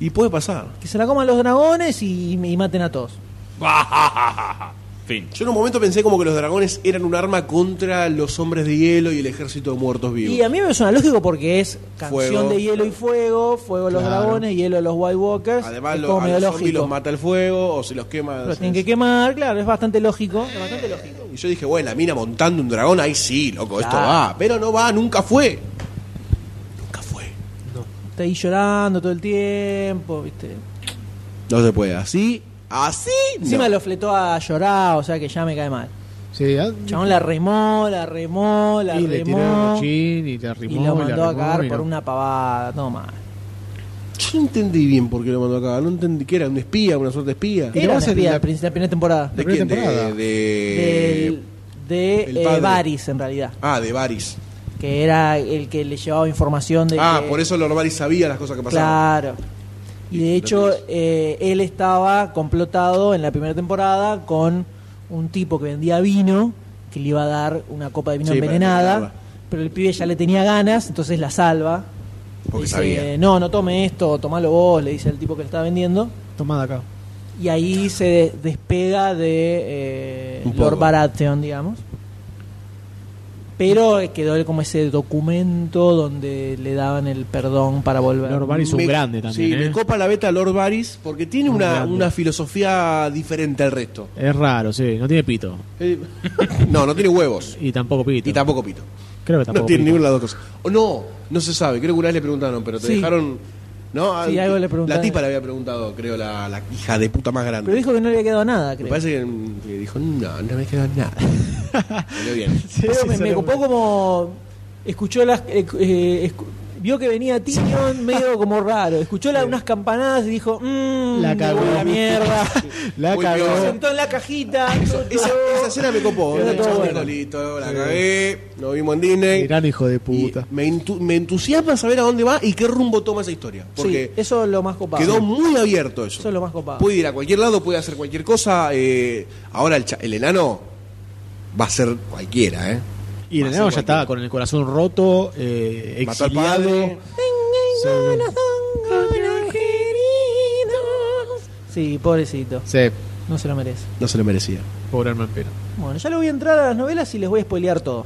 Speaker 4: Y puede pasar.
Speaker 1: Que se la coman los dragones y, y maten a todos.
Speaker 2: Fin.
Speaker 4: Yo en un momento pensé como que los dragones eran un arma contra los hombres de hielo y el ejército de muertos vivos.
Speaker 1: Y a mí me suena lógico porque es canción
Speaker 4: Fuego.
Speaker 1: de hielo y fuego, fuego los
Speaker 3: Claro.
Speaker 1: dragones, hielo los White Walkers.
Speaker 4: Además,
Speaker 1: es
Speaker 4: los,
Speaker 1: como
Speaker 4: a
Speaker 1: medio
Speaker 4: los zombies
Speaker 1: lógico.
Speaker 4: los mata el fuego o se los quema.
Speaker 1: Los tienen que quemar, claro, es bastante lógico. Es bastante lógico.
Speaker 4: Y yo dije, bueno, la mina montando un dragón, ahí sí, loco, esto
Speaker 1: Claro.
Speaker 4: va. Pero no va, nunca fue. Nunca fue.
Speaker 1: Está ahí llorando todo el tiempo, ¿viste?
Speaker 4: No se puede. Así, así.
Speaker 1: Encima
Speaker 4: no.
Speaker 1: lo fletó a llorar, o sea que ya me cae mal.
Speaker 3: Sí, ah,
Speaker 1: El Chabón la remó, la remó, la
Speaker 3: y le tiró el
Speaker 1: remó.
Speaker 3: mochín y le rimó.
Speaker 1: y lo
Speaker 3: la
Speaker 1: mandó a
Speaker 3: remó,
Speaker 1: cagar
Speaker 3: y
Speaker 1: por
Speaker 3: no.
Speaker 1: una pavada, todo mal.
Speaker 4: Yo no entendí bien por qué lo mandó acá. No entendí que era un espía, una suerte de espía.
Speaker 3: Y
Speaker 1: Era
Speaker 3: la
Speaker 1: la
Speaker 3: vas a-
Speaker 1: espía
Speaker 3: la-
Speaker 1: al principio- la primera temporada.
Speaker 4: ¿De
Speaker 3: primera
Speaker 4: quién? De,
Speaker 3: temporada.
Speaker 4: de-
Speaker 1: Del- de
Speaker 4: el
Speaker 1: eh,
Speaker 4: padre.
Speaker 1: Varys, en realidad.
Speaker 4: Ah, de Varys.
Speaker 1: Que era el que le llevaba información de.
Speaker 4: Ah,
Speaker 1: que-
Speaker 4: por eso Lord Varys sabía las cosas que pasaban.
Speaker 1: Claro. Y de hecho, eh, él estaba complotado en la primera temporada con un tipo que vendía vino, que le iba a dar una copa de vino
Speaker 4: Sí, para
Speaker 1: envenenada,
Speaker 4: envenenarla.
Speaker 1: pero el pibe ya le tenía ganas, entonces la salva.
Speaker 4: Porque
Speaker 1: dice,
Speaker 4: sabía.
Speaker 1: no, no tome esto, tomalo vos, le dice el tipo que le estaba vendiendo.
Speaker 3: Tomada acá.
Speaker 1: Y ahí se de- despega de eh,
Speaker 4: Un poco.
Speaker 1: Lord Baratheon, digamos. Pero quedó como ese documento donde le daban el perdón para volver.
Speaker 3: Lord Varys es un
Speaker 4: Me-
Speaker 3: grande también.
Speaker 4: Sí,
Speaker 3: ¿eh?
Speaker 4: me copa la beta Lord Varys porque tiene
Speaker 3: Un
Speaker 4: una,
Speaker 3: grande.
Speaker 4: una filosofía diferente al resto.
Speaker 3: Es raro, sí. No tiene pito.
Speaker 4: Eh, no, no tiene huevos.
Speaker 3: Y tampoco pito.
Speaker 4: Y tampoco pito.
Speaker 3: Creo que tampoco
Speaker 4: no tiene
Speaker 3: pito.
Speaker 4: ninguna de las dos cosas. O no, no se sabe. Creo que una vez le preguntaron, pero te
Speaker 1: Sí.
Speaker 4: dejaron. ¿No? Ah,
Speaker 1: Sí, algo le
Speaker 4: la
Speaker 1: preguntaron.
Speaker 4: tipa le había preguntado, creo, la, la hija de puta más grande.
Speaker 1: Pero dijo que no le había quedado nada,
Speaker 4: Me
Speaker 1: creo.
Speaker 4: parece que, mm, que dijo, no, no me quedó
Speaker 1: [LAUGHS]
Speaker 4: nada. Salió bien.
Speaker 1: Pero me, me copó como. Escuchó las. eh, eh, escu- vio que venía
Speaker 4: [LAUGHS]
Speaker 1: Tinion medio como raro. Escuchó la- unas campanadas y dijo, mmm,
Speaker 3: La cagó.
Speaker 1: la mierda. [LAUGHS]
Speaker 3: La
Speaker 4: Muy
Speaker 1: Se
Speaker 4: peor.
Speaker 3: cagó.
Speaker 1: sentó en la cajita. todo-
Speaker 4: Esa, esa escena me copó.
Speaker 1: Era
Speaker 4: eh.
Speaker 1: todo
Speaker 4: Chau,
Speaker 1: bueno.
Speaker 4: Nicolito, la cagué. Lo vimos en Disney.
Speaker 3: Gran hijo de
Speaker 4: Y
Speaker 3: puta.
Speaker 4: me, entu- me entusiasma saber a dónde va y qué rumbo toma esa historia.
Speaker 1: Sí,
Speaker 4: Porque
Speaker 1: eso es lo más copado.
Speaker 4: quedó muy abierto eso.
Speaker 1: Eso es lo más copado.
Speaker 4: Puede ir a cualquier lado, puede hacer cualquier cosa. eh, ahora el, cha- el enano va a ser cualquiera, ¿eh?
Speaker 3: Y el enano
Speaker 4: Más
Speaker 3: ya
Speaker 4: igual que-
Speaker 3: estaba con el corazón roto, eh,
Speaker 4: Mató al
Speaker 3: exiliado.
Speaker 4: padre.
Speaker 1: Sí, pobrecito.
Speaker 3: Sí,
Speaker 1: No se lo merece.
Speaker 4: No se lo merecía.
Speaker 3: pobre alma en pena.
Speaker 1: Bueno, ya le voy a entrar a las novelas y les voy a spoilear todo.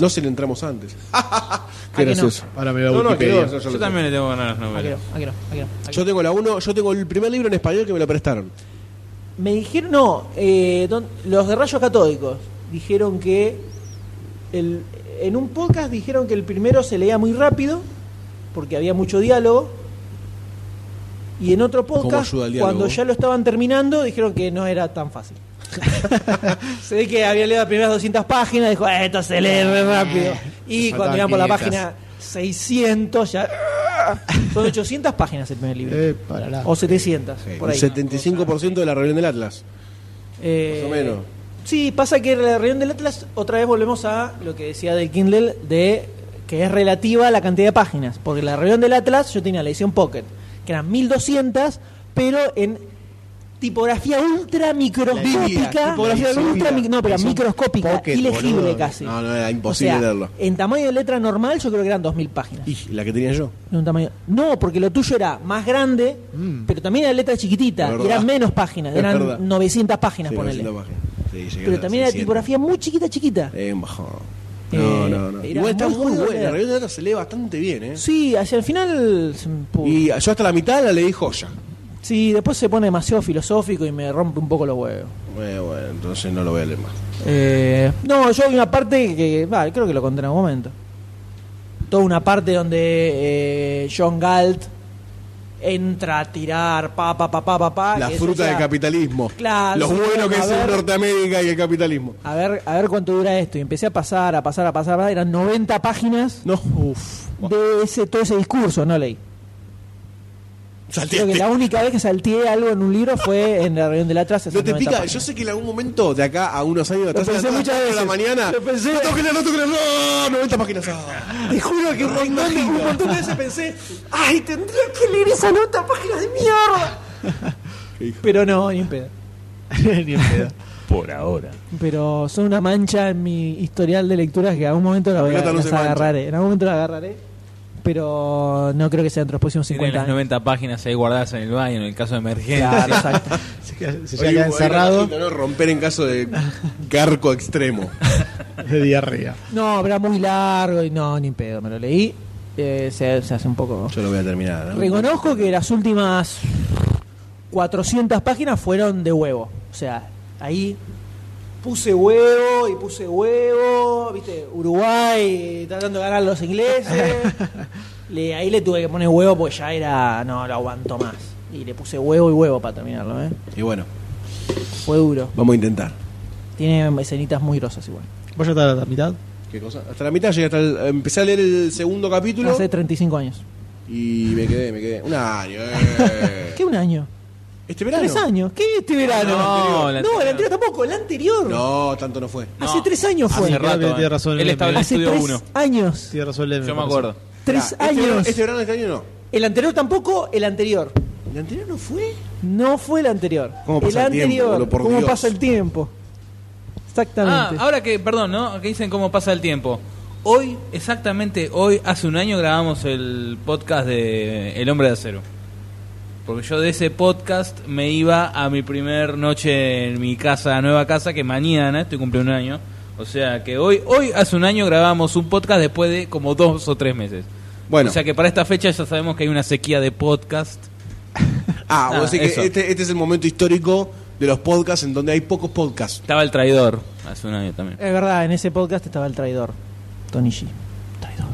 Speaker 4: No se le entramos antes. [LAUGHS]
Speaker 1: Ah, que no?
Speaker 4: gracioso.
Speaker 3: Ahora me va a
Speaker 4: No, no, que
Speaker 3: Wikipedia.
Speaker 4: no, yo- yo
Speaker 2: Yo
Speaker 4: lo
Speaker 2: también le tengo ganas a las
Speaker 1: Ah, que no,
Speaker 2: novelas.
Speaker 1: ah, que no, ah, que no, ah, que
Speaker 4: Yo tengo la uno, yo tengo el primer libro en español que me lo prestaron.
Speaker 1: no. Me dijeron, no, eh, don- los de Rayos Catódicos dijeron que el- en un podcast dijeron que el primero se leía muy rápido porque había mucho diálogo. Y en otro podcast,
Speaker 4: ayuda el diálogo?
Speaker 1: cuando ya lo estaban terminando, dijeron que no era tan fácil. [LAUGHS] se ve que había leído las primeras 200 páginas, dijo, "Ah, esto se lee re
Speaker 4: [LAUGHS]
Speaker 1: rápido. Y
Speaker 3: Faltaban
Speaker 1: cuando iban por la
Speaker 3: 500.
Speaker 1: página 600, ya... Son 800 páginas el primer libro.
Speaker 3: Eh, para la- [LAUGHS]
Speaker 1: O 700,
Speaker 4: Sí,
Speaker 1: por
Speaker 4: un
Speaker 1: ahí.
Speaker 4: 75% de la rebelión del Atlas.
Speaker 1: Eh,
Speaker 4: Más o menos.
Speaker 1: Sí, pasa que la reunión del Atlas, otra vez volvemos a lo que decía del Kindle, de que es relativa a la cantidad de páginas. Porque la reunión del Atlas, yo tenía la edición Pocket, que eran 1200, pero en tipografía ultra microscópica. Tipografía
Speaker 3: edición bíblica.
Speaker 1: ultra, mi- no, pero
Speaker 3: Edición
Speaker 1: microscópica,
Speaker 3: Pocket,
Speaker 1: ilegible
Speaker 3: boludo.
Speaker 1: casi.
Speaker 4: No, no, era
Speaker 1: O
Speaker 4: imposible
Speaker 1: sea,
Speaker 4: leerlo.
Speaker 1: En tamaño de letra normal, yo creo que eran 2000 páginas.
Speaker 4: Y la que tenía yo.
Speaker 1: De un tamaño- No, porque lo tuyo era más grande, pero también era letra
Speaker 4: Es
Speaker 1: chiquitita,
Speaker 4: Mm. verdad.
Speaker 1: y eran menos páginas,
Speaker 4: Es
Speaker 1: eran
Speaker 4: verdad.
Speaker 1: 900 páginas,
Speaker 4: Sí,
Speaker 1: ponele.
Speaker 4: 900 páginas. Sí, llegué a
Speaker 1: Pero
Speaker 4: las
Speaker 1: también era
Speaker 4: 600.
Speaker 1: tipografía muy chiquita, chiquita.
Speaker 4: Eh, un bajón.
Speaker 1: Eh,
Speaker 4: No, no, no.
Speaker 1: era
Speaker 4: Igual está
Speaker 1: muy
Speaker 4: muy
Speaker 1: jodido
Speaker 4: buena. La
Speaker 1: leer.
Speaker 4: rebelión del Atlas se lee bastante bien, ¿eh?
Speaker 1: Sí, hacia el final. se me pu-
Speaker 4: Y yo hasta la mitad la leí joya.
Speaker 1: Sí, después se pone demasiado filosófico y me rompe un poco los huevos.
Speaker 4: Bueno, Eh, bueno, entonces no lo voy a leer más.
Speaker 1: Eh, no, yo vi una parte que. va, creo que lo conté en algún momento. Toda una parte donde eh, John Galt entra a tirar pa, pa, pa, pa, pa, pa.
Speaker 4: La
Speaker 1: Ah, que eso
Speaker 4: fruta
Speaker 1: ya-
Speaker 4: del capitalismo.
Speaker 1: Claro,
Speaker 4: Lo
Speaker 1: sí,
Speaker 4: bueno
Speaker 1: bueno,
Speaker 4: que
Speaker 1: a
Speaker 4: es
Speaker 1: ver.
Speaker 4: el Norteamérica y el capitalismo.
Speaker 1: A ver, a ver cuánto dura esto. Y empecé a pasar, a pasar, a pasar. a pasar. Eran 90 páginas
Speaker 4: No.
Speaker 1: de ese, todo ese discurso, no leí. Creo que
Speaker 4: Salteaste.
Speaker 1: la única vez que salteé algo en un libro fue en la reunión del atrás.
Speaker 4: No te pica, yo sé que en algún momento de acá a unos años atrás,
Speaker 1: pensé
Speaker 4: a las
Speaker 1: muchas
Speaker 4: cuatro de la
Speaker 1: veces.
Speaker 4: mañana,
Speaker 1: Lo pensé.
Speaker 4: no tengo que leer, no tengo que leer, no, 90 páginas. ah.
Speaker 1: Te juro que un montón, de, un montón de veces pensé, ¡ay, tendría que leer esa nota, página de mierda! Pero no, ni en pedo.
Speaker 3: Ni en pedo.
Speaker 5: Por ahora.
Speaker 1: Pero son una mancha en mi historial de lecturas que en algún momento la voy a
Speaker 4: La nota no
Speaker 1: las
Speaker 4: se mancha.
Speaker 1: agarraré. En algún momento la agarraré. Pero no creo que sea entre los próximos
Speaker 2: Tienen
Speaker 1: 50
Speaker 2: las
Speaker 1: años.
Speaker 2: 90 páginas ahí guardadas en el baño en el caso de
Speaker 1: ¿eh?
Speaker 2: emergencia.
Speaker 1: Claro,
Speaker 2: [LAUGHS]
Speaker 1: exacto.
Speaker 3: Se queda- Se
Speaker 4: Hoy
Speaker 3: llega
Speaker 4: hubo-
Speaker 3: encerrado
Speaker 4: hoy era la cita, ¿no? Romper en caso de carco extremo.
Speaker 3: de diarrea.
Speaker 1: No, pero era muy largo y no, ni en pedo. Me lo leí. Eh, se, se hace un poco.
Speaker 4: [LAUGHS] Yo lo voy a terminar. ¿no?
Speaker 1: Reconozco que las últimas 400 páginas fueron de huevo. O sea, ahí puse huevo y puse huevo, viste, Uruguay eh, tratando de ganar a los
Speaker 2: [LAUGHS]
Speaker 1: ingleses. Le- ahí le tuve que poner huevo porque ya era, no, lo aguanto más. Y le puse huevo y huevo para terminarlo, ¿eh?
Speaker 4: Y bueno,
Speaker 1: Fue duro.
Speaker 4: vamos a intentar.
Speaker 1: Tiene escenitas muy grosas igual.
Speaker 3: ¿Vos ya estás a la mitad?
Speaker 4: ¿Qué cosa? Hasta la mitad llegué, hasta el- empecé a leer el segundo capítulo
Speaker 1: Hace 35 años.
Speaker 4: y me quedé, me quedé. Un año, eh.
Speaker 1: [LAUGHS] ¿Qué un año?
Speaker 4: ¿Este verano?
Speaker 1: ¿Tres años? ¿Qué este verano? no
Speaker 2: No, la
Speaker 1: el
Speaker 2: anterior.
Speaker 1: anterior tampoco, el anterior.
Speaker 4: No, tanto no fue.
Speaker 1: Hace tres años fue.
Speaker 2: Hace
Speaker 3: creo que
Speaker 2: rato.
Speaker 3: tiene
Speaker 2: eh.
Speaker 3: razón el
Speaker 2: Él estaba en el
Speaker 1: Hace
Speaker 2: estudio
Speaker 1: tres
Speaker 2: 1.
Speaker 1: años.
Speaker 3: Sí, razón,
Speaker 2: Yo me acuerdo.
Speaker 1: Tres
Speaker 4: Mirá, Este verano,
Speaker 1: años.
Speaker 4: este verano, este año no.
Speaker 1: El anterior tampoco, el anterior.
Speaker 4: ¿El anterior no fue?
Speaker 1: No fue el anterior.
Speaker 4: ¿Cómo pasa
Speaker 1: el
Speaker 4: el tiempo,
Speaker 1: anterior.
Speaker 4: boludo? Por
Speaker 1: ¿Cómo
Speaker 4: Dios.
Speaker 1: pasa el tiempo?
Speaker 2: Ah,
Speaker 1: Exactamente.
Speaker 2: ahora que, perdón, ¿no? Que dicen cómo pasa el tiempo. Hoy, exactamente hoy, hace un año grabamos el podcast de El Hombre de Acero. Porque yo de ese podcast me iba a mi primer noche en mi casa, nueva casa, que mañana estoy cumpliendo un año. O sea que hoy, hoy hace un año grabamos un podcast después de como dos o tres meses.
Speaker 4: Bueno.
Speaker 2: O sea que para esta fecha ya sabemos que hay una sequía de podcast.
Speaker 4: Ah,
Speaker 2: Ah,
Speaker 4: vos decís
Speaker 2: eso.
Speaker 4: que este, este es el momento histórico de los podcasts en donde hay pocos podcasts.
Speaker 2: Estaba el traidor hace un año también.
Speaker 1: Es verdad, en ese podcast estaba el traidor. Tony G. Traidor.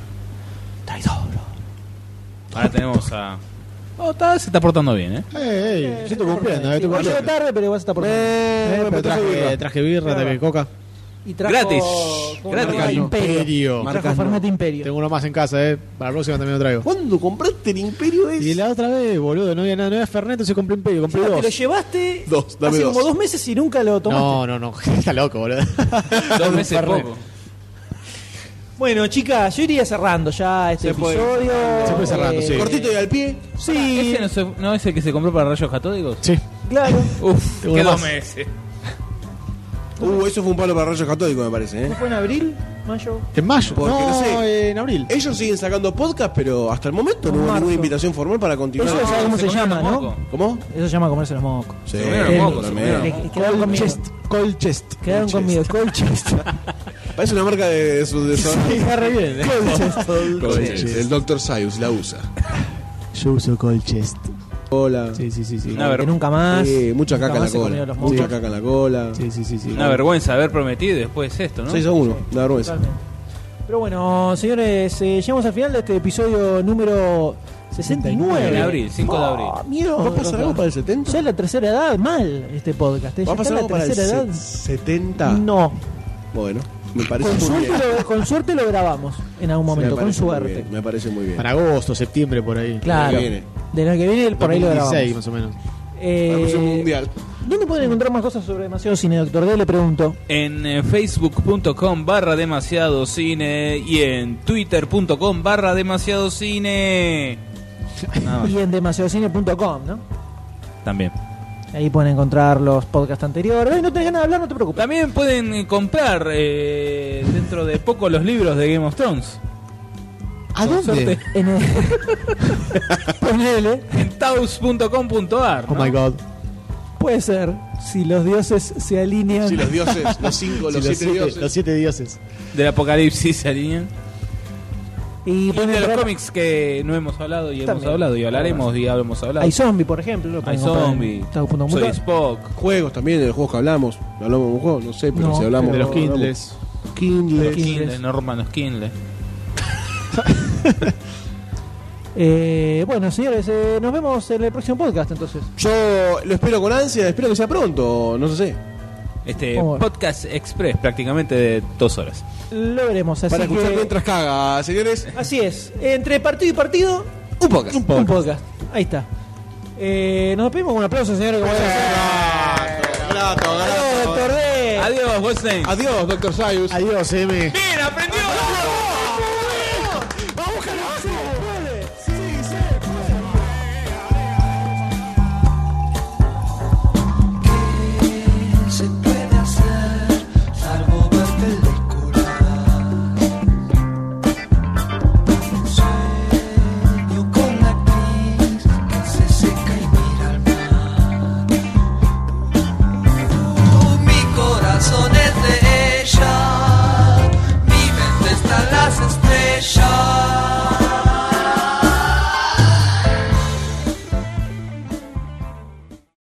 Speaker 1: Traidor.
Speaker 2: Ahora tenemos a... Oh, está- se está portando bien, ¿eh?
Speaker 3: Ey, ey, yo estoy cumpliendo, eh,
Speaker 1: Sí,
Speaker 3: estoy
Speaker 1: igual
Speaker 4: Eh,
Speaker 3: cumpliendo.
Speaker 1: Llegó tarde, pero igual se está por
Speaker 3: Eh, pero traje, traje birra, también coca.
Speaker 1: Y trajo
Speaker 2: Gratis.
Speaker 1: ¿cómo se
Speaker 2: Gratis.
Speaker 1: llama? Imperio.
Speaker 3: Imperio.
Speaker 1: Y
Speaker 4: Marcas
Speaker 1: Trajo
Speaker 4: no.
Speaker 1: Fernet Imperio.
Speaker 3: Tengo uno más en casa, eh. Para la próxima también lo traigo.
Speaker 4: ¿Cuándo compraste el Imperio ese?
Speaker 3: Y la otra vez, boludo, no había nada, no había Fernet, entonces compré Imperio, compré
Speaker 1: Te lo
Speaker 3: dos.
Speaker 1: llevaste
Speaker 4: Dos, dame
Speaker 1: hace
Speaker 4: dos.
Speaker 1: como dos meses y nunca lo tomaste.
Speaker 3: No, no, [LAUGHS] no, está loco, boludo.
Speaker 2: Dos meses
Speaker 3: Fernet.
Speaker 2: poco.
Speaker 1: Bueno, chicas, yo iría cerrando ya este
Speaker 4: Se puede.
Speaker 1: episodio. Eh,
Speaker 3: Se puede cerrando, sí.
Speaker 4: Cortito y al pie.
Speaker 1: Sí,
Speaker 4: este
Speaker 2: ¿Ese no, se- no es el que se compró para rayos catódicos?
Speaker 3: Sí.
Speaker 1: claro.
Speaker 2: Uf,
Speaker 3: Tengo
Speaker 2: qué
Speaker 3: uno
Speaker 2: dos
Speaker 3: más.
Speaker 2: meses.
Speaker 4: Uh, eso fue un palo para rayos católicos, me parece,
Speaker 1: ¿No
Speaker 4: ¿eh?
Speaker 1: fue en abril? ¿Mayo?
Speaker 3: En mayo.
Speaker 4: Porque
Speaker 3: no,
Speaker 4: no
Speaker 6: eh.
Speaker 4: sé.
Speaker 3: en abril.
Speaker 4: Ellos siguen sacando podcast, pero hasta el momento no hubo
Speaker 1: Marzo.
Speaker 4: ninguna invitación formal para continuar.
Speaker 1: Eso es- ¿Cómo se
Speaker 2: comieron
Speaker 1: llama,
Speaker 2: los
Speaker 1: no?
Speaker 2: mocos.
Speaker 4: ¿Cómo?
Speaker 1: Eso se llama comerse los mocos.
Speaker 4: Sí,
Speaker 2: comieron los mocos, se
Speaker 4: también.
Speaker 2: comieron.
Speaker 1: Le- Quedaron conmigo.
Speaker 3: Colchest. Colchest.
Speaker 1: Quedaron conmigo. Colchester.
Speaker 4: Parece una marca de, de su de su-
Speaker 1: [LAUGHS]
Speaker 3: Está re bien. eh.
Speaker 4: Colchester. El Dr. Sayus la usa.
Speaker 3: Yo uso Colchest.
Speaker 4: Hola.
Speaker 3: Sí, sí, sí, sí.
Speaker 2: Una, ver-
Speaker 1: Que nunca más.
Speaker 4: Sí, mucha
Speaker 1: nunca
Speaker 4: caca en la
Speaker 1: más se comieron
Speaker 4: cola.
Speaker 1: los
Speaker 4: Mucha
Speaker 1: mocos.
Speaker 4: caca en la cola.
Speaker 3: Sí, sí, sí, sí.
Speaker 2: Una vergüenza haber prometido y después esto, ¿no?
Speaker 4: 6 a 1, la vergüenza.
Speaker 1: Totalmente. Pero bueno, señores, eh, llegamos al final de este episodio número 69.
Speaker 2: En abril, 5 de abril.
Speaker 1: Ah, miedo.
Speaker 4: ¿Va a pasar algo para el 70?
Speaker 1: Ya es la tercera edad, mal este podcast. ¿eh?
Speaker 4: ¿Va
Speaker 1: Ya
Speaker 4: a pasar
Speaker 1: está
Speaker 4: algo
Speaker 1: la
Speaker 4: para el
Speaker 1: tercera
Speaker 4: se-
Speaker 1: edad.
Speaker 4: 70?
Speaker 1: No,
Speaker 4: Bueno, me parece
Speaker 1: con
Speaker 4: muy
Speaker 1: suerte,
Speaker 4: bien.
Speaker 1: lo, con suerte lo grabamos en algún momento,
Speaker 4: Me
Speaker 1: con
Speaker 4: parece muy
Speaker 1: suerte.
Speaker 4: bien, Me parece muy bien.
Speaker 3: Para agosto, septiembre, por ahí.
Speaker 1: Claro,
Speaker 4: Viene.
Speaker 1: de lo que viene, por ahí lo
Speaker 3: 2016,
Speaker 1: grabamos.
Speaker 3: más o menos.
Speaker 1: Eh,
Speaker 4: Para el próximo mundial.
Speaker 1: ¿Dónde pueden encontrar más cosas sobre demasiado cine, doctor D? Le pregunto.
Speaker 2: En eh, facebook.com barra demasiado cine y en twitter.com barra demasiado cine. Nada
Speaker 1: [LAUGHS]
Speaker 4: Ah.
Speaker 2: más.
Speaker 1: Y en demasiadocine.com, ¿no?
Speaker 2: También.
Speaker 1: Ahí pueden encontrar los podcasts anteriores. Ay, no tenés ganas de hablar, no te preocupes.
Speaker 2: También pueden eh, comprar eh, dentro de poco los libros de Game of Thrones.
Speaker 3: ¿A dónde?
Speaker 1: En
Speaker 4: [LAUGHS]
Speaker 1: el... Ponele.
Speaker 2: En taus.com.ar.
Speaker 3: Oh
Speaker 2: ¿no?
Speaker 3: my god.
Speaker 1: Puede ser. Si los dioses se alinean.
Speaker 4: Si los
Speaker 1: [LAUGHS]
Speaker 4: dioses, los cinco,
Speaker 3: Sí,
Speaker 4: los siete dioses.
Speaker 3: los siete dioses.
Speaker 2: Del apocalipsis [LAUGHS] se alinean.
Speaker 1: Y
Speaker 2: Y
Speaker 1: pueden
Speaker 2: de los
Speaker 1: entrar-
Speaker 2: cómics que no hemos hablado y hemos
Speaker 1: También.
Speaker 2: hablado y hablaremos y hablamos hablado.
Speaker 1: Hay zombie, por ejemplo. lo
Speaker 2: Hay
Speaker 1: pueden comprar en
Speaker 2: zombie.
Speaker 1: tahu.com.
Speaker 2: Soy Spock.
Speaker 4: Juegos también, de los juegos que hablamos. No hablamos de un juego, no sé, pero
Speaker 1: No,
Speaker 4: si hablamos.
Speaker 3: De los
Speaker 4: hablamos.
Speaker 3: Kindles.
Speaker 2: Los
Speaker 1: Kindles.
Speaker 2: Kindle, Norman los Kindle.
Speaker 1: Eh, bueno, señores, eh, nos vemos en el próximo podcast entonces.
Speaker 4: Yo lo espero con ansia, espero que sea pronto, no sé.
Speaker 2: Este
Speaker 1: Por favor.
Speaker 2: podcast express prácticamente de dos horas.
Speaker 1: Lo veremos. Así,
Speaker 4: Para escuchar
Speaker 1: que-
Speaker 4: mientras caga, señores.
Speaker 1: [LAUGHS] así es. Entre partido y partido,
Speaker 4: Un podcast.
Speaker 1: un podcast. Ahí está. Eh, nos despedimos con un aplauso, señores. como debe ser.
Speaker 4: Grato, grato, grato.
Speaker 1: Doctor D. Eh.
Speaker 2: Adiós, Wolfstein.
Speaker 4: Adiós, doctor Sayus.
Speaker 3: Adiós, M.
Speaker 2: Bien, aplausos.